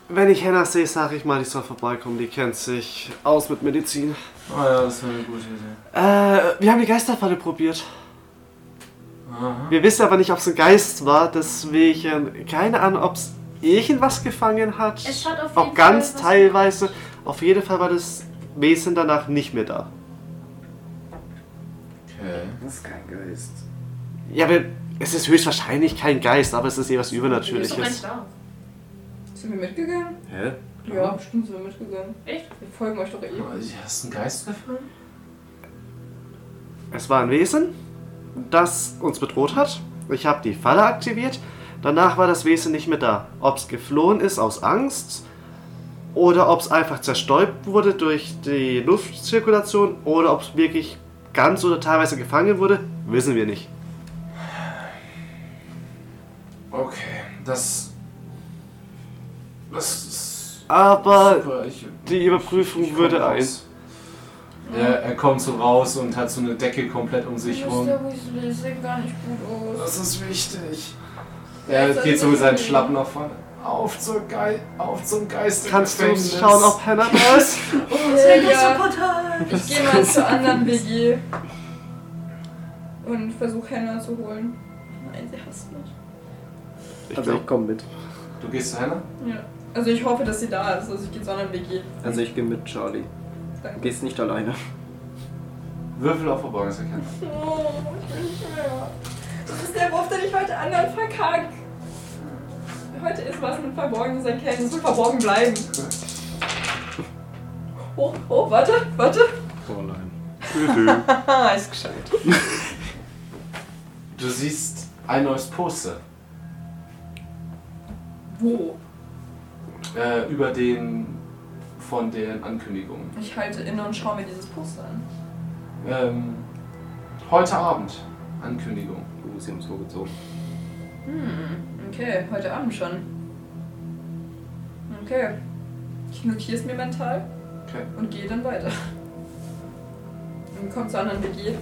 E: Wenn ich Hannah sehe, sage ich mal, ich soll vorbeikommen. Die kennt sich aus mit Medizin.
A: Ah ja, das wäre eine gute Idee.
E: Äh, wir haben die Geisterfalle probiert.
A: Aha.
E: Wir wissen aber nicht, ob es ein Geist war, deswegen keine Ahnung, ob es irgendwas gefangen hat.
D: Es hat auf
E: Auch
D: jeden
E: ganz
D: Fall was-
E: teilweise. Auf jeden Fall war das Wesen danach nicht mehr da.
A: Okay.
F: Das ist kein Geist.
E: Ja, aber es ist höchstwahrscheinlich kein Geist, aber es ist etwas
D: Ist doch gar nicht
E: Übernatürliches.
D: da.
B: Sind wir mitgegangen?
F: Hä?
B: Ja, bestimmt sind wir mitgegangen.
D: Echt?
B: Wir folgen euch doch eh.
A: Hast du einen Geist gefangen?
E: Es war ein Wesen, das uns bedroht hat. Ich habe die Falle aktiviert. Danach war das Wesen nicht mehr da. Ob es geflohen ist aus Angst oder ob es einfach zerstäubt wurde durch die Luftzirkulation oder ob es wirklich ganz oder teilweise gefangen wurde, wissen wir nicht.
A: Okay, das. Das ist.
E: Aber
A: Super, ich-
E: die Überprüfung
A: ich komm
E: würde ein.
A: raus. Ja, er kommt so raus und hat so eine Decke komplett um sich rum.
B: Weasley, das sieht gar nicht gut
A: Das ist wichtig. Er geht so mit seinen Schlappen nach vorne. Auf, zur Gei auf zum Geist.
E: Kannst du schauen, ob Hannah da ist?
B: Oh, Ich gehe mal zur anderen WG und versuche Hannah zu holen. Nein, sie hasst mich.
U: Also ich komme mit.
A: Du gehst zu Hannah?
B: Ja. Also ich hoffe, dass sie da ist. Also ich gehe zur anderen WG.
U: Also ich gehe mit Charlie.
B: Danke.
U: Du gehst nicht alleine.
A: Würfel auf Verborgenes erkennen.
B: Oh, ich bin schwer. Das ist der Wurf, den ich heute anderen verkack. Heute ist was mit Verborgenes erkennen. Es will verborgen bleiben. Oh, oh, warte, warte.
F: Fräulein.
B: Haha, [laughs] ist geschafft.
A: Du siehst ein neues Poster.
B: Wo?
A: Äh, über den von den Ankündigungen.
B: Ich halte inne und schaue mir dieses Poster an.
A: Ähm, heute Abend. Ankündigung.
F: Oh, sie haben es vorgezogen.
B: Hm, okay, heute Abend schon. Okay. Ich notiere es mir mental
A: Okay.
B: und gehe dann weiter. Und komm zur anderen WG.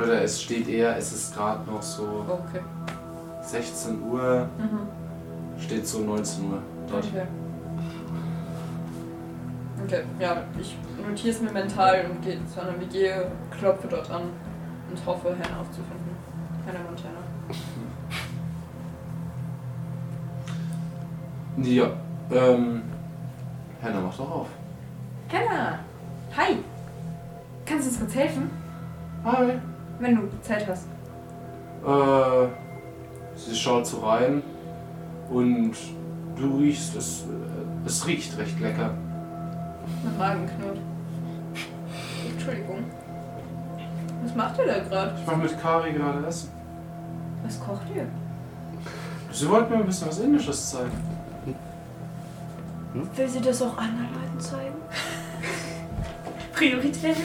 A: Oder es steht eher, es ist gerade noch so
B: Oh, Okay.
A: 16 Uhr,
B: Mhm.
A: steht so 19 Uhr dort.
B: Okay. Okay, ja, ich notiere es mir mental und gehe zu einer WG, klopfe dort an und hoffe, Hannah aufzufinden. Hannah Montana.
A: Ja, ähm. Hannah macht doch auf.
B: Hannah! Hi! Kannst du uns kurz helfen?
A: Hi!
B: Wenn du Zeit hast.
A: Äh, sie schaut so rein und du riechst es. äh, Es riecht recht lecker.
B: Mein Magen knurrt. Entschuldigung. Was macht ihr da gerade?
A: Ich mache mit Kari gerade Essen.
B: Was kocht ihr?
A: Sie wollten mir ein bisschen was Indisches zeigen.
H: Will sie das auch anderen Leuten zeigen?
D: Prioritäten.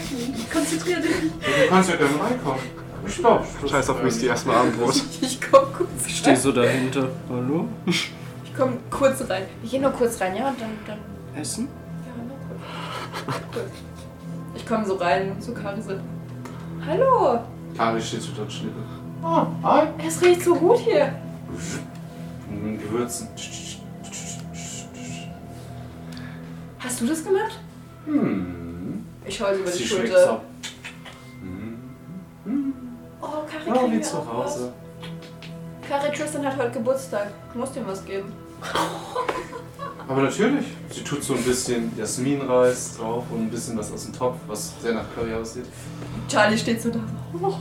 D: Konzentrier dich.
A: Du kannst ja gerne reinkommen. Ich glaub,
V: Scheiß auf Misty, erstmal Abendbrot.
B: [laughs] Ich komm kurz
F: Ich stehe so dahinter. Hallo?
B: Ich komm kurz rein.
H: Ich gehe nur kurz rein, ja? Und dann, dann.
F: Essen?
H: Ja, nur
B: [laughs] Ich komme so rein zu Kari so. Hallo!
A: Kari steht zu dort Schnitte.
B: Oh, hi. Es riecht so gut hier.
A: Mit Gewürzen.
B: Hast du das gemacht?
A: Hm.
B: Ich schaue sie über die
A: Sie schmeckt
B: Schulter. Mhm.
A: auch.
B: Oh, Kari,
A: Ja,
B: kriegen
A: wie
B: wir
A: zu
B: auch
A: Hause.
B: was? Kari, Tristan hat heute Geburtstag. Du musst ihm was geben.
A: Aber natürlich, sie tut so ein bisschen Jasminreis drauf und ein bisschen was aus dem Topf, was sehr nach Curry aussieht.
B: Charlie steht so da. so, Oh,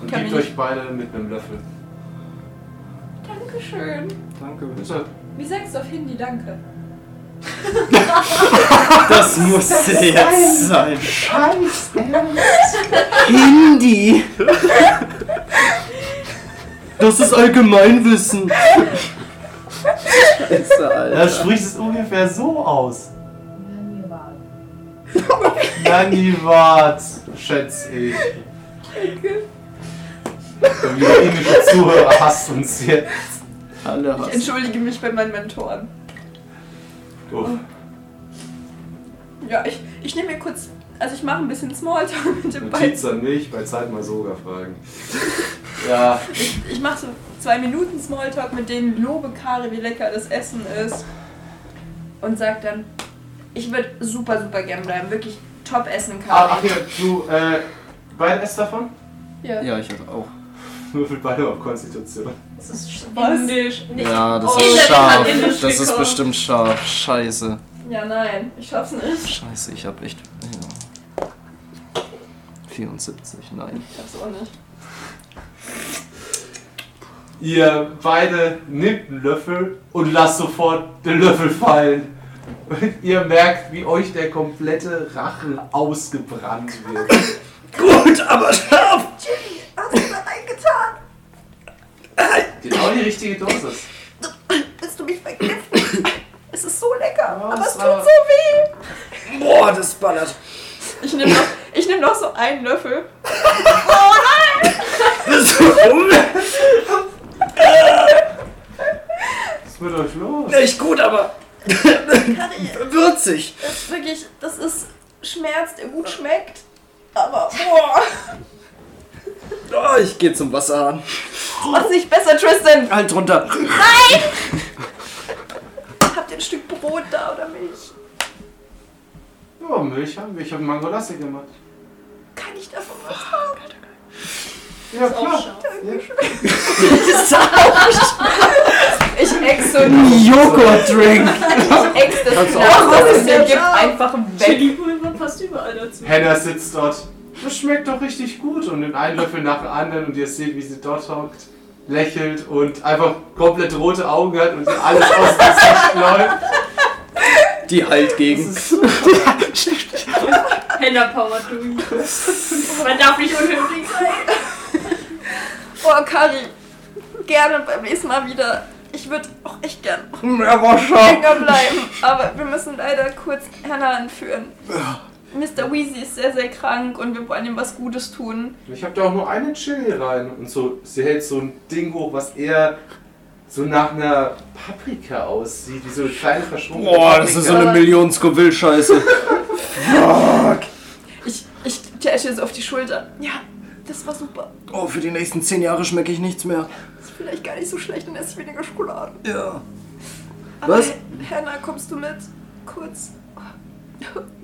A: Und
B: Kann
A: gibt
B: ich-
A: euch beide mit einem Löffel.
B: Dankeschön.
F: Danke.
A: Bitte.
B: Wie sagst du auf Hindi Danke?
F: Das musste
B: Das ist
F: jetzt sein.
B: Scheiße.
F: Hindi! Das ist Allgemeinwissen. Scheiße, Alter.
E: Er spricht es ungefähr so aus. Nanivat, schätze ich.
A: Und jeder indische Zuhörer hasst uns jetzt.
F: Alle
B: Ich entschuldige mich bei meinen Mentoren. Oh.
A: Doof.
B: Ja, ich, ich nehme mir kurz. Also, ich mache ein bisschen Smalltalk mit dem beiden.
A: Notiz an mich, bei Zeit mal sogar fragen. Ja,
B: Ich mache so zwei Minuten Smalltalk mit denen, lobe Kare, wie lecker das Essen ist. Und sag dann, ich würde super, super gern bleiben. Wirklich top essen,
A: ah,
B: Kare.
A: ach ja, du, äh, beide esst davon?
B: Ja.
F: ich hatte auch.
A: [laughs] Würfelt beide auf Konstitution.
D: Das ist
B: Was?
D: indisch. Nicht-
F: Ja, das
D: Oh,
F: ist
D: Internet hat
F: scharf.
D: Indisch
F: Das ist
D: gekocht.
F: bestimmt scharf. Scheiße.
B: Ja, nein, ich schaff's nicht.
F: Scheiße, ich hab echt. Ja. 74, nein.
B: Ich schaff's auch nicht.
E: Ihr beide nehmt einen Löffel und lasst sofort den Löffel fallen. Und ihr merkt, wie euch der komplette Rachen ausgebrannt wird.
F: Gut, aber scharf!
A: Genau die richtige Dosis.
B: Bist du mich vergiftet? [laughs] es ist so lecker,
A: Ja,
B: aber
A: es
B: es tut so
A: Oh, war-
B: weh.
F: Boah, das ballert.
B: Ich nehme noch, ich nehm noch so einen Löffel.
A: Was ist mit euch los?
F: Nicht gut, aber. Würzig!
B: Das ist wirklich, das ist Schmerz, der gut schmeckt. Aber boah,
F: Oh, ich geh zum Wasserhahn.
B: mach's nicht besser, Tristan.
F: Halt drunter.
B: Habt ihr ein Stück Brot da oder Milch?
A: Ja, Milch haben wir. Ich habe Mango Lassi gemacht.
B: Kann ich davon was haben?
A: Ja, klar.
B: Ich ex so ein
F: Joghurt-Drink!
B: ex das
A: Kannst du auch
B: nach, was es
D: sagen.
B: denn gibt, einfach weg.
D: Chili-Pulver passt überall dazu.
A: Hannah sitzt dort. Das schmeckt doch richtig gut. Und nimmt einen Löffel nach dem anderen und ihr seht, wie sie dort hockt, lächelt und einfach komplett rote Augen hat und ihr alles aus dem Gesicht läuft.
F: Die halt gegen.
D: Hannah Power Doing. Man darf nicht unhöflich sein.
B: Boah, Kari, gerne beim nächsten Mal wieder. Ich würde auch echt gern
F: Er war scharf.
B: länger bleiben, aber wir müssen leider kurz Hannah entführen. Mr. Weezy ist sehr, sehr krank und wir wollen ihm was Gutes tun.
A: Ich habe da auch nur eine Chili rein. Und so, sie hält so ein Ding hoch, was eher so nach einer Paprika aussieht. Wie so eine kleine verschwummene
F: Boah, das ist so eine Million Scoville-Scheiße.
B: Ich, ich tätsche jetzt auf die Schulter. Ja, das war super.
F: Oh, für die nächsten zehn Jahre schmecke ich nichts mehr.
B: Ist vielleicht gar nicht so schlecht, dann esse ich weniger Schokolade.
F: Ja.
B: Aber
F: Was?
B: Hannah, kommst du mit? Kurz.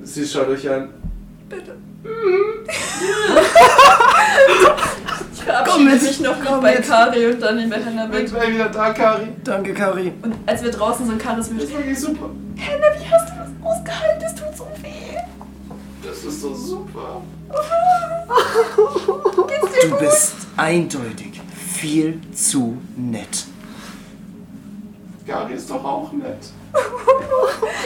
J: Sie schaut euch an.
B: Bitte.
J: ich
B: verabschiede mich noch nicht bei Kari und dann in der Henna mit.
J: Ich bin wieder da, Kari.
F: Danke, Kari.
B: Und als wir draußen sind, Kari ist mir
J: Das war wirklich super.
B: Henna, wie hast du das ausgehalten? Das tut so weh.
J: Das ist so super.
B: Geht's dir
F: Du
B: gut?
F: bist eindeutig viel zu nett.
J: Gary ist doch auch nett.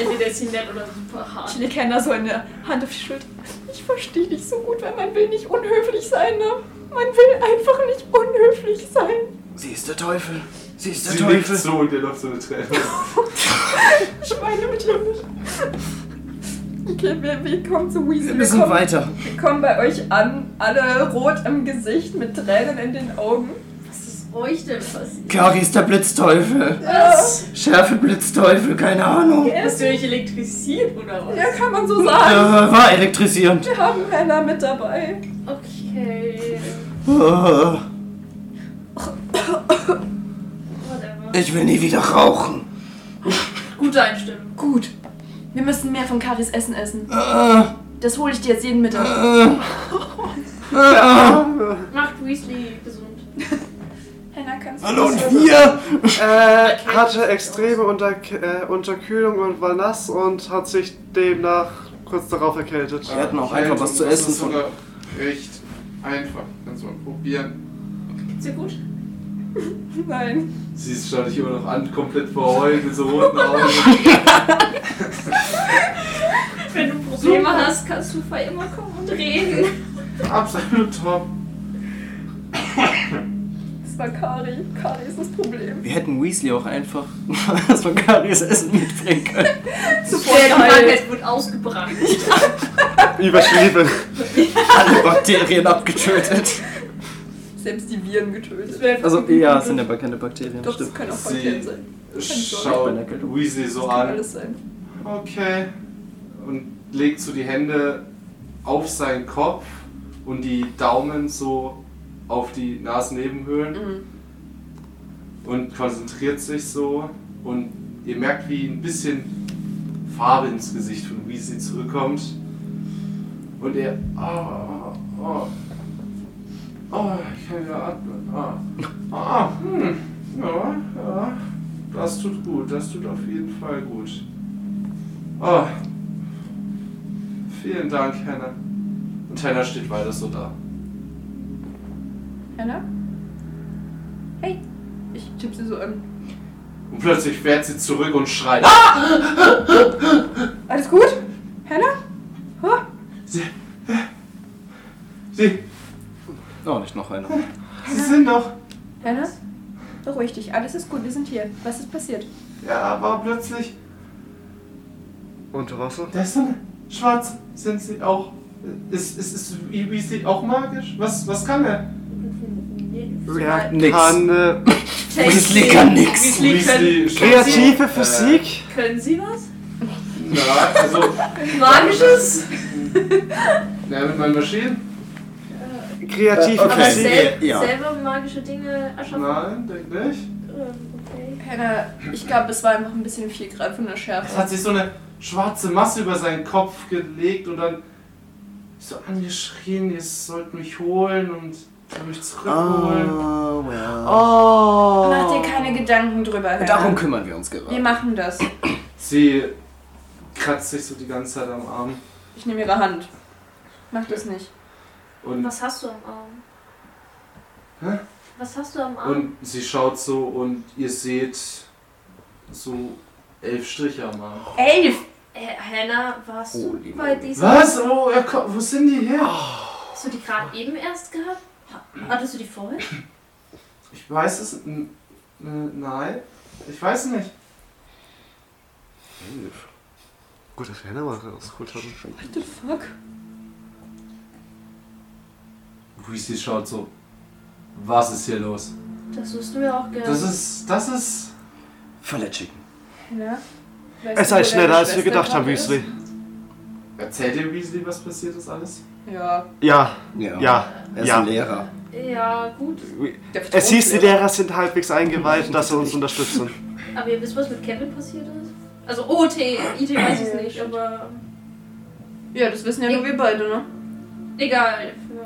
D: Entweder ist sie nett oder super hart.
B: Ich lege Henna so eine Hand auf die Schulter. Ich verstehe dich so gut, weil man will nicht unhöflich sein, ne? Man will einfach nicht unhöflich sein.
F: Sie ist der Teufel. Sie ist der
A: Sie nickt
F: Teufel.
A: so und ihr läuft so eine Träne.
B: Ich meine mit dir nicht. Okay, wir, wir kommen zu Weasley.
F: Wir müssen
B: kommen,
F: weiter.
B: Wir kommen bei euch an, alle rot im Gesicht, mit Tränen in den Augen.
D: Was ist euch denn passiert?
F: Kari ist der Blitzteufel.
D: Was?
F: Schärfe Blitzteufel, keine Ahnung.
D: Er ist durch elektrisiert oder was?
B: Ja, kann man so
F: Äh,
B: sagen.
F: war elektrisierend.
B: Wir haben Henna mit dabei.
D: Okay.
F: Äh,
D: Whatever.
F: Ich will nie wieder rauchen.
D: Gute Einstellung.
B: Gut. Wir müssen mehr von Karis Essen essen.
F: Äh,
B: Das hole ich dir jetzt jeden Mittag.
F: äh, äh.
D: Macht Weasley gesund.
B: Henna, kannst
F: Hallo und
B: das-
F: wir.
E: Äh, hatte extreme Unterk äh, Unterkühlung und war nass und hat sich demnach kurz darauf erkältet.
F: Wir hatten auch einfach was zu
J: Das ist
F: essen von.
J: sogar recht einfach. Kannst du mal probieren.
D: Geht's dir gut?
B: Nein.
A: Sie schaut dich immer noch an, komplett verheult mit so roten Augen.
D: Wenn du Probleme hast, kannst du bei immer kommen und reden.
J: Absolut top.
B: Das war Kari. Kari ist das Problem.
F: Wir hätten Weasley auch einfach [laughs] was von Karis Essen mitbringen können.
D: Der Krankheit wird ausgebrannt.
E: Überschrieben.
F: Alle Bakterien abgetötet.
B: Selbst die Viren getötet.
F: Also, ja, es sind ja keine Bakterien.
B: Doch, das
F: stimmt.
B: können auch Bakterien
A: Sie
B: sein.
A: schaut Weasley so
B: Kann
A: an.
B: alles sein.
A: Okay. Und legt so die Hände auf seinen Kopf und die Daumen so auf die Nasennebenhöhlen und konzentriert sich so. Und ihr merkt, wie ein bisschen Farbe ins Gesicht von Weasley zurückkommt. Und er. ah, ah, Oh, ich kann wieder atmen. Ah, ah hm. Ja, ja. Das tut gut, das tut auf jeden Fall gut. Ah. Vielen Dank, Hannah. Und Hannah steht weiter so da.
B: Henna? Hey. Ich tippe sie so an.
A: Und plötzlich fährt sie zurück und schreit. Ah!
B: Alles gut? Henna? Huh?
A: Sie, sie,
F: Oh, nicht noch einer.
A: sie sind doch.
B: Henna? Beruhig dich. Alles ist gut. Wir sind hier. Was ist passiert?
A: Ja, aber plötzlich.
E: Unter Wasser?
A: Der ist so eine schwarz. Sind sie auch. Ist, ist, ist Weasley auch magisch? Was, was kann er?
E: Er
F: nix.
E: kann äh,
F: Weasley kann nix.
D: Weasley können,
A: Äh,
E: kreative Physik.
D: können sie was?
A: Na, also.
D: Magisches?
A: Na, mit meinen Maschinen?
E: Kreative
F: Okay.
D: Aber
E: Physik.
D: sel
F: ja.
D: selber magische Dinge erschaffen?
A: Nein, denk nicht.
D: Ähm, Okay.
B: Henna, ich glaube, es war einfach ein bisschen viel gerade von der
A: Es
B: Schärfe.
A: hat sich so eine schwarze Masse über seinen Kopf gelegt und dann so angeschrien, ihr sollt mich holen und sollt mich zurückholen.
F: Oh, well.
E: Oh.
B: Mach dir keine Gedanken drüber, Henna.
F: Darum kümmern wir uns
B: Wir
F: gerade.
B: machen das.
A: Sie kratzt sich so die ganze Zeit am Arm.
B: Ich nehme ihre Hand. Mach das nicht.
A: Und,
D: Was hast du am Arm?
A: Hä?
D: Was hast du am Arm?
A: und sie schaut so und ihr seht so elf Striche am Arm.
B: Elf!
D: Äh, Hannah, warst du
F: Holy
D: bei dieser...
A: Oh, Was? Oh, er ko- wo sind die her?
D: Hast du die gerade eben erst gehabt? Ha- Hattest du die vorher?
A: Ich weiß es. n- n- Nein. Ich weiß nicht.
E: Gut, dass wir Hannah mal rausgeholt haben.
B: What the fuck?
A: Weasley schaut so. Was ist hier los?
D: Das wirst du ja auch gerne.
A: Das ist. Das ist.
F: Verletzigen.
B: Henna? weißt
E: Es
B: du, Also
E: sei
B: wo
E: schneller,
B: deine
E: als wir
B: Schwester
E: gedacht haben,
B: gerade ist?
E: Weasley.
A: Erzählt dir Weasley, was passiert ist alles?
B: Ja.
E: Ja,
F: Ja.
E: ja,
F: Er ist
E: ja.
F: ein Lehrer.
D: ja, gut.
E: Es hieß, die Lehrer sind halbwegs eingeweiht, dass sie uns unterstützen.
B: Äh,
D: Aber ihr wisst, was mit Kevin passiert ist? Also OT, IT weiß ich nicht, aber
B: Ja, das wissen ja nur wir beide, ne?
D: Egal. Ja.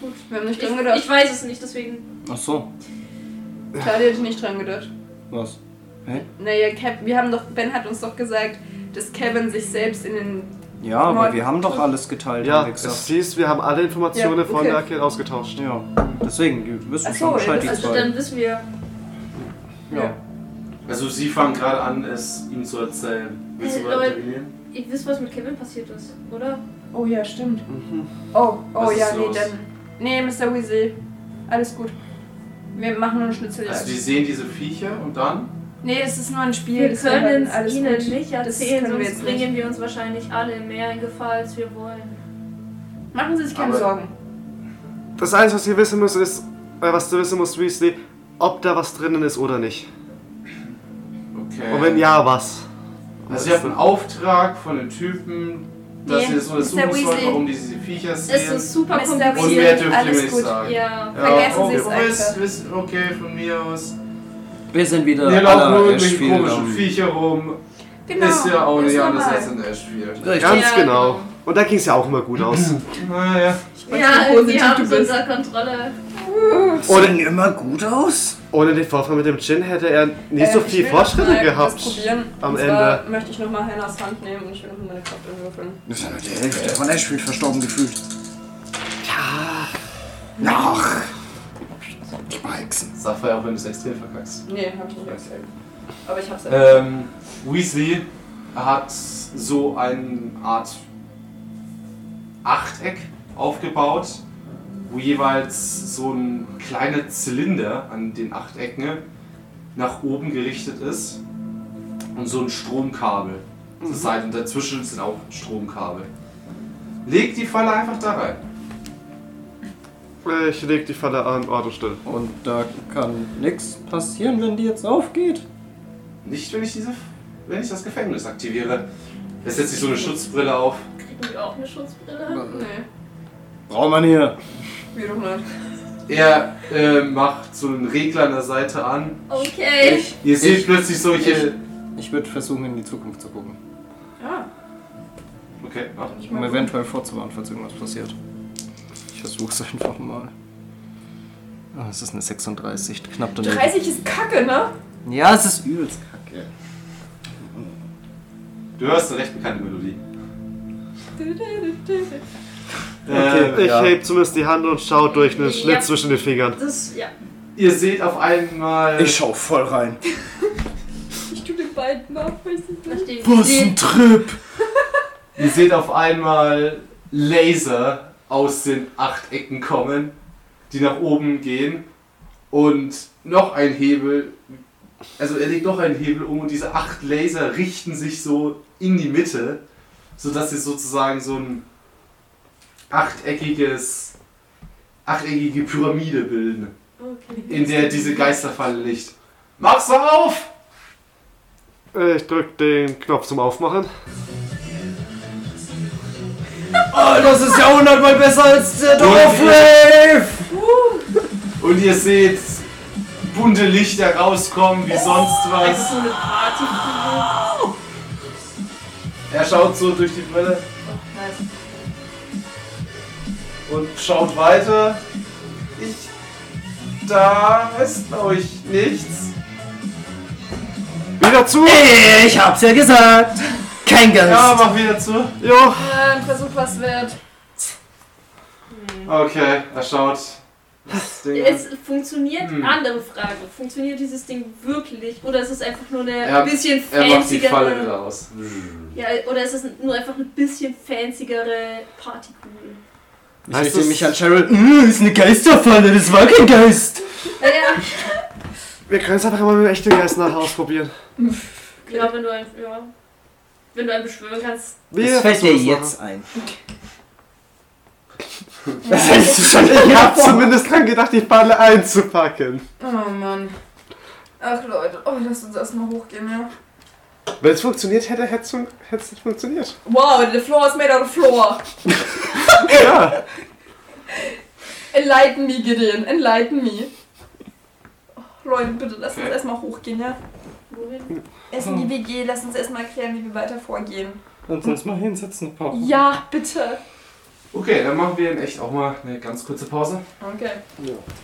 B: Gut, wir haben nicht dran
D: Ich,
B: gedacht.
D: ich weiß es nicht, deswegen.
F: Ach so.
B: Claudia hätte nicht dran gedacht.
F: Was? Hä?
B: Naja, Cap, wir haben doch, Ben hat uns doch gesagt, dass Kevin sich selbst in den.
F: Ja, aber wir haben doch alles geteilt.
E: Ja,
F: haben wir gesagt.
E: es hieß, wir haben alle Informationen
B: Ja,
E: von
B: okay.
E: Akil ausgetauscht.
F: Ja, deswegen, die wissen
B: Ach so,
F: schon Bescheid, die
D: Also
F: zwei.
D: dann wissen wir.
F: Ja.
A: Also sie fangen gerade an, es ihm zu erzählen. Willst
D: Äh,
A: du
D: Leute.
A: weitergehen?
D: Ich weiß, was mit Kevin passiert ist, oder?
B: Oh ja, stimmt.
E: Mhm.
B: Oh, oh
A: Was ist
B: ja, nee,
A: los?
B: dann. Nee, Mr. Weasley. Alles gut. Wir machen nur eine Schnitzeljagd.
A: Also die sehen diese Viecher und dann?
B: nee, es ist nur ein Spiel.
D: Wir
B: das
D: können
B: dann alles
D: es ihnen
B: gut.
D: nicht
B: Das
D: erzählen,
B: können wir
D: sonst
B: jetzt nicht.
D: bringen wir uns wahrscheinlich alle im Meer in Gefahr, als wir wollen.
B: Machen Sie sich keine
E: Aber-
B: Sorgen.
E: Das Einzige, was ihr wissen müsst, ist, äh, was du wissen musst, Weasley, ob da was drinnen ist oder nicht.
A: Okay.
E: Und wenn ja, was?
A: Also ihr habt einen Auftrag von den Typen, dass
B: Nee,
A: ihr das untersuchen
B: Mr.
A: sollt,
B: Weasley.
A: warum die diese Viecher
D: Es
A: sehen.
D: ist super
B: Mr.
D: kompliziert.
A: und mehr dürft ihr
B: alles
A: mir nicht
B: gut.
A: sagen.
D: Ja.
B: Vergessen Sie es
A: okay,
B: einfach.
A: wisst- wisst- okay, von mir aus.
F: Wir sind wieder
A: Hier laufen nur
F: aller
A: irgendwelche
F: Ashfield
A: komischen
F: am-
A: Viecher rum.
B: Genau,
A: Ist ja auch
B: ist
A: nicht anders
B: normal.
A: als in Ashfield.
E: Ganz genau. Und da ging es ja auch immer
B: [clears throat]
E: gut aus.
A: Naja.
D: Ja,
B: Positiv
D: sie haben es
B: du bist.
D: unter Kontrolle.
E: Ohne,
F: immer gut aus?
E: ohne den Vorfall mit dem Gin hätte er nicht
B: Ähm,
E: so
B: ich
E: viel
B: will noch
E: Fortschritte
B: mal
E: gehabt
B: was probieren.
E: am
B: und zwar
E: Ende.
B: möchte ich nochmal Hannahs Hand nehmen und ich will nochmal meine Kraft entwürfeln.
F: Das ist ja nur die Hälfte von Ashfield verstorben gefühlt. Ja. Ach. Spikesen.
J: Sag vorher auch, wenn du es extrem verkackst.
B: Nee, hab ich nicht erzählt. Aber ich hab's
F: Äh,
B: erzählt.
J: Ähm, Weasley hat so eine Art Achteck aufgebaut, wo jeweils so ein kleiner Zylinder an den Achtecken nach oben gerichtet ist und so ein Stromkabel zur Seite und dazwischen sind auch Stromkabel. Legt die Falle einfach da rein.
E: Äh, Ich leg die Falle an Ort und Stelle.
F: Und da kann nichts passieren, wenn die jetzt aufgeht.
A: Nicht, wenn ich diese, wenn ich das Gefängnis aktiviere. Da setzt sich so eine Schutzbrille auf.
D: Kriegen wir auch eine Schutzbrille?
B: Nee,
F: Braucht man hier.
B: wir doch nicht.
A: Er äh, macht so einen Regler an der Seite an.
D: Okay.
A: Ihr seht
F: Ich-
A: plötzlich solche.
F: Ich würde versuchen, in die Zukunft zu gucken.
B: Ja,
A: Okay, mach.
F: Um eventuell vorzuwarnen, falls irgendwas passiert. Ich versuch's [laughs] einfach mal. Ah, es ist eine 36, knapp daneben.
B: 30 ist kacke, ne?
F: Ja, es ist übelst kacke.
A: Du hörst eine recht bekannte Melodie.
E: Okay,
A: Äh,
E: ich
A: ja.
E: heb zumindest die Hand und schau durch einen Schnitt
D: Ja.
E: zwischen den Fingern.
D: Das, ja.
A: Ihr seht auf einmal.
F: Ich schau voll rein.
B: Ich tu den beiden ab, weiß ich nicht.
D: Verstehe.
F: Trip!
A: Ihr seht auf einmal Laser aus den Achtecken kommen, die nach oben gehen und noch ein Hebel, also er legt noch einen Hebel um und diese acht Laser richten sich so in die Mitte, sodass ihr sozusagen so ein achteckiges, achteckige Pyramide bilden, in der diese Geisterfalle liegt. Mach's auf!
E: Äh, Ich drück den Knopf zum Aufmachen.
F: Oh, das ist ja hundertmal besser als der
A: Dorfwave! Und ihr seht bunte Lichter rauskommen wie sonst was.
D: So eine Party.
A: Er schaut so durch die Brille und schaut weiter. Ich. Da ist, glaube ich, nichts.
E: Wieder zu!
F: Ich hab's ja gesagt! Kein Geist!
A: Ja, mach wieder zu.
E: Jo!
B: Ein Ähm, Versuch, was wird.
A: Okay, er schaut. Das Ding an.
D: Es funktioniert,
A: Hm.
D: andere Frage, funktioniert dieses Ding wirklich oder ist es einfach nur eine
A: Er-
D: bisschen
A: Er macht die
D: fanzigere...
A: Falle wieder aus.
D: ja, oder ist es nur einfach eine bisschen fanzigere Partykugel?
F: Ich
E: Heißt
F: richte
E: das-
F: mich an Cheryl. Mm, ist eine Geisterfalle, das war kein Geist!
D: Ja,
E: Wir können es einfach mal mit dem echten Geist nachher [laughs] ausprobieren.
D: ja, wenn du ein, ja, wenn du einen beschwören kannst.
E: Wir
F: das fällt dir
E: versuchen's
F: jetzt ein.
E: nachher. Ich hab zumindest dran gedacht, die Falle einzupacken.
B: Oh Mann. Ach Leute, oh, lasst uns erstmal hochgehen, ja.
E: Wenn es funktioniert hätte, hätte es nicht funktioniert.
B: Wow, the floor is made out of floor.
E: Ja.
B: Enlighten me, Gideon, enlighten me. Oh, Leute, bitte lasst uns erstmal hochgehen, ja?
D: Wohin?
B: Hm. Essen die WG, lasst uns erstmal erklären, wie wir weiter vorgehen.
E: Lass uns mal hinsetzen, Papa.
B: Ja, bitte.
A: Okay, dann machen wir in echt auch mal eine ganz kurze Pause.
B: Okay.
A: Ja.